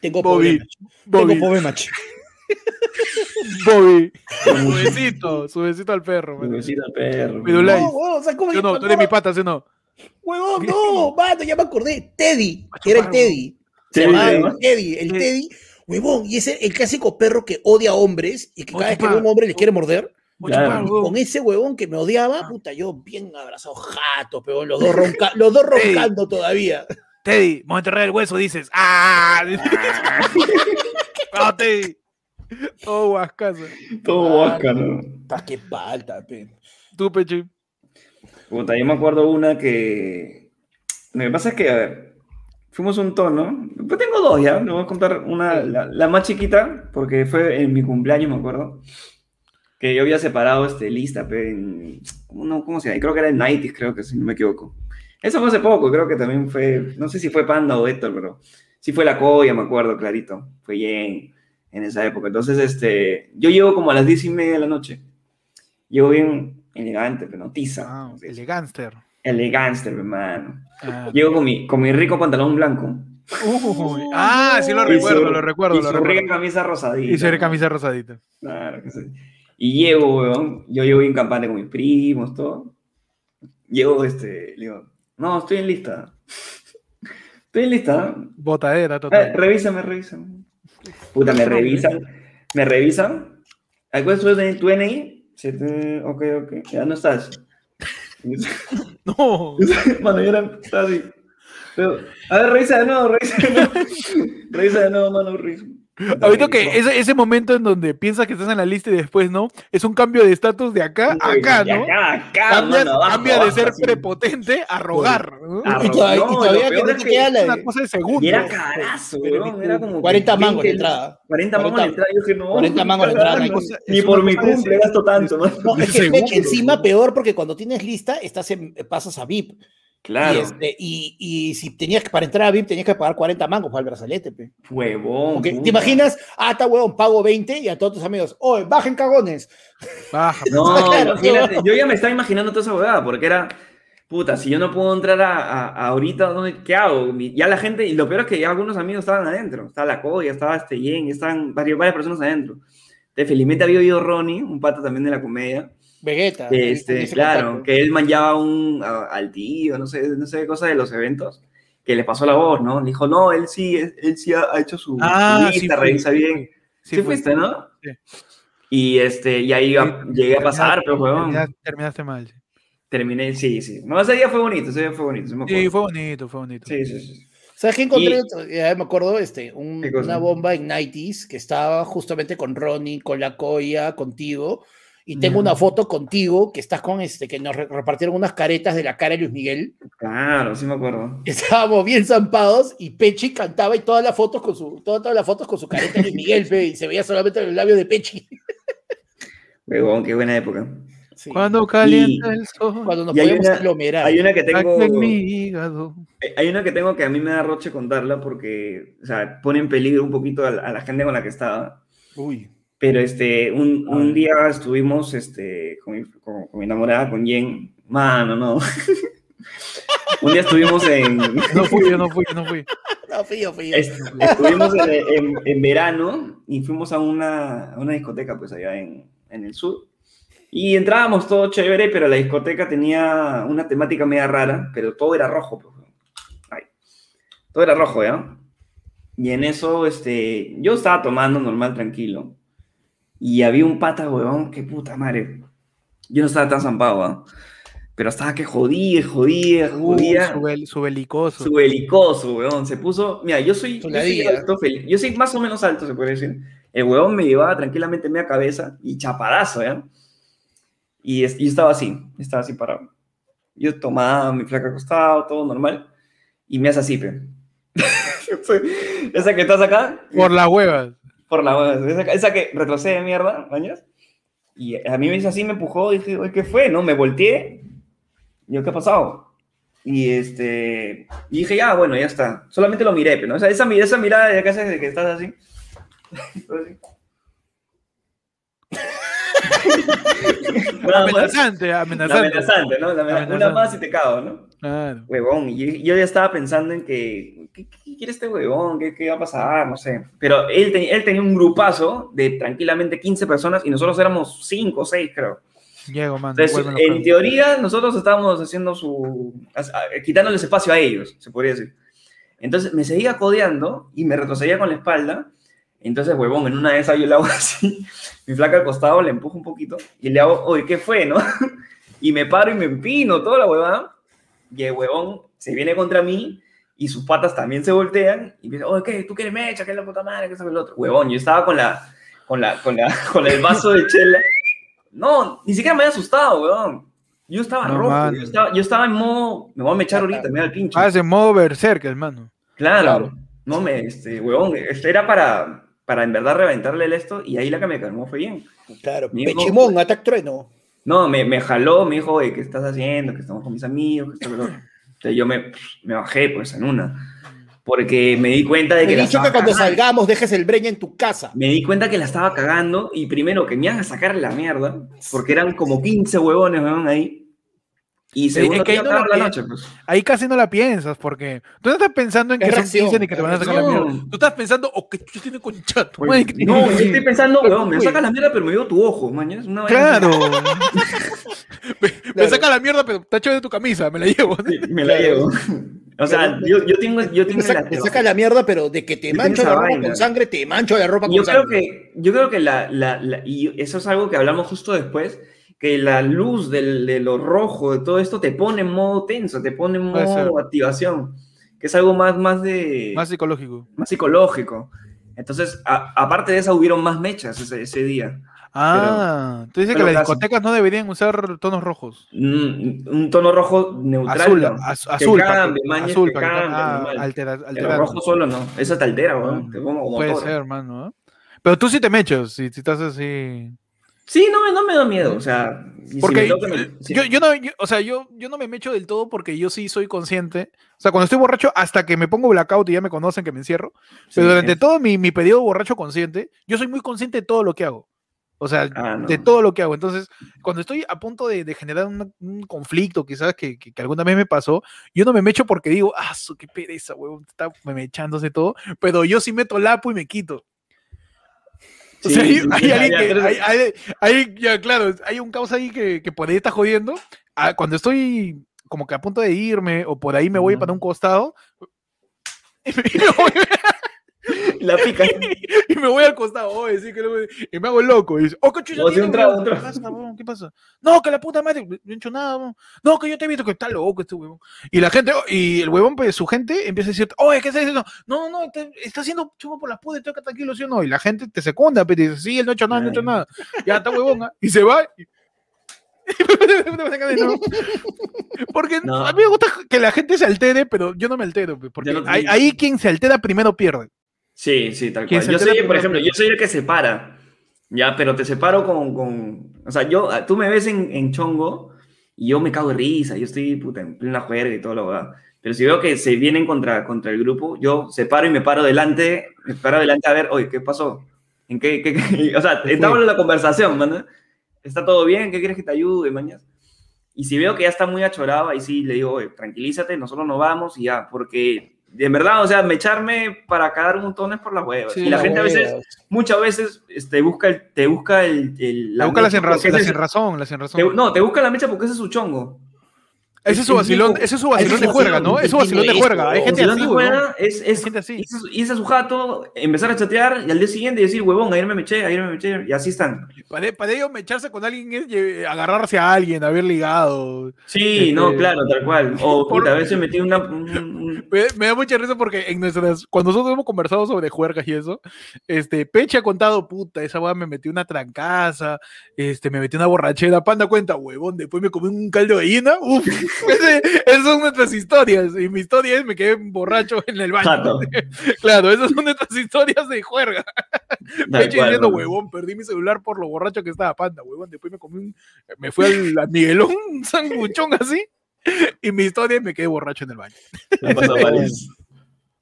Speaker 3: Tengo
Speaker 1: Bobby,
Speaker 3: problemas,
Speaker 1: Bobby,
Speaker 3: Tengo problemas, chico.
Speaker 1: Bobby. su besito, su besito al perro.
Speaker 2: Mi
Speaker 1: mano.
Speaker 2: vecino perro.
Speaker 1: Pero la-
Speaker 3: No, huevón, ¿sabes cómo
Speaker 1: Yo
Speaker 3: me-
Speaker 1: no, tú eres mi pata, ¿sí o no?
Speaker 3: Huevón, no, mano, ya me acordé. Teddy,
Speaker 1: A
Speaker 3: era el
Speaker 1: chupar,
Speaker 3: Teddy.
Speaker 2: Sí,
Speaker 3: Se llamaba
Speaker 2: ¿no?
Speaker 3: el Teddy, el
Speaker 1: Sí.
Speaker 3: Teddy. Huevón, y ese el clásico perro que odia hombres y que
Speaker 1: O
Speaker 3: cada vez que
Speaker 1: chupar.
Speaker 3: ve un hombre le quiere morder.
Speaker 1: O
Speaker 2: Claro.
Speaker 1: chupar,
Speaker 3: Y
Speaker 1: huevón. Ah.
Speaker 3: con ese huevón que me odiaba, puta, yo bien abrazado, jato, pero los dos, ronca- los dos
Speaker 1: Teddy.
Speaker 3: roncando todavía.
Speaker 1: Teddy, Monterrey del Hueso, dices. ¡Ah! no, Teddy. Todo guascazo.
Speaker 4: Todo Huasca, ¿no?
Speaker 3: Pa' que palta, pe.
Speaker 1: Tú, Pechi.
Speaker 2: Puta, yo me acuerdo una que. Lo que pasa es que, a ver, fuimos un tono. Pues tengo dos ya. Le voy a contar una, la, la más chiquita, porque fue en mi cumpleaños, me acuerdo. Que yo había separado este, lista, pero en. No, ¿Cómo se llama? Creo que era en 90 creo que si no me equivoco. Eso fue hace poco, creo que también fue. No sé si fue Panda o Héctor, pero. Sí fue la Coya, me acuerdo, clarito. Fue bien en esa época. Entonces, este. Yo llego como a las 10 y media de la noche. Llego bien elegante, pero no tiza.
Speaker 1: Ah,
Speaker 2: Entonces,
Speaker 1: el gánster.
Speaker 2: Elegante, hermano. Llego con mi, con mi rico pantalón blanco.
Speaker 1: Ah. Uy, ah, sí lo
Speaker 2: Y
Speaker 1: recuerdo,
Speaker 2: su-
Speaker 1: lo recuerdo.
Speaker 2: Y
Speaker 1: lo
Speaker 2: su
Speaker 1: recuerdo.
Speaker 2: rica camisa rosadita.
Speaker 1: Y su camisa rosadita.
Speaker 2: Claro que sí. Y llego, weón. Yo llego bien campante con mis primos, todo. Llego, este, le digo, no, estoy en lista. Estoy en lista.
Speaker 1: Botadera
Speaker 2: Eh,
Speaker 1: total.
Speaker 2: revísame, revísame. Puta, me revisan. Me revisan. ¿Alguna vez de tu NI? Sí, eh, Ok, ok. Ya no estás.
Speaker 1: No.
Speaker 2: Mano, yo era estaba así. Pero, a ver, revisa de nuevo, revisa de nuevo. revisa de nuevo, mano, revisa.
Speaker 1: Ahorita que ese, ese momento en donde piensas que estás en la lista y después no, es un cambio de estatus de acá a acá, ¿no?
Speaker 2: Acá, acá,
Speaker 1: Cambias-
Speaker 2: mano, abajo,
Speaker 1: cambia de
Speaker 2: abajo,
Speaker 1: ser
Speaker 2: así.
Speaker 1: prepotente a rogar. ¿no?
Speaker 2: Ah,
Speaker 3: Y todavía,
Speaker 2: no,
Speaker 3: y
Speaker 2: lo
Speaker 3: todavía
Speaker 2: peor
Speaker 3: que
Speaker 2: es
Speaker 3: no te
Speaker 2: que
Speaker 3: queda
Speaker 1: Es
Speaker 3: la.
Speaker 1: una cosa de segundos.
Speaker 2: Y era carazo, weón. Era como. que
Speaker 3: 40 mangos la
Speaker 2: 20,
Speaker 3: entrada.
Speaker 2: 40 mangos la
Speaker 3: 40
Speaker 2: entrada. Yo dije, no.
Speaker 3: 40 mangos la entrada,
Speaker 2: no,
Speaker 3: no hay
Speaker 2: no,
Speaker 1: cosa-
Speaker 2: Ni
Speaker 1: es
Speaker 2: por
Speaker 1: una
Speaker 2: mi
Speaker 1: cosa de
Speaker 2: cumple
Speaker 1: ser-
Speaker 2: gasto tanto, mano.
Speaker 3: No, es que
Speaker 1: Seguro.
Speaker 3: Fech, encima peor porque cuando tienes lista, estás en, pasas a VIP. Y,
Speaker 2: Claro.
Speaker 3: este, y, y si tenías que, para entrar a VIP, tenías que pagar 40 mangos para el brazalete, pe.
Speaker 2: Huevón.
Speaker 3: Porque,
Speaker 2: puta.
Speaker 3: ¿Te imaginas? Ah, está huevón, pago 20 y a todos tus amigos, oye, bajen cagones.
Speaker 1: Baja.
Speaker 2: No,
Speaker 3: Claro,
Speaker 2: imagínate,
Speaker 3: no.
Speaker 2: yo ya me estaba imaginando toda esa huevada, porque era, puta, si yo no puedo entrar a, a- ahorita, ¿dónde- ¿qué hago? Mi- Ya la gente, y lo peor es que ya algunos amigos estaban adentro, estaba la Coya, estaba este Yen, estaban varias, varias personas adentro. Entonces, felizmente había ido Ronnie, un pato también de la comedia,
Speaker 1: Ah,
Speaker 3: Vegeta.
Speaker 2: que,
Speaker 3: en- en
Speaker 2: este,
Speaker 3: ese
Speaker 2: claro,
Speaker 3: contacto.
Speaker 2: que él manchaba un, a- al tío, no sé, no sé, cosas de los eventos, que le pasó la voz, ¿no? Le dijo, no, él sí, él sí ha, ha hecho su, su
Speaker 1: Ah, sí
Speaker 2: lista,
Speaker 1: fui,
Speaker 2: revisa
Speaker 1: sí
Speaker 2: bien.
Speaker 1: fui.
Speaker 2: Sí,
Speaker 1: fui.
Speaker 2: fuiste, ¿no?
Speaker 1: Sí.
Speaker 2: Y, este, y ahí iba- llegué a pasar, pues, pero huevón.
Speaker 1: Terminaste, terminaste mal. sí.
Speaker 2: Terminé, sí, sí. No, ese día fue bonito, ese día fue bonito. Sí, me
Speaker 1: Sí,
Speaker 2: acuerdo.
Speaker 1: fue bonito, fue bonito.
Speaker 2: sí, sí, sí.
Speaker 3: ¿Sabes qué encontré?
Speaker 2: Y-
Speaker 3: otro- Ya me acuerdo, este, un-
Speaker 2: ¿Qué cosa?
Speaker 3: una bomba en 90s que estaba justamente con Ronnie, con la Coya, contigo. Y tengo
Speaker 2: Ya.
Speaker 3: una foto contigo que estás con este, que nos re- repartieron unas caretas de la cara de Luis Miguel.
Speaker 2: Claro, sí me acuerdo.
Speaker 3: Estábamos bien zampados y Pechi cantaba y todas las fotos con su, todas, todas las fotos con su careta de Luis Miguel, pe, y se veía solamente el labio de Pechi.
Speaker 2: Huevón, qué buena época.
Speaker 3: Sí.
Speaker 1: Cuando calienta el sol.
Speaker 3: Cuando nos
Speaker 2: Y hay
Speaker 3: podíamos
Speaker 2: una-
Speaker 3: aglomerar.
Speaker 2: Hay una que tengo,
Speaker 1: acá en mi hígado.
Speaker 2: hay una que tengo que a mí me da roche contarla porque, o sea, pone en peligro un poquito a la, a la gente con la que estaba.
Speaker 3: Uy.
Speaker 2: Pero este, un,
Speaker 3: A
Speaker 1: Ah.
Speaker 2: un
Speaker 3: ver.
Speaker 2: día estuvimos este, con, mi, con- con mi enamorada, con Jen. Mano, no. un día estuvimos en.
Speaker 1: No fui, yo no fui, yo no fui.
Speaker 3: No, fío, fío.
Speaker 2: Est- estuvimos en, en- en verano y fuimos a una, a una discoteca, pues allá en, en el sur. Y entrábamos todo chévere, pero la discoteca tenía una temática media rara, pero todo era rojo. pues, weón. Ay. todo era rojo, ¿ya? Y en eso, este, yo estaba tomando normal, tranquilo. Y había un pata, huevón, que puta madre. Yo no estaba tan zampado, ¿ah? Pero estaba que jodía, jodía, jodía
Speaker 1: su, bel- su belicoso.
Speaker 2: su belicoso, weón. Se puso. Mira, yo soy, yo soy
Speaker 3: Chuladilla.
Speaker 2: alto, fel- yo soy más o menos alto, se puede decir. El weón me llevaba tranquilamente en media cabeza y chapadazo, ¿ya? Y, es- y estaba así, estaba así parado. Yo tomaba mi flaca acostado, todo normal. Y me hace así, pe. esa que estás acá,
Speaker 1: Por la hueva.
Speaker 2: por la hueva, esa, esa que retrocede mierda, mañas. Y a mí me hizo así, me empujó, dije, "Oye, ¿qué fue? No, me volteé. Y yo, ¿qué ha pasado? Y este, y dije, ya, bueno, ya está. Solamente lo miré, pero ¿no? O sea, esa, mi- esa mirada de que haces de que estás así. Nada más.
Speaker 1: Amenazante, amenazante.
Speaker 2: Amenazante, ¿no? La- Una
Speaker 1: Amenazante.
Speaker 2: más y te cago, ¿no?
Speaker 1: Claro.
Speaker 2: Huevón, y yo, yo ya estaba pensando en que, ¿qué, qué quiere este huevón? ¿Qué, qué va a pasar? No sé. Pero él, te- él tenía un grupazo de tranquilamente 15 personas y nosotros éramos 5 o 6, creo.
Speaker 1: Diego, mano.
Speaker 2: Entonces,
Speaker 1: vuelve los
Speaker 2: en
Speaker 1: juegos.
Speaker 2: teoría, nosotros estábamos haciendo su. as- a- quitándoles espacio a ellos, se podría decir. Entonces, me seguía codeando y me retrocedía con la espalda. Entonces, huevón, en una de esas yo le hago así, mi flaca al costado, le empujo un poquito y le hago, oye, ¿qué fue, no? Y me paro y me empino, toda la huevada. Y el huevón se viene contra mí y sus patas también se voltean y dicen, oye, ¿qué? ¿Tú quieres mecha? ¿Qué es la puta madre? ¿Qué es el otro? Huevón, yo estaba con la, con la, con la, con el vaso de chela. No, ni siquiera me había asustado, huevón. Yo estaba
Speaker 1: No,
Speaker 2: rojo,
Speaker 1: mano.
Speaker 2: yo estaba, yo estaba en modo, me voy a mechar ahorita, me da el pincho.
Speaker 1: Ah, es en modo berserk, hermano.
Speaker 2: Claro.
Speaker 3: Claro.
Speaker 2: No me, este, huevón, este era para, para en verdad reventarle el esto y ahí la que me calmó fue bien.
Speaker 3: Claro,
Speaker 2: Mismo-
Speaker 3: Pechimón, Atac Trueno.
Speaker 2: No, me, me jaló, me dijo, oye, ¿qué estás haciendo? Que estamos con mis amigos, que esto, que lo otro. Entonces yo me, me bajé, pues, en una. Porque me di cuenta de
Speaker 3: Te
Speaker 2: que
Speaker 3: he
Speaker 2: la
Speaker 3: dicho que
Speaker 2: estaba
Speaker 3: cuando
Speaker 2: cagando.
Speaker 3: salgamos dejes el breña en tu casa.
Speaker 2: Me di cuenta que la estaba cagando y primero que me iban a sacar la mierda, porque eran como 15 huevones, huevón, ahí. Y segundo,
Speaker 1: es que
Speaker 2: que
Speaker 1: ahí no lo
Speaker 2: la
Speaker 1: pi-
Speaker 2: noche, pues.
Speaker 1: Ahí casi no la piensas, porque tú no estás pensando en
Speaker 3: Es
Speaker 1: que son
Speaker 3: reacción,
Speaker 1: 15 ni que te van a sacar la
Speaker 2: no.
Speaker 1: mierda. Tú estás pensando, "Oh, o que tú tienes con chato. madre, que
Speaker 2: No,
Speaker 1: te-
Speaker 2: yo estoy pensando, huevón, me
Speaker 3: Uy.
Speaker 2: saca la mierda, pero me dio tu ojo, mañana. es una vaina
Speaker 1: Claro.
Speaker 5: Me, me
Speaker 3: Claro.
Speaker 5: saca la mierda, pero está chévere tu camisa, me la llevo.
Speaker 2: Sí, me la
Speaker 3: Claro.
Speaker 2: llevo. O sea,
Speaker 3: Claro.
Speaker 2: yo, yo tengo, yo tengo
Speaker 3: Te saca,
Speaker 2: la-
Speaker 3: te saca la mierda, pero de que te
Speaker 2: Yo
Speaker 3: mancho
Speaker 2: tengo
Speaker 3: la
Speaker 2: esa
Speaker 3: ropa con
Speaker 2: vaina.
Speaker 3: sangre, te mancho la ropa con
Speaker 2: Yo creo
Speaker 3: sangre.
Speaker 2: que, yo creo que la, la- la- y eso es algo que hablamos justo después, que la luz del, de lo rojo, de todo esto, te pone en modo tenso, te pone en
Speaker 1: Puede
Speaker 2: modo activación, que es algo más, más de,
Speaker 1: Más
Speaker 2: más,
Speaker 1: psicológico.
Speaker 2: psicológico. Entonces, a- aparte de esa, hubieron más mechas ese, ese día.
Speaker 1: Ah, tú dices que
Speaker 2: pero
Speaker 1: las
Speaker 2: casi.
Speaker 1: discotecas no deberían usar tonos rojos.
Speaker 2: Mm, un tono rojo neutral.
Speaker 1: azul,
Speaker 2: ¿no?
Speaker 1: az-
Speaker 2: Que
Speaker 1: azul, para
Speaker 2: cambie,
Speaker 1: que-
Speaker 2: mañas,
Speaker 1: azul,
Speaker 2: que
Speaker 1: para que-
Speaker 2: cambie,
Speaker 1: ah,
Speaker 2: normal.
Speaker 1: altera-
Speaker 2: Pero
Speaker 1: alterar.
Speaker 2: rojo solo no, eso te altera, weón,
Speaker 1: Ah,
Speaker 2: te pongo como
Speaker 1: Puede
Speaker 2: toro.
Speaker 1: ser, hermano. ¿eh? Pero tú sí te mechas, si, si estás así.
Speaker 2: Sí, no, me- no me da miedo, o sea, y si
Speaker 5: Porque
Speaker 2: me toca, me- sí.
Speaker 5: Yo, yo no, yo- o sea, yo,
Speaker 1: yo no me mecho del todo porque yo sí soy consciente. O sea, cuando estoy borracho, hasta que me pongo blackout y ya me conocen que me encierro.
Speaker 2: Sí,
Speaker 1: Pero durante
Speaker 2: es-
Speaker 1: todo mi, mi periodo borracho consciente, yo soy muy consciente de todo lo que hago. O sea,
Speaker 2: Ah, no.
Speaker 1: de todo lo que hago. Entonces, cuando estoy a punto de, de generar un, un conflicto, quizás que, que- que alguna vez me pasó, yo no me mecho porque digo, ah, su, qué pereza, huevón, está me mechándose todo. Pero yo sí meto lapo y me quito. O
Speaker 2: Sí,
Speaker 1: sea, hay,
Speaker 2: sí,
Speaker 1: hay
Speaker 2: sí,
Speaker 1: alguien
Speaker 2: ya, ya,
Speaker 1: que.
Speaker 2: tres-
Speaker 1: Hay, hay- hay- ya, claro, hay un caos ahí que, que por ahí está jodiendo. Ah, cuando estoy como que a punto de irme o por ahí me voy
Speaker 2: Ujú.
Speaker 1: para un costado. Y me, y me voy,
Speaker 2: La pica.
Speaker 1: y me voy al costado, oye, sí, que no me- y me hago loco. Y dice, oh, coche,
Speaker 2: No, sí, un trago, un
Speaker 1: ¿qué
Speaker 2: trago.
Speaker 1: pasa, huevón? ¿Qué pasa? No, que la puta madre, no he hecho nada, huevón. no, que yo te he visto que está loco este huevón. Y la gente, oh, y el huevón, pues su gente empieza a decir, oye, ¿qué estás diciendo? No, no, te- está haciendo chungo por las putas, estoy acá tranquilo, ¿sí o no? Y la gente te secunda, pero dice, sí, él no ha hecho nada, no ha hecho
Speaker 2: Ay.
Speaker 1: nada. Ya está huevón, ¿ah? y se va. y- Porque
Speaker 2: No.
Speaker 1: a mí me gusta que la gente se altere, pero yo no me altero, pues, porque
Speaker 2: Yo no te
Speaker 1: ahí,
Speaker 2: digo.
Speaker 1: ahí quien se altera primero pierde.
Speaker 2: Sí, sí, tal
Speaker 1: ¿Quién
Speaker 2: cual.
Speaker 1: se
Speaker 2: Yo
Speaker 1: entera
Speaker 2: soy, por
Speaker 1: primero?
Speaker 2: ejemplo, yo soy el que separa, ya, pero te separo con, con, o sea, yo, tú me ves en, en chongo y yo me cago de risa, yo estoy puta, en plena juerga y todo lo verdad. Pero si veo que se vienen contra, contra el grupo, yo separo y me paro delante, me paro delante a ver, oye, ¿qué pasó? ¿En qué, qué- qué?" O sea, estamos en la conversación, man. ¿Está todo bien? ¿Qué quieres que te ayude, mañas? Y si veo que ya está muy achorado, ahí sí le digo, oye, tranquilízate, nosotros nos vamos y ya, porque de verdad, o sea, me echarme para cagar un montón es por las huevas.
Speaker 3: Sí,
Speaker 2: y la
Speaker 3: las
Speaker 2: gente a veces,
Speaker 3: huevas.
Speaker 2: muchas veces, este, busca el, te busca el. el-
Speaker 1: La busca la
Speaker 2: mecha
Speaker 1: sin,
Speaker 2: porque
Speaker 1: razón, la
Speaker 2: ese
Speaker 1: sin
Speaker 2: es-
Speaker 1: razón, la sin razón.
Speaker 2: te- no, te busca la mecha porque ese es su chongo.
Speaker 1: ese es su
Speaker 2: es
Speaker 1: vacilón,
Speaker 2: viejo.
Speaker 1: ese es su vacilón de
Speaker 3: su
Speaker 1: juerga,
Speaker 3: vacilón,
Speaker 1: ¿no? Es su
Speaker 3: entiendo
Speaker 1: vacilón de
Speaker 3: eso.
Speaker 1: juerga. Hay
Speaker 3: O
Speaker 1: gente
Speaker 2: Si no
Speaker 1: así,
Speaker 2: te
Speaker 1: weón.
Speaker 2: juega, es, es,
Speaker 1: gente así.
Speaker 2: irse- irse a su jato, empezar a chatear y al día siguiente decir, huevón, ayer me meché, ayer me meché, y así están.
Speaker 1: Para, para ellos mecharse con alguien es lle- agarrarse a alguien, haber ligado.
Speaker 2: Sí,
Speaker 1: Este-
Speaker 2: no, claro, tal cual. O
Speaker 1: Por-
Speaker 2: puta, a veces metí una. un- un-
Speaker 1: Me, me da mucha risa porque en nuestras, cuando nosotros hemos conversado sobre juergas y eso, este, Peche ha contado, puta, esa weá me metí una trancaza, este, me metí una borrachera, panda cuenta, huevón, después me comí un caldo de gallina, uff, ese- esas son nuestras historias, y mi historia es me quedé borracho en el baño.
Speaker 2: Jato.
Speaker 1: Claro, esas son nuestras historias de juerga.
Speaker 2: Tal
Speaker 1: Peche
Speaker 2: cual,
Speaker 1: diciendo,
Speaker 2: huevón.
Speaker 1: huevón, perdí mi celular por lo borracho que estaba panda, huevón. Después me comí un, me fui al a Miguelón, un sanguchón así. Y mi historia me quedé borracho en el baño.
Speaker 2: Me han pasado varias.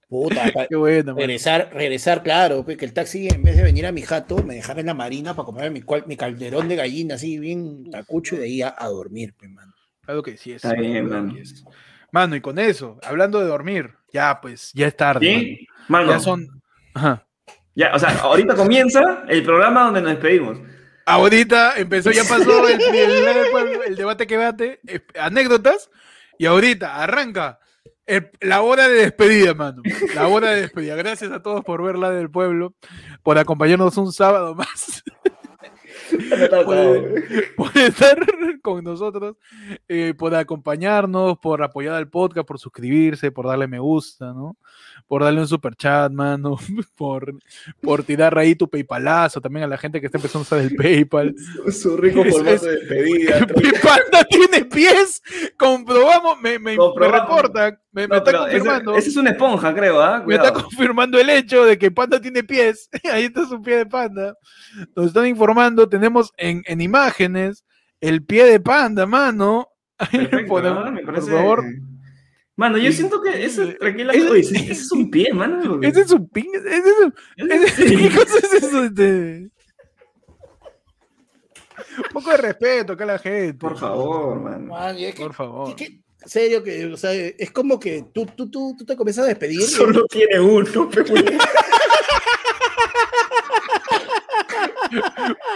Speaker 3: Puta, pa-
Speaker 1: Qué bueno, man.
Speaker 3: regresar, regresar, claro, pues, que el taxi en vez de venir a mi jato, me dejara en la marina para comprarme mi, cual- mi calderón de gallina, así bien tacucho, y de ahí a, a dormir, pues, mano.
Speaker 1: Claro que sí es.
Speaker 2: Está bien,
Speaker 1: claro
Speaker 2: mano.
Speaker 1: que sí es. Mano, y con eso, hablando de dormir, ya pues, ya es tarde.
Speaker 2: ¿Sí? Mano,
Speaker 1: mano. Ya son. Ajá.
Speaker 2: ya, o sea, ahorita comienza el programa donde nos despedimos.
Speaker 1: Ahorita empezó, ya pasó el, el- el debate que bate, eh, anécdotas, y ahorita arranca el- la hora de despedida, mano. La hora de despedida. Gracias a todos por verla del pueblo, por acompañarnos un sábado más. por estar con nosotros, eh, por acompañarnos, por apoyar al podcast, por suscribirse, por darle me gusta, ¿no? Por darle un super chat, mano, por, por tirar ahí tu PayPalazo también a la gente que está empezando a usar el PayPal.
Speaker 2: Su, su rico
Speaker 1: Es-
Speaker 2: formato
Speaker 1: es-
Speaker 2: de despedida.
Speaker 1: PayPal no tiene pies, comprobamos, me, me, me
Speaker 2: Comprobamos.
Speaker 1: reporta, me, me
Speaker 2: No,
Speaker 1: está
Speaker 2: pero ese-
Speaker 1: confirmando.
Speaker 2: Ese es una esponja, creo, ¿ah?
Speaker 1: Me está
Speaker 2: Cuidado.
Speaker 1: confirmando el hecho de que Panda tiene pies. Ahí está su pie de panda. Nos están informando, tenemos en, en imágenes el pie de panda, mano. Ahí
Speaker 2: Perfecto,
Speaker 1: ponemos,
Speaker 2: ¿no? Me
Speaker 1: por
Speaker 2: parece-
Speaker 1: favor.
Speaker 2: Mano, yo
Speaker 1: Sí.
Speaker 2: siento que eso es tranquila.
Speaker 1: Ese-
Speaker 2: Oye, ese, ese es un pie, mano. porque-
Speaker 1: Ese es un pin. Ese es un- ese-
Speaker 2: Sí.
Speaker 1: ¿Qué cosa es eso? este? Un poco de respeto acá a la gente.
Speaker 2: Por favor, mano.
Speaker 3: Man, y es que-
Speaker 1: Por favor.
Speaker 3: que- que- serio que, o sea, es como que tú, tú, tú, tú te comienzas a despedir.
Speaker 2: Solo tiene uno,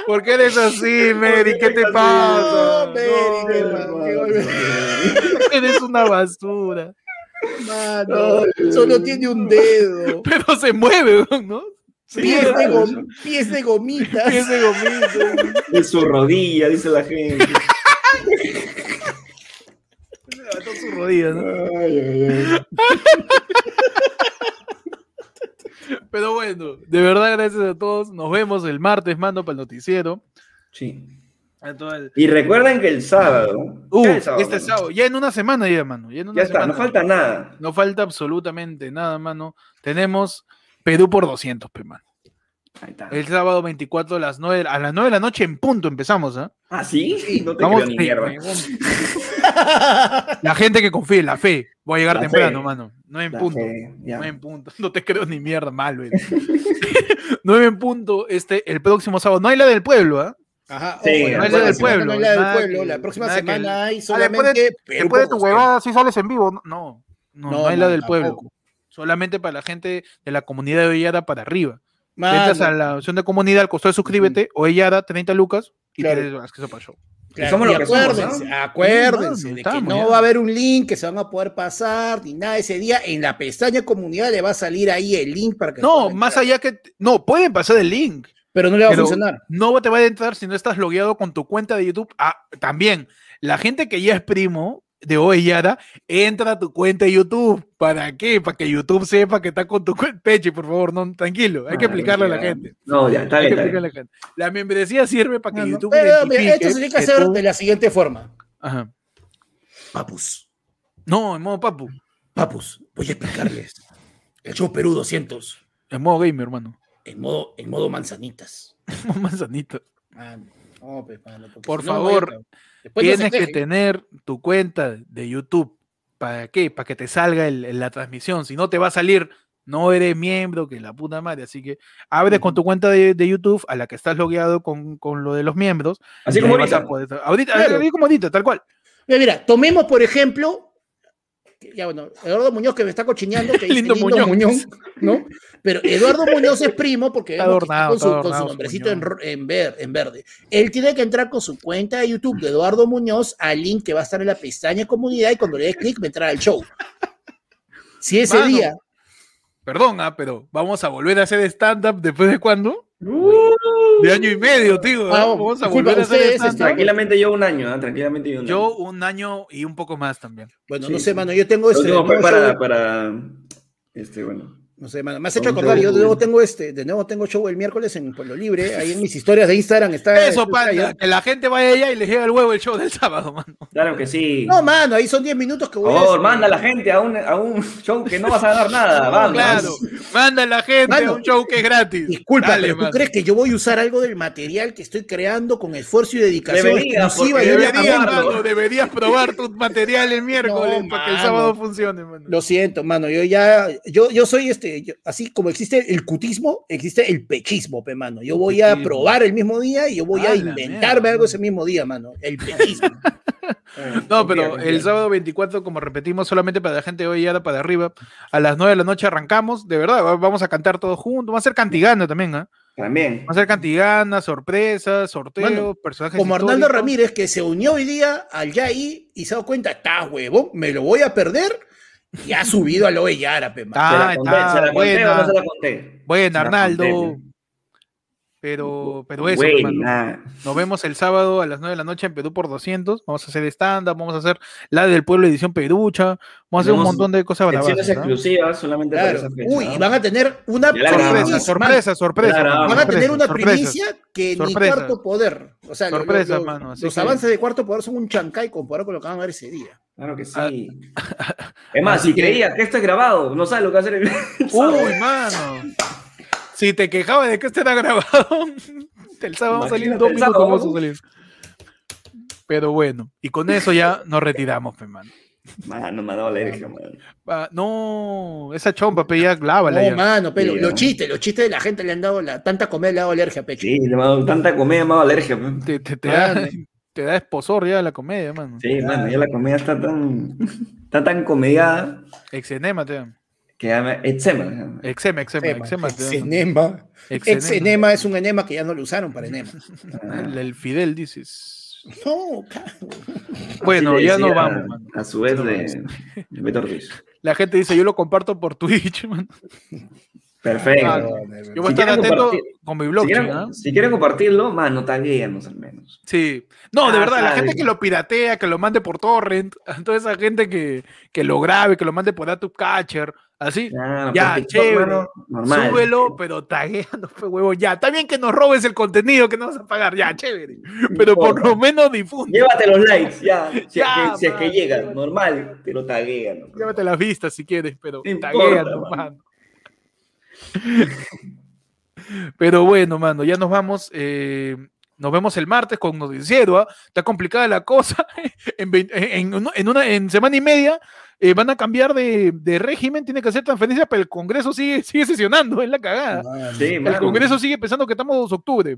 Speaker 1: ¿Por qué eres así, Mary? ¿Qué te
Speaker 2: eres así?
Speaker 1: pasa?
Speaker 3: No, Mary, qué mal, qué mal.
Speaker 1: Eres una basura.
Speaker 3: Mano, solo tiene un dedo.
Speaker 1: Pero se mueve, ¿no?
Speaker 3: Pies de, gom- pies de gomitas.
Speaker 1: Pies de gomito.
Speaker 2: De su rodilla, dice la gente.
Speaker 1: levantó su rodilla, ¿no?
Speaker 2: Ay, ay, ay.
Speaker 1: Pero bueno, de verdad, gracias a todos. Nos vemos el martes, mando, para el noticiero.
Speaker 2: Sí.
Speaker 1: A todo el-
Speaker 2: Y recuerden que el sábado.
Speaker 1: Uh,
Speaker 2: ya el sábado,
Speaker 1: este
Speaker 2: mano.
Speaker 1: sábado, ya en una semana ya, mano. Ya, en una
Speaker 2: Ya está,
Speaker 1: semana.
Speaker 2: no falta nada.
Speaker 1: No falta absolutamente nada, mano. Tenemos Perú por 200, pe, mano.
Speaker 2: Ahí está.
Speaker 1: El sábado 24 a las 9, a las 9 de la noche en punto empezamos, ¿ah?
Speaker 2: Ah, sí. No te
Speaker 1: Vamos,
Speaker 2: creo ni
Speaker 1: sí,
Speaker 2: mierda.
Speaker 1: me- La gente que confíe, la fe. Voy a llegar
Speaker 2: La
Speaker 1: temprano,
Speaker 2: fe.
Speaker 1: mano. No en
Speaker 2: La
Speaker 1: punto.
Speaker 2: fe, ya.
Speaker 1: Nueve en punto. No te creo ni mierda, malo. eres. Nueve en punto, este, el próximo sábado. No hay la del pueblo, ¿ah?
Speaker 3: Ajá,
Speaker 2: Sí,
Speaker 3: ojo,
Speaker 2: no
Speaker 3: la
Speaker 2: es la
Speaker 3: próxima
Speaker 1: pueblo, nada que-
Speaker 2: del
Speaker 3: semana no es la del pueblo, la próxima
Speaker 1: nada que-
Speaker 3: semana
Speaker 1: Ah,
Speaker 3: hay
Speaker 1: después de-
Speaker 3: solamente Perú
Speaker 1: Después de tu
Speaker 3: por dos.
Speaker 1: huevada, si sales en vivo. No, no, no,
Speaker 3: No,
Speaker 1: hay la
Speaker 3: no,
Speaker 1: del pueblo.
Speaker 3: tampoco.
Speaker 1: Solamente para la gente de la comunidad de Ollada para arriba. Te
Speaker 3: Mano,
Speaker 1: Entras a la opción de comunidad, al costado de suscríbete, o Ollada, 30 lucas, y
Speaker 3: Claro.
Speaker 1: tienes acceso para el show.
Speaker 3: claro,
Speaker 2: somos
Speaker 3: y
Speaker 2: lo que somos,
Speaker 3: acuérdense,
Speaker 2: ¿no?
Speaker 3: acuérdense
Speaker 1: Sí, mano,
Speaker 3: de que
Speaker 1: estamos,
Speaker 3: no
Speaker 1: ya.
Speaker 3: va a haber un link que se van a poder pasar ni nada ese día. En la pestaña comunidad le va a salir ahí el link para que
Speaker 1: No,
Speaker 3: puedan
Speaker 1: más
Speaker 3: entrar.
Speaker 1: allá que. No, pueden pasar el link.
Speaker 3: Pero no le va
Speaker 1: Pero-
Speaker 3: a funcionar.
Speaker 1: No te va a entrar si no estás logueado con tu cuenta de YouTube. Ah, también, la gente que ya es primo de Oellada, entra a tu cuenta de YouTube. ¿Para qué? Para que YouTube sepa que está con tu cuenta. Peche, por favor, no, tranquilo. Hay que
Speaker 2: Ah,
Speaker 1: explicarle a la
Speaker 2: ya.
Speaker 1: gente.
Speaker 2: No, ya, está
Speaker 1: Hay
Speaker 2: bien.
Speaker 1: que
Speaker 2: Está
Speaker 1: explicarle
Speaker 2: bien.
Speaker 1: a la gente. La membresía sirve para que
Speaker 3: Mano,
Speaker 1: YouTube
Speaker 3: Ah, pero, mira,
Speaker 1: identifique
Speaker 3: esto se tiene que
Speaker 1: que
Speaker 3: hacer
Speaker 1: tú-
Speaker 3: de la siguiente forma.
Speaker 1: Ajá.
Speaker 3: Papus,
Speaker 1: No, en modo papu.
Speaker 3: papus, voy a explicarles. El show Perú 200
Speaker 1: En modo gamer, hermano.
Speaker 3: en modo, en modo manzanitas.
Speaker 1: Manzanito.
Speaker 3: Mano, no, pues, mano, porque
Speaker 1: Por
Speaker 3: si no,
Speaker 1: favor,
Speaker 3: vaya- después no se
Speaker 1: Tienes que
Speaker 3: quejen.
Speaker 1: tener tu cuenta de YouTube. ¿Para qué? Para que te salga el- el- la transmisión. Si no te va a salir, no eres miembro, que la puta madre. Así que abres con tu cuenta de, de YouTube a la que estás logueado con, con lo de los miembros.
Speaker 2: Así
Speaker 1: y
Speaker 2: como
Speaker 1: ahí vas a
Speaker 2: ahorita.
Speaker 1: poder- ahorita,
Speaker 3: Claro.
Speaker 1: así como ahorita, tal cual.
Speaker 3: Mira, mira, tomemos por ejemplo, que- ya bueno, Eduardo Muñoz que me está cochineando, que dice
Speaker 1: Lindo
Speaker 3: Lindo,
Speaker 1: Muñoz.
Speaker 3: Muñoz. ¿no? Pero Eduardo Muñoz es primo porque
Speaker 1: Está
Speaker 3: vemos que
Speaker 1: adornado,
Speaker 3: con su,
Speaker 1: está
Speaker 3: con su
Speaker 1: adornado su
Speaker 3: nombrecito en,
Speaker 1: Muñoz.
Speaker 3: ro- en ver- en verde. Él tiene que entrar con su cuenta de YouTube de Eduardo Muñoz al link que va a estar en la pestaña comunidad y cuando le dé clic va a entrar al show. Si ese
Speaker 1: Mano.
Speaker 3: día,
Speaker 1: Perdón, ah, pero vamos a volver a hacer stand-up después de cuándo?
Speaker 2: Uh,
Speaker 1: De año y medio, tío. ¿ah?
Speaker 3: Ah,
Speaker 1: vamos a
Speaker 3: disculpa,
Speaker 1: volver a hacer
Speaker 3: ustedes,
Speaker 1: stand-up.
Speaker 3: este,
Speaker 2: Tranquilamente yo un año, ¿ah? Tranquilamente yo un año.
Speaker 1: Yo un año y un poco más también.
Speaker 3: bueno,
Speaker 2: Sí,
Speaker 3: no sé,
Speaker 2: sí.
Speaker 3: mano, yo tengo
Speaker 2: Lo
Speaker 3: este.
Speaker 2: digo,
Speaker 3: nuevo
Speaker 2: para,
Speaker 3: show-
Speaker 2: para. Este, bueno.
Speaker 3: No sé, mano, me has hecho
Speaker 2: Con
Speaker 3: acordar, yo de
Speaker 2: todo.
Speaker 3: nuevo tengo este, de nuevo tengo show el miércoles en Pueblo Libre, ahí en mis historias de Instagram está.
Speaker 1: Eso,
Speaker 3: está
Speaker 1: panda.
Speaker 3: Eh, allá.
Speaker 1: Que la gente vaya allá y les llega el huevo el show del sábado, mano.
Speaker 2: Claro que sí. Oh,
Speaker 3: No, mano, ahí son 10 minutos que
Speaker 2: Por
Speaker 3: voy a-
Speaker 2: favor, manda a la gente a un, a un show que no vas a ganar nada. Vamos.
Speaker 1: Claro, manda a la gente
Speaker 3: Mano,
Speaker 1: a un show que es gratis.
Speaker 3: Disculpa,
Speaker 1: Dale,
Speaker 3: pero ¿tú
Speaker 1: mano.
Speaker 3: crees que yo voy a usar algo del material que estoy creando con esfuerzo y dedicación
Speaker 2: Debería,
Speaker 3: exclusiva
Speaker 2: porque
Speaker 3: de una
Speaker 1: Deberías,
Speaker 2: acabarlo.
Speaker 3: cámara?
Speaker 1: mano, deberías probar tu material el miércoles
Speaker 3: No,
Speaker 1: para que el
Speaker 3: mano.
Speaker 1: sábado funcione, mano.
Speaker 3: Lo siento, mano, yo ya, yo, yo soy este, yo- así como existe el cutismo, existe el pechismo, pe, mano. Yo voy a
Speaker 1: Pechismo.
Speaker 3: probar el mismo día y yo voy
Speaker 1: A
Speaker 3: a
Speaker 1: la
Speaker 3: inventarme
Speaker 1: mierda,
Speaker 3: algo
Speaker 1: mano.
Speaker 3: ese mismo día, mano. El pechismo.
Speaker 1: No, pero el sábado 24, como repetimos, solamente para la gente de hoy ya para arriba, a las 9 de la noche arrancamos, de verdad, va- vamos a cantar todos juntos, va a ser cantigana también, ¿ah?
Speaker 2: También.
Speaker 1: Va a ser cantigana, sorpresas, sorteos,
Speaker 3: Mano,
Speaker 1: personajes
Speaker 3: como Arnaldo
Speaker 1: históricos.
Speaker 3: Ramírez, que se unió hoy día al Yaí y se ha dado cuenta, está huevón, me lo voy a perder y ha subido a lo de Yara, pe, mano.
Speaker 1: Ah,
Speaker 2: se la conté,
Speaker 1: está,
Speaker 2: se la conté o
Speaker 1: buena.
Speaker 2: no se la conté.
Speaker 1: Bueno,
Speaker 2: Se la conté,
Speaker 1: Arnaldo.
Speaker 2: pe.
Speaker 1: Pero, pero eso,
Speaker 2: Güey,
Speaker 1: hermano.
Speaker 2: nada.
Speaker 1: Nos vemos el sábado a las 9 de la noche en Perú por 200. Vamos a hacer stand-up, vamos a hacer la del pueblo edición Perucha. Vamos a hacer un
Speaker 2: Tenemos
Speaker 1: montón de cosas
Speaker 2: Secciones
Speaker 1: bravas.
Speaker 2: exclusivas solamente
Speaker 3: Claro.
Speaker 2: para esa fecha.
Speaker 3: Uy,
Speaker 2: ¿no?
Speaker 3: y van a tener
Speaker 2: Ya
Speaker 3: una
Speaker 2: la grabamos.
Speaker 3: primicia,
Speaker 1: Sorpresa,
Speaker 2: Claro,
Speaker 1: sorpresa,
Speaker 3: mano.
Speaker 1: sorpresa.
Speaker 2: Claro,
Speaker 1: hermano,
Speaker 3: Van a tener
Speaker 1: sorpresa,
Speaker 3: una
Speaker 1: sorpresa.
Speaker 3: primicia que ni
Speaker 1: sorpresas.
Speaker 3: Cuarto Poder. O sea, lo- lo-
Speaker 1: Sorpresas,
Speaker 3: lo-
Speaker 1: mano, así
Speaker 3: los
Speaker 1: que-
Speaker 3: avances de Cuarto Poder son un chancay comparado con lo que van a ver ese día.
Speaker 2: Claro que
Speaker 1: Ah.
Speaker 2: sí. Es más,
Speaker 1: Así
Speaker 2: si
Speaker 1: que-
Speaker 2: creía que esto es grabado, no sabe lo que hacer el.
Speaker 1: Uy, mano. Si te quejabas de que esto era grabado, el sábado vamos a salir dos
Speaker 2: Imagínate, el
Speaker 1: minutos.
Speaker 2: sábado,
Speaker 1: Vamos a
Speaker 2: ¿no?
Speaker 1: salir. Pero bueno, y con eso ya nos retiramos, pe, mano.
Speaker 2: Mano, mano, la verga, mano.
Speaker 1: Ah, no, esa chompa, pe, ya clávala.
Speaker 3: no,
Speaker 1: ya.
Speaker 3: mano, pero
Speaker 2: Sí,
Speaker 3: los
Speaker 2: ya.
Speaker 3: chistes, los chistes de la gente le han dado la tanta comida, le ha dado alergia, pecho.
Speaker 2: Sí, le mando tanta comida, más alergia. pe.
Speaker 1: Te, te- te da,
Speaker 3: Mano.
Speaker 1: te da esposor ya la comedia, mano.
Speaker 2: Sí, mano, ya la comida está tan. Está tan comediada
Speaker 1: Exenema, te da.
Speaker 2: que ya me. Eczema. ¿no?
Speaker 1: Exema, exema, exema. te da, mano.
Speaker 3: Exenema.
Speaker 1: Exenema.
Speaker 3: Exenema es un enema que ya no lo usaron para enema.
Speaker 1: El, el Fidel, dices.
Speaker 3: No,
Speaker 1: Ah,
Speaker 3: claro.
Speaker 1: Bueno,
Speaker 2: Así le
Speaker 1: ya nos
Speaker 2: decía
Speaker 1: vamos, mano.
Speaker 2: A su vez
Speaker 1: Ya nos
Speaker 2: de, de Beto Ortiz.
Speaker 1: La gente dice, yo lo comparto por Twitch, mano.
Speaker 2: Perfecto.
Speaker 1: Claro. Yo voy a estar
Speaker 2: Si quieren
Speaker 1: atento
Speaker 2: compartir-
Speaker 1: con mi
Speaker 2: si,
Speaker 1: blog,
Speaker 2: quieren,
Speaker 1: ¿no?
Speaker 2: si quieren compartirlo, mano, taguéanos al menos.
Speaker 1: Sí. No, de
Speaker 2: Ah,
Speaker 1: verdad, la
Speaker 2: claro.
Speaker 1: gente que lo piratea, que lo mande por torrent, a toda esa gente que, que lo grabe, que lo mande por Atup Catcher, así.
Speaker 2: Claro,
Speaker 1: Ya,
Speaker 2: por TikTok,
Speaker 1: chévere.
Speaker 2: mano, normal.
Speaker 1: Súbelo, pero tagueando, pe huevo. Ya, está bien que nos robes el contenido que no vas a pagar, ya, chévere. Pero por
Speaker 2: importa.
Speaker 1: lo menos difunde.
Speaker 2: Llévate los likes, ya. Si, es que-
Speaker 1: Ya,
Speaker 2: si es que
Speaker 1: mano,
Speaker 2: llega,
Speaker 1: llévate.
Speaker 2: normal, pero taguéanos.
Speaker 1: Llévate las vistas si quieres, pero
Speaker 2: No importa,
Speaker 1: taguéalo,
Speaker 2: mano.
Speaker 1: mano. Pero bueno, mano, ya nos vamos. eh, nos vemos el martes con noticiero. ¿ah? Está complicada la cosa. en, vein- en- en uno- en una, en semana y media eh, van a cambiar de, de régimen. Tiene que hacer transferencias, pero el Congreso sigue, sigue sesionando. Es la cagada.
Speaker 2: Sí,
Speaker 1: el
Speaker 2: mano.
Speaker 1: Congreso sigue pensando que estamos en octubre.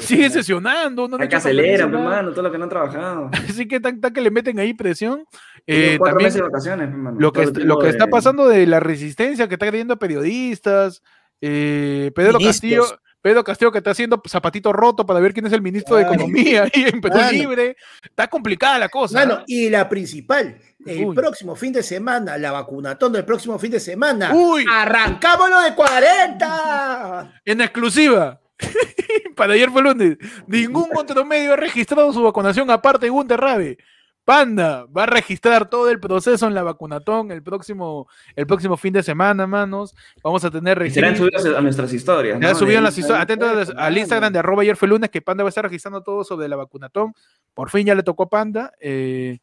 Speaker 1: Sigue sesionando. No han
Speaker 2: Hay que
Speaker 1: hecho
Speaker 2: acelerar,
Speaker 1: transferencias,
Speaker 2: hermano, todo lo que no han trabajado.
Speaker 1: Así que tan, tan que le meten ahí presión. Eh,
Speaker 2: Tienen cuatro
Speaker 1: también-
Speaker 2: meses de vacaciones, hermano.
Speaker 1: lo que,
Speaker 2: Todo el
Speaker 1: est-
Speaker 2: tiempo
Speaker 1: lo que está
Speaker 2: de-
Speaker 1: pasando de la resistencia que está agrediendo a periodistas, eh, Pedro Castillo.
Speaker 3: Ministros.
Speaker 1: Pedro Castillo que está haciendo zapatito roto para ver quién es el ministro de
Speaker 3: Claro.
Speaker 1: Economía y en Perú
Speaker 3: Mano.
Speaker 1: Libre. Está complicada la cosa. ¿eh?
Speaker 3: Mano, y la principal, el
Speaker 1: Uy.
Speaker 3: próximo fin de semana, la vacunatón del próximo fin de semana.
Speaker 1: Uy.
Speaker 3: ¡Arrancamos lo de 40!
Speaker 1: En exclusiva. para ayer fue lunes. Ningún otro medio ha registrado su vacunación aparte de Gunter Rabe. Panda va a registrar todo el proceso en la vacunatón el próximo, el próximo fin de semana, manos. Vamos a tener
Speaker 2: Y serán
Speaker 1: registro.
Speaker 2: subidos a nuestras historias.
Speaker 1: Ya
Speaker 2: ¿no?
Speaker 1: subieron
Speaker 2: De
Speaker 1: las historias.
Speaker 2: Instagram.
Speaker 1: Atentos al- al Instagram de arroba ayer fue lunes que Panda va a estar registrando todo sobre la vacunatón. Por fin ya le tocó a Panda. eh,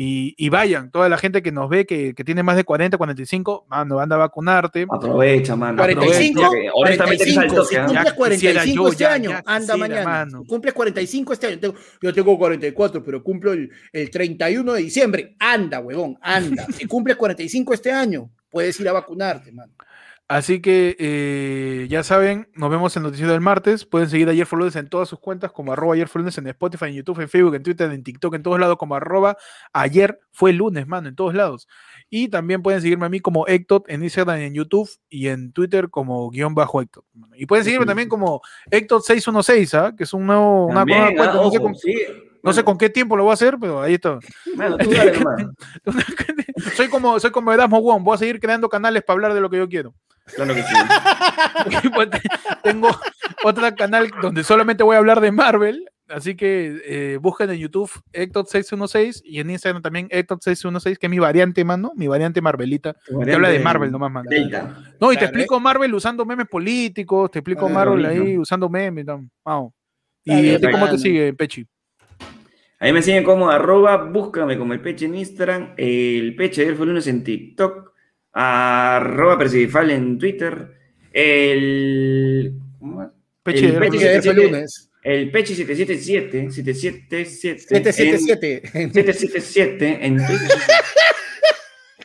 Speaker 1: y, y vayan, toda la gente que nos ve, que, que tiene más de 40, 45, mano, anda a vacunarte.
Speaker 2: Aprovecha, mano.
Speaker 3: 45,
Speaker 2: aprovecha, que Honestamente, que es al
Speaker 3: 45,
Speaker 2: toque.
Speaker 3: si
Speaker 2: ¿ah?
Speaker 1: Ya
Speaker 3: cumples
Speaker 1: quisiera
Speaker 3: 45
Speaker 1: yo,
Speaker 3: este
Speaker 1: ya,
Speaker 3: año,
Speaker 1: ya
Speaker 3: anda
Speaker 1: quisiera,
Speaker 3: mañana.
Speaker 1: mano.
Speaker 3: Cumples 45 este año. Tengo- yo tengo 44, pero cumplo el, el 31 de diciembre. Anda, huevón, anda. Si cumples 45 este año, puedes ir a vacunarte, mano.
Speaker 1: Así que eh, ya saben, nos vemos en Noticiero del Martes. Pueden seguir a Ayer Fue Lunes en todas sus cuentas, como arroba Ayer Fue Lunes en Spotify, en YouTube, en Facebook, en Twitter, en TikTok, en todos lados, como arroba Ayer Fue Lunes, mano, en todos lados. Y también pueden seguirme a mí como Ectot en Instagram, en YouTube y en Twitter como guión bajo Ectot. mano. Y pueden seguirme también como Ectot616, ¿ah? que es un nuevo, una
Speaker 2: También,
Speaker 1: nueva cuenta.
Speaker 2: ah,
Speaker 1: No sé,
Speaker 2: ojo,
Speaker 1: con,
Speaker 2: sí.
Speaker 1: no sé con qué tiempo lo voy a hacer, pero ahí está.
Speaker 2: Mano, tú dale, hermano.
Speaker 1: soy como, soy como Erasmo Wong, voy a seguir creando canales para hablar de lo que yo quiero.
Speaker 2: Claro que sí.
Speaker 1: Pues, tengo otro canal donde solamente voy a hablar de Marvel. Así que eh, busquen en YouTube Ectot616 y en Instagram también Ectot616, que es mi variante, mano, mi variante Marvelita. Que habla de Marvel nomás, mano.
Speaker 2: Delta.
Speaker 1: No, y te
Speaker 2: ¿eh?
Speaker 3: Claro,
Speaker 1: explico Marvel usando memes políticos, te explico
Speaker 3: Ah,
Speaker 1: Marvel
Speaker 2: bonito.
Speaker 1: ahí usando memes. tam. Wow. ¿Y
Speaker 3: Está bien,
Speaker 1: a ti cómo te
Speaker 3: bacano.
Speaker 1: sigue, Pechi?
Speaker 2: Ahí me siguen como arroba, búscame como el peche en Instagram, el peche ayer fue lunes en TikTok, arroba percibifal en Twitter, el... ¿cómo es?
Speaker 1: Pechi,
Speaker 2: El
Speaker 1: de-
Speaker 2: Pechi
Speaker 3: Peche que fue
Speaker 2: 77.
Speaker 3: lunes.
Speaker 2: El peche 777, 777,
Speaker 3: 777.
Speaker 2: en- 777 en Twitter.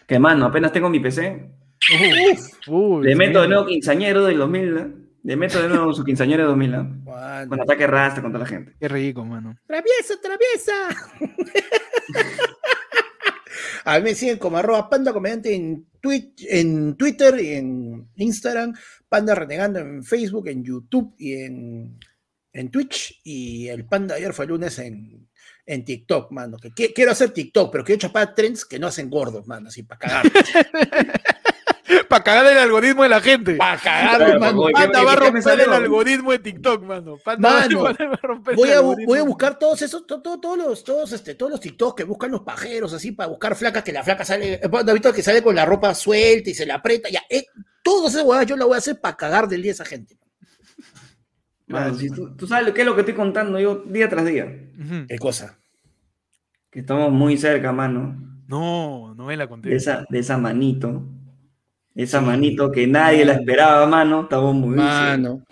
Speaker 2: que mano, apenas tengo mi PC,
Speaker 1: Uy,
Speaker 2: le
Speaker 1: sí.
Speaker 2: meto de nuevo quinceañero del 2000, ¿eh? le meto de nuevo su quinceañero del 2000, ¿eh?
Speaker 3: Mano.
Speaker 2: con ataque rasta contra la gente.
Speaker 1: Qué rico, mano.
Speaker 3: ¡Traviesa, traviesa! A mí me siguen como arroba panda comediante en, Twitch, en Twitter y en Instagram, panda renegando en Facebook, en YouTube y en, en Twitch. Y el panda ayer fue el lunes en, en TikTok, mano. Que, qui- quiero hacer TikTok, pero quiero chapar trends que no hacen gordos, mano, así para cagar.
Speaker 1: para cagar el algoritmo de la gente.
Speaker 3: Para cagar,
Speaker 2: Claro,
Speaker 3: hermano.
Speaker 2: oye,
Speaker 1: Panda
Speaker 2: ¿qué-
Speaker 1: va a
Speaker 2: qué me
Speaker 1: romper
Speaker 2: salió?
Speaker 1: el algoritmo de TikTok, mano. Panda va-
Speaker 3: Mano,
Speaker 1: Panda va a romper
Speaker 3: Voy
Speaker 1: ese
Speaker 3: a, bu-
Speaker 1: algoritmo.
Speaker 3: voy a buscar todos esos, to- to- todos los, todos, este, todos los TikToks que buscan los pajeros, así, para buscar flacas, que la flaca sale, eh, bueno, ahorita que sale con la ropa suelta y se la aprieta, ya, eh, todas esas huevadas yo las voy a hacer para cagar del día a esa gente.
Speaker 2: Mano, si tú, tú sabes lo que es lo que estoy contando yo día tras día.
Speaker 1: Ujú.
Speaker 3: Qué cosa.
Speaker 2: Que estamos muy cerca, mano.
Speaker 1: No, no me la conté.
Speaker 2: De esa, de esa manito. Esa manito que nadie la esperaba, mano. Estamos muy cerca.
Speaker 3: Mano.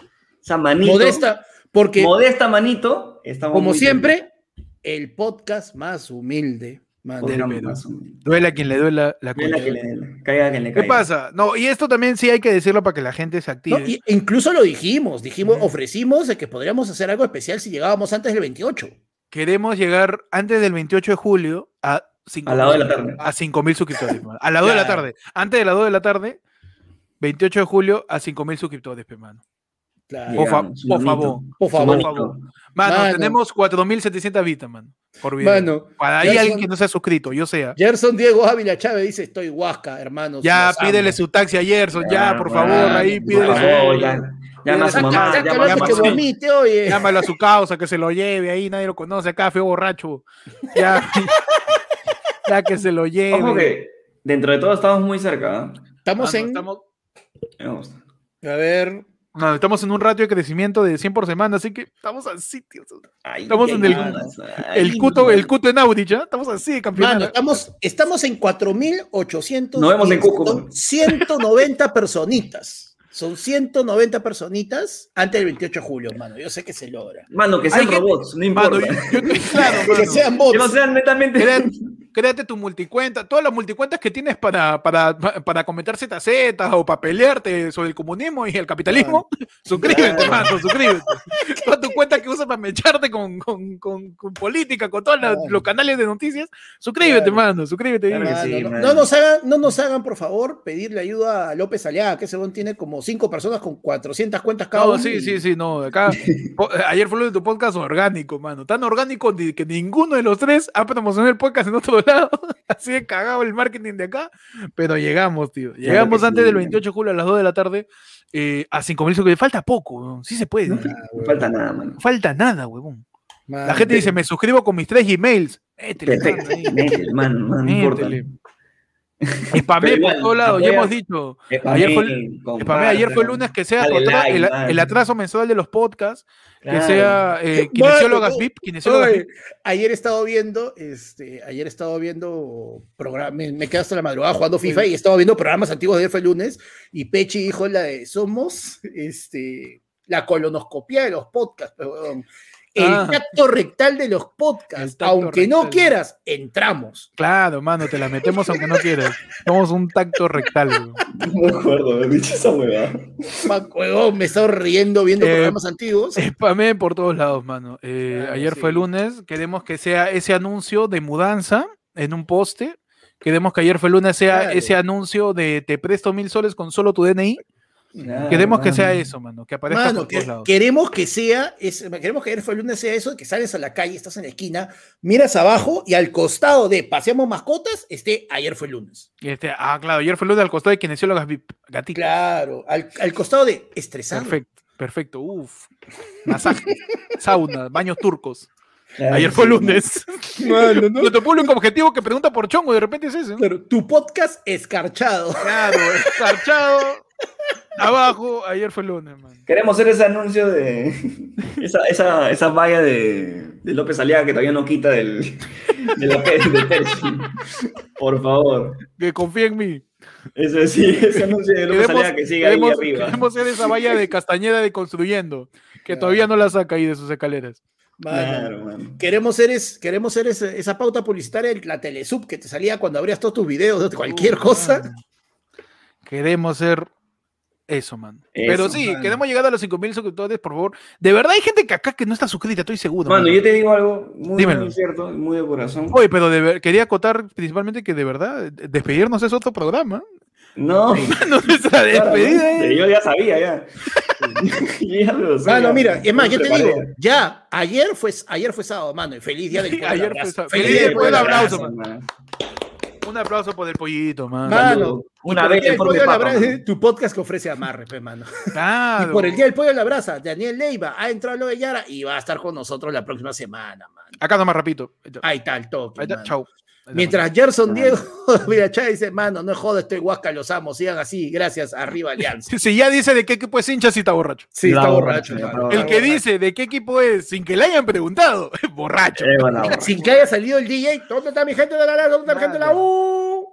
Speaker 2: Esa manito.
Speaker 3: Modesta, porque,
Speaker 2: modesta manito. Estamos
Speaker 3: como
Speaker 2: muy cerca.
Speaker 3: siempre, el podcast más humilde, mano.
Speaker 2: Podemos
Speaker 1: Perú.
Speaker 2: más o menos.
Speaker 1: Duela a quien le duela la
Speaker 2: Dela
Speaker 1: concha.
Speaker 2: que le dela. Caiga quien le
Speaker 1: ¿Qué
Speaker 2: caiga.
Speaker 1: pasa? No, y esto también sí hay que decirlo para que la gente se active.
Speaker 3: No, y- e incluso lo dijimos, dijimos, ofrecimos de que podríamos hacer algo especial si llegábamos antes del 28.
Speaker 1: Queremos llegar antes del 28 de julio a 5
Speaker 2: A las dos de la tarde.
Speaker 1: A 5.000 suscriptores. mano. A las 2 de la
Speaker 3: Claro.
Speaker 1: tarde. Antes de las 2 de la tarde, 28 de julio a 5.000 suscriptores, pe, mano.
Speaker 3: Claro.
Speaker 1: Por, fa-
Speaker 2: Llegamos,
Speaker 1: por
Speaker 2: manito.
Speaker 1: favor.
Speaker 3: Por
Speaker 2: Su
Speaker 3: favor.
Speaker 2: manito.
Speaker 1: Mano,
Speaker 3: Mano.
Speaker 1: tenemos 4.700 vistas, mano. Por video.
Speaker 3: Mano,
Speaker 1: para
Speaker 3: ya
Speaker 1: ahí alguien
Speaker 3: son-
Speaker 1: que no se ha suscrito, yo sea.
Speaker 3: Gerson Diego Ávila Chávez dice, estoy huasca, hermanos.
Speaker 1: Ya,
Speaker 3: los amo".
Speaker 1: pídele su taxi a Gerson, ya, por favor,
Speaker 2: mano,
Speaker 1: ahí
Speaker 2: por
Speaker 1: pídele
Speaker 2: favor,
Speaker 1: su.
Speaker 2: Ah, ya. Llama a su
Speaker 3: Saca-
Speaker 2: mamá.
Speaker 3: sácalo
Speaker 2: Llama a su
Speaker 3: antes que
Speaker 2: mamá.
Speaker 3: vomite, oye.
Speaker 1: Llámalo a su causa, que se lo lleve ahí, nadie lo conoce acá, feo borracho. Ya, ya que se lo lleve.
Speaker 2: Ojo que dentro de todo estamos muy cerca. ¿eh?
Speaker 3: Estamos
Speaker 1: Mano,
Speaker 3: en...
Speaker 1: estamos,
Speaker 2: Me gusta.
Speaker 3: A ver...
Speaker 1: no, estamos en un ratio de crecimiento de 100 por semana, así que estamos así, tío.
Speaker 2: Ay,
Speaker 1: Estamos
Speaker 2: qué
Speaker 1: en el-
Speaker 2: ganas. Ay,
Speaker 1: El cuto,
Speaker 2: mano.
Speaker 1: el cuto en Audi, ¿ya? Estamos así, de
Speaker 3: Mano,
Speaker 1: campeonato.
Speaker 3: estamos, estamos en 4.800.
Speaker 2: Nos vemos en Cusco,
Speaker 3: Son
Speaker 2: mano.
Speaker 3: 190 personitas. Son 190 personitas antes del 28 de julio, hermano. Yo sé que se logra.
Speaker 2: Mano, que
Speaker 1: Hay
Speaker 2: sean
Speaker 1: gente-
Speaker 2: robots, no
Speaker 1: Mano,
Speaker 2: importa.
Speaker 1: yo- yo- claro,
Speaker 3: Que
Speaker 1: mano.
Speaker 3: sean
Speaker 2: Que no
Speaker 3: bots.
Speaker 2: sean netamente.
Speaker 1: Créate, créate tu multicuenta, todas las multicuentas que tienes para, para, para comentar ZZ o para pelearte sobre el comunismo y el capitalismo. Suscríbete,
Speaker 2: Claro.
Speaker 1: mano, suscríbete. Todas tus cuentas que usas para mecharte con, con, con- con política, con todos
Speaker 3: Claro.
Speaker 1: los canales de noticias. Suscríbete,
Speaker 3: Claro.
Speaker 1: mano, suscríbete.
Speaker 2: Claro que
Speaker 3: Mano,
Speaker 2: sí,
Speaker 3: no,
Speaker 2: mano.
Speaker 3: no nos hagan, no nos hagan, por favor, pedirle ayuda a López Aliaga, que según tiene como 5 personas con 400 cuentas cada
Speaker 1: No,
Speaker 3: uno.
Speaker 1: sí,
Speaker 3: y-
Speaker 1: sí, sí, no. Acá, po- ayer fue lo de tu podcast orgánico, mano. Tan orgánico ni- que ninguno de los tres ha promocionado el podcast en otro lado. Así de cagado el marketing de acá. Pero llegamos, tío. Llegamos
Speaker 2: que
Speaker 1: antes
Speaker 2: sí,
Speaker 1: del
Speaker 2: mano.
Speaker 1: 28 de julio a las 2 de la tarde eh, a 5.000 suscriptores. Falta poco, ¿no? sí se puede.
Speaker 2: No Ah,
Speaker 1: No
Speaker 2: No falta nada, mano.
Speaker 1: falta nada, huevón.
Speaker 3: Mano,
Speaker 1: La gente dice, me suscribo con mis tres emails. Métele,
Speaker 2: Perfecto.
Speaker 1: mano, ahí,
Speaker 2: Métele, mano, no importa.
Speaker 1: métele. Spamé
Speaker 2: Pero
Speaker 1: por
Speaker 2: igual,
Speaker 1: todos lados, ya
Speaker 2: apoya-
Speaker 1: hemos dicho.
Speaker 2: Spamé,
Speaker 1: Ayer fue-
Speaker 2: compartan.
Speaker 1: Spamé, ayer fue el lunes que sea
Speaker 2: Dale
Speaker 1: atra-
Speaker 2: like,
Speaker 1: el-
Speaker 2: mano.
Speaker 1: el atraso mensual de los podcasts.
Speaker 2: Claro.
Speaker 1: Que sea eh, kinesiólogas
Speaker 3: Mano,
Speaker 1: VIP, kinesiólogas
Speaker 3: Oye,
Speaker 1: VIP.
Speaker 3: ayer he estado viendo, este, ayer he estado viendo programas, me, me quedé hasta la madrugada jugando FIFA y he estado viendo programas antiguos de ayer fue el lunes y Pechi dijo la de somos este la colonoscopía de los podcasts, pues, huevón. El
Speaker 1: Ah.
Speaker 3: tacto rectal de los
Speaker 1: El
Speaker 3: podcasts,
Speaker 1: tacto
Speaker 3: aunque no
Speaker 1: rectal.
Speaker 3: quieras, entramos.
Speaker 1: Claro, mano, te la metemos aunque no quieras. Somos un tacto rectal. weón.
Speaker 2: No me acuerdo, me dicho esa huevada.
Speaker 3: Paco, huevón, me he estado riendo viendo
Speaker 1: Eh,
Speaker 3: programas antiguos.
Speaker 1: Spamé por todos lados, mano. Eh,
Speaker 3: Claro,
Speaker 1: ayer fue
Speaker 3: sí.
Speaker 1: lunes. Queremos que sea ese anuncio de mudanza en un poste. Queremos que ayer fue lunes sea
Speaker 3: Claro.
Speaker 1: ese anuncio de te presto mil soles con solo tu DNI.
Speaker 2: Claro,
Speaker 1: Queremos que sea
Speaker 2: mano.
Speaker 1: eso, mano. Que aparezca
Speaker 3: Mano,
Speaker 1: por
Speaker 3: que-
Speaker 1: todos lados.
Speaker 3: queremos que sea, es- queremos que ayer fue el lunes sea eso, que sales a la calle, estás en la esquina, miras abajo y al costado de paseamos mascotas, esté ayer fue el lunes.
Speaker 1: Y este, ah, claro, ayer fue lunes al costado de kinesiólogas VIP. Gatito.
Speaker 3: Claro, al, al costado de estresado.
Speaker 1: Perfecto, perfecto. Uf. Masaje, sauna, baños turcos.
Speaker 2: Claro
Speaker 1: Ayer
Speaker 2: que
Speaker 1: fue
Speaker 2: sí,
Speaker 1: lunes.
Speaker 3: Mano, ¿no?
Speaker 1: Nuestro público objetivo que pregunta por chongo, de repente es ese. ¿no?
Speaker 3: Claro, tu podcast escarchado.
Speaker 1: Claro, escarchado. Abajo, ayer fue lunes, man.
Speaker 2: Queremos hacer ese anuncio de. Esa, esa, esa valla de, de López Aliaga que todavía no quita del. De la pe- del Percy. Por favor.
Speaker 1: Que confía en mí.
Speaker 2: Eso sí, ese anuncio de López Aliaga que sigue ahí
Speaker 1: queremos-
Speaker 2: arriba.
Speaker 1: queremos ser esa valla de Castañeda de construyendo, que
Speaker 3: Claro.
Speaker 1: todavía no la saca ahí de sus escaleras.
Speaker 3: Mano,
Speaker 2: Claro, mano.
Speaker 3: Queremos ser, es- queremos ser ese- esa pauta publicitaria, el- la telesub que te salía cuando abrías todos tus videos de cualquier
Speaker 1: Uh,
Speaker 3: cosa.
Speaker 1: mano. Queremos ser eso, man.
Speaker 2: Eso,
Speaker 1: Pero sí,
Speaker 2: mano.
Speaker 1: queremos llegar a los 5.000 suscriptores, por favor. De verdad hay gente que acá que no está suscrita, estoy seguro.
Speaker 2: Mano,
Speaker 1: mano.
Speaker 2: yo te digo algo muy,
Speaker 1: Dímelo.
Speaker 2: muy cierto, muy de corazón.
Speaker 1: Oye, pero de ver- quería acotar principalmente que de verdad, de- despedirnos es otro programa.
Speaker 2: No,
Speaker 1: No, nuestra
Speaker 2: claro,
Speaker 1: despedida es-
Speaker 2: yo ya sabía, ya. Yo ya lo sabía.
Speaker 3: Mano, mira, es más,
Speaker 2: Me
Speaker 3: yo te
Speaker 2: preparé.
Speaker 3: digo, ya, ayer fue, ayer fue sábado, mano, y feliz día del
Speaker 1: Sí,
Speaker 3: pueblo.
Speaker 1: ayer
Speaker 3: abrazo.
Speaker 1: fue sábado.
Speaker 3: feliz
Speaker 1: Feliz día
Speaker 3: día del
Speaker 1: del
Speaker 3: pueblo,
Speaker 1: pueblo,
Speaker 3: abrazo.
Speaker 1: abrazo,
Speaker 2: mano.
Speaker 1: Un aplauso por el pollito, mano.
Speaker 3: Mano,
Speaker 2: Una vez
Speaker 3: Por el Día
Speaker 2: en
Speaker 3: del
Speaker 2: forma de
Speaker 3: Pollo a la
Speaker 2: papa.
Speaker 3: Brasa, tu podcast que ofrece amarre, pe, mano.
Speaker 1: Claro.
Speaker 3: Y por el Día del Pollo a la Brasa, Daniel Leiva ha entrado a lo de Yara y va a estar con nosotros la próxima semana, mano.
Speaker 1: Acá nomás repito. Ahí está.
Speaker 3: Ahí está el toque,
Speaker 1: Ahí está,
Speaker 3: mano.
Speaker 1: Chau. Ahí está.
Speaker 3: Ah, Mientras Gerson Diego Villachá dice, mano, no joda, estoy huasca, los amo, sigan así, gracias, arriba Alianza.
Speaker 1: Si- Si ya dice de qué equipo es hincha, si está borracho.
Speaker 3: Sí,
Speaker 2: La
Speaker 3: está
Speaker 2: borracha,
Speaker 3: borracho.
Speaker 2: la
Speaker 3: mano.
Speaker 1: El
Speaker 3: Está
Speaker 1: que
Speaker 3: borracho.
Speaker 1: dice de qué equipo es sin que le hayan preguntado es borracho.
Speaker 2: Eh, bueno, ahora.
Speaker 3: Sin que haya salido el DJ, ¿dónde está mi gente de la la? ¿Dónde está mi gente de la U?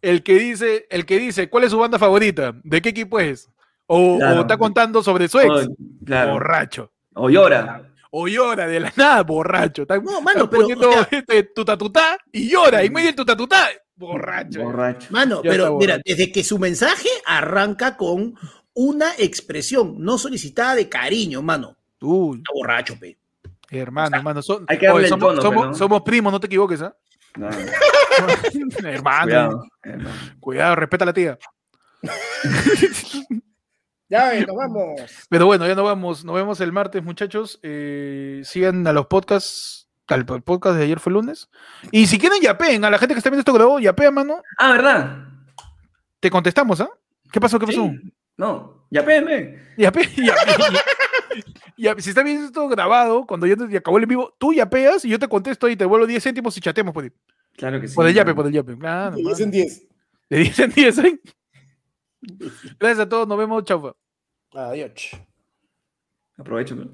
Speaker 1: El que dice, el que dice, ¿cuál es su banda favorita? ¿De qué equipo es? O,
Speaker 2: Claro.
Speaker 1: o está contando sobre su ex.
Speaker 2: O- claro.
Speaker 1: Borracho.
Speaker 2: O llora.
Speaker 1: O llora de la nada, borracho. Está,
Speaker 3: No, mano,
Speaker 1: está
Speaker 3: pero,
Speaker 1: poniendo,
Speaker 3: o sea-
Speaker 1: este, tutatutá y llora. Y medio del tutatutá, borracho.
Speaker 2: Borracho.
Speaker 3: Mano,
Speaker 1: Ya está
Speaker 3: pero mira,
Speaker 1: borracho.
Speaker 3: desde que su mensaje arranca con una expresión no solicitada de cariño, mano.
Speaker 1: Uy,
Speaker 3: Está borracho, pe.
Speaker 1: hermano, hermano. son-
Speaker 2: hay que darle
Speaker 1: oye,
Speaker 2: el
Speaker 1: somos,
Speaker 2: tono,
Speaker 1: somos-
Speaker 2: pero-
Speaker 1: somos primos, no te equivoques, ¿ah?
Speaker 2: No, no,
Speaker 1: hermano,
Speaker 2: cuidado.
Speaker 1: cuidado. respeta a la tía.
Speaker 3: Ya, nos vamos.
Speaker 1: Pero bueno, ya nos vamos. Nos vemos el martes, muchachos. Eh, sigan a los podcasts. Al al podcast de ayer fue lunes. Y si quieren, yapeen. A la gente que está viendo esto grabado, yapea, mano.
Speaker 2: Ah, ¿verdad?
Speaker 1: Te contestamos, ¿ah? ¿Qué pasó? ¿Qué pasó?
Speaker 2: Sí. No, ya peme.
Speaker 1: Yapea, yapea. Ya- si está viendo esto grabado, cuando ya, ya acabó el en vivo, tú yapeas y yo te contesto y te vuelvo 10 céntimos y chateamos por, ahí.
Speaker 2: Claro que sí.
Speaker 1: por el yape,
Speaker 2: mano.
Speaker 1: por el yape. Claro, mano.
Speaker 3: Dicen 10.
Speaker 1: Le dicen 10, ¿eh? pues. Gracias a todos, nos vemos, chau.
Speaker 3: Adiós.
Speaker 2: Aprovecho. mano.